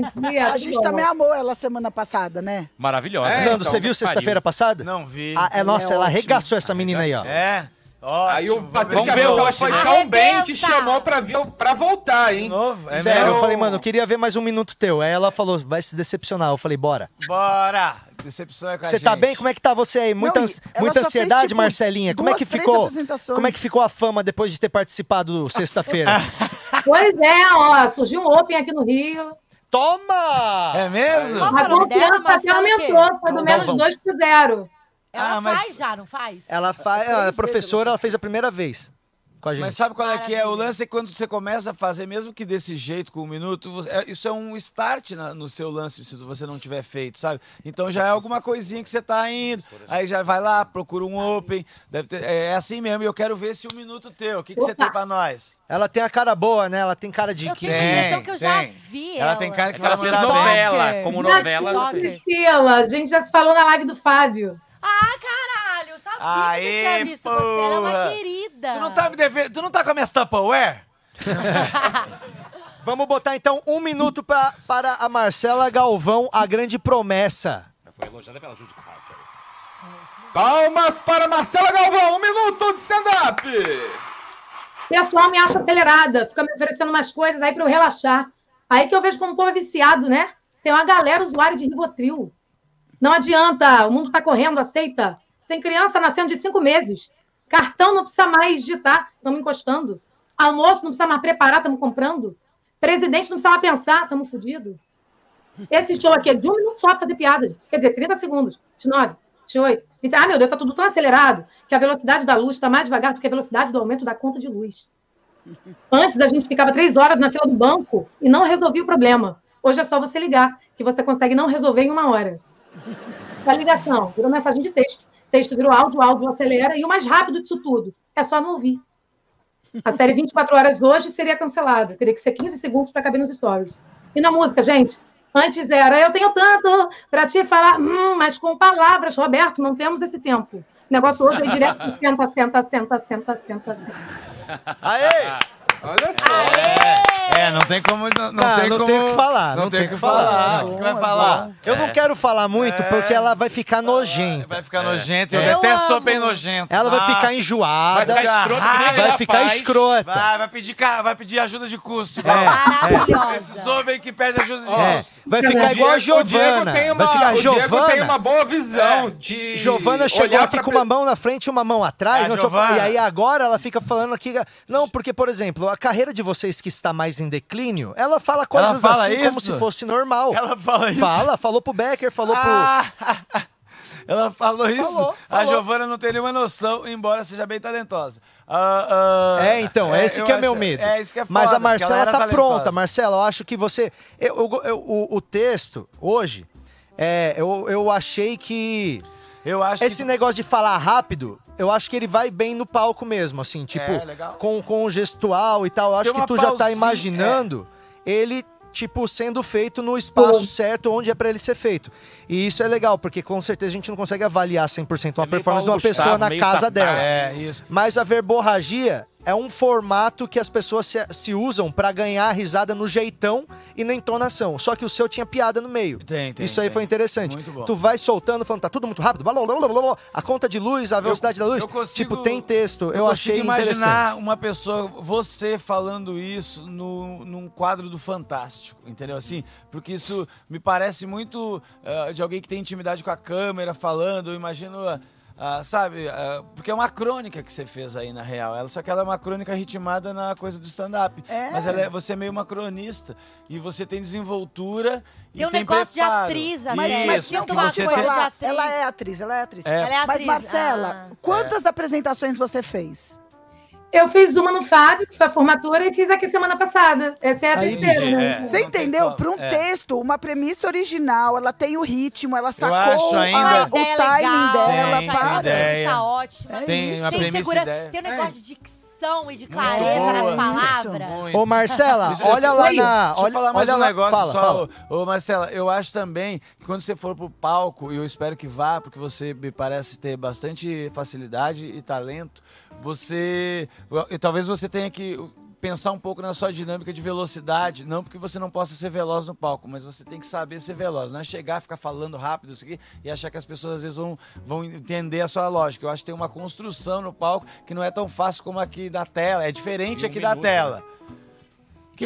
B: A gente tá também amou ela semana passada, né?
H: É,
E: Maravilhosa.
D: Nando,
E: então,
D: você viu
E: pariu.
D: sexta-feira passada?
H: Não vi.
D: Ah, é, nossa,
H: É
D: ela
H: ótimo.
D: arregaçou essa menina aí, ó.
H: É. Ótimo. Aí o
A: Vamos ver hoje. Foi tão bem que chamou pra, ver, pra voltar, hein?
H: É,
D: Sério, É eu falei, mano, eu queria ver mais um minuto teu. Aí ela falou, vai se decepcionar. Eu falei, bora.
H: Bora. Decepção é com a
D: Você
H: gente.
D: tá bem? Como é que tá você aí? Muita,
H: Não,
D: ans-
H: ela
D: muita
H: só fez,
D: ansiedade,
H: tipo,
D: Marcelinha? Como é
H: duas,
D: que
H: três
D: ficou?
H: apresentações.
D: Como é que ficou a fama depois de
H: [LAUGHS]
D: ter participado sexta-feira?
L: Pois é, ó, surgiu um Open aqui no Rio.
D: Toma!
H: É mesmo?
L: A confiança até aumentou, foi do menos dois pro zero.
G: Ela
D: Ah, mas-
G: faz já, não faz?
D: Ela faz, a professora, ela fez a primeira vez com a gente.
H: Mas sabe qual é que é? O
D: Maravilha.
H: lance é que quando você começa a fazer, mesmo que desse jeito, com um minuto, você- é- isso é um start na- no seu lance, se você não tiver feito, sabe? Então já é alguma coisinha que você tá indo, aí já vai lá, procura um open, deve ter- é, é assim mesmo, e eu quero ver se um minuto teu, o que, que você tem pra nós?
D: Ela tem a cara boa, né? Ela tem cara de
L: Eu
D: que...
L: tenho a impressão que eu já Tem,
H: vi ela. tem cara que
D: Aquela
H: vai
D: fez
H: mandar bem.
D: novela, como
L: Mas,
D: novela, ela fez.
L: Priscila, a gente já se falou na live do Fábio.
G: Ah, caralho, eu sabia que eu tinha
H: Aê,
G: visto você. Ela é uma
H: porra.
G: querida.
H: Tu não tá me devendo, tu não tá com a minha Tupperware?
D: Vamos botar então um minuto pra, para a Marcela Galvão, a grande promessa.
E: Foi elogiada pela Júlia Carter.
A: Palmas para Marcela Galvão, um minuto de stand-up!
L: O pessoal me acha acelerada, fica me oferecendo umas coisas aí pra eu relaxar. Aí que eu vejo como o povo é viciado, né? Tem uma galera usuária de Rivotril. Não adianta, o mundo tá correndo, aceita. Tem criança nascendo de cinco meses. Cartão não precisa mais digitar, estamos encostando. Almoço não precisa mais preparar, estamos comprando. Presidente não precisa mais pensar, estamos fodidos. Esse show aqui é de um minuto só pra fazer piada. Quer dizer, 30 segundos. 29, 28. 20. Ah, meu Deus, tá tudo tão acelerado que a velocidade da luz está mais devagar do que a velocidade do aumento da conta de luz. Antes a gente ficava três horas na fila do banco e não resolvia o problema. Hoje é só você ligar, que você consegue não resolver em uma hora. A ligação virou mensagem de texto. Texto virou áudio, áudio acelera. E o mais rápido disso tudo é só não ouvir. A série 24 horas hoje seria cancelada. Teria que ser 15 segundos para caber nos stories. E na música, gente? Antes era eu tenho tanto para te falar, hum, mas com palavras, Roberto, não temos esse tempo. O negócio hoje é direto senta, senta, senta, senta, senta, senta.
H: Aê!
A: Olha só!
H: É, não tem como. Não, não
D: Não,
H: tem
D: não
H: como-
D: tem o que falar. Não, tem o que falar.
H: O que vai falar?
D: Eu não
H: É.
D: quero falar muito porque ela vai ficar nojenta.
H: Vai ficar nojento, eu,
D: É. Eu
H: detesto
D: amo.
H: bem nojento.
D: Ela vai ficar enjoada. Vai ficar escrota que nem aquele Vai ficar rapaz. escrota. É,
H: Vai, vai pedir, ca- vai pedir ajuda de custo.
A: Maravilhosa.
H: Esses homens que pedem ajuda de
A: Ó,
H: custo.
D: Vai ficar igual a Giovana.
A: O Diego tem uma,
D: vai ficar
A: o Diego tem
D: Giovana. É.
A: uma boa visão de.
D: Giovana chegou
A: olhar
D: aqui
A: pra
D: com uma mão na frente e uma mão atrás.
A: É,
D: não, deixa eu
A: Giovana.
D: falar. e aí agora ela fica falando aqui. Não, porque, por exemplo, a carreira de vocês que está mais em declínio, ela fala coisas
H: fala
D: assim como
H: isso?
D: se fosse normal.
H: Ela fala isso? Ah,
D: Fala, falou pro Becker, falou pro.
H: Ela falou isso?
D: Falou,
H: A
D: falou.
H: Giovana não tem nenhuma noção, embora seja bem talentosa. Ah, ah,
D: É, então, esse
H: eu
D: que é
H: acho-
D: meu medo.
H: É, isso que é foda,
D: Mas a
H: porque ela
D: Marcela
H: era
D: tá
H: talentosa.
D: pronta, Marcela. Eu acho que você. eu- eu- eu- o, o texto, hoje, é, eu, eu achei que.
H: Eu acho
D: Esse negócio de falar rápido, eu acho que ele vai bem no palco mesmo, assim, tipo,
H: É, legal.
D: com, com o gestual e tal. Eu acho
H: Tem
D: que
H: uma
D: tu já tá
H: pausinha, é.
D: imaginando ele, tipo, sendo feito no espaço certo onde é pra ele ser feito. E isso é legal, porque com certeza a gente não consegue avaliar 100% uma performance
H: É
D: de
H: Paulo
D: uma pessoa
H: Gustavo,
D: na
H: meio
D: casa
H: Tatá.
D: dela.
H: É, isso.
D: Mas a verborragia é um formato que as pessoas se, se usam pra ganhar a risada no jeitão e na entonação. Só que o seu tinha piada no meio.
H: Tem, tem,
D: Isso aí
H: tem.
D: foi interessante.
H: Muito bom.
D: Tu vai soltando, falando, tá tudo muito rápido. blá, blá, blá, blá, blá, A conta de luz, a velocidade da luz. tipo, tem texto. Eu,
H: consigo
D: achei
H: imaginar um-
D: interessante.
H: uma pessoa, você falando isso no, num quadro do Fantástico, entendeu? Assim, porque isso me parece muito ah, de alguém que tem intimidade com a câmera falando, eu imagino. ah, sabe, ah, porque é uma crônica que você fez aí na real. Ela, só que ela é uma crônica ritmada na coisa do stand-up. Mas ela é- você é meio uma cronista. E você tem desenvoltura. E
G: Tem um
H: tem
G: negócio de
H: preparo.
G: atriz, né?
H: Isso,
G: Mas- mas
H: que
G: sinto uma
H: você
G: coisa
H: tem-
G: de atriz.
B: Ela é atriz, ela é atriz.
H: É. Ela é
B: Mas,
G: atriz,
B: Marcela,
G: ah.
B: quantas apresentações você fez?
L: Eu fiz uma no Fábio, que foi a formatura, e fiz aqui semana passada. Essa é a terceira. né?
B: Você entendeu? Para um
L: é.
B: texto, uma premissa original, ela tem o ritmo, ela sacou
H: acho ainda-
B: a- o timing dela.
H: Tem
B: pá.
H: uma ideia.
G: Tá ótimo.
H: É Tem isso. uma
G: tem
H: premissa
G: segurança,
H: ideia.
G: tem um negócio de dicção e de clareza nas palavras.
D: Ô, Marcela,
H: é Deixa eu-
D: olha lá
H: Oi.
D: na-
H: Deixa eu
D: olha-
H: falar mais
D: olha
H: um
D: lá-
H: negócio
D: fala,
H: só.
D: fala.
H: Ô, Marcela, eu acho também que quando você for pro palco, e eu espero que vá, porque você me parece ter bastante facilidade e talento, você. e talvez você tenha que pensar um pouco na sua dinâmica de velocidade, não porque você não possa ser veloz no palco, mas você tem que saber ser veloz, não é chegar, ficar falando rápido isso aqui e achar que as pessoas às vezes vão, vão entender a sua lógica. Eu acho que tem uma construção no palco que não é tão fácil como aqui da tela, é diferente
P: E um
H: aqui da
P: minuto,
H: tela.
P: né?
H: Que,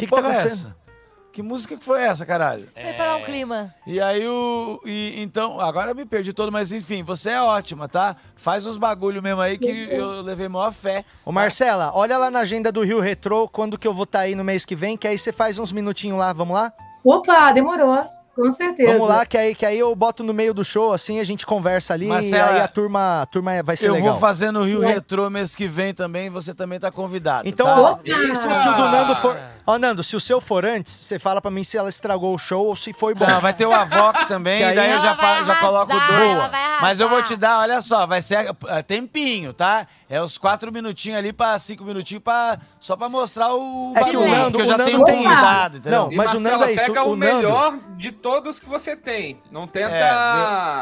P: Que que tá
H: porra é
P: acontecendo?
H: essa? Que música que foi essa, caralho?
G: Foi pra dar um clima.
H: E aí o. E, então, agora eu me perdi todo, mas enfim, você é ótima, tá? Faz uns bagulho mesmo aí que eu levei maior fé.
D: Ô Marcela, olha lá na agenda do Rio Retrô, quando que eu vou estar aí no mês que vem, que aí você faz uns minutinhos lá, vamos lá?
L: Opa, demorou. Com certeza.
D: Vamos lá, que aí, que aí eu boto no meio do show, assim, a gente conversa ali,
H: Marcela,
D: e aí a turma, a turma é, vai ser
H: eu
D: legal.
H: vou fazer no Rio
D: É.
H: Retrô mês que vem também, você também tá convidado.
D: Então,
H: tá?
D: ó, se, se o se o do Nando for... Ó, Nando, se o seu for antes, você fala pra mim se ela estragou o show ou se foi bom.
H: Não, vai ter o Avoc [LAUGHS] também,
D: Que aí-
H: daí eu já,
D: Ela vai
H: fa- já coloco
D: arrasar,
H: dois.
D: ela vai arrasar.
H: Mas eu vou te dar, olha só, vai ser eh, tempinho, tá? É os quatro minutinhos ali pra cinco minutinhos pra, só pra mostrar o
D: É que o
H: bagulho,
D: Nando-
H: que eu
D: o
H: já
D: Nando
H: tenho
D: tem isso.
H: convidado, entendeu?
D: Não, mas o
A: Marcela,
D: Nando é isso,
A: pega
D: o
A: o,
D: Nando-
A: melhor de todos que você tem. Não tenta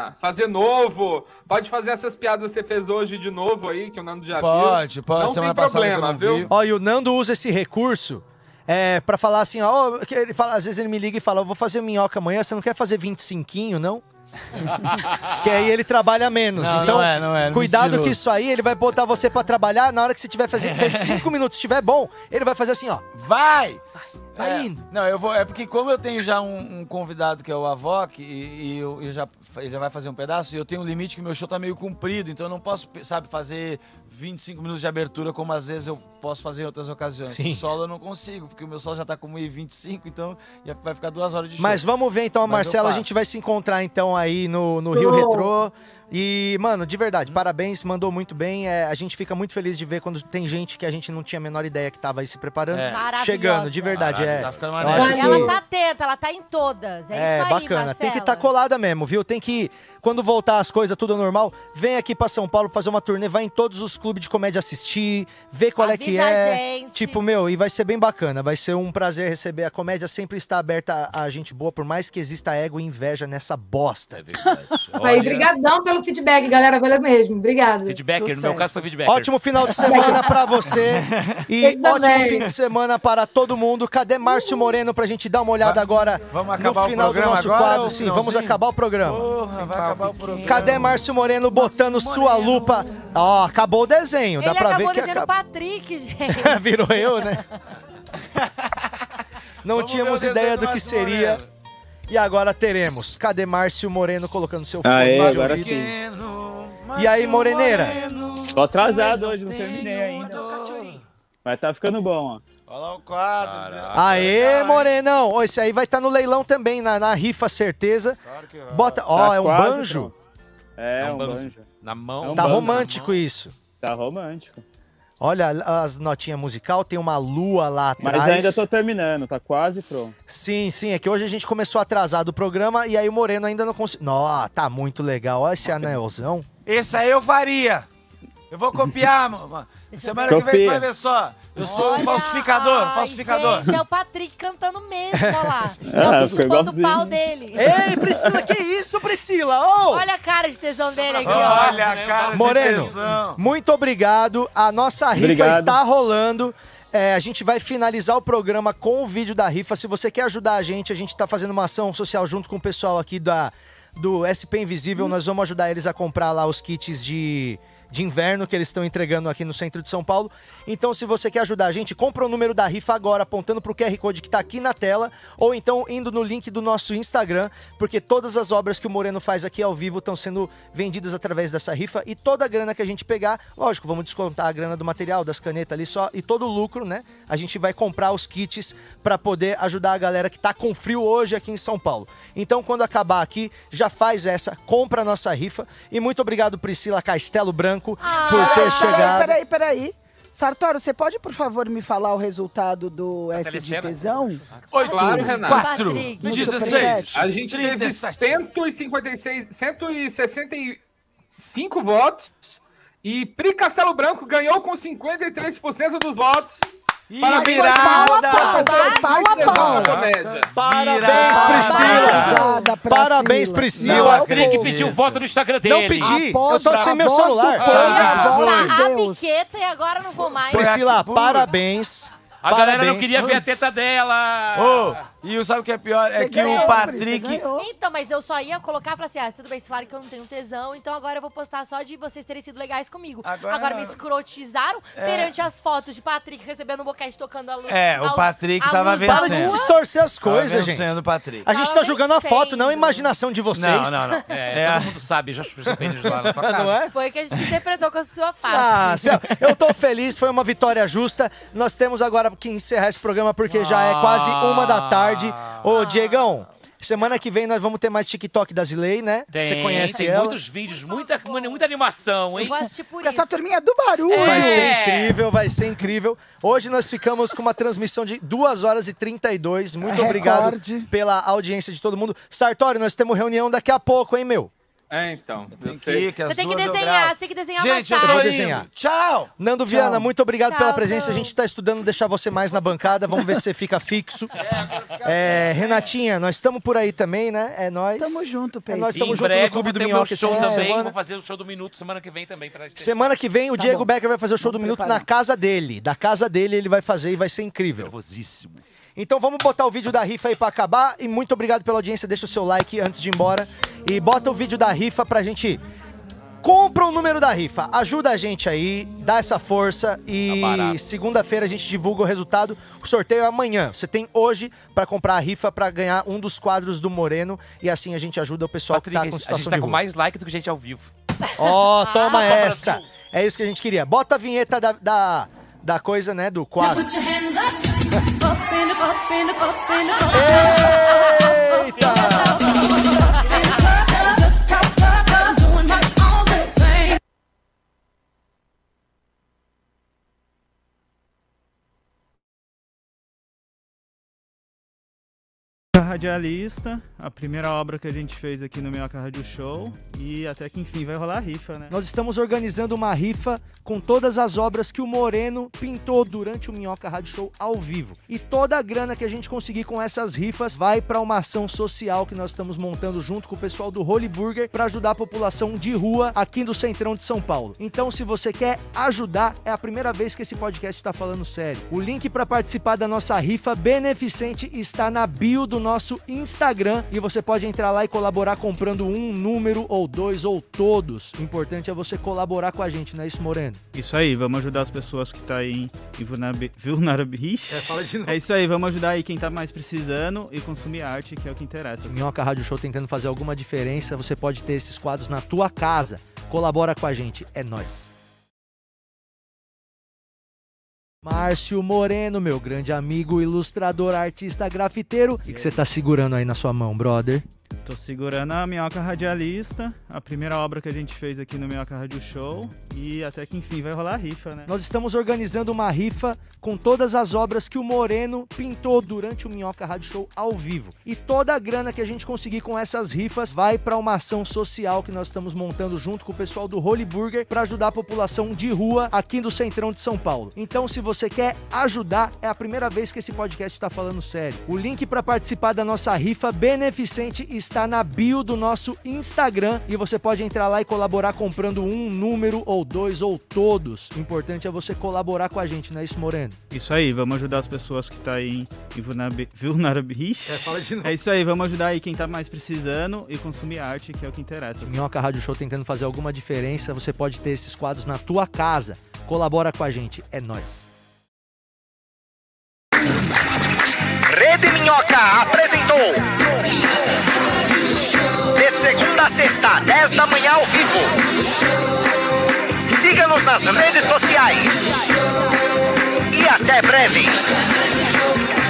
H: É,
A: fazer novo. Pode fazer essas piadas que você fez hoje de novo aí, que o Nando já
H: Pode,
A: viu.
H: pode,
A: Não
H: semana
A: tem
H: passada que eu
A: problema,
H: não
A: viu?
D: Ó, e o Nando usa esse recurso é, pra falar assim, ó, que ele fala, às vezes ele me liga e fala, eu vou fazer minhoca amanhã, você não quer fazer 25,
H: [LAUGHS]
D: não? que aí ele trabalha menos.
H: Não,
D: então,
H: não é, não é,
D: cuidado
H: mentiroso.
D: que isso aí, ele vai botar você pra trabalhar, na hora que você
H: [LAUGHS]
D: tiver fazendo 5 minutos, estiver bom, ele vai fazer assim, ó.
H: Vai! Vai indo. Não, eu vou. É porque como eu tenho já um, um convidado que é o Avoc, e, e eu, eu já, ele já vai fazer um pedaço, e eu tenho um limite que meu show tá meio comprido, então eu não posso, sabe, fazer 25 minutos de abertura, como às vezes eu posso fazer em outras ocasiões.
D: Sim.
H: O solo eu não consigo, porque o meu solo já tá com 1,25, então já vai ficar duas horas de show.
D: Mas vamos ver então, a
H: Mas eu
D: Marcela, a
H: faço.
D: gente vai se encontrar então aí no, no Rio
H: Show.
D: Retrô. E, mano, de verdade, parabéns, mandou muito bem. É, a gente fica muito feliz de ver quando tem gente que a gente não tinha a menor ideia que tava aí se preparando.
G: É. Maravilhosa.
D: Chegando, de verdade,
H: Maravilha,
D: é.
H: tá ficando
D: Eu
H: maneiro.
D: acho que-
G: Ela tá atenta, ela tá em todas. É,
D: É,
G: isso aí,
D: bacana.
G: Marcela.
D: Tem que estar colada mesmo, viu? Tem que, quando voltar as coisas tudo ao normal, vem aqui pra São Paulo fazer uma turnê, vai em todos os clubes de comédia assistir, vê qual é que
G: Avisa a
D: é.
G: gente.
D: Tipo, meu, e vai ser bem bacana. Vai ser um prazer receber. A comédia sempre está aberta a, a gente boa, por mais que exista ego e inveja nessa bosta.
L: Aí, brigadão pelo feedback, galera. Valeu mesmo. Obrigado.
D: Feedbacker,
E: no meu caso foi feedbacker.
D: Ótimo final de semana
G: [LAUGHS]
D: pra você e
L: Eu também.
D: ótimo fim de semana para todo mundo. Cadê Márcio Moreno pra gente dar uma olhada agora
H: vamos acabar
D: no
H: o
D: final do
H: programa
D: nosso
H: agora
D: quadro?
H: ou
D: Sim,
H: finalzinho?
D: vamos acabar o programa.
H: Porra, vai acabar o programa.
D: Cadê Márcio Moreno botando sua lupa? Ó, acabou o desenho,
G: Ele
D: dá pra
G: acabou
D: ver que
G: dizendo
D: acabou.
G: Patrick,
D: [LAUGHS]
G: gente.
D: Virou eu,
G: [LAUGHS]
D: né? Não tínhamos
G: ver o desenho
D: ideia do
G: do
D: que
G: Márcio
D: seria. E agora teremos. Cadê Márcio Moreno colocando seu fone
I: Aê,
D: de
I: Ah, é, agora
D: ouvido?
I: sim.
D: E aí, Moreneira?
I: Tô atrasado hoje, não terminei
D: um
I: ainda. Mas tá ficando bom, ó.
H: Olha lá o quadro. né?
D: Aê, Morenão! Ó, Esse aí vai estar no leilão também, na, na rifa certeza. Bota, ó,
I: Tá
D: é um
I: quase,
D: banjo.
I: É,
D: É um
I: um
D: banjo.
I: banjo.
W: Na mão.
D: Tá romântico isso.
I: Tá romântico.
D: Olha as notinhas musical, tem uma lua lá atrás.
I: Mas ainda tô terminando, tá quase pronto.
D: Sim, sim, é que hoje a gente começou atrasado o programa e aí o Moreno ainda não conseguiu. Nossa, tá muito legal. Olha esse anelzão.
H: Esse aí eu faria. Eu vou copiar, [LAUGHS] mano. Semana que vem tu
D: Copia.
H: vai ver só. Eu sou um falsificador, falsificador.
G: Gente, é o Patrick cantando mesmo, olha lá.
I: Ah,
G: É o que
I: ficou
G: chupando o
I: igualzinho.
G: pau dele.
D: Ei, Priscila, que isso, Priscila?
G: Olha a cara de tesão dele aqui, ó. Né?
H: Olha a cara de
D: Moreno,
H: tesão.
D: muito obrigado. A nossa rifa
I: Obrigado.
D: está rolando. É, a gente vai finalizar o programa com o vídeo da rifa. Se você quer ajudar a gente, a gente está fazendo uma ação social junto com o pessoal aqui da, do SP Invisível. Nós vamos ajudar eles a comprar lá os kits de, de inverno que eles estão entregando aqui no centro de São Paulo. Então, se você quer ajudar a gente, compra o número da rifa agora, apontando para o QR Code que está aqui na tela, ou então indo no link do nosso Instagram, porque todas as obras que o Moreno faz aqui ao vivo estão sendo vendidas através dessa rifa e toda a grana que a gente pegar, lógico, vamos descontar a grana do material, das canetas ali só e todo o lucro, né? A gente vai comprar os kits para poder ajudar a galera que tá com frio hoje aqui em São Paulo. Então, quando acabar aqui, já faz essa, compra a
G: Ah,
D: nossa rifa e muito obrigado Priscila Castelo Branco por ter
B: Peraí,
D: chegado.
B: peraí, peraí. Sartório, você pode, por favor, me falar o resultado do S de
A: telecena?
B: tesão?
A: Oito, Claro, Renato. quatro,
B: No
A: 16,
B: superchat.
A: A gente teve 156, 165 votos e Pri Castelo Branco ganhou com 53% dos votos. Parabéns,
B: virada!
A: Paulo, Paulo,
O: tá,
B: Parabéns,
A: Paulo,
B: Paulo.
A: Paulo, comédia.
D: Parabéns, Priscila. Parabéns, Priscila.
E: Não, é o Cri que pediu voto no Instagram dele.
D: Não pedi, eu tô sem meu celular.
H: Ah,
G: Tá a piqueta e agora não vou mais.
D: Priscila, parabéns.
E: A galera não
D: Parabéns.
E: queria ver a teta dela.
Q: Ô, e sabe o que é pior? é que o Patrick.
G: Então, mas eu só ia colocar e falar assim: ah, tudo bem, vocês falaram que eu não tenho tesão, então agora eu vou postar só de vocês terem sido legais comigo. Agora, me escrotizaram
Q: É.
G: perante as fotos de Patrick recebendo um boquete tocando a luz.
Q: É, o
G: aos-
Q: Patrick
G: a
Q: tava
G: luz
Q: vencendo.
G: da
D: Para de
G: lua.
D: distorcer as coisas,
Q: Tá vencendo,
D: gente.
Q: Patrick.
D: A gente tá julgando a foto, não a imaginação de vocês.
Q: Não, não,
D: [LAUGHS]
Q: não.
E: É,
Q: É.
E: todo mundo sabe, já chupei pênis lá na tua
D: Não
E: casa.
D: é?
G: Foi que a gente interpretou com a sua face.
D: Ah, Céu, eu tô feliz, foi uma vitória justa. Nós temos agora que encerrar esse programa porque já é quase uma da tarde. Ô, Diegão, semana que vem nós vamos ter mais TikTok da Zilei, né?
E: Tem,
D: Você conhece
E: tem
D: ela?
E: muitos vídeos, muita, muita animação, hein?
B: Com Essa turminha é do barulho.
E: É.
D: Vai ser incrível, vai ser incrível. Hoje nós ficamos com uma transmissão de 2 horas e 32. Muito
B: É
D: obrigado pela audiência de todo mundo. Sartório, nós temos reunião daqui a pouco, hein, meu?
A: É, então. eu
Q: que
A: sei.
Q: ir, que
G: Você tem
D: é
G: que desenhar, você tem que desenhar
Q: Gente,
G: uma
D: Eu
G: chave.
D: vou desenhar.
Q: Tchau!
D: Nando Viana,
G: Tchau.
D: muito obrigado
G: Tchau,
D: pela presença.
G: Nando.
D: A gente está estudando deixar você mais na bancada. Vamos ver se você fica fixo. É, Renatinha, nós estamos por aí também, né? É nós. Tamo
B: junto,
D: Pedro. É nós estamos
E: em
D: junto
E: breve
D: no Clube do
E: vou ter meu
D: Minhoca
E: show
D: esse fim de
E: também,
D: semana.
E: vou fazer o show do Minuto semana que vem também. Pra...
D: Semana que
E: Tá
D: vem o Diego Becker vai fazer o show do Minuto na casa dele. Da casa dele ele vai fazer e vai ser incrível.
E: Nervosíssimo.
D: Então vamos botar o vídeo da rifa aí pra acabar. E muito obrigado pela audiência. Deixa o seu like antes de ir embora. E bota o vídeo da rifa pra gente ir. Compra o número da rifa. Ajuda a gente aí, dá essa força. E segunda-feira a gente divulga o resultado. O sorteio é amanhã. Você tem hoje pra comprar a rifa pra ganhar um dos quadros do Moreno. E assim a gente ajuda o pessoal que tá com
E: A gente
D: situação
E: tá
D: de
E: com
D: rua.
E: mais like do que gente ao vivo.
D: Ó, toma
E: Ah,
D: essa. É isso que a gente queria. Bota a vinheta da, da, da coisa, né? Do quadro. Eita!
M: A é Radialista, a primeira obra que a gente fez aqui no Minhoca Rádio Show. E até que enfim vai rolar a rifa, né?
J: Nós estamos organizando uma rifa com todas as obras que o Moreno pintou durante o Minhoca Rádio Show ao vivo. E toda a grana que a gente conseguir com essas rifas vai para uma ação social que nós estamos montando junto com o pessoal do Holy Burger para ajudar a população de rua aqui do Centrão de São Paulo. Então, se você quer ajudar, é a primeira vez que esse podcast está falando sério. O link para participar da nossa rifa beneficente está na bio do nosso Instagram e você pode entrar lá e colaborar comprando um número ou dois ou todos. O importante é você colaborar com a gente, não é isso, Moreno?
M: Isso aí, vamos ajudar as pessoas que tá aí em- em vulnerabilidade.
J: É, fala de novo.
M: isso aí, vamos ajudar aí quem tá mais precisando e consumir arte, que é o que interessa.
J: Minhoca Rádio Show tentando fazer alguma diferença, você pode ter esses quadros na tua casa. Colabora com a gente, é nóis. Márcio Moreno, meu grande amigo, ilustrador, artista, grafiteiro. O que que você tá segurando aí na sua mão, brother?
M: Tô segurando a Minhoca Radialista, a primeira obra que a gente fez aqui no Minhoca Rádio Show. E até que enfim vai rolar a rifa, né?
J: Nós estamos organizando uma rifa com todas as obras que o Moreno pintou durante o Minhoca Rádio Show ao vivo. E toda a grana que a gente conseguir com essas rifas vai para uma ação social que nós estamos montando junto com o pessoal do Holy Burger para ajudar a população de rua aqui do Centrão de São Paulo. Então, se você quer ajudar, é a primeira vez que esse podcast está falando sério. O link para participar da nossa rifa beneficente está na bio do nosso Instagram e você pode entrar lá e colaborar comprando um número ou dois ou todos. O importante é você colaborar com a gente, não é isso, Moreno?
M: Isso aí, vamos ajudar as pessoas que tá aí em vulnerabilidade.
J: É, fala de novo.
M: É isso aí, vamos ajudar aí quem tá mais precisando e consumir arte, que é o que interessa.
J: Minhoca Rádio Show tentando fazer alguma diferença, você pode ter esses quadros na tua casa. Colabora com a gente, é nóis.
K: Rede Minhoca apresentou. De segunda a sexta, 10 da manhã ao vivo. Siga-nos nas redes sociais. E até breve.